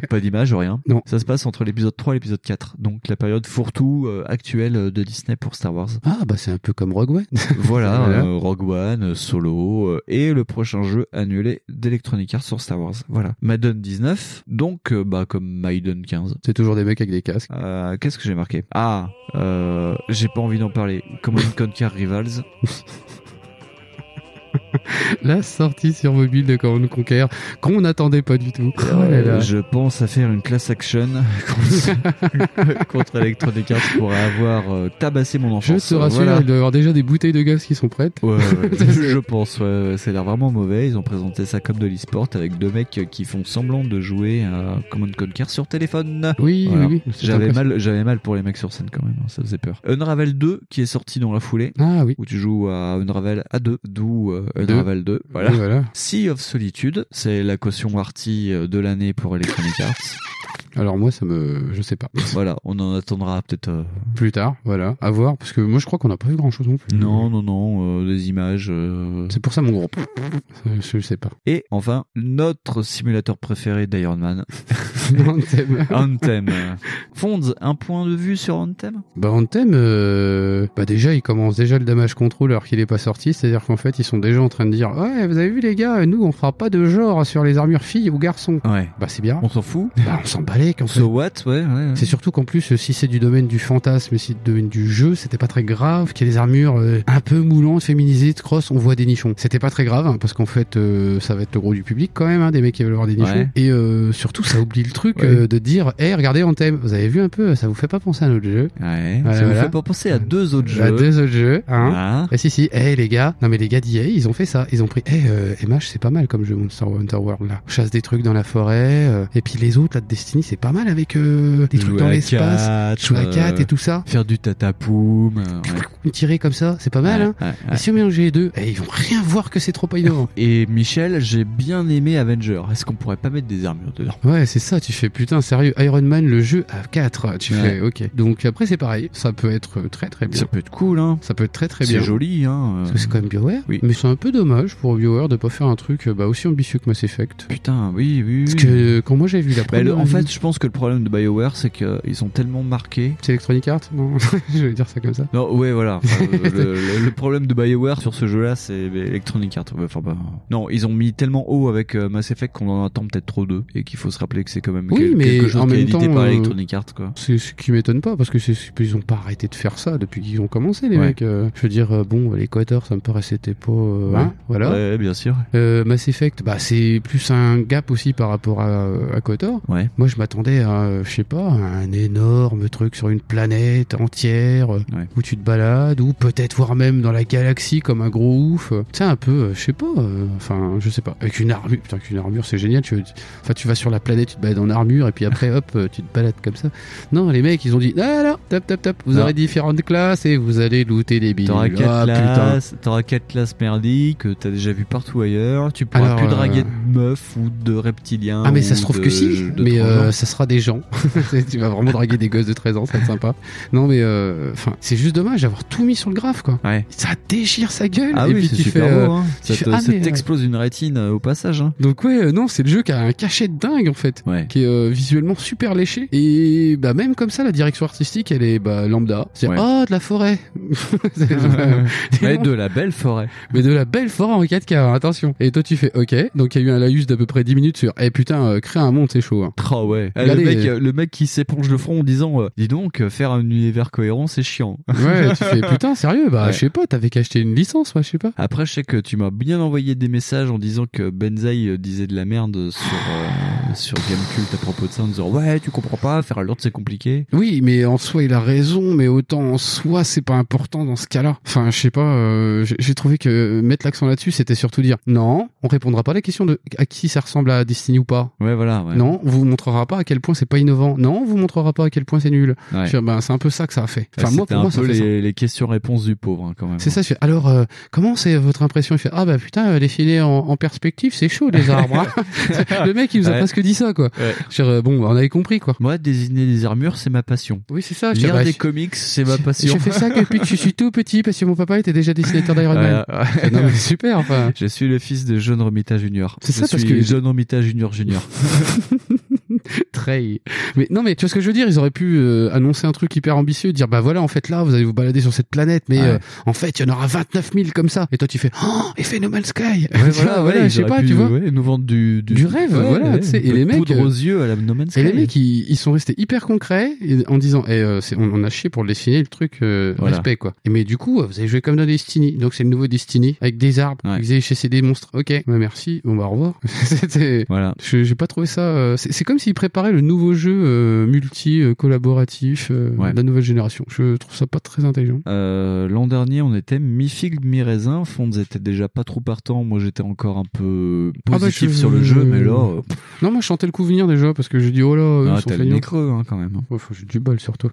pas d'image, rien. Non. Ça se passe entre l'épisode 3 et l'épisode 4. Donc la période fourre-tout euh, actuelle de Disney pour Star Wars. Ah, bah c'est un peu comme Rogue One. Voilà, Voilà. euh, Rogue One, euh, Solo, euh, et le prochain jeu annulé d'Electronic Arts sur Star Wars. Voilà. Madden 19, donc euh, bah comme Maiden 15. C'est toujours des mecs avec des casques. Euh, Qu'est-ce que j'ai marqué Ah, euh, j'ai pas envie d'en parler. Command Conquer Rivals. La sortie sur mobile de Command Conquer, qu'on n'attendait pas du tout. Oh là là. Euh, Je pense à faire une class action contre, contre Electronic Arts pour avoir euh, tabassé mon Je enfant. te rassure, il doit y avoir déjà des bouteilles de gaz qui sont prêtes. Ouais, ouais, je je pense, ouais, ouais, ça a l'air vraiment mauvais. Ils ont présenté ça comme de l'e-sport avec deux mecs qui font semblant de jouer à Command Conquer sur téléphone. Oui, Voilà. oui, oui. C'est J'avais impressionnant. mal, j'avais mal pour les mecs sur scène quand même, hein, ça faisait peur. Unravel 2 qui est sorti dans la foulée. Ah oui. Où tu joues à Unravel A2, d'où euh, Deux. Unravel 2. Voilà. Oui, voilà. Sea of Solitude, c'est la caution arty euh, de l'année pour Electronic Arts. Alors moi, ça me, je sais pas. voilà, on en attendra peut-être. euh, Plus tard, voilà, à voir, parce que moi, je crois qu'on n'a pas vu grand chose non plus. Non, non, non, euh, des images. euh. C'est pour ça mon groupe. Je sais pas. Et enfin, notre simulateur préféré d'Iron Man. Anthem. Anthem. Fonds, un point de vue sur Anthem Bah Anthem, euh, bah déjà ils commencent déjà le damage control alors qu'il est pas sorti, c'est-à-dire qu'en fait ils sont déjà en train de dire ouais vous avez vu les gars, nous on fera pas de genre sur les armures filles ou garçons. Ouais. Bah c'est bien. On s'en fout. Bah on s'en balèque en fait. So what, ouais, ouais, ouais. C'est surtout qu'en plus, euh, si c'est du domaine du fantasme, et si c'est du domaine du jeu, c'était pas très grave qu'il y ait des armures euh, un peu moulantes, féminisées, de cross, on voit des nichons. C'était pas très grave, hein, parce qu'en fait, euh, ça va être le gros du public quand même, hein, des mecs qui veulent voir des nichons. Ouais. Et euh, surtout, ça oublie le truc Ouais. euh, de dire, hé, regardez en thème, vous avez vu un peu, ça vous fait pas penser à notre jeu. Ouais, Voilà, ça vous voilà. fait pas penser à deux autres jeux. À deux autres jeux, hein. Ah. Et si, si, hé les gars, non mais les gars d'EA, ils ont fait ça. Ils ont pris, hé, euh, MH, c'est pas mal comme jeu Monster Hunter World là. On chasse des trucs dans la forêt, euh, et puis les autres là de Destiny, c'est pas mal avec euh, des trucs Jouer dans à l'espace, quatre, jouer à euh, 4 et tout ça. Faire du tatapoum. euh, ouais. Tirer comme ça, c'est pas mal, Ouais, hein. ouais, Et si on mélange les deux, eh, ils vont rien voir que c'est trop pas innovant. Et Michel, j'ai bien aimé Avenger. Est-ce qu'on pourrait pas mettre des armures dedans Ouais, c'est ça, tu fais putain, sérieux, Iron Man, le jeu à 4, tu Ouais. fais, ok. Donc après, c'est pareil, ça peut être euh, très très bien. Ça peut être cool, hein. Ça peut être très très C'est bien. joli, hein. euh. Parce que c'est quand même BioWare. Oui. Mais c'est un peu dommage pour BioWare de pas faire un truc euh, bah, aussi ambitieux que Mass Effect. Putain, oui, oui. Parce oui. que quand moi j'ai vu Hmm. la Bah, première. le- en fait, vidéo- je pense que le problème de BioWare, c'est qu'ils ont tellement marqué. c'est Electronic Arts Non, je vais dire ça comme ça. Non, ouais, voilà. Enfin, euh, le, le- le problème de BioWare sur ce jeu-là, c'est Electronic Arts. Ouais, enfin, bah, non, ils ont mis tellement haut avec euh, Mass Effect qu'on en attend peut-être trop d'eux et qu'il faut se rappeler que c'est quand même Oui, quel- mais quelque chose en qui est même édité temps, par euh, Electronic Arts, quoi. C'est ce qui m'étonne pas parce que c'est ils ont pas arrêté de faire ça depuis qu'ils ont commencé les Ouais. mecs. euh. je veux dire euh, bon l'équateur ça me paraît c'était pas euh, hein, voilà. Ouais, bien sûr. Euh, Mass Effect, bah c'est plus un gap aussi par rapport à, à Kotor. Ouais. Moi je m'attendais à, euh, je sais pas, un énorme truc sur une planète entière euh, où tu te balades ou peut-être voire même dans la galaxie comme un gros ouf. Tu sais un peu, euh, je sais pas, euh, enfin je sais pas, avec une armure, putain avec une armure c'est génial. Tu, enfin tu vas sur la planète, tu te balades dans en armure et puis après hop euh, tu te balades comme ça. Non, les mecs ils ont dit ah là, top top top, vous Non. aurez différentes classes et vous allez looter des bidules. T'auras quatre Ah, putain. classes, t'auras quatre classes merdiques que t'as déjà vu partout ailleurs. Tu pourras Alors, plus draguer euh, de meufs ou de reptiliens. Ah mais ça ou se trouve de- que si, de mais euh, transgenres. ça sera des gens. C'est- tu vas vraiment draguer des gosses de 13 ans, ça va être sympa. Non mais euh, enfin, c'est juste dommage d'avoir tout mis sur le graphe quoi. Ça déchire sa gueule Ah et oui, puis c'est tu super fais beau, euh, hein. tu Ça fais, te- ah, ça mais, ouais. t'explose une rétine euh, au passage. hein. Donc ouais, euh, non, c'est le jeu qui a un cachet de dingue en fait, qui est euh, visuellement super léché et bah même comme ça la direction artistique elle est bah lambda, c'est Ouais. oh de la forêt, C'est- Mais de la belle forêt. mais de la belle forêt en 4K, hein, attention. Et toi tu fais ok, donc il y a eu un laïus d'à peu près 10 minutes sur eh putain euh, créer un monde c'est chaud. Hein. Oh ouais. Eh, Regardez, le, mec, euh, euh, le mec qui s'éponge le front en disant euh, Dis donc, euh, faire un univers cohérent, c'est chiant. Ouais, tu fais putain sérieux, bah Ouais. je sais pas, t'avais qu'à acheter une licence, moi je sais pas. Après, je sais que tu m'as bien envoyé des messages en disant que Benzaï euh, disait de la merde sur, euh, sur Gamecult à propos de ça, en disant Ouais, tu comprends pas, faire l'ordre c'est compliqué. Oui, mais en soi, il a raison, mais autant en soi, c'est pas important dans ce cas-là. Enfin, je sais pas, euh, j'ai- j'ai trouvé que mettre l'accent là-dessus, c'était surtout dire non, on répondra pas à la question de à qui ça ressemble à Destiny ou pas. Ouais, voilà. ouais. Non, on vous montrera pas à quel point c'est pas innovant. Non, on vous montrera pas à quel point c'est nul. Ouais. Je veux dire, Ben, c'est un peu ça que ça a fait. Ouais, Enfin, moi, c'était pour un moi, ça peu fait ça. les, les questions-réponses du pauvre, hein, quand même. C'est ça, je fais, alors, euh, comment c'est votre impression Il fait, ah bah putain, euh, dessiner en, en perspective, c'est chaud les arbres. hein. le mec, il nous a Ouais. presque dit ça, quoi. Ouais. Je veux dire, euh, bon, on avait compris, quoi. Moi, désigner des armures, c'est ma passion. Oui, c'est ça. je veux Lire dire, bah, des je- comics, c'est ma j'ai- passion. J'ai fait ça que- depuis que je suis tout petit parce que mon papa était déjà dessinateur d'Iron Man. Voilà. Non, mais super, enfin. Je suis le fils de John Romita Junior. C'est ça, je parce suis que- John Romita Junior Junior. Trey. Mais non, mais tu vois ce que je veux dire Ils auraient pu euh, annoncer un truc hyper ambitieux, dire bah voilà, en fait là, vous allez vous balader sur cette planète, mais Ouais. euh, en fait, il y en aura 29 000 comme ça. Et toi, tu fais oh, et fait No Man's Sky. Ouais, voilà, ouais, ils je sais auraient pas, pu, tu vois. ouais, nous vendre du, du, Du rêve, ouais, voilà, ouais, tu sais. un Et peu les de mecs, poudre euh, aux yeux à la No Man's Et les Sky. mecs, ils, ils sont restés hyper concrets et- en disant eh, euh, c'est- on, on a chié pour le dessiner le truc, euh, Voilà. respect quoi. Et mais du coup, euh, vous avez joué comme dans Destiny, donc c'est le nouveau Destiny avec des arbres, vous avez chassé des monstres. Ok, bah, merci, bon bah au revoir. C'était. Voilà. Je- J'ai pas trouvé ça. euh, c'est c'est comme s'ils préparaient le nouveau jeu euh, multi euh, collaboratif euh, de la nouvelle génération. Je trouve ça pas très intelligent. Euh, L'an dernier, on était mi-figue, mi-raisin. Fonds était déjà pas trop partant. Moi, j'étais encore un peu Ah bah, positif je- sur le jeu, mais là, euh, Non, moi je sentais le coup venir déjà parce que j'ai dit oh là, eux, Ah, ils sont t'as le feignants. nez creux hein, quand même. Ouais, faut que j'ai du bol surtout.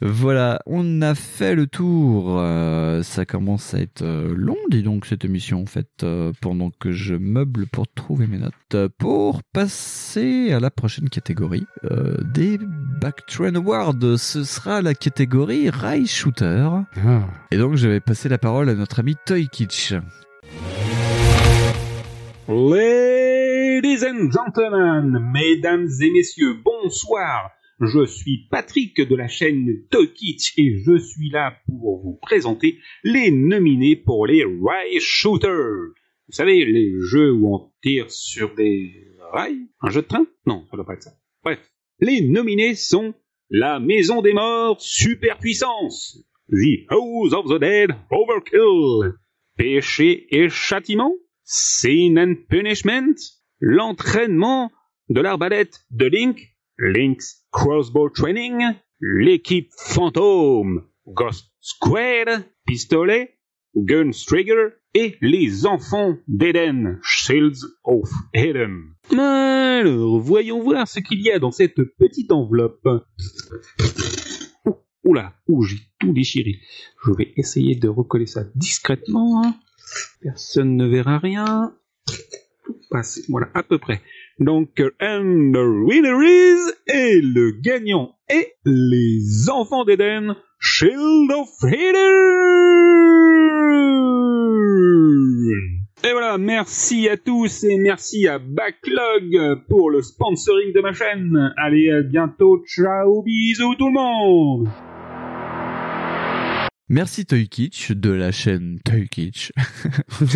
voilà, on a fait le tour. Euh, ça commence à être euh, long, dis donc, cette émission, en fait, euh, pendant que je meuble pour trouver mes notes. Euh, Pour passer à la prochaine catégorie euh, des Backtrend Awards, ce sera la catégorie Rail Shooter. Ah. Et donc, je vais passer la parole à notre ami Toy Kitsch. Ladies and gentlemen, mesdames et messieurs, bonsoir. Je suis Patrick de la chaîne Tokitch et je suis là pour vous présenter les nominés pour les Rail Shooters. Vous savez, les jeux où on tire sur des rails Un jeu de train Non, ça doit pas être ça. Bref, les nominés sont La Maison des Morts Superpuissance, The House of the Dead Overkill, Péché et Châtiment, Sin and Punishment, L'entraînement de l'arbalète de Link, Link's Crossbow Training, L'équipe fantôme, Ghost Square, Pistolet, Guns Trigger et les enfants d'Eden, Shields of Eden. Alors, voyons voir ce qu'il y a dans cette petite enveloppe. Ouh, Oula, ouh, j'ai tout déchiré. Je vais essayer de recoller ça discrètement. hein. Personne ne verra rien. Tout passe, voilà, à peu près. Donc, euh, and the winner is, et le gagnant est les enfants d'Eden, Shield of Eden. Et voilà, merci à tous et merci à Backlog pour le sponsoring de ma chaîne. Allez, à bientôt, ciao, bisous tout le monde Merci Toy Kitsch de la chaîne Toy Kitsch.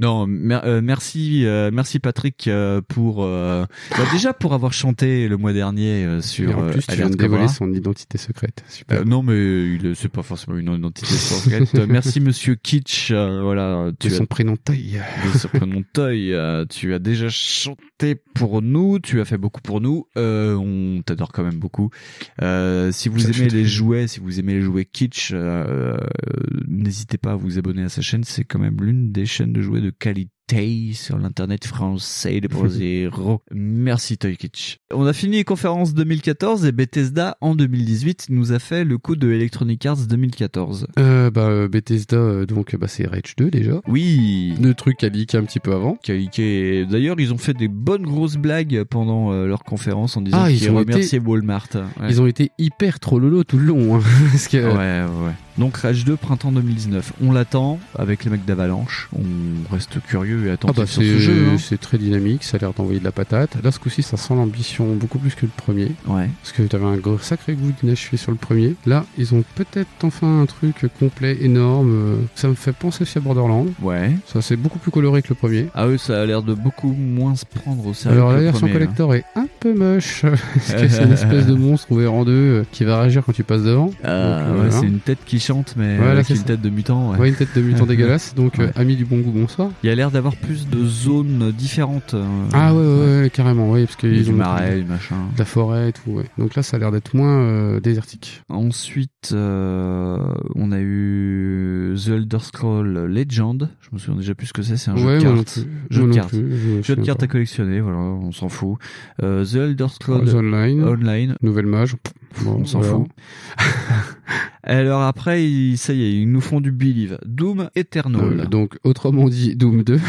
non, mer- euh, merci, euh, merci Patrick euh, pour euh, bah, déjà pour avoir chanté le mois dernier euh, Et sur. en plus, euh, tu viens de Alerte dévoiler Cobra. son identité secrète. Super. Euh, non, mais il- c'est pas forcément une identité secrète. merci Monsieur Kitsch, euh, voilà. De son prénom Toy. De son prénom Toy. euh, tu as déjà chanté pour nous, tu as fait beaucoup pour nous. euh, on t'adore quand même beaucoup. Euh, si vous Ça, je aimez te les dis. jouets, si vous aimez les jouets kitsch, euh, euh, n'hésitez pas à vous abonner à sa chaîne. C'est quand même l'une des chaînes de jouets de qualité Tay sur l'internet français pour zéro. Merci Toykic. On a fini les conférences 2014 et Bethesda en 2018 nous a fait le coup de Electronic Arts 2014. Euh, bah, euh, Bethesda, euh, donc, bah, c'est Rage 2 déjà. Oui. Le truc a leaké un petit peu avant. Qui a leaké. D'ailleurs, ils ont fait des bonnes grosses blagues pendant euh, leur conférence en disant Ah, ils qu'ils ont remerciaient été- Walmart. Ouais. Ils ont été hyper trollolo tout le long. hein, parce que, Ouais, ouais. Donc Rage 2 printemps 2019. On l'attend avec les mecs d'Avalanche. On reste curieux et Ah attentif bah, sur c'est ce jeu. hein. c'est très dynamique, ça a l'air d'envoyer de la patate. Là, ce coup-ci, ça sent l'ambition beaucoup plus que le premier. Ouais. Parce que t'avais un gros sacré goût d'inachevé sur le premier. Là, ils ont peut-être enfin un truc complet, énorme. Euh, Ça me fait penser aussi à Borderlands. Ouais. Ça, c'est beaucoup plus coloré que le premier. Ah eux, ça a l'air de beaucoup moins se prendre au sérieux. Alors que la le version premier, hein. là. collector est un peu moche, parce que c'est une espèce de monstre ouvert en deux euh, qui va réagir quand tu passes devant. Ah, Donc, euh, ouais, voilà. c'est une tête qui chante, mais Voilà, euh, c'est c'est une ça. tête de mutant. Ouais. Ouais, une tête de mutant dégueulasse, donc euh, ami du bon goût, bonsoir. Il y a l'air d'avoir plus de zones différentes. euh, Ah ouais, ouais, ouais, carrément, oui, parce Il y a qu'ils du ont marais, du machin. de la forêt et tout, ouais. Donc là, ça a l'air d'être moins euh, désertique. Ensuite, euh, on a eu The Elder Scroll Legend. Je me souviens déjà plus ce que c'est. C'est un Ouais, jeu de moi non cartes. plus. Jeu Moi de non cartes. plus, je Ah, me Jeu de souviens cartes pas. à collectionner. Voilà, on s'en fout. Euh, The Elder Scroll Scrolls Online. Online. Nouvelle mage. Bon, Oh. on s'en voilà. Euh, fout. Alors après, il- ça y est, ils nous font du believe. Doom Eternal. Euh, donc autrement dit Doom 2.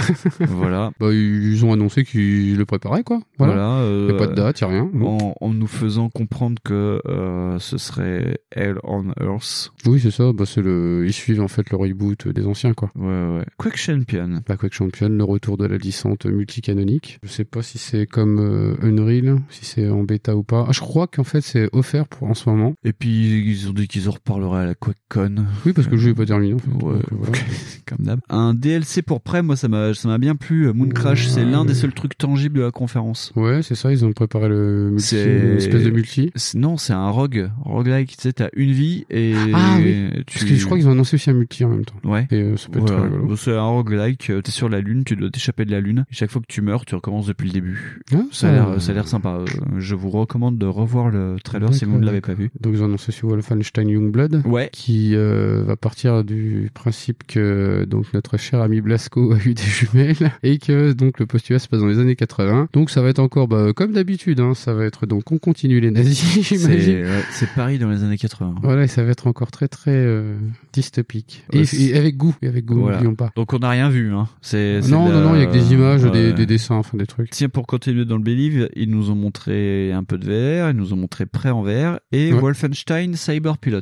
Voilà. Bah, ils ont annoncé qu'ils le préparaient quoi. Voilà. euh, Voilà. Y a pas de date, y a rien. Bon. En, en nous faisant comprendre que euh, ce serait Hell on Earth. Oui, c'est ça. Bah, c'est le... Ils suivent en fait le reboot des anciens, quoi. Ouais, ouais. Quake Champion. Bah, Quake Champion, le retour de la licence multicanonique. Je sais pas si c'est comme euh, Unreal, si c'est en bêta ou pas. Ah, je crois qu'en fait c'est offert pour en ce moment. Et puis ils ont dit qu'ils en reparleraient à la QuakeCon. Oui, parce que le jeu est pas terminé. En fait. Ouais, Donc, euh, euh, voilà. comme d'hab. Un DLC pour prêt, moi ça m'a ça m'a bien plu. Moon Crash, c'est l'un des seuls trucs tangibles de la conférence. Ouais, c'est ça. Ils ont préparé le multi, C'est- une espèce de multi. C'est- Non, c'est un rogue. Roguelike, tu sais, t'as une vie et. Ah oui. tu- Parce que je crois qu'ils ont annoncé aussi un multi en même temps. Ouais. Et euh, ça peut être Voilà. très rigolo. C'est un roguelike, euh, t'es sur la lune, tu dois t'échapper de la lune. Et chaque fois que tu meurs, tu recommences depuis le début. Ah. ça a l'air- ça a l'air sympa. Euh, Je vous recommande de revoir le trailer si vous ne D'accord, l'avez pas vu. Donc ils ont annoncé sur Wolfenstein Youngblood, qui euh, va partir du principe que donc notre cher ami Blasco a eu des jumelles et que donc le postulat se passe dans les années 80. Donc ça va être encore bah, comme d'habitude, hein, ça va être donc on continue les nazis, C'est j'imagine. ouais, c'est Paris dans les années 80. Voilà, et ça va être encore très très euh, dystopique et, Euh, c'est- et avec goût, et avec goût, Voilà. n'oublions pas. Donc on n'a rien vu. Hein. C'est, c'est Non, de non, la- non, il y a que des images, des, Ouais. des dessins, enfin des trucs. Tiens, pour continuer dans le Believe, ils nous ont montré un peu de VR, ils nous ont montré Prêt en VR et Ouais. Wolfenstein Cyberpilot.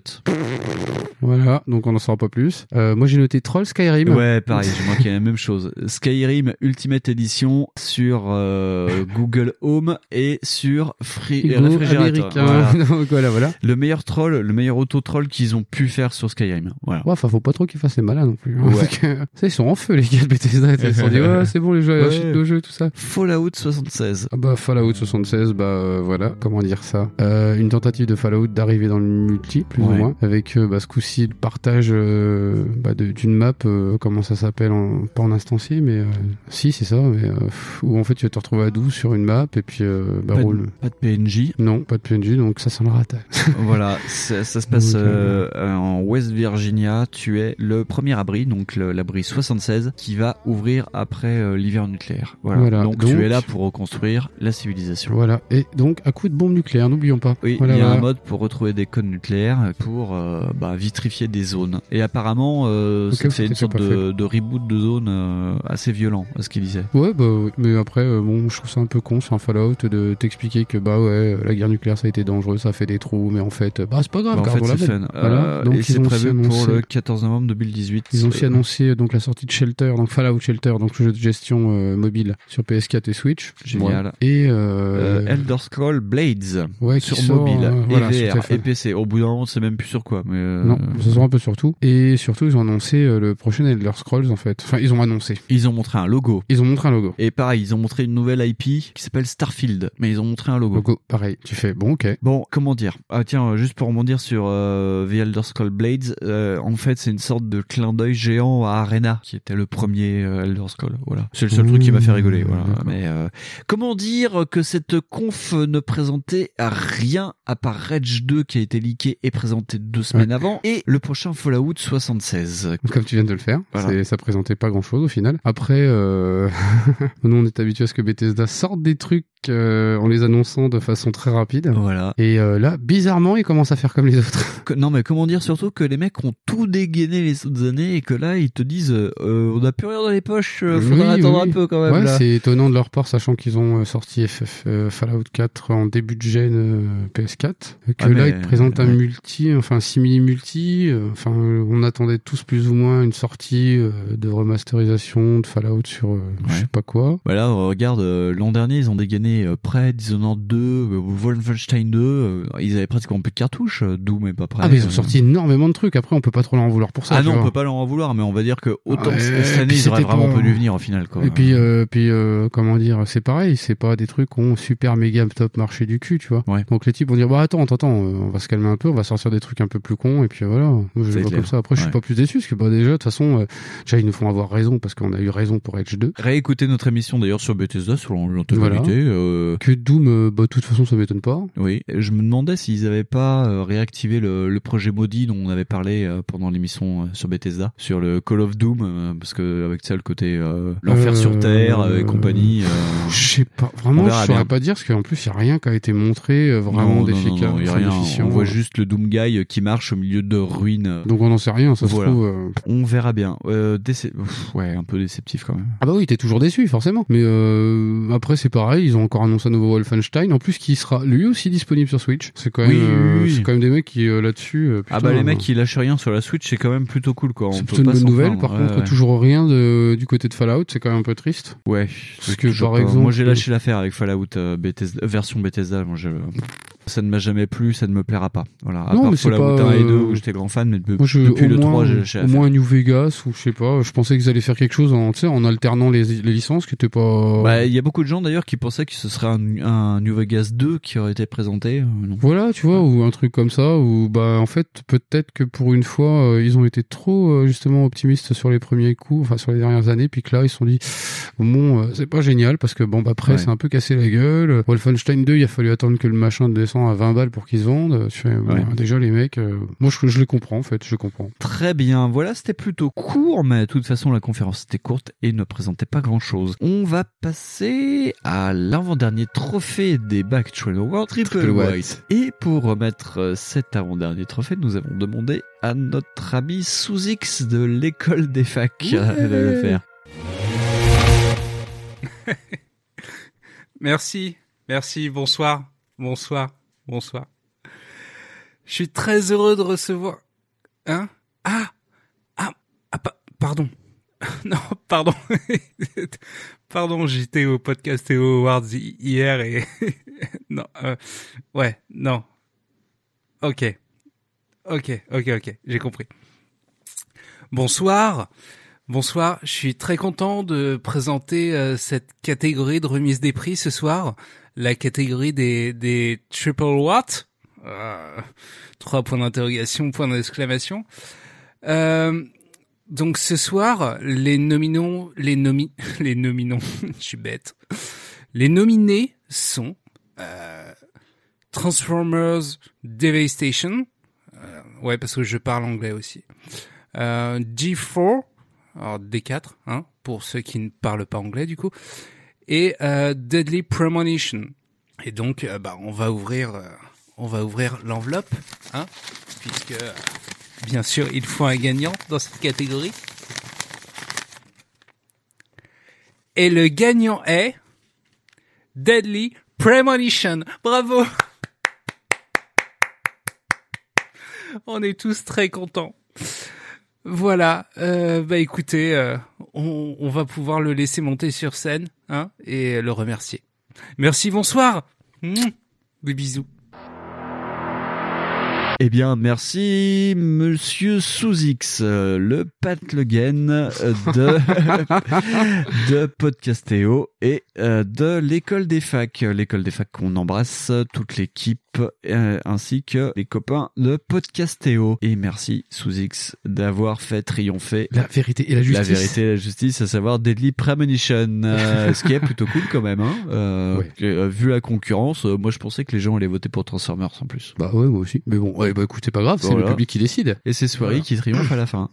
Voilà, donc on n'en saura pas plus. Euh, moi j'ai noté Troll Skyrim. Ouais, pareil, j'ai marqué la même chose. Skyrim Ultimate Edition sur euh, Google Home et sur Free Frigo réfrigérateur. américain. Donc, voilà, voilà. Le meilleur troll, le meilleur auto-troll qu'ils ont pu faire sur Skyrim. Voilà. Ouais, Ah bah, enfin, faut pas trop qu'ils fassent les malins non plus. hein, Ouais. parce que, tu sais, ils sont en feu, les gars de Bethesda. Ils se sont dit, ouais, c'est bon, les jeux, Ouais. chute de jeux, tout ça. Fallout 76. Ah bah, Fallout 76, bah, euh, voilà, comment dire ça. Euh, une tentative de Fallout d'arriver dans le multi, plus ou Ouais. moins. Avec, euh, bah, ce coup-ci, le partage, euh, bah, de- d'une map, euh, comment ça s'appelle, en- pas en instancié, mais, euh, si, c'est ça, mais, euh, pff, où en fait, tu vas te retrouver à 12 sur une map, et puis, euh, bah, Pas de- roule. pas de PNJ. Non, pas de PNJ, donc ça sent le ratage. voilà, ça, ça se passe Donc, euh, euh, en West Virginia. Tu es le premier abri, donc le- l'abri 76, qui va ouvrir après euh, l'hiver nucléaire. Voilà. Voilà, Donc, donc- tu es là pour reconstruire la civilisation. Voilà. Et donc, à coup de bombe nucléaire, n'oublions pas. Oui, Voilà, il y a un voilà. mode pour retrouver des codes nucléaires pour euh, bah, vitrifier des zones. Et apparemment, euh, Ok, ça fait une c'était sorte pas de, de reboot de zone euh, assez violent, à ce qu'il disait. Ouais, bah oui. mais après, euh, bon, je trouve ça un peu con sur un Fallout de t'expliquer que bah ouais, la guerre nucléaire ça a été dangereux, ça a fait des trous, mais en fait, bah c'est pas grave, Bah, en fait, gardons la c'est bonne. fun. Voilà. Euh, donc et ils c'est ont prévu aussi pour annoncé- le 14 novembre 2018. Ils ont aussi Euh, annoncé euh, donc la sortie de Shelter, donc Fallout Shelter, donc le jeu de gestion euh, mobile sur PS4 et Switch. Génial. Ouais. Et euh, Euh, Elder Scroll Blades Ouais, qui sur sort, mobile euh, voilà, et sur VR et téléphone. PC. Au bout d'un moment, on sait même plus sur quoi. Mais euh, Non, ça sera un peu surtout. Et surtout, ils ont annoncé euh, le prochain Elder Scrolls en fait. Enfin, ils ont annoncé. ils ont montré un logo. Ils ont montré un logo. Et pareil, ils ont montré une nouvelle IP qui s'appelle Starfield, mais ils ont montré un logo. Logo, pareil. Tu fais bon, ok. Bon, comment dire Ah tiens, euh, juste pour rebondir sur euh, The Elder Scrolls Blades, euh, en fait, c'est une sorte de clin d'œil géant à Arena, qui était le premier euh, Elder Scrolls. Voilà, c'est le seul truc qui m'a fait rigoler. Voilà. Mais euh, comment dire que cette conf ne présentait rien à part Rage 2 qui a été leaké et présenté deux semaines avant, et le prochain Fallout 76. Comme tu viens de le faire, Voilà. c'est- ça présentait pas grand chose au final. Après, euh, nous on est habitué à ce que Bethesda sorte des trucs euh, en les annonçant de façon très rapide. Voilà. Et euh, là, bizarrement, ils commencent à faire comme les autres. Que- Non mais comment dire surtout que les mecs ont tout dégainé les autres années et que là ils te disent euh, euh, on a plus rien dans les poches, euh, faudra Oui, attendre oui, un oui. peu quand même. Ouais, là. c'est étonnant de leur part, sachant qu'ils ont euh, sorti FF, euh, Fallout 4 en début de gêne euh, PS4. Que Ah, là, mais- ils te présentent un ouais. multi, enfin, simili multi. euh, Enfin, on attendait tous plus ou moins une sortie euh, de remasterisation de Fallout sur euh, je sais pas quoi. Voilà, euh, regarde, euh, l'an dernier, ils ont dégainé euh, Prey, Dishonored 2, euh, Wolfenstein 2, euh, ils avaient presque plus de cartouches, euh, Doom est pas prêt. Ah, mais ils ont Euh, sorti énormément de trucs. Après, on peut pas trop leur en vouloir pour ça. Ah tu non, vois. on peut pas leur en vouloir, mais on va dire que autant Ouais, c- cette et année, puis ils auraient c'était vraiment pas- pu lui venir en finale. Quoi. Et puis, euh, puis euh, comment dire, c'est pareil, c'est pas des trucs qui ont super méga top marché du cul, tu vois. Donc les types vont dire, bah attends, attends, attends, euh, on va se calmer un peu, on va sortir des trucs un peu plus cons, et puis voilà. Moi, je C'est le vois clair. comme ça. Après, je suis Ouais. pas plus déçu, parce que bah, déjà, de toute façon, euh, déjà, ils nous font avoir raison, parce qu'on a eu raison pour Edge 2. Réécoutez notre émission d'ailleurs sur Bethesda, sur Voilà. l'intégralité. euh, Que Doom, euh, bah de toute façon, ça m'étonne pas. Oui, je me demandais s'ils avaient pas euh, réactivé le, le projet maudit dont on avait parlé euh, pendant l'émission euh, sur Bethesda, sur le Call of Doom, euh, parce que avec ça le côté euh, l'enfer sur Euh, terre euh, et compagnie. euh, Je sais pas, on vraiment, verra je saurais bien. pas dire, parce qu'en plus, il y a rien qui a été montré euh, Non, vraiment non, d'efficace. non, non, y a enfin, rien. d'efficient. On voit juste le Doom Guy qui marche au milieu de ruines. Donc on n'en sait rien, ça se Voilà. trouve, euh, On verra bien. Euh, déce- Ouf, Ouais, un peu déceptif quand même. Ah bah oui, t'es toujours déçu, forcément. Mais euh, après, c'est pareil, ils ont encore annoncé un nouveau Wolfenstein, en plus qui sera lui aussi disponible sur Switch. C'est quand même, Oui, oui, euh, oui. c'est quand même des mecs qui euh, là-dessus. euh, Ah putain, bah les mecs euh, qui lâchent rien sur la Switch, c'est quand même plutôt cool quoi. On c'est peut plutôt une pas bonne s'en nouvelle. plaindre. Par Ouais, contre, ouais. toujours rien de- du côté de Fallout, c'est quand même un peu triste. Ouais. Parce que Toujours par pas. exemple, hein. euh, moi j'ai lâché l'affaire avec Fallout euh, Bethesda- euh, version Bethesda. Moi, je- Ça ne m'a jamais plu, ça ne me plaira pas. Voilà. À Non, part mais c'est Fallout pas, 1 et 2 euh, où j'étais grand fan, mais de- Moi, je- depuis au le moins, 3 j'ai lâché au l'affaire. moins New Vegas ou je sais pas. Je pensais qu'ils allaient faire quelque chose en, tu sais, en alternant les, les licences, qui était pas. Bah, Il y a beaucoup de gens d'ailleurs qui pensaient que ce serait un, un New Vegas 2 qui aurait été présenté. euh, non. Voilà, tu vois, ou un truc comme ça, ou bah en fait peut-être que pour une fois euh, ils ont été trop euh, justement optimistes sur les premiers coups, enfin sur les dernières années, puis que là ils se sont dit bon euh, c'est pas génial parce que bon bah après Ouais. c'est un peu cassé la gueule. Wolfenstein 2 il a fallu attendre que le machin descende à 20 balles pour qu'ils se vendent. Tu fais, bon, Ouais. déjà les mecs, euh, moi je, je les comprends en fait, je comprends. Très bien, voilà, c'était plutôt court, mais de toute façon, la conférence était courte et ne présentait pas grand chose. On va passer à l'avant-dernier trophée des Back to World, Triple, Triple White. White. Et pour remettre euh, cet avant-dernier trophée, nous avons demandé à notre ami Souzix de l'école des facs euh, de le faire. Merci, merci, bonsoir, bonsoir, bonsoir. Je suis très heureux de recevoir... Hein Ah Ah, ah, pa- pardon. Non, pardon. pardon, j'étais au podcast Théo Awards hi- hier et... non, euh, ouais, non. Ok. Ok, ok, ok, j'ai compris. Bonsoir. Bonsoir, je suis très content de présenter euh, cette catégorie de remise des prix ce soir, la catégorie des, des triple what Euh, Trois points d'interrogation, point d'exclamation. Euh, donc ce soir, les nominons, les nomi, les nominons, je suis bête. Les nominés sont euh, Transformers Devastation. Euh, ouais, parce que je parle anglais aussi. Euh, G4, alors D4, hein, pour ceux qui ne parlent pas anglais du coup, et euh, Deadly Premonition. Et donc, euh, bah, on va ouvrir, euh, on va ouvrir l'enveloppe, hein, puisque euh, bien sûr il faut un gagnant dans cette catégorie. Et le gagnant est Deadly Premonition. Bravo. On est tous très contents. Voilà, euh, bah écoutez, euh, on, on va pouvoir le laisser monter sur scène hein, et le remercier. Merci, bonsoir. Mouah. Des bisous. Eh bien, merci, monsieur Souzix, euh, le Pat Le Guen euh, de, de Podcastéo et euh, de l'école des facs. L'école des facs qu'on embrasse, toute l'équipe euh, ainsi que les copains de Podcastéo. Et merci sous X d'avoir fait triompher La vérité et la justice. La vérité et la justice, à savoir Deadly Premonition, euh, ce qui est plutôt cool quand même. hein. Euh, Ouais. que, euh, vu la concurrence, euh, moi je pensais que les gens allaient voter pour Transformers en plus. Bah ouais, moi aussi. Mais bon, ouais, bah écoute, c'est pas grave, c'est le Voilà. public qui décide. Et c'est Soirée qui triomphe à la fin.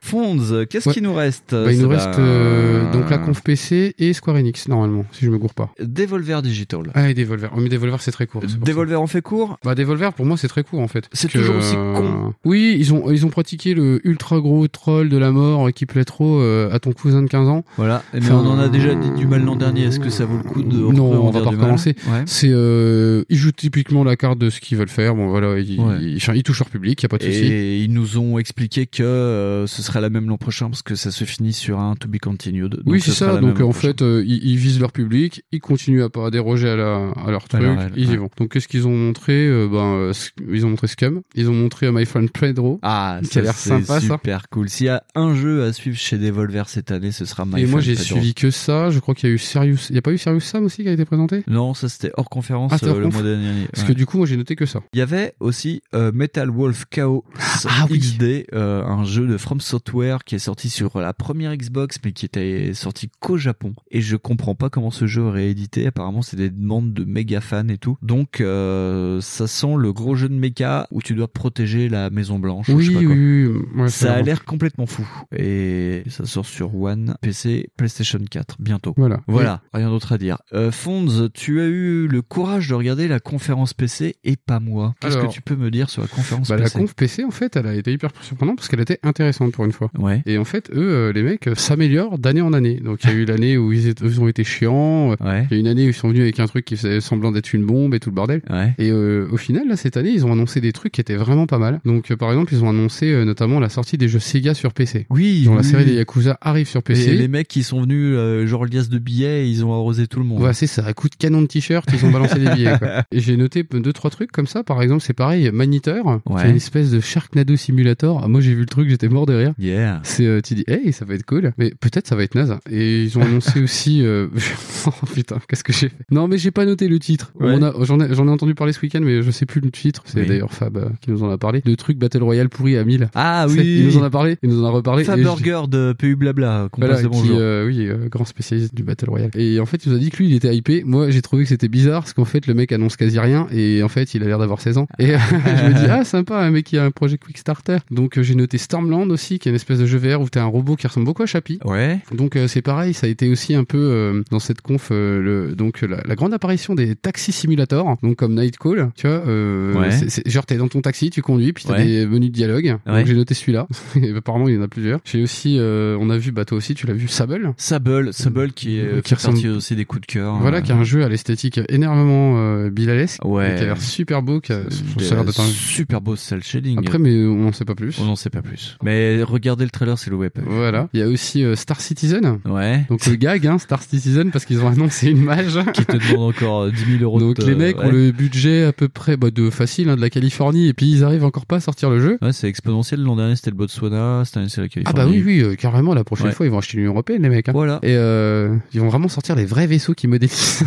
Fonds, qu'est-ce Ouais. qui nous reste Bah, il nous Sébastien reste euh, donc la conf PC et Square Enix, normalement, si je me gourre pas. Devolver Digital. Ah, et Devolver. Oh, mais Devolver, c'est très court. Devolver en fait court Bah, Devolver, pour moi, c'est très court, en fait. C'est Que- toujours aussi con. Oui, ils ont, ils ont pratiqué le ultra gros troll de la mort euh, qui plaît trop euh, à ton cousin de 15 ans. Voilà, mais Enfin, Eh on en a déjà dit du mal l'an dernier. Est-ce que ça vaut le coup de Non, en on va dire pas du mal recommencer. Ouais. C'est euh, ils jouent typiquement la carte de ce qu'ils veulent faire. Bon voilà, ils, Ouais. ils, ils touchent leur public, y a pas de souci. Et ils nous ont expliqué que euh, ce sera la même l'an prochain parce que ça se finit sur un to be continued. Donc Oui, ce c'est sera ça. la Donc même en l'an fait, euh, ils, ils visent leur public, ils continuent à pas déroger à, la, à leur truc, leur règle, ils y ouais. vont. Donc qu'est-ce qu'ils ont montré Euh, Ben euh, Sc- ils ont montré Scum, ils ont montré My Friend Pedro. Ah, qui a l'air c'est sympa ça. Super cool. S'il y a un jeu à suivre chez Devolver cette année, ce sera My Et Friend moi j'ai Pedro. suivi que ça. Je crois qu'il y a eu Serious. Il y a pas eu Serious Sam aussi qui a été présenté Non, ça c'était hors conférence Ah, c'était euh, hors le conf. mois dernier. Parce Ouais. que du coup, moi j'ai noté que ça. Il y avait aussi euh, Metal Wolf Chaos Ah, XD, euh, un jeu de From Software qui est sorti sur la première Xbox mais qui était sorti qu'au Japon. Et je comprends pas comment ce jeu aurait édité. Apparemment, c'est des demandes de méga fans et tout. Donc, euh, ça sent le gros jeu de méca où tu dois protéger la Maison Blanche. ou Oui, je sais pas quoi. oui, oui. Ouais, ça ça a marche. l'air complètement fou. Et ça sort sur One, PC, PlayStation 4 bientôt. Voilà. Voilà, rien d'autre à dire. Euh, Fonz, tu as eu le courage de regarder la conférence PC et pas moi. Qu'est-ce que Alors, tu peux me dire sur la conférence Bah, la PC conf PC en fait elle a été hyper surprenante parce qu'elle était intéressante pour une fois Ouais. et en fait eux euh, les mecs euh, s'améliorent d'année en année donc il y a eu l'année où ils, étaient- ils ont été chiants euh, il y a eu une année où ils sont venus avec un truc qui faisait semblant d'être une bombe et tout le bordel et euh, au final là cette année ils ont annoncé des trucs qui étaient vraiment pas mal donc euh, par exemple ils ont annoncé euh, notamment la sortie des jeux Sega sur PC oui dont la oui, série oui. des Yakuza arrive sur PC Et les mecs qui sont venus, euh, genre liasse de billets, et ils ont arrosé tout le monde. Ouais, c'est ça, à coup de canon de t-shirt, ils ont balancé des billets. quoi. Et J'ai noté deux trois trucs comme ça. Par exemple, c'est pareil, Maniteur, Ouais. c'est une espèce de Sharknado Simulator. Ah, moi, j'ai vu le truc, j'étais mort de rire. Yeah. C'est, euh, tu dis, hey, ça va être cool, mais peut-être ça va être naze. Et ils ont annoncé aussi, euh, oh, putain, qu'est-ce que j'ai fait Non, mais j'ai pas noté le titre. Ouais. On a- j'en ai, j'en ai entendu parler ce week-end, mais je sais plus le titre. C'est Oui. d'ailleurs Fab euh, qui nous en a parlé. Le truc Battle Royale pourri à 1000. Ah C'est- oui. Il nous en a parlé, il nous en a reparlé. Fab et je- Burger de PU Blabla, qu'on voilà, passe le qui, bonjour. euh, oui, euh, grand spécialiste du Battle Royale. Et en fait, il nous a dit que lui, il était hypé. Moi, j'ai trouvé que c'était bizarre, parce qu'en fait, le mec annonce quasi rien, et en fait, il a l'air d'avoir 16 ans. Et je me dis, ah, sympa, un mec qui a un projet Quickstarter. Donc, euh, j'ai noté Stormland aussi, qui est une espèce de jeu VR où t'as un robot qui ressemble beaucoup à Chappie. Ouais. Donc, euh, c'est pareil, ça a été aussi un peu euh, dans cette conf, euh, le, donc, la, la grande apparition des taxis simulators, hein, donc comme Night Call, tu vois, euh, Ouais. c'est- c'est- genre, t'es dans ton taxi, tu conduis, puis t'as Ouais. des menus de dialogue. Ouais. Donc, j'ai noté celui-là. Et Apparemment, il y en a plusieurs. J'ai aussi, euh, on a vu, bah toi aussi, tu l'as vu, Sable. Sable, Sable qui est Qui qui fait ressemble- partie aussi des coups de cœur. Voilà, Euh, qui a un jeu à l'esthétique énormément euh, bilalesque, Ouais. et qui a l'air super beau, qui a, ça a l'air d'être un- super beau cel shading. Après, mais on n'en sait pas plus. On n'en sait pas plus. Mais regardez le trailer, c'est le web. Voilà. Il y a aussi euh, Star Citizen. Ouais. Donc le gag, hein, Star Citizen, parce qu'ils ont annoncé une mage. Qui te demande encore euh, 10 000 euros. Donc de- les mecs ouais. ont le budget à peu près bah, de facile hein, de la Californie et puis ils arrivent encore pas à sortir le jeu. Ouais, c'est exponentiel. L'an dernier, c'était le Botswana. Cette année, c'est la Ah Californie. bah oui oui euh, carrément la prochaine Ouais. fois ils vont acheter l'Union européenne les mecs hein. Voilà. et euh, ils vont vraiment sortir les vrais vaisseaux qui modélisent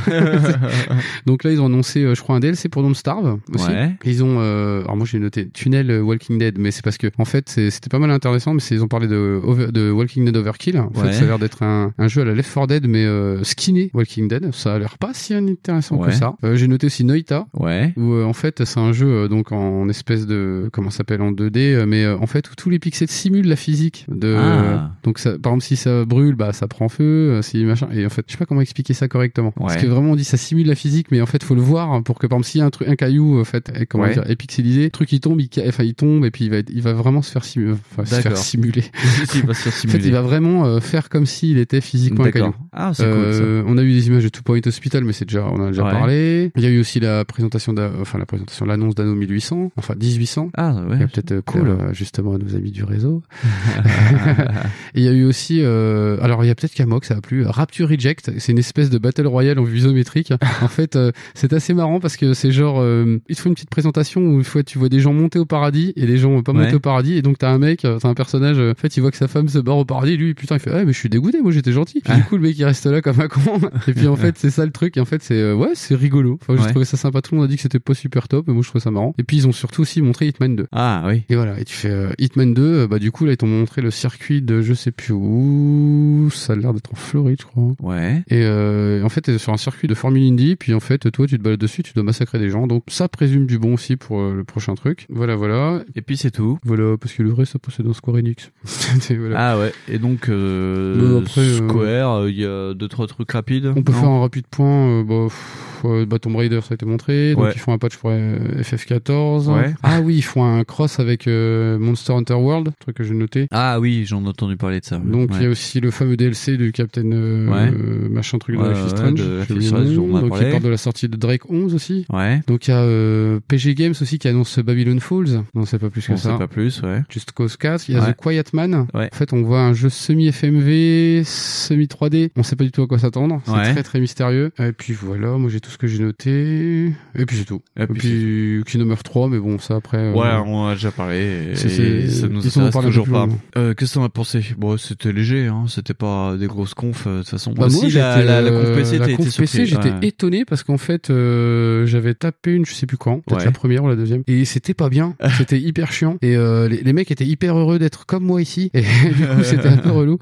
donc là ils ont annoncé euh, je crois un DLC pour Don't Starve aussi Ouais. ils ont euh, alors moi j'ai noté Tunnel euh, Walking Dead mais c'est parce que en fait c'est- c'était pas mal intéressant mais c'est- ils ont parlé de, Over- de Walking Dead Overkill en Ouais. fait ça a l'air d'être un, un jeu à la Left 4 Dead mais euh, skinné Walking Dead ça a l'air pas si intéressant Ouais. que ça Euh, j'ai noté aussi Noita Ouais. où euh, en fait c'est un jeu euh, donc en espèce de comment ça s'appelle en 2D euh, mais euh, en fait où tous les pixels simulent la physique de euh, Ah. donc ça, par exemple si ça brûle bah ça prend feu euh, si machin et en fait je sais pas comment expliquer ça correctement parce Ouais. que vraiment on dit ça simule la physique mais en fait faut le voir pour que par exemple si un truc un caillou en fait est, comment Ouais. dire est pixelisé le truc il tombe il, ca- enfin, il tombe et puis il va être- il va vraiment se faire simuler enfin, se faire D'accord. simuler Si, si, il va se faire en fait, simuler. il va vraiment euh, faire comme s'il était physiquement un D'accord. caillou. Ah, c'est cool, Euh, On a eu des images de Two Point Hospital, mais c'est déjà, on en a déjà Ouais. parlé. Il y a eu aussi la présentation, d'A- enfin la présentation, l'annonce d'Anno 1800, enfin 1800. Ah ouais. Il y a peut-être euh, Cool. euh, justement à nos amis du réseau. Et il y a eu aussi, euh, alors il y a peut-être qu'à moi que ça a plu, Rapture Reject, c'est une espèce de battle royale en vue isométrique. en fait, euh, c'est assez marrant parce que c'est genre, euh, ils te font une petite présentation où une fois tu vois des gens monter au paradis et des gens pas Ouais. monter au paradis et donc t'as un mec, euh, t'as un personnage, euh, en fait il voit que sa femme se barre au paradis, lui putain il fait, ah mais je suis dégoûté, moi j'étais gentil. Puis Ah. du coup le mec il reste là comme un con. et puis en fait c'est ça le truc, et en fait c'est, euh, ouais c'est rigolo. Enfin, j'ai Ouais. trouvé ça sympa, tout le monde on a dit que c'était pas super top, mais moi je trouve ça marrant. Et puis ils ont surtout aussi montré Hitman 2. Ah oui. Et voilà, et tu fais euh, Hitman 2, euh, bah du coup là ils t'ont montré le circuit de je sais plus où, ça a l'air d'être en Floride je crois. Ouais. Et euh, en fait t'es sur un circuit de Formule Indy, puis en fait toi tu te balades dessus, tu dois massacrer des gens, donc ça présume du bon aussi pour euh, le prochain truc. Voilà voilà. Et puis c'est tout. Voilà, parce que le vrai ça possède dans Square Enix. Et voilà. Ah ouais. Et donc euh, Non, après, euh, Square, euh, il y a deux trois trucs rapides. On peut non faire un rapide point. euh, bah, pff, euh, bah, Tomb Raider, ça a été montré. Donc, Ouais. ils font un patch pour euh, FF14. Ouais. Ah oui, ils font un cross avec euh, Monster Hunter World, truc que j'ai noté. Ah oui, j'en ai entendu parler de ça. Donc, il y Ah, Ouais. a aussi le fameux DLC du Captain euh, Ouais. euh, machin truc de Ouais, Life is ouais, Strange. de Life j'ai is oublié Strange, le nom. on en a donc, parlé. ils parlent de la sortie de Drake 11 aussi. Ouais. Donc, il y a euh, PG Games aussi qui annonce Babylon Falls. Non, c'est pas plus que On ça. sait pas plus, ouais. Just Cause 4, il y a Ouais. The Quiet Man. En fait, on voit un jeu semi-FMV, semi-3D. On sait pas du tout à quoi s'attendre. C'est Ouais. très très mystérieux. Et puis voilà, moi j'ai tout ce que j'ai noté. Et puis c'est tout. Et puis, Kingdom Hearts 3, mais bon, ça après. euh, Ouais, on en a déjà parlé. Et c'est- c'est- ça nous ils sont en intéresse parlent un peu toujours plus pas. longuement. Euh, Qu'est-ce que t'en as pensé Bon, c'était léger, hein. C'était pas des grosses confs euh, de toute façon. Bah, Si, moi, la, j'étais, la, la euh, conf PC, la t'as été conf PC, surpris, j'étais ouais. étonné parce qu'en fait, euh, j'avais tapé une, je sais plus quand, peut-être Ouais. la première ou la deuxième, et c'était pas bien. c'était hyper chiant. Et euh, les, les mecs étaient hyper heureux d'être comme moi ici. Et du coup, c'était un peu relou.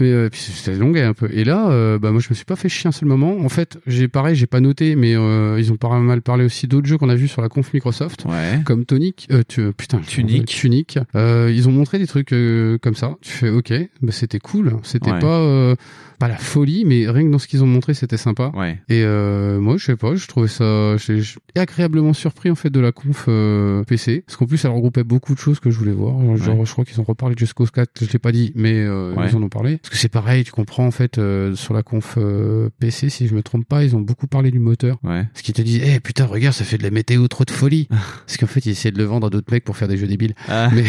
Mais euh, puis c'était longué un peu. Et là, euh, bah moi, je me suis pas fait chier un seul moment. En fait, j'ai pareil, j'ai pas noté, mais euh, ils ont pas mal parlé aussi d'autres jeux qu'on a vus sur la conf Microsoft, comme Tonic. Euh, tu, putain, Tunic. Tunic. Euh, ils ont montré des trucs euh, comme ça. Tu fais, ok, bah c'était cool. C'était Ouais. pas pas euh, pas la folie mais rien que dans ce qu'ils ont montré c'était sympa et euh, moi je sais pas je trouvais ça j'ai- j'ai agréablement surpris en fait de la conf euh, PC parce qu'en plus elle regroupait beaucoup de choses que je voulais voir genre Ouais. je crois qu'ils ont reparlé de Just Cause 4 je l'ai pas dit mais euh, Ouais. ils en ont parlé parce que c'est pareil tu comprends en fait euh, sur la conf euh, PC si je me trompe pas ils ont beaucoup parlé du moteur ce qui te dit eh putain regarde ça fait de la météo trop de folie parce qu'en fait ils essaient de le vendre à d'autres mecs pour faire des jeux débiles mais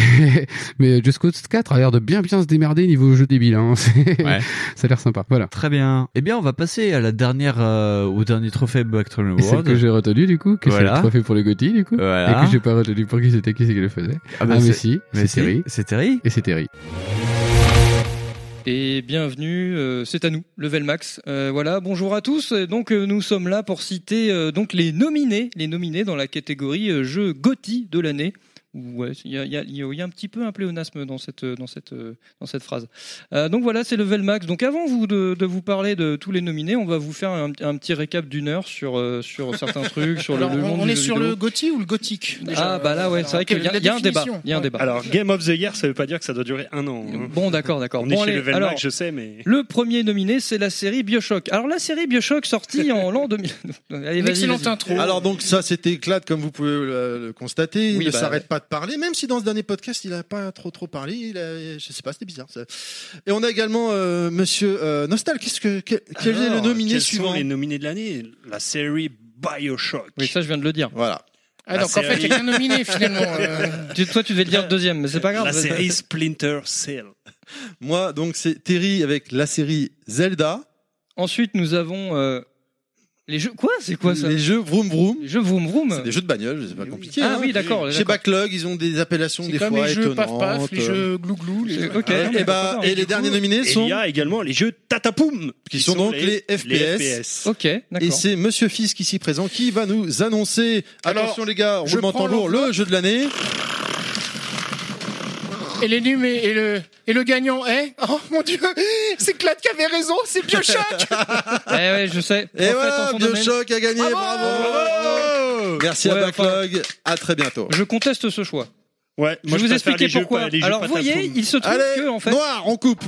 mais euh, Just Cause 4 a l'air de bien bien se démerder niveau jeu débile hein. C'est- ça a l'air sympa voilà Très bien. Eh bien, on va passer à la dernière, euh, au dernier trophée Backtrail Award. Et celle que j'ai retenu du coup, que c'est Voilà. le trophée pour le Gotti du coup, Voilà. et que j'ai pas retenu pour qui c'était qui c'est qui le faisait. Ah bah mais c'est- si, mais c'est si, Terry. C'est Terry. Et c'est Terry. Et bienvenue, euh, c'est à nous, Level Max. Euh, voilà, bonjour à tous. Et Donc euh, nous sommes là pour citer euh, donc les nominés, les nominés dans la catégorie euh, jeu GOTY de l'année. Ouais, il y, a- il y a- il y a il y a un petit peu un pléonasme dans cette euh, dans cette euh, dans cette phrase. Euh, donc voilà, c'est Level Max. Donc avant vous de, de vous parler de tous les nominés, on va vous faire un, un petit récap d'une heure sur euh, sur certains trucs, sur le- Alors, le, on, monde on du est jeu sur vidéo. le gothique ou le gothique déjà Ah bah là ouais, Alors, c'est vrai qu'il y, a- quelle est il y a la un débat. définition Il y a un débat. Alors, Game of the Year, ça veut pas dire que ça doit durer un an. hein. Bon, d'accord, d'accord. On Bon, est chez allez, Level alors- Max, je sais, mais. Le premier nominé, c'est la série Bioshock. Alors la série Bioshock sortie en l'an 2000. Allez, vas-y, vas-y. Alors donc ça c'était éclate comme vous pouvez euh, le constater, il Oui, ne bah, s'arrête ouais. pas de parler même si dans ce dernier podcast il a pas trop trop parlé, il a- je sais pas, c'était bizarre ça. Et on a également euh, monsieur euh, Nostal, qu'est-ce que quel, quel est le Alors, nominé Bah, quels suivant sont les nominés de l'année La série Bioshock. Oui, ça je viens de le dire. Voilà. La donc, en fait, série- il y a qu'un nominé, finalement, euh. Tu- toi, tu devais le dire deuxième, mais c'est pas grave. La série Splinter Cell. Moi donc c'est Terry avec la série Zelda. Ensuite nous avons euh, les jeux quoi C'est quoi ça Les jeux Vroom Vroom. Les jeux Vroom Vroom. C'est des jeux de bagnole, c'est pas compliqué. Ah hein. oui, d'accord, Chez d'accord. Backlog, ils ont des appellations des comme fois les jeux étonnantes. Paf Paf, les jeux Glouglou. Les jeux... Ok. Et, bah, et les derniers nominés sont Il y a également les jeux Tatapoum, qui sont donc les, FPS. Ok, Et c'est Monsieur Fisk ici présent qui va nous annoncer. Alors, attention les gars, je roulement de prends tambour, le jeu de l'année. Et les num- et le, et le gagnant est. Oh mon dieu, c'est Clad qui avait raison, c'est Bioshock Eh ouais, je sais. Et Prophète voilà, en son domaine. Bioshock a gagné, bravo, Merci Ouais, à Backlog, à très bientôt. Je conteste ce choix. Ouais, Je vais vous expliquer pourquoi. Alors voyez, il se trouve Allez, que en fait. Noir, on coupe.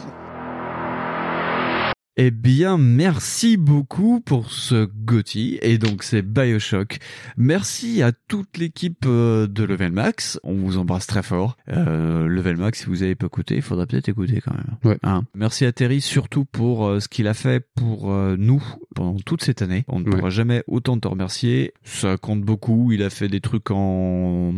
Eh bien, merci beaucoup pour ce Gotti. Et donc, c'est Bioshock. Merci à toute l'équipe euh, de Level Max. On vous embrasse très fort. Euh, Level Max, si vous avez pas écouté, il faudra peut-être écouter quand même. Hein. merci à Terry surtout pour euh, ce qu'il a fait pour euh, nous pendant toute cette année. On ne pourra jamais autant te remercier. Ça compte beaucoup. Il a fait des trucs en,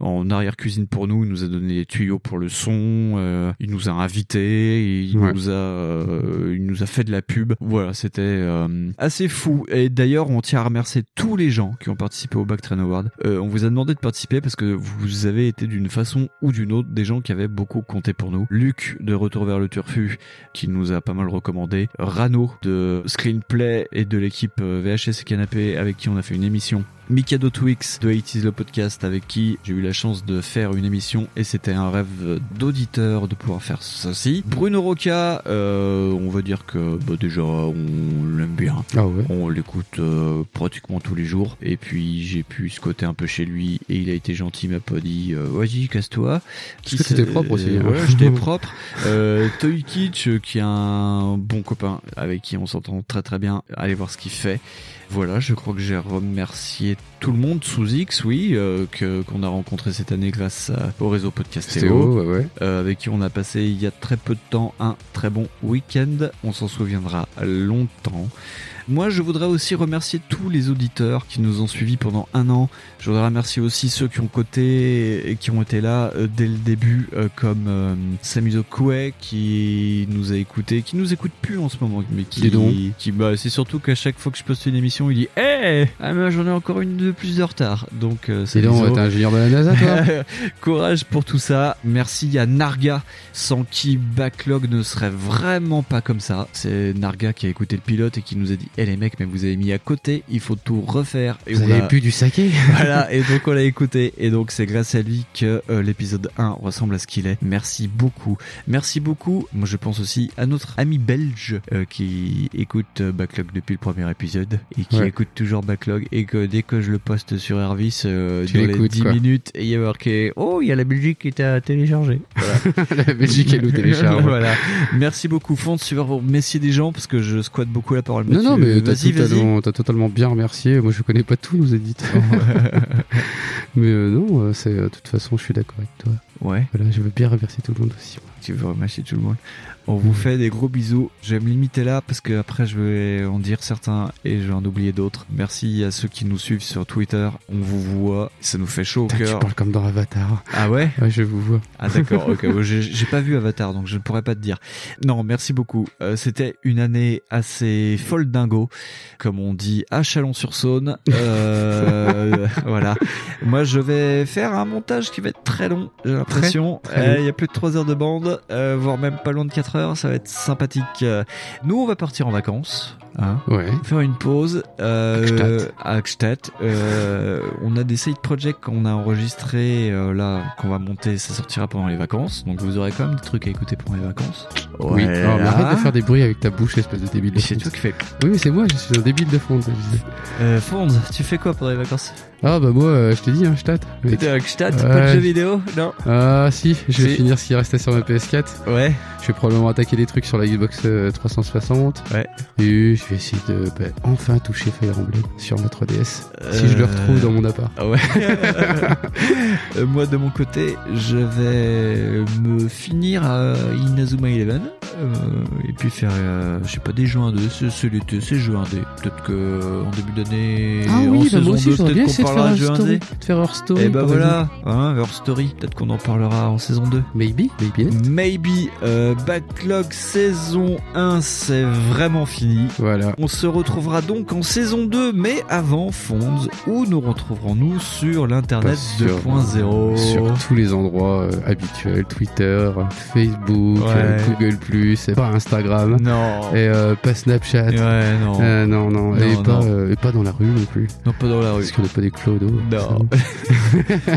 en arrière-cuisine pour nous. Il nous a donné des tuyaux pour le son. euh, il nous a invités. Il nous a, euh, il nous a fait de la pub. Voilà, c'était euh, assez fou. Et d'ailleurs, on tient à remercier tous les gens qui ont participé au Back Train Award. Euh, on vous a demandé de participer parce que vous avez été d'une façon ou d'une autre des gens qui avaient beaucoup compté pour nous. Luc de Retour vers le Turfu qui nous a pas mal recommandé. Rano de Screenplay et de l'équipe euh, VHS et Canapé avec qui on a fait une émission. Mikado Twix de 80 le podcast avec qui j'ai eu la chance de faire une émission et c'était un rêve d'auditeur de pouvoir faire ceci. Bruno Roca, euh, on va dire que bah, déjà on l'aime bien. On l'écoute euh, pratiquement tous les jours et puis j'ai pu squatter un peu chez lui et il a été gentil, il m'a pas dit euh, vas-y casse-toi. Parce que Qui t'étais s'est- propre aussi, hein. Ouais, j'étais propre. Euh, Toy Kitsch, euh, qui est un bon copain avec qui on s'entend très très bien. Allez voir ce qu'il fait. Voilà, je crois que j'ai remercié tout le monde sous X, oui, euh, que qu'on a rencontré cette année grâce à- au réseau Podcastéo, Podcastéo, ouais, ouais. euh, avec qui on a passé il y a très peu de temps un très bon week-end. On s'en souviendra longtemps. Moi, je voudrais aussi remercier tous les auditeurs qui nous ont suivis pendant un an. Je voudrais remercier aussi ceux qui ont coté et qui ont été là euh, dès le début, euh, comme euh, Samuso Koué qui nous a écoutés, qui nous écoute plus en ce moment, mais qui, Dis donc. qui bah, c'est surtout qu'à chaque fois que je poste une émission, il dit Hey, ah, mais j'en ai encore une de plus de retard. Donc, euh, Dis donc, Samuso- t'es ingénieur de la NASA, toi Courage pour tout ça. Merci à Narga, sans qui Backlog ne serait vraiment pas comme ça. C'est Narga qui a écouté le pilote et qui nous a dit Eh les mecs, mais vous avez mis à côté, il faut tout refaire. Et Vous on avez a- bu du saké Voilà, et donc on l'a écouté. Et donc c'est grâce à lui que euh, l'épisode 1 ressemble à ce qu'il est. Merci beaucoup. Merci beaucoup. Moi je pense aussi à notre ami belge euh, qui écoute euh, Backlog depuis le premier épisode et qui Ouais. écoute toujours Backlog. Et que dès que je le poste sur Hervis, euh, Tu dans les l'écoutes, 10 quoi. minutes, et il y a marqué Oh, il y a la Belgique qui t'a téléchargé. Voilà. La Belgique, elle nous télécharge. voilà. Merci beaucoup, Fonte, sur vous remercier des gens parce que je squatte beaucoup la parole. Non, non, mais t'as vas-y, vas-y. totalement, t'as totalement bien remercié. Moi, je connais pas tous nos éditeurs. mais euh, non, euh, c'est euh, de toute façon, je suis d'accord avec toi. Ouais. Voilà, je veux bien remercier tout le monde aussi. Tu veux remercier tout le monde. On vous fait des gros bisous. Je vais me limiter là parce que après je vais en dire certains et je vais en oublier d'autres. Merci à ceux qui nous suivent sur Twitter. On vous voit. Ça nous fait chaud au Putain, tu cœur. parles comme dans Avatar. Ah ouais Ouais, je vous vois. Ah d'accord, ok. Bon, J'ai j'ai pas vu Avatar, donc je ne pourrais pas te dire. Non, merci beaucoup. Euh, C'était une année assez folle dingo, comme on dit à Chalon-sur-Saône. Euh, voilà. Moi, je vais faire un montage qui va être très long, j'ai l'impression. Très, très Euh, long. Il y a plus de 3 heures de bande, euh, voire même pas loin de 4 heures. Ça va être sympathique. Euh, Nous, on va partir en vacances. Hein ouais. Faire une pause euh, à Gstaad. Euh, on a des side projects qu'on a enregistrés euh, là, qu'on va monter. Ça sortira pendant les vacances. Donc vous aurez quand même des trucs à écouter pendant les vacances. Oui. hein. Voilà. Alors, mais arrête de faire des bruits avec ta bouche, espèce de débile. Ah. C'est toi qui fais. Oui, mais c'est moi, je suis un débile de fond. ça, je sais. Euh, Fonds, tu fais quoi pendant les vacances Ah, bah, moi, euh, je t'ai dit, hein, je tâte. T'es à Gstaad, pas de jeux vidéo Non. Ah, si, je vais Si. finir ce qui restait sur ma PS4. Ouais. Je vais probablement attaquer des trucs sur la Xbox euh, 360. Ouais. Et je vais essayer de bah, enfin toucher Fire Emblem sur ma 3DS. Euh, Si je le retrouve dans mon appart. Ah ouais. Euh, Moi, de mon côté, je vais me finir à Inazuma Eleven. euh, et puis faire, euh, je sais pas, des jeux indés. C'est c'est l'été, c'est jeux indés. Peut-être que en début d'année. Ah en oui, bah, saison moi aussi, 2, j'aurais peut-être bien qu'on essayé de parlera faire jeux un story, indés. de faire Her Story, Et bah par voilà, hein, Her Story. Peut-être qu'on en parlera en saison 2. Maybe, maybe. Mm. Maybe. euh, Backlog saison 1, c'est vraiment fini. Voilà. On se retrouvera donc en saison 2, mais avant Fonds, où nous retrouverons-nous sur l'internet Pas sûr. 2.0 euh, Sur tous les endroits euh, habituels, Twitter, Facebook, Ouais. euh, Google Plus, pas Instagram. Non. Et euh, pas Snapchat. Ouais, non. Euh, non, non. Non, et, Pas, non. euh, et pas dans la rue non plus. Non, pas dans la rue. Parce qu'on n'est pas des clodos. Non.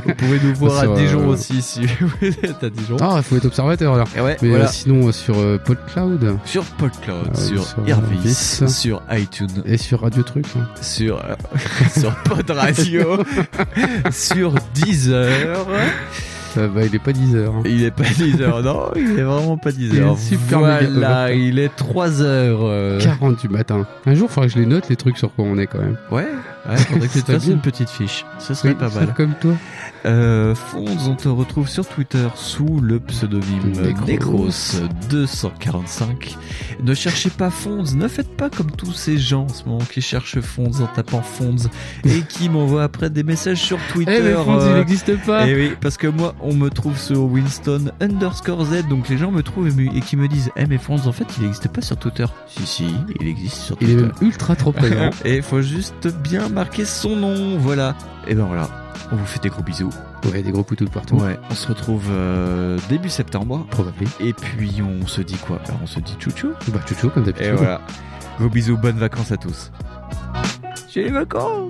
Vous pouvez nous voir à Sur, euh, Dijon aussi si vous êtes à Dijon. Ah, il faut être observateur alors. Et ouais, Mais voilà. euh, sinon, euh, sur euh, PodCloud. Sur PodCloud, Ah, sur Irvis, sur iTunes. Et sur Radio Truc. hein. Sur, euh, sur Pod Radio, sur Deezer. Euh, bah, il est pas 10 heures. Il est pas 10 heures, non, il est vraiment pas 10 Il est heures. super voilà, méga il est 3 heures. euh, 40 du matin. Un jour, il faudrait que je les note, les trucs sur quoi on est quand même. Ouais. Ouais, faudrait que tu te Ça fasses goûte. une petite fiche. Ce serait Oui, pas ça mal. comme toi. Euh, Fonz, on te retrouve sur Twitter sous le pseudonyme Necros. Necros245. Ne cherchez pas Fonz, ne faites pas comme tous ces gens en ce moment qui cherchent Fonz en tapant Fonz et qui m'envoient après des messages sur Twitter. Eh, mais Fonz, il euh, n'existe pas. eh oui, parce que moi, on me trouve sur Winston underscore Z, donc les gens me trouvent et, me- et qui me disent, eh mais Fonz, en fait, il n'existe pas sur Twitter. Si, si, il existe sur Il Twitter. est même ultra trop présent. Et faut juste bien marquer son nom, voilà. Et ben voilà, on vous fait des gros bisous. Ouais, des gros couteaux de partout. Ouais, on se retrouve euh, début septembre. Probablement. Et puis on se dit quoi Alors, On se dit chouchou. Bah, chouchou, comme d'habitude. Et voilà. Gros bisous, bonnes vacances à tous. J'ai les vacances